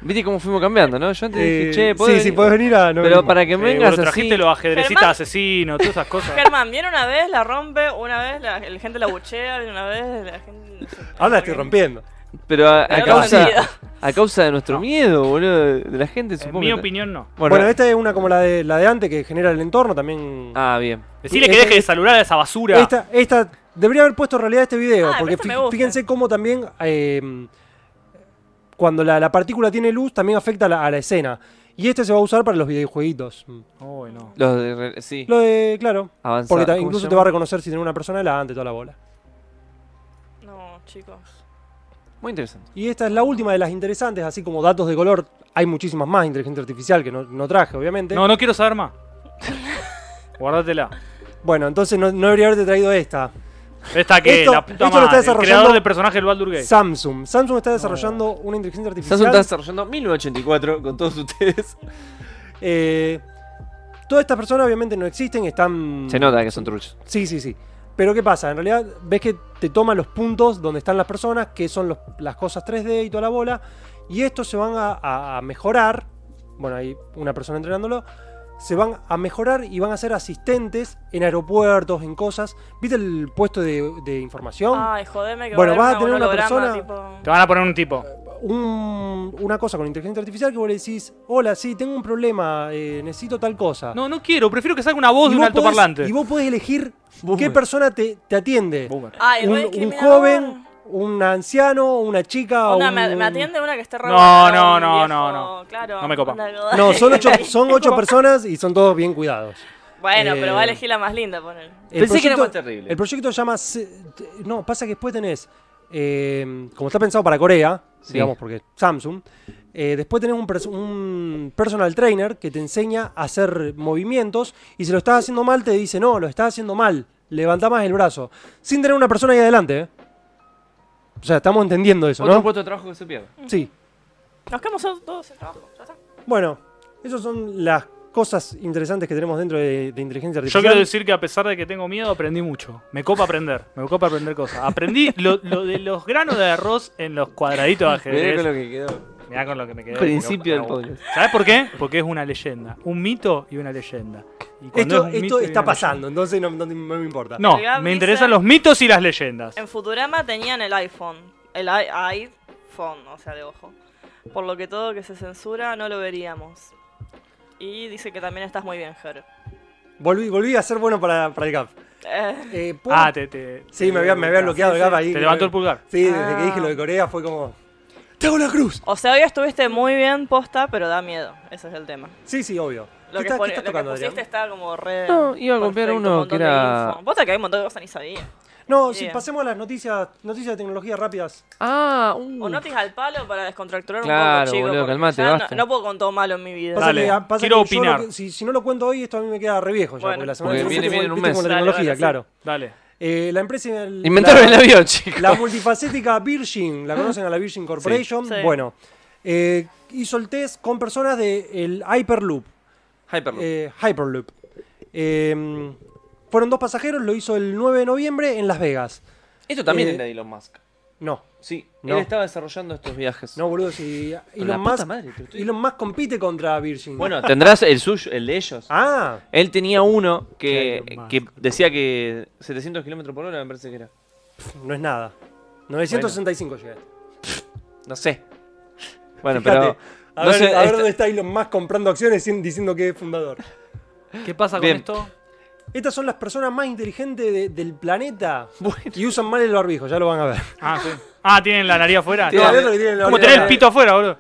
Viste cómo fuimos cambiando, ¿no? Yo antes
eh,
dije, che,
sí, sí, podés venir a.
Pero
no venimos.
para que
Eh,
vengas así.
boludo, trajiste los ajedrecitas
Germán.
asesinos, todas esas
(laughs)
cosas.
Germán, viene una vez, la rompe, una vez la, la gente la buchea, viene una vez la gente.
Ahora la estoy rompiendo.
Pero a, a
Pero no
causa,
miedo.
a causa de nuestro miedo, boludo. De la gente,
En
supongo.
mi
que-
opinión, no.
Bueno, eh,
Bueno, este- esta es una como la de, la de antes que genera el entorno también.
Ah, bien.
Decirle que
Esta-
deje de saludar a esa basura.
Esta, esta debería haber puesto en realidad este video,
Ah, pero
porque
esta me
fí-
gusta.
fíjense cómo también eh, cuando la, la partícula tiene luz también afecta a la, a la escena. Y este se va a usar para los videojueguitos.
Uy, no.
Los de. re- Sí,
Lo de, claro,
avanzar.
porque ta-
¿Cómo
incluso
se
te va a
llama?
reconocer si tiene una persona delante toda la bola.
No, chicos.
Muy interesante.
Y esta es la última de las interesantes, así como datos de color. Hay muchísimas más inteligencia artificial que no, no traje, obviamente.
No, no quiero
(laughs)
saber más. Guárdatela.
Bueno, entonces no, no debería haberte traído esta.
Esta que
Esto-
la
esto
puta
lo está
madre. El
desarrollando-
creador del personaje del Baldur Gate.
Samsung. Samsung está desarrollando una inteligencia
Samsung está
artificial.
desarrollando 1984 con todos ustedes.
Eh, todas estas personas obviamente no existen, están...
Se nota que son truchos.
Sí, sí, sí. Pero ¿qué pasa? En realidad ves que te toman los puntos donde están las personas, que son los- las cosas 3D y toda la bola, y estos se van a, a- a mejorar. Bueno, hay una persona entrenándolo. Se van a mejorar y van a ser asistentes en aeropuertos, en cosas. ¿Viste el puesto de, de información?
Ay, jodeme que
Bueno,
va
vas a
haber
tener una
holograma,
persona-
Te van a poner un tipo.
Un- una cosa con inteligencia artificial que vos le decís, hola, sí, tengo un problema, eh, necesito tal cosa.
No, no quiero. Prefiero que salga una voz
y,
de un
vos podés,
altoparlante.
y vos podés elegir qué
Boomer.
persona te, te atiende.
Boomer.
Ay, re
un, un
discriminador.
joven, un anciano, una chica.
Onda, me,
un-
me atiende una que esté re
No,
buena,
no,
un
no,
viejo,
no, no.
Claro.
No me copa.
Onda,
No, son
(laughs)
ocho, son ocho personas y son todos bien cuidados.
Bueno,
Eh,
pero va a elegir la más linda, poner.
El
Pensé que era más terrible.
El proyecto llama. se- No, pasa que después tenés. eh, como está pensado para Corea,
Sí.
digamos, porque Samsung. eh, después tenés un, pers- un personal trainer que te enseña a hacer movimientos y si lo estás haciendo mal, te dice: No, lo estás haciendo mal, levanta más el brazo. Sin tener una persona ahí adelante, ¿eh? O sea, estamos entendiendo eso,
Otro
¿no?
puesto de trabajo que se pierde.
Sí.
Nos quedamos todos en trabajo. Ya está.
Bueno, esas son las cosas interesantes que tenemos dentro de, de inteligencia
Yo
artificial.
quiero decir que a pesar de que tengo miedo, aprendí mucho. Me copa aprender. Me
(laughs)
copa aprender cosas. Aprendí lo, lo de los granos de arroz en los cuadraditos de
Mirá con
ajedrez.
lo que quedó.
Mirá con lo que me quedé.
Principio
pero-
del podcast.
¿Sabes "Ah, por qué? Porque es una leyenda. Un mito y una leyenda. Y cuando
Esto,
es un
esto
mito y
está
una
pasando, entonces no, no- no me importa.
leyenda- No,
El Gab
me
dice-
interesan los mitos y las leyendas.
En Futurama tenían el iPhone. El i- iPhone, o sea, de ojo. Por lo que todo que se censura no lo veríamos. Y dice que también estás muy bien, Jero.
Volví, volví a ser bueno para, para el GAP.
Eh,
Eh, ¿puedo-
Ah, te, te-
sí, me había, me había bloqueado el GAP ahí.
Te levantó el pulgar.
Sí, desde que
Ah.
dije lo de Corea fue como. ¡Te hago la cruz!
o sea, hoy estuviste muy bien posta, pero da miedo. Ese es el tema.
Sí, sí, obvio.
Lo
¿Qué,
que,
estás- qué
pone-
estás
lo que
tocando,
pusiste
Adrián?
está como re.
No, iba a copiar
perfecto,
uno
un
que
montón de
era-
info. Posta que hay un montón de cosas que ni sabía.
No, sí,
Bien.
pasemos a las noticias, noticias de tecnología rápidas.
Ah, uh.
O notis al palo para descontracturar un
Claro,
poco, chico.
boludo,
porque
calmate,
ya no,
basta.
no puedo con todo malo en mi vida.
Pasa
Dale,
que- pasa
quiero
que yo lo
opinar.
que- si, si no lo cuento hoy, esto a mí me queda re viejo ya.
Bueno.
porque la semana
Porque
que
viene-
viste
viene en
con-
un
viste con
mes.
la
Dale,
tecnología,
bueno, sí.
claro.
Dale.
Eh, la empresa. el-
Inventaron
la-
el avión, chicos.
La multifacética Virgin, la conocen a la Virgin Corporation.
Sí. Sí.
Bueno, eh, hizo el test con personas del Hyperloop.
Hyperloop.
eh, Hyperloop. Eh, fueron dos pasajeros, lo hizo el 9 de noviembre en Las Vegas.
Esto también
eh,
es de Elon Musk.
No,
Sí,
no.
él estaba desarrollando estos viajes.
no, boludo, si
la
Elon
puta
Musk,
madre, te estoy-
Elon Musk compite contra Virgin.
Bueno, tendrás el suyo, el de ellos.
Ah,
Él tenía uno que,
Elon Musk.
que decía que 700 kilómetros por hora me parece que era.
no es nada. 965 llega.
No sé. Bueno,
Fíjate,
pero.
A,
no
ver,
sé, este-
a ver
esta-
dónde está Elon Musk comprando acciones sin- diciendo que es fundador.
¿Qué pasa con
Bien.
esto?
Estas son las personas más inteligentes de- del planeta y usan mal el barbijo, ya lo van a ver.
Ah, sí. Ah, tienen la nariz afuera.
Tiene-
Como
Todavía no le tienen la
¿Cómo
barbijo.
tener el pito afuera, boludo?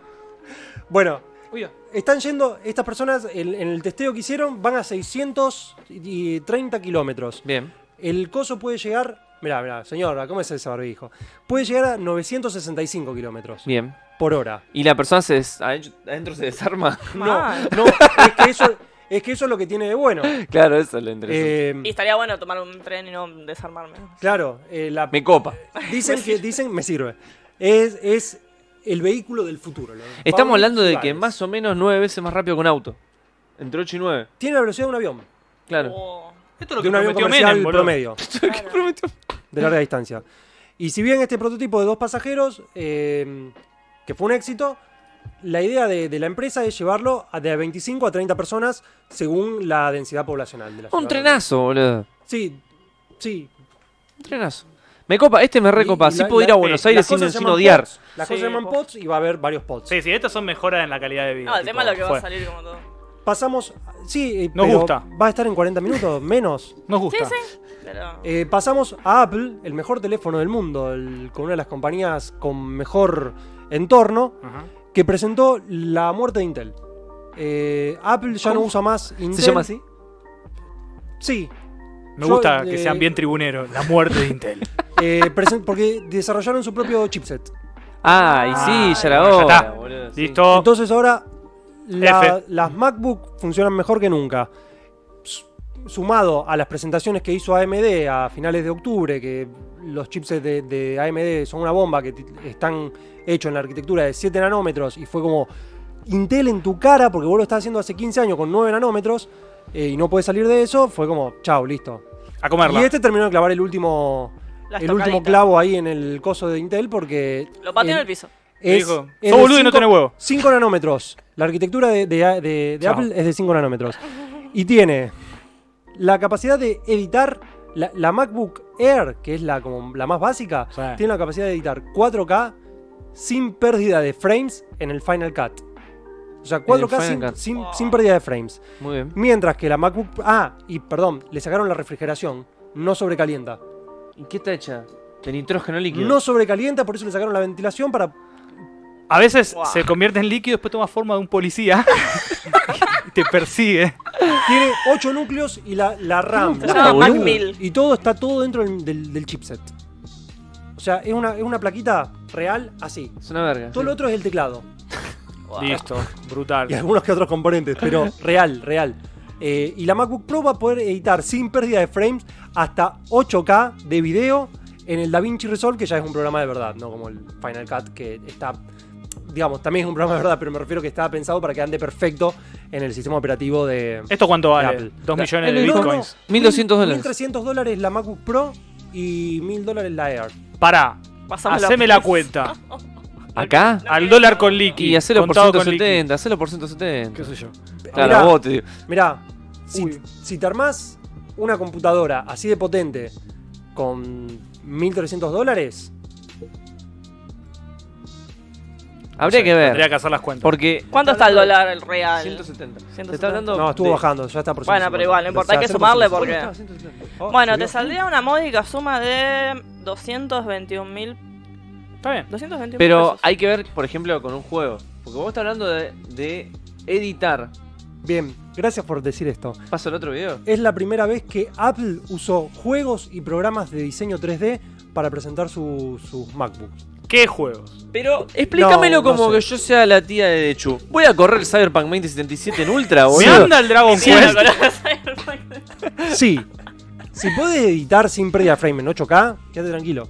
Bueno,
Uy,
están yendo, estas personas en, en el testeo que hicieron van a 630 kilómetros.
Bien.
El coso puede llegar, mirá, mirá, señora, ¿cómo es ese barbijo? Puede llegar a 965 kilómetros
Bien.
por hora.
¿Y la persona se des- adentro, adentro se desarma? (laughs)
Mal.
No, es que eso, es que eso es lo que tiene de bueno.
claro, eso es lo interesante.
Eh,
Y estaría bueno tomar un tren y no desarmarme.
claro, eh, la
Me copa.
Dicen
(laughs)
que, dicen, me sirve. Es, es el vehículo del futuro. lo-
Estamos
Pablo
hablando de que
Suárez.
más o menos 9 veces más rápido que un auto. Entre 8 y 9.
Tiene la velocidad de un avión.
Claro.
Oh,
Esto es lo
de
que
un avión
prometió
comercial
Menem, boludo.
promedio.
claro.
De larga distancia. Y si bien este prototipo de dos pasajeros, eh, que fue un éxito, la idea de, de la empresa es llevarlo a de 25 a 30 personas según la densidad poblacional de la
Un
ciudad.
trenazo, boludo.
Sí, sí.
Un trenazo. Me copa, este me recopa.
Y- y
Así
la-
puedo ir a
la-
Buenos
sí,
Aires
las
sin,
cosas
sin
se llaman
odiar.
pods. Las
Sí,
cosas se llaman
pods.
pods y va a haber varios pods.
Sí, sí, estas son mejoras en la calidad de vida.
No, el
tipo,
tema es lo que va
fue.
a salir como todo.
Pasamos. Sí, eh,
Nos
pero
gusta.
Va a estar en 40 minutos, (laughs) menos.
Nos gusta.
Pero.
Eh, pasamos a Apple, el mejor teléfono del mundo, el- con una de las compañías con mejor entorno,
Ajá.
que presentó la muerte de Intel. Eh, Apple ya no usa más Intel.
¿Se llama así?
Sí.
Me
Yo,
gusta que
eh,
sean bien tribuneros. La muerte de Intel.
eh, presen- porque desarrollaron su propio chipset.
Ah, y sí, ya era
ya
hora,
está.
boludo, sí.
Listo.
Entonces ahora la-
F.
las MacBook funcionan mejor que nunca. S- Sumado a las presentaciones que hizo AMD a finales de octubre, que los chipsets de, de AMD son una bomba, que ti- están hechos en la arquitectura de 7 nanómetros, y fue como Intel en tu cara, porque vos lo estás haciendo hace 15 años con 9 nanómetros, eh, y no puedes salir de eso, fue como, chao, listo.
A comerla.
Y este terminó de clavar el último,
Las
el último
tocaditas.
clavo ahí en el coso de Intel, porque...
Lo pateó en
el-
el piso.
Me
es,
dijo,
es
"Sos
de
boludo y no
cinco-
tenés huevo".
5 nanómetros. La arquitectura de, de- de- de
Chao.
Apple es de 5 nanómetros. Y tiene la capacidad de editar. La, la MacBook Air, que es la, como la más básica,
Sí.
tiene la capacidad de editar 4K sin pérdida de frames en el Final Cut. O sea, 4K
Final
sin,
Cut.
sin-
Wow.
sin pérdida de frames.
Muy bien.
Mientras que la MacBook. Ah, y perdón, le sacaron la refrigeración. No sobrecalienta.
¿Y qué está hecha? De nitrógeno líquido.
No sobrecalienta, por eso le sacaron la ventilación para
A veces
Guau.
se convierte en líquido, después toma forma de un policía. (laughs) y te persigue.
Tiene 8 núcleos y la, la RAM.
Se
la
llama
boluda.
Mac 1000.
Y todo está todo dentro del, del- del chipset. O sea, es una, es una plaquita real así.
Es una verga.
Todo lo otro es el teclado.
Listo. Brutal.
Y algunos que otros componentes, pero (laughs) real, real. Eh, y la MacBook Pro va a poder editar sin pérdida de frames hasta 8K de video en el DaVinci Resolve, que ya es un programa de verdad, no como el Final Cut, que está, digamos, también es un programa de verdad, pero me refiero que está pensado para que ande perfecto en el sistema operativo de,
¿Esto cuánto vale?
Apple.
Dos millones de
El- no,
bitcoins.
no.
1200 dólares.
1300 dólares la MacBook Pro y 1000 dólares la Air.
Pará.
Pasamos
Haceme la
prisa.
cuenta.
¿Acá?
Al dólar con liqui.
Y hacelo por
contado con liqui.
170, hacelo por 170.
¿Qué sé yo?
Claro,
Mirá.
vos te digo.
Mirá, si,
Uy.
si te armás una computadora así de potente con 1.300 dólares,
Habría que
Tendría
ver.
que hacer las cuentas.
Porque.
¿Cuánto está el dólar el real?
170. Se está
170.
hablando.
no, estuvo
de-
bajando, ya está por
Bueno,
150.
pero igual, no importa, hay que
cero por
sumarle porque-
150.
¿Cuánto estaba? 170.
Oh,
Bueno,
subió.
te saldría una módica suma de 221 mil.
Está bien.
221
Pero
(laughs)
hay que ver, por ejemplo, con un juego. Porque vos estás hablando de, de editar.
Bien, gracias por decir esto.
Paso al otro video.
Es la primera vez que Apple usó juegos y programas de diseño 3D para presentar su- sus MacBooks.
¿Qué juegos?
Pero explícamelo
No, no
como
sé.
que yo sea la tía de Chu. Voy a correr Cyberpunk 2077
(laughs)
en Ultra,
¿Me
boludo.
anda el Dragon
Sí,
Quest?
Sí. Si puedes editar sin pérdida de frame en 8K, quédate tranquilo.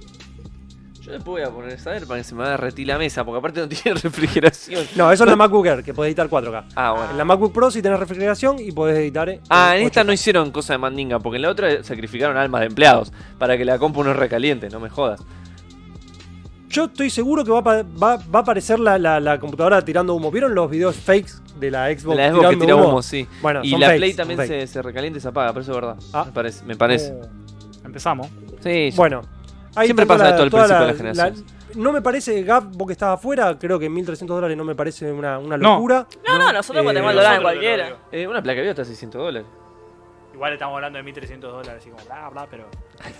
Yo después voy a poner Cyberpunk y se me va a derretir la mesa, porque aparte no tiene (laughs) refrigeración.
No, eso es la MacBook Air, que podés editar 4K.
Ah,
En
bueno.
la MacBook Pro sí tenés refrigeración y podés editar. eh, en
Ah, en esta
8K.
no hicieron cosa de mandinga, porque en la otra sacrificaron almas de empleados para que la compu no recaliente, no me jodas.
Yo estoy seguro que va, a pa- va- va a aparecer la, la- la computadora tirando humo. ¿Vieron los videos fakes de la Xbox?
la Xbox que
tirando
tira humo, sí.
Bueno,
Y
son
la
fakes,
Play
son
también
fakes.
se, se recalienta y se apaga, pero eso es verdad.
Ah.
Me parece. Me parece.
Eh,
Empezamos.
Sí,
Bueno, ahí
Siempre
tengo
pasa esto al
toda
principio de las generaciones.
no me parece, Gap, vos que estás afuera, creo que 1.300 dólares no me parece una, una
No.
locura.
No, no, nosotros
Eh,
ponemos el dólar en cualquiera.
Eh, una placa de video está a 600 dólares.
Igual estamos hablando de 1.300 dólares y como bla, bla, pero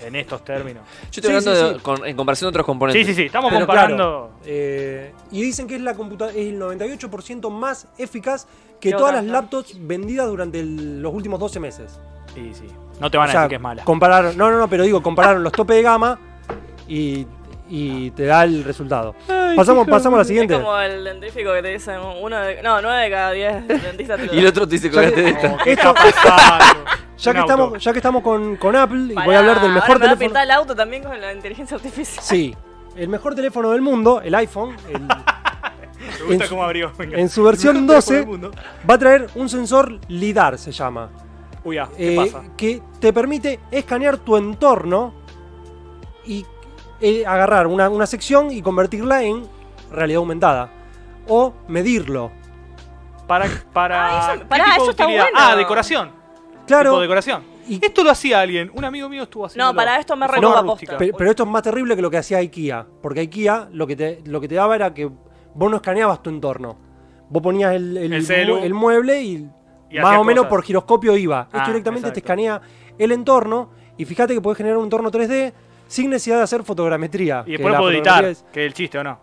en estos términos.
Yo estoy
Sí,
hablando
sí,
de-
sí.
con- en comparación a otros
Sí,
componentes.
sí, sí, estamos
Pero
comparando.
claro, eh, y dicen que es, la computa es el 98% más eficaz que
Yo
todas las
también.
laptops vendidas durante el- los últimos 12 meses.
Sí, sí. No te van a
O sea,
decir que es mala.
Compararon, no, no, no, pero digo, compararon los tope de gama y, y te da el resultado. pasamos pasamos a la
Es
siguiente.
como el dentífico que te dicen uno de, no, nueve de cada diez dentistas te lo
Y el otro te dice
Ya
cobrate
que-
de esta.
¿Qué
Esto-
está pasando?
Ya
Un
que,
auto.
estamos, ya que estamos con, con Apple, y voy
Pará,
a hablar del mejor
ahora me va a
teléfono.
pintar el auto también con la inteligencia artificial.
Sí, el mejor teléfono del mundo, el iPhone,
(laughs)
el-
Me gusta
en-
cómo abrió. (laughs) me encanta.
en su versión
Por todo el
12,
mundo.
va a traer un sensor LIDAR, se llama.
Uy, ah, ¿qué
eh,
pasa?
Que te permite escanear tu entorno y eh, agarrar una, una sección y convertirla en realidad aumentada. O medirlo.
Para, para
Ah, eso-
¿qué
pará,
tipo de
eso está
utilidad?
bueno.
Ah, decoración. Tipo
Claro,
decoración.
y-
Esto lo hacía alguien. Un amigo mío estuvo haciendo.
No, para esto me
No,
recopa
rústica.
posta.
pe- pero esto es más terrible que lo que hacía IKEA. Porque IKEA lo que te, lo que te daba era que vos no escaneabas tu entorno. Vos ponías el, el
El celu.
mue- el mueble y,
Y
más
hacía
o menos
cosas.
por giroscopio iba. Esto
Ah,
directamente te
exacto.
escanea el entorno y fíjate que podés generar un entorno 3D sin necesidad de hacer fotogrametría. que
Y después
la
puedo
fotografía
editar.
es-
Que el chiste o no.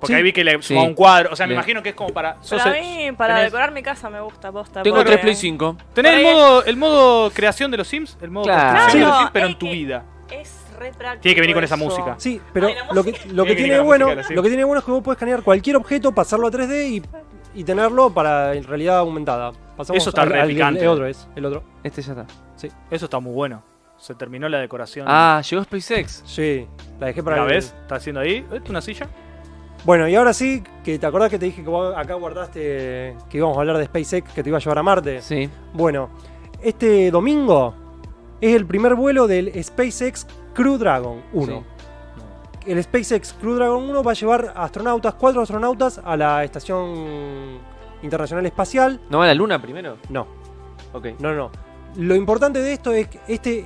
Porque
Sí.
ahí vi que le
Sí.
sumaba un cuadro. O sea, me
Le-
imagino que es como para. sos
Para
el-
mí, para
tenés-
decorar mi casa me gusta posta.
Tengo
porque-
3 Play 5.
Tenés el
Por ahí-
modo, el modo creación de los Sims, el modo
Claro.
construcción de los
Claro,
Sims, pero
es
en tu
que-
vida.
Es re práctico.
Tiene que venir con esa
eso.
música.
Sí, pero
Ay, la
lo que, lo que
Tiene que
tiene
la
bueno,
música, sí.
lo que tiene bueno es que vos podés escanear cualquier objeto, pasarlo a 3D y, y tenerlo para en realidad aumentada. Pasamos
Eso está
al-
re
al-
picante.
El otro es, el otro.
Este ya está.
Eso está muy bueno. Se terminó la decoración.
Ah, llegó SpaceX.
Sí, la dejé para
¿La
el-
ves? Está haciendo ahí. ¿Esto una silla?
Bueno, y ahora sí, que te acordás que te dije que vos acá guardaste que íbamos a hablar de SpaceX, que te iba a llevar a Marte.
Sí.
Bueno, este domingo es el primer vuelo del SpaceX Crew Dragon 1. El SpaceX Crew Dragon 1 va a llevar astronautas, cuatro astronautas a la Estación Internacional Espacial.
¿No va a la luna primero?
No,
Ok.
no, no. Lo importante de esto es que este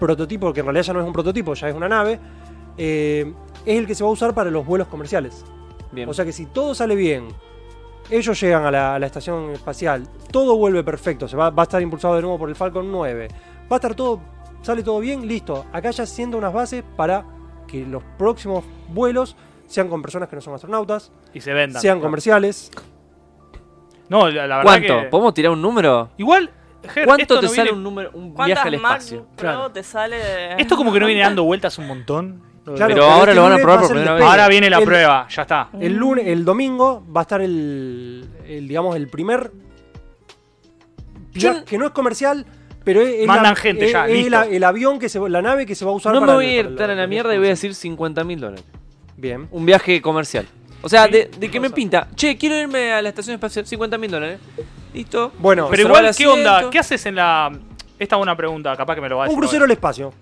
prototipo, que en realidad ya no es un prototipo, ya es una nave, eh, es el que se va a usar para los vuelos comerciales.
Bien.
O sea que si todo sale bien, ellos llegan a la, a la estación espacial, todo vuelve perfecto, se va, va a estar impulsado de nuevo por el Falcon 9, va a estar todo, sale todo bien, listo. Acá ya siendo unas bases para que los próximos vuelos sean con personas que no son astronautas,
Y se vendan.
sean comerciales.
No, la, la verdad
¿Cuánto?
que-
¿Podemos tirar un número?
Igual, Ger,
¿Cuánto
esto
te
no
sale
viene-
un número, un viaje
¿Cuántas
al espacio?
MacBook Pro te sale? de-
Esto como que no viene dando vueltas un montón.
Claro,
Pero ahora
este
lo van a
lunes
probar
va
por
ser el
primera vez.
despegue.
Ahora viene la
El-
prueba, ya está.
El
Mm.
lunes, el domingo va a estar el, el, digamos el primer
Yo-
viaje que no es comercial, pero es, es
Mandan
la-
gente
es-
ya,
es
listo.
la- el avión que se va- la nave que se va a usar
No me
para
voy a
el- para
ir tan a
los-
la
los
mierda y voy a
viajes
decir 50 mil dólares.
comerciales. Bien.
Un viaje comercial. O sea,
Sí,
de, de que me
cosa.
pinta. Che, quiero irme a la estación espacial. 50 mil dólares. Listo.
Bueno,
Pero
Reservar
igual,
el
¿qué onda?
asiento.
¿Qué haces en la.? Esta es una pregunta, capaz que me lo va a
un
decir.
crucero al espacio.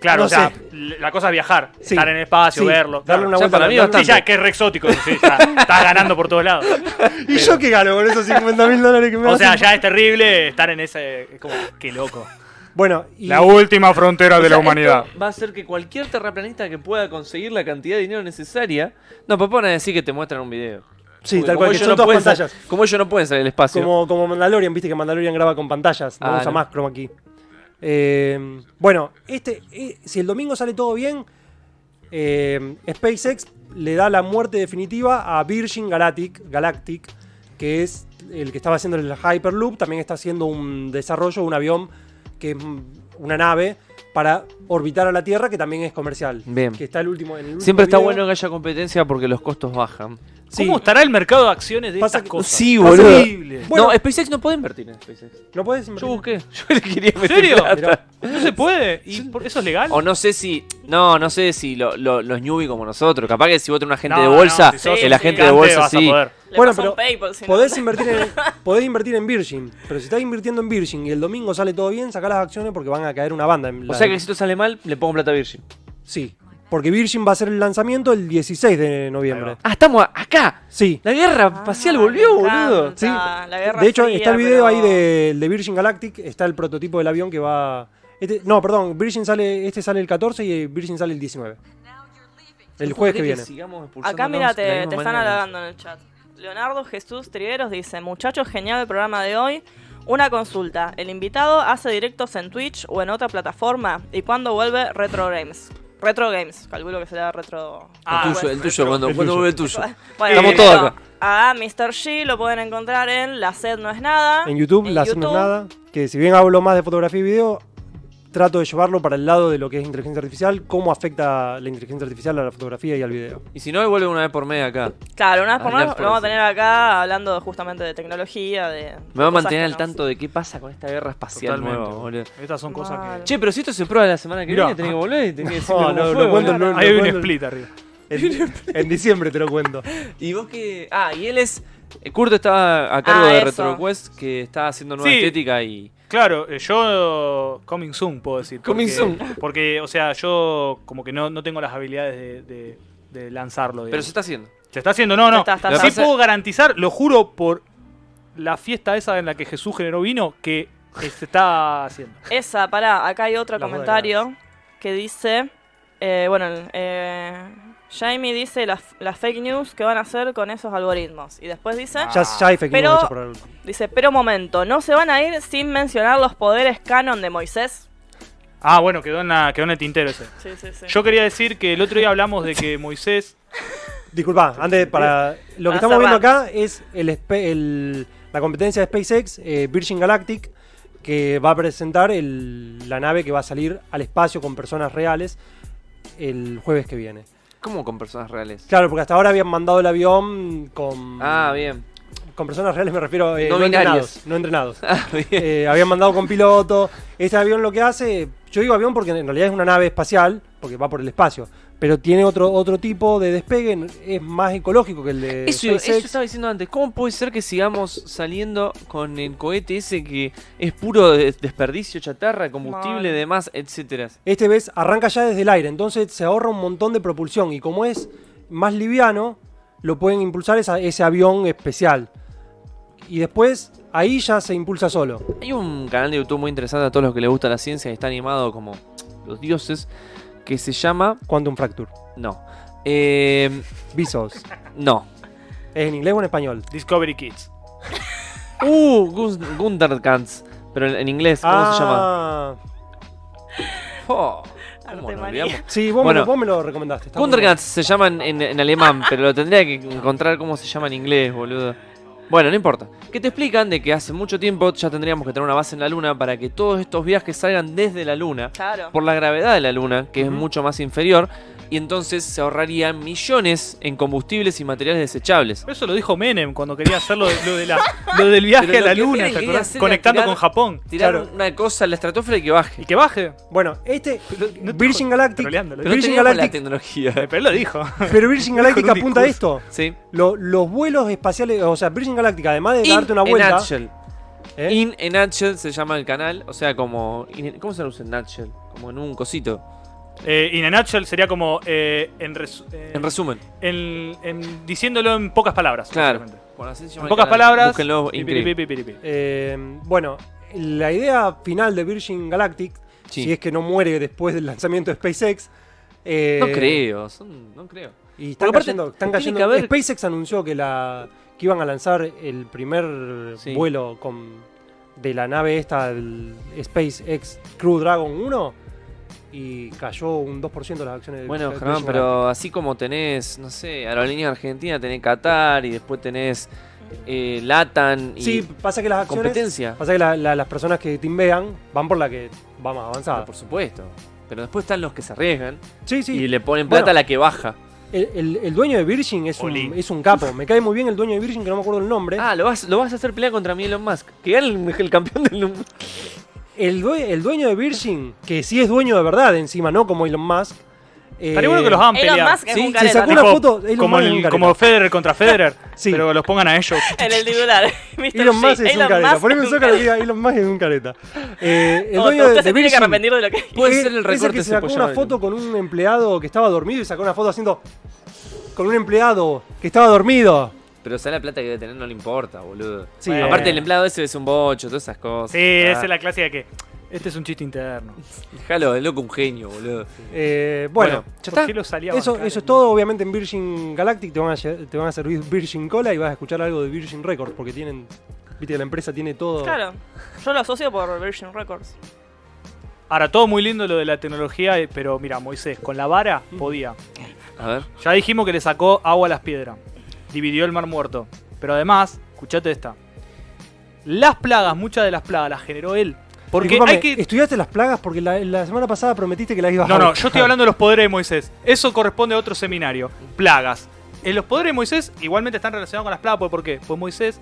Claro,
No
o sea,
sé.
l- la cosa es viajar,
Sí.
estar en el espacio,
Sí,
Ah, verlo.
darle
claro.
una
O sea,
vuelta
para
a
mí
la-
Sí,
bastante.
ya, que es re exótico. sí,
(laughs)
ya, estás ganando por todos lados.
¿Y yo qué gano con esos 50 mil dólares que me
O sea,
hacen?
ya es terrible estar en ese. es Como, qué loco.
Bueno, y
última frontera
O sea, esto Va a hacer que cualquier terraplanista que pueda conseguir la cantidad de dinero necesaria. No, papá van a decir que te muestran un video.
sí,
Porque
tal cual, que
ellos
son
no
dos
pueden sa-
pantallas.
Como ellos no pueden salir al espacio.
Como, como Mandalorian, viste que Mandalorian graba con pantallas, no
Ah,
usa
no.
más chroma key. Eh, bueno, este, eh, si el domingo sale todo bien, eh, SpaceX le da la muerte definitiva a Virgin Galactic, Galactic, que es el que estaba haciendo el Hyperloop, también está haciendo un desarrollo, un avión, que es mm, una nave para orbitar a la Tierra, que también es comercial.
Bien.
Que está el último. en el último
Siempre está
video.
bueno que haya competencia porque los costos bajan.
Sí.
¿Cómo estará el mercado de acciones de
Pasa
estas
que-
cosas?
Sí,
Pasa
boludo.
Horrible.
Bueno.
No, SpaceX no puede invertir en SpaceX.
¿No puedes?
Yo
invertir?
busqué. (laughs) Yo le quería
¿En
meter
serio?
plata.
Mirá.
¿No se puede? ¿Y por- eso es legal?
O no sé si. No, no sé si lo- lo- los newbie como nosotros. Capaz que si vos tenés un agente
No,
de
no,
bolsa,
si sos
sí,
el agente de
gigante
bolsa
vas a
sí.
poder.
Le
Bueno,
bueno, pero
pero
PayPal, si no.
Podés
(laughs)
invertir, en, podés invertir en Virgin, pero si estás invirtiendo en Virgin y el domingo sale todo bien, sacá las acciones porque van a caer una banda.
O
en la-
sea que si esto sale mal, le pongo plata a Virgin.
Sí, porque Virgin va a hacer el lanzamiento el 16 de
Ahí
noviembre.
Ah, estamos a- acá.
Sí.
La guerra espacial volvió,
Ah, me encanta.
boludo.
Sí.
la guerra
de hecho,
fría,
está el
pero-
video ahí de, de Virgin Galactic, está el prototipo del avión que va... este- no, perdón, Virgin sale, este sale el 14 y Virgin sale el 19. El jueves que viene.
Acá, mira, te, te están halagando en el chat. Leonardo Jesús Trigueros dice: Muchachos, genial el programa de hoy. Una consulta: ¿el invitado hace directos en Twitch o en otra plataforma? ¿Y cuándo vuelve Retro Games? Retro Games, calculo que será Retro.
Ah,
el tuyo, el tuyo, cuando, cuando vuelve el tuyo.
Bueno,
Estamos
pero
todos acá.
A Mr. G lo pueden encontrar en La Sed No Es Nada.
En YouTube,
Ah, en
la hacemos
YouTube.
nada. Que si bien hablo más de fotografía y video, trato de llevarlo para el lado de lo que es inteligencia artificial, cómo afecta la inteligencia artificial a la fotografía y al video.
(laughs)
Y si no, vuelve una vez por mes acá.
Claro, una vez por
Hablar
más lo
por
vamos a
eso.
tener acá hablando justamente de tecnología. De
Me va a
cosas
mantener
que
al
nos-
tanto de qué pasa con esta guerra espacial
Totalmente.
nueva, boludo.
Estas son cosas
Mal.
que.
Che, pero si esto se prueba la semana que
Mirá.
viene, tenés que volver y tenés que decirme
(laughs) No,
cómo
no,
fue,
no
boludo.
cuento, no.
Ahí hay un (laughs)
cuando-
split arriba.
En,
(laughs)
en diciembre te lo cuento.
Y vos que... Ah, y él es... eh, Kurt está a cargo
Ah,
de
eso.
RetroQuest, que está haciendo nueva
Sí.
estética y...
Claro, eh, yo coming soon puedo decir.
Coming
porque,
soon.
Porque, o sea, yo como que no, no tengo las habilidades de, de- de lanzarlo.
Pero
digamos.
se está haciendo.
se está haciendo, no, no.
Está, está,
está.
sí
Lo que pasa-
puedo garantizar, lo juro por la fiesta esa en la que Jesús generó vino, que se está haciendo.
Esa, pará, acá hay otro
Las
comentario que dice, eh, bueno, el, eh, Jaime dice las, las fake news que van a hacer con esos algoritmos. Y después dice,
Ya, ya hay fake news
Pero-
hechas por algo.
dice, pero momento, ¿no se van a ir sin mencionar los poderes canon de Moisés?
Ah, bueno, quedó en, la- quedó en el tintero ese.
Sí, sí, sí.
Yo quería decir que el otro día hablamos de que Moisés.
Disculpa, antes para. Lo que
Eh, Para
estamos viendo
cerrar.
acá es el, espe- el- la competencia de SpaceX, eh, Virgin Galactic, que va a presentar el- la nave que va a salir al espacio con personas reales el jueves que viene.
¿Cómo con personas reales?
Claro, porque hasta ahora habían mandado el avión con.
Ah, bien.
Con personas reales me refiero. eh,
No
no,
binarios.
entrenados. No entrenados.
(laughs) Ah, bien.
Eh, habían mandado con piloto. Este avión lo que hace, yo digo avión porque en realidad es una nave espacial, porque va por el espacio, pero tiene otro, otro tipo de despegue, n- es más ecológico que el de
Eso, eso
SpaceX.
estaba diciendo antes. ¿Cómo puede ser que sigamos saliendo con el cohete ese que es puro de- desperdicio, chatarra, combustible,
Mal.
demás, etcétera?
Este ves, arranca ya desde el aire, entonces se ahorra un montón de propulsión y como es más liviano, lo pueden impulsar esa- ese avión especial. Y después ahí ya se impulsa solo.
Hay un canal de YouTube muy interesante a todos los que les gusta la ciencia y está animado como los dioses que se llama
Quantum Fracture.
no eh,
Visos. ¿Es
no
en inglés o en español?
Discovery Kids.
uh Gun- Gunderkants pero en, en inglés cómo se llama
Ah,
Oh,
Arte
¿cómo nos
María.
olvidamos?
Sí, vos,
Bueno.
me, lo- vos me lo recomendaste. está muy bueno.
Gunderkants se llama en, en- en alemán pero lo tendría que encontrar cómo se llama en inglés boludo bueno, no importa. Que te explican de que hace mucho tiempo ya tendríamos que tener una base en la Luna para que todos estos viajes salgan desde la Luna.
Claro.
por la gravedad de la Luna, que es mucho más inferior, y entonces se ahorrarían millones en combustibles y materiales desechables.
Eso lo dijo Menem cuando quería hacer lo, de- lo
(laughs)
de la- lo del viaje
Pero
a
lo
la
que
luna,
Menem
¿te
quería
acordás?
hacer era
Conectando
tirar-
con Japón.
Tirar
Claro.
una cosa a la estratosfera y que
Y
baje.
que baje.
Bueno, este
no te
Virgin Galactic,
troleándolo.
Pero no
Virgin
teníamos la
Galactic,
tecnología.
Pero él lo dijo.
pero Virgin Galactic
Con un
apunta a esto.
Sí.
Lo- los vuelos espaciales, o sea, Virgin Galactic, además de darte una
In a
vuelta,
Nutshell.
¿eh?
E In a Nutshell se llama el canal, o sea, como... in- ¿Cómo se usa en Nutshell? Como en un cosito.
Eh, in a nutshell sería como. eh, en, resu- eh,
En resumen,
en- en- diciéndolo en pocas palabras.
Claro.
básicamente.
por así se llama
En
el
pocas
canal.
palabras.
Búsquenlo,
pi, pi,
increíble.
pi, pi, pi, pi.
Eh, bueno, la idea final de Virgin Galactic,
Sí.
si es que no muere después del lanzamiento de SpaceX. eh,
No creo, son- no creo.
Y están
Porque aparte,
cayendo. están
tiene
cayendo-
que haber-
SpaceX anunció que la que iban a lanzar el primer
Sí.
vuelo con, de la nave esta, el SpaceX Crew Dragon 1, y cayó un 2% las acciones de
Bueno,
de
Germán,
Virgin Galactic.
pero así como tenés, no sé, Aerolínea Argentina, tenés Qatar y después tenés eh, Latan y
Sí, pasa que las acciones.
competencia.
Pasa que la- la- las personas que timbean van por la que va más avanzada.
Por supuesto. Pero después están los que se arriesgan
Sí, sí.
y le ponen plata a
Bueno.
la que baja.
El, el- el dueño de Virgin es un,
Olí.
es un capo. Me cae muy bien el dueño de Virgin, que no me acuerdo el nombre.
Ah, lo vas, lo vas a hacer pelear contra mí, Elon Musk. Que era el, el campeón del
(laughs)
mundo.
El, due- el dueño de Virgin, que sí es dueño de verdad, encima, no como Elon Musk. eh,
Estaría bueno que los hagan
Elon
pelear.
Musk es
Sí,
un
se
careta.
sacó una- foto de Elon
como,
Musk en
el-
un careta.
como Federer
(laughs)
contra Federer,
Sí.
pero los pongan a ellos.
(laughs) En el titular. (laughs) Mr.
Elon
G.
Musk es un
Elon
careta.
Musk
Por eso
es un
saca lo
(laughs)
que diga Elon Musk es un careta. Eh, el
No,
dueño
usted
de,
se tiene
de
que
Virgin.
arrepentir de lo
(laughs)
que
Puede
es-
ser el
es
recorte
que se sacó una foto con un empleado que estaba dormido y sacó una foto haciendo. Con un empleado que estaba dormido.
Pero o sea, la plata que debe tener no le importa, boludo.
Sí,
Bueno.
Aparte, el empleado ese es un bocho, todas esas cosas.
Sí,
Ah,
eh, esa es la clase de que. Este es un chiste interno.
Déjalo, el loco un genio, boludo.
eh, bueno,
¿por
está.
qué lo salía a
Eso,
bancar
eso es
el-
todo, obviamente en Virgin Galactic te van, a, lle- te van a servir Virgin Cola y vas a escuchar algo de Virgin Records, porque tienen, viste que la empresa tiene todo.
Claro. Yo lo asocio por Virgin Records.
Ahora, todo muy lindo lo de la tecnología, eh, pero mira, Moisés, con la vara
Mm.
podía.
A ver.
Ya dijimos que le sacó agua a las piedras. Dividió el mar muerto. Pero además, escuchate esta. Las plagas, muchas de las plagas las generó él. Porque
Disculpame,
hay que.
¿Estudiaste las plagas? Porque la, la semana pasada prometiste que las ibas
No,
a
no, yo estoy hablando de los poderes de Moisés. Eso corresponde a otro seminario. Plagas. En los poderes de Moisés igualmente están relacionados con las plagas. ¿Por qué? Pues Moisés.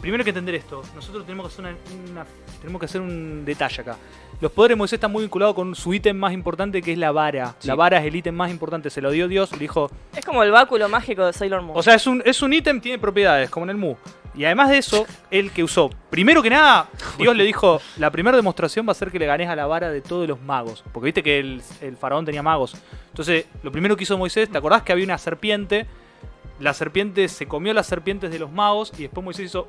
Primero hay que entender esto. Nosotros tenemos que hacer, una- una- tenemos que hacer un detalle acá. Los poderes de Moisés están muy vinculados con su ítem más importante que es la vara.
Sí.
La vara es el ítem más importante. Se lo dio Dios, le dijo,
Es como el báculo mágico de Sailor Moon.
O sea, es un, es un ítem, tiene propiedades, como en el Mu. Y además de eso, el que usó. Primero que nada, Dios le dijo: La primera demostración va a ser que le ganes a la vara de todos los magos. Porque viste que el, el faraón tenía magos. Entonces, lo primero que hizo Moisés, ¿te acordás que había una serpiente? La serpiente se comió las serpientes de los magos y después Moisés hizo.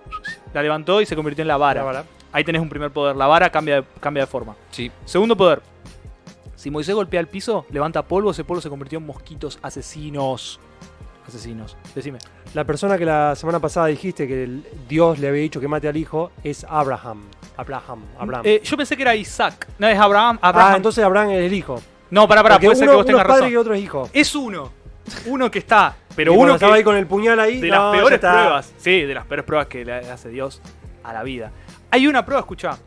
La levantó y se convirtió en la vara. Ahí tenés un primer poder. La vara cambia de, cambia de forma.
Sí.
Segundo poder. Si Moisés golpea el piso, levanta polvo, ese polvo se convirtió en mosquitos asesinos. Asesinos. Decime.
(laughs) La persona que la semana pasada dijiste que el- Dios le había dicho que mate al hijo es Abraham. Abraham, Abraham.
Eh, yo pensé que era Isaac. No, es Abraham. Abraham.
ah, entonces Abraham es el hijo.
no, pará, pará,
Porque
puede ser
uno-
que
uno
vos tengas
es padre
razón.
y otro es hijo.
Es uno. Uno que está. Pero
Y cuando
uno que
estaba ahí con el puñal ahí.
de
no,
las
ya
peores
está.
pruebas. Sí, de las peores pruebas que le hace Dios a la vida. Hay una prueba, escuchá.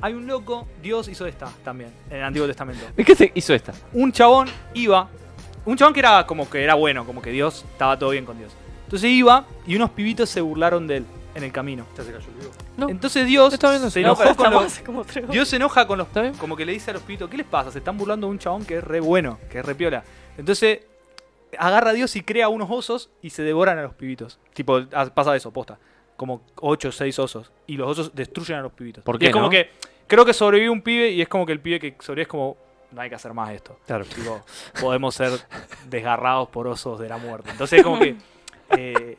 Hay un loco, Dios hizo esta también, en el Antiguo Testamento.
¿Y qué se hizo esta?
un chabón iba, un chabón que era como que era bueno, como que Dios estaba todo bien con Dios. Entonces iba y unos pibitos se burlaron de él en el camino.
Ya se cayó el vivo.
No.
Entonces Dios
Está bien, no
se
sé.
no,
enojó
pero
con
estamos
los,
como tres.
Dios se enoja con los
¿Está bien?
como que le dice a los pibitos, "¿Qué les pasa? Se están burlando de un chabón que es re bueno, que es re piola." Entonces agarra a Dios y crea unos osos y se devoran a los pibitos. Tipo, ah, pasa eso, posta. Como 8 o 6 osos y los osos destruyen a los pibitos.
¿Por
Y
qué,
es como
no?
que creo que sobrevive un pibe y es como que el pibe que sobrevive es como no hay que hacer más esto.
Claro.
Tipo, podemos ser desgarrados por osos de la muerte. Entonces, como que. eh,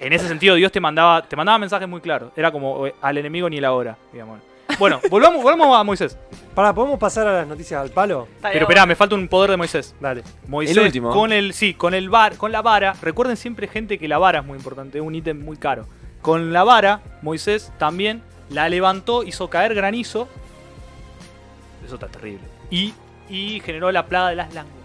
en ese sentido, Dios te mandaba, te mandaba mensajes muy claros. Era como eh, al enemigo ni la hora, digamos. Bueno, volvamos, volvamos a Moisés.
Pará, ¿podemos pasar a las noticias al palo?
Pero esperá, me falta un poder de Moisés.
Dale.
Moisés
El último.
con el sí, con el var, con la vara. Recuerden siempre gente que la vara es muy importante, es un ítem muy caro. Con la vara, Moisés también la levantó, hizo caer granizo. Eso está terrible. Y, y generó la plaga de las langostas.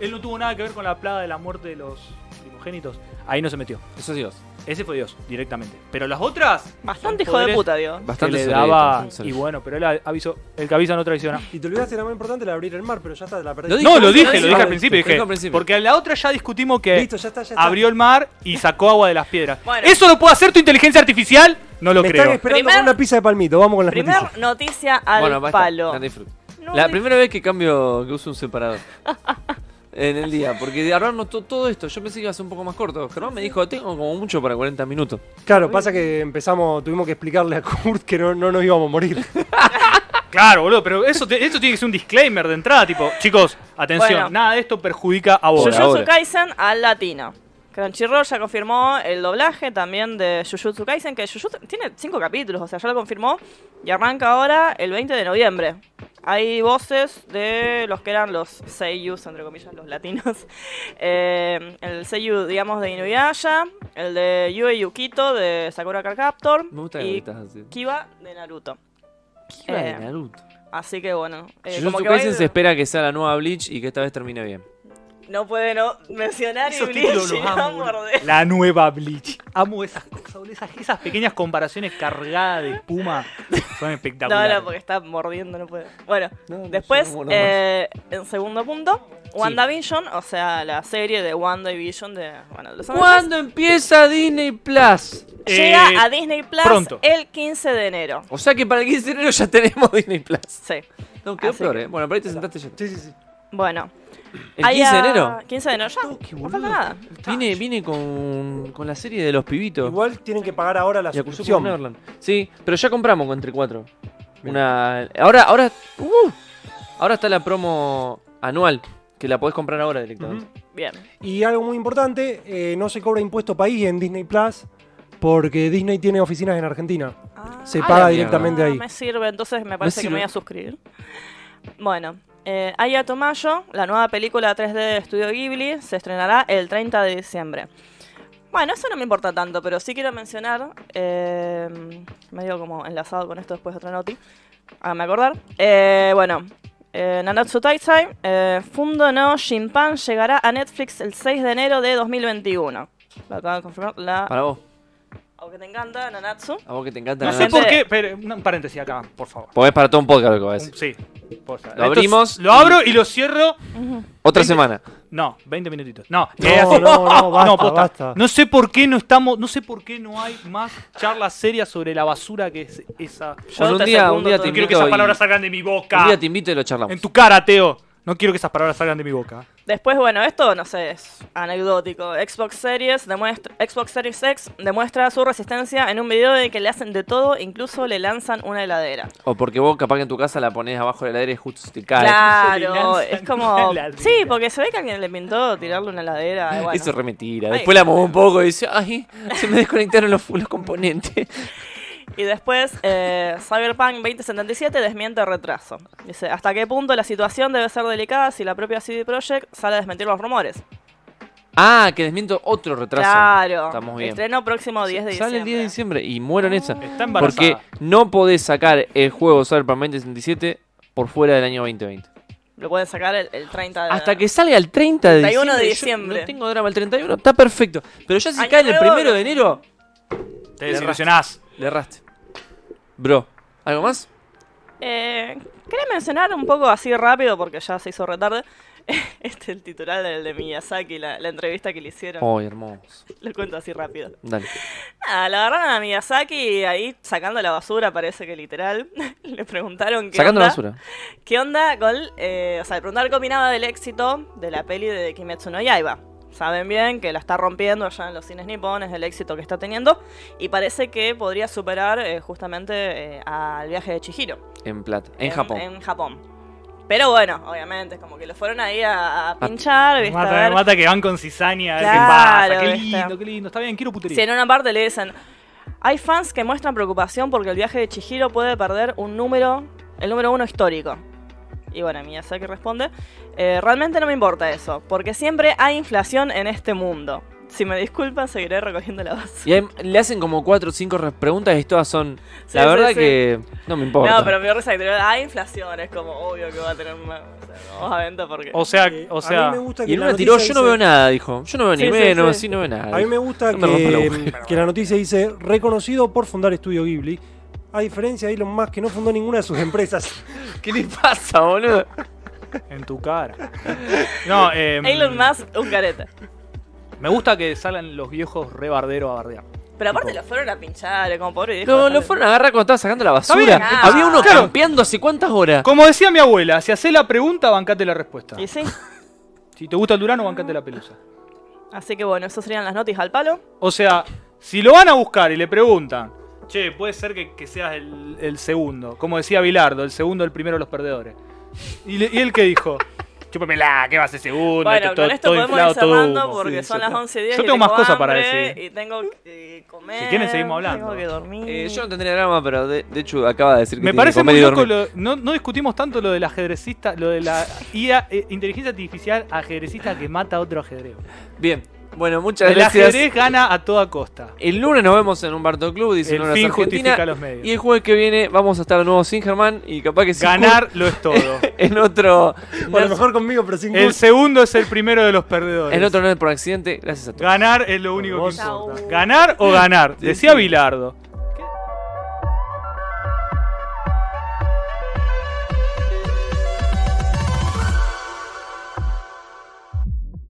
Él no tuvo nada que ver con la plaga de la muerte de los primogénitos. Ahí no se metió.
Eso es Dios.
Ese fue Dios, directamente. Pero las otras.
Bastante
son
hijo de
poderes
puta, Dios.
Que
Bastante
le
soledad,
daba.
bastante
Y
soledad.
bueno, pero él avisó. El que avisa no traiciona.
Y te olvidaste la más importante, la de abrir el mar, pero ya está, la perdí.
Lo dije.
No, lo dije, lo dije
Ah,
al
lo
principio. Dije,
dijo al principio.
porque a la otra ya discutimos que
Listo, ya está, ya está.
eh, abrió el mar y sacó agua de las piedras.
Bueno.
¿Eso lo puede hacer tu inteligencia artificial? No lo
Me
creo.
están esperando
Primer-
con una pizza de palmito, vamos con las noticias.
Primer noticia al
Bueno, basta,
palo.
no te disfrutes.
No
la
te-
primera vez que cambio, que uso un separador. (laughs) en el día, porque de hablarnos to- todo esto, yo pensé que iba a ser un poco más corto. Germán me dijo, tengo como mucho para 40 minutos.
Claro, pasa que empezamos, tuvimos que explicarle a Kurt que no, no nos íbamos a morir.
Claro, boludo, pero eso, te- esto tiene que ser un disclaimer de entrada, tipo, chicos, atención,
Bueno.
nada de esto perjudica a vos.
Ahora, Yo-
Jujutsu
ahora.
Kaisen al latino. Crunchyroll ya confirmó el doblaje también de Jujutsu Kaisen, que Jujutsu tiene cinco capítulos, o sea, ya lo confirmó. Y arranca ahora el 20 de noviembre. Hay voces de los que eran los seiyus, entre comillas, los latinos. (laughs) Eh, el seiyu, digamos, de Inuyasha, el de Yue Yukito de Sakura Card Captor
Me gusta que me
y
estás haciendo.
Kiba de Naruto.
¿Qué iba de
Eh,
Naruto?
Así que bueno, eh,
Jujutsu
como que va a
Kaisen
ir-
se espera que sea la nueva Bleach y que esta vez termine bien.
no puede no mencionar y
Esos
Bleach
títulos
y
los
no
amo, boludo.
morder.
La nueva Bleach. Amo esas cosas, boludo, esas, esas pequeñas comparaciones cargadas de espuma. Son
No,
espectaculares.
no, porque está mordiendo, no puede. Bueno,
No, no,
después,
yo no como nada más.
eh, en segundo punto, WandaVision, o sea, la serie de WandaVision de. Bueno, los Avengers,
¿Cuándo empieza Disney Plus?
Llega
Eh,
a Disney Plus
pronto.
el 15 de enero.
O sea que para el 15 de enero ya tenemos Disney Plus.
Ah, Sí.
No, quedó
Así
peor,
que-
¿eh? Bueno, para ahí te sentaste ya.
Sí, sí, sí.
Bueno.
¿El
hay
15 de
a-
enero?
15 de enero ya.
qué
No
boludo.
falta nada.
Viene, viene con, con la serie de los pibitos.
Igual tienen que pagar ahora la
Y Acusó
suscripción.
por Neverland. Sí, pero ya compramos con entre cuatro. Una. Ahora, ahora. uh, ahora está la promo anual. Que la podés comprar ahora directamente.
Bien.
Y algo muy importante, eh, no se cobra impuesto país en Disney Plus porque Disney tiene oficinas
(laughs)
en Argentina. Se
Ah,
paga
la
directamente
Ah,
ahí.
Me sirve, entonces me parece que
sirve.
me voy a suscribir. Bueno, eh, Aya Tomayo, la nueva película 3D de Estudio Ghibli, se estrenará el 30 de diciembre. Bueno, eso no me importa tanto, pero sí quiero mencionar, eh, medio como enlazado con esto después de otra noti, hágame acordar. Eh, bueno, eh, Nanatsu Taizai, eh, Fundo no Shinpan llegará a Netflix el 6 de enero de 2021. Lo acaba de confirmar la...
Para vos,
Aunque te encanta, Nanatsu.
a vos que te encanta.
No
la
sé
verdad.
por qué, pero un paréntesis acá, por favor.
Podés para todo un podcast lo que voy a
Un-
decir.
Sí, por favor.
Lo
Esto es-
abrimos
Lo
y-
abro y lo cierro.
Otra semana.
No, 20 minutitos. No,
No,
eh,
no,
así-
no, basta,
posta.
basta.
No sé por qué no estamos, no sé por qué no hay más charlas serias sobre la basura que es esa.
Yo
Bueno, un
te
día, un
segundo
día
todo.
te
No quiero
invito.
que esas
y-
palabras salgan de mi boca.
un día te invito y lo charlamos.
En tu cara, Teo. No quiero que esas palabras salgan de mi boca.
Después, bueno, esto no sé, es anecdótico. Xbox Series, demuestra, Xbox Series X demuestra su resistencia en un video de que le hacen de todo, incluso le lanzan una heladera.
O porque vos capaz que en tu casa la ponés abajo de la heladera y justo se te cae.
le
claro,
lanzan
es
una
como.
heladera.
Sí, porque se ve que alguien le pintó tirarle una heladera.
(laughs)
y bueno.
Eso es re mentira.
Ay.
Después la moví un poco y dice, ay, se me desconectaron los, los componentes. (laughs)
Y después, eh, Cyberpunk 2077 desmiente retraso. Dice, ¿hasta qué punto la situación debe ser delicada si la propia CD Projekt sale a desmentir los rumores?
Ah, que desmiento otro retraso.
Claro.
Estamos bien.
Estreno próximo 10 de diciembre.
Sale el 10 de diciembre y muero en esa.
Está
Porque
embarazada.
no podés sacar el juego Cyberpunk 2077 por fuera del año 2020.
Lo pueden sacar el, el 30 de
Hasta que salga el 30 de
31
diciembre.
de
yo
diciembre.
No tengo drama el 31, está perfecto. Pero ya si
Año
cae en el
nuevo,
primero
no.
de enero,
Te desilusionás.
le erraste. Bro, ¿algo más?
Eh, quería mencionar un poco así rápido, porque ya se hizo retarde, (laughs) este el titular del de Miyazaki, la, la entrevista que le hicieron.
Ay, hermoso.
Lo cuento así rápido.
Dale.
Nada, la agarraron a Miyazaki ahí sacando la basura, parece que literal. (laughs) le preguntaron qué
Sacando
onda,
la basura.
¿Qué onda con... eh, o sea, le preguntaron qué opinaba del éxito de la peli de Kimetsu no Yaiba. Saben bien que la está rompiendo allá en los cines nipones, el éxito que está teniendo, y parece que podría superar eh, justamente eh, al viaje de Chihiro.
En plata. En, Japón.
En Japón. Pero bueno, obviamente, es como que lo fueron ahí a, a pinchar,
Me
¿viste?
mata,
A ver.
me mata que van con cizaña. a ver
Claro,
qué pasa. Qué
¿viste?
lindo, qué lindo. Está bien, quiero putería.
Si en una parte le dicen, hay fans que muestran preocupación porque el viaje de Chihiro puede perder un número, el número uno histórico. Y bueno, Miyazaki responde, "Eh, realmente no me importa eso, porque siempre hay inflación en este mundo. Si me disculpan, seguiré recogiendo la base.
Y hay- le hacen como 4 o 5 preguntas y todas son.
Sí,
La
sí,
verdad
sí.
que no me importa.
No, pero peor es hay inflación, es como obvio que va a tener más. O sea, no vamos a venta porque.
O sea, o sea.
Eh, a mí me gusta que
Y en
la
una tiró,
noticia
yo no
dice-
veo nada, dijo. Yo no veo
Sí,
anime,
sí,
no,
sí.
así no veo nada.
A mí me gusta
No me rompa la
que, (laughs) que la noticia dice reconocido por fundar Estudio Ghibli. A diferencia de Elon Musk, que no fundó ninguna de
(laughs)
sus empresas.
¿Qué le pasa, boludo?
En tu cara. No, eh,
Elon Musk, un careta.
Me gusta que salgan los viejos rebarderos a bardear.
Pero aparte lo fueron a pinchar, como pobre viejo.
No, lo
bastante-
fueron a agarrar cuando estaba sacando la basura.
bien,
ah.
Había uno
Claro.
campeando hace cuántas horas.
Como decía mi abuela, si haces la pregunta, bancate la respuesta.
Y sí.
Si te gusta el Durano, bancate la pelusa.
Así que bueno, esas serían las noticias al palo.
O sea, si lo van a buscar y le preguntan, Che, puede ser que, que seas el, el segundo. Como decía Bilardo, el segundo, el primero de los perdedores. ¿Y, le- y él qué dijo? Chúpamela, ¿qué vas a ser segundo?
Bueno,
Esto-
con
todo-
esto
todo
podemos
inflado,
ir
todo
cerrando
humo.
porque
Sí,
son
ya
las
está.
11.10
Yo
y
tengo más cosas para
hambre
decir.
Y tengo que comer.
Si quieren, seguimos hablando.
Tengo que dormir.
Eh, yo no tendría drama, pero de, de hecho acaba de decir que
Me
tiene que
parece
comer
muy
y
loco,
dormir.
lo- no, no discutimos tanto lo del ajedrecista, lo de la IA, eh, inteligencia artificial ajedrecista que mata a
(laughs)
otro ajedrez.
Bien, bueno, muchas
El
gracias.
ajedrez gana a toda costa.
El lunes nos vemos en un Barto Club, dice
El fin justifica los medios.
Y el jueves que viene vamos a estar de nuevo sin Germán y capaz que sin
Ganar
(laughs)
lo es todo.
Kurt en otro
O a lo mejor conmigo, pero sin
El
Gus.
segundo es el primero de los perdedores.
en otro no por accidente. Gracias a todos.
Ganar es lo único que
Hermoso.
importa.
Chau.
Ganar o ganar. Decía Bilardo.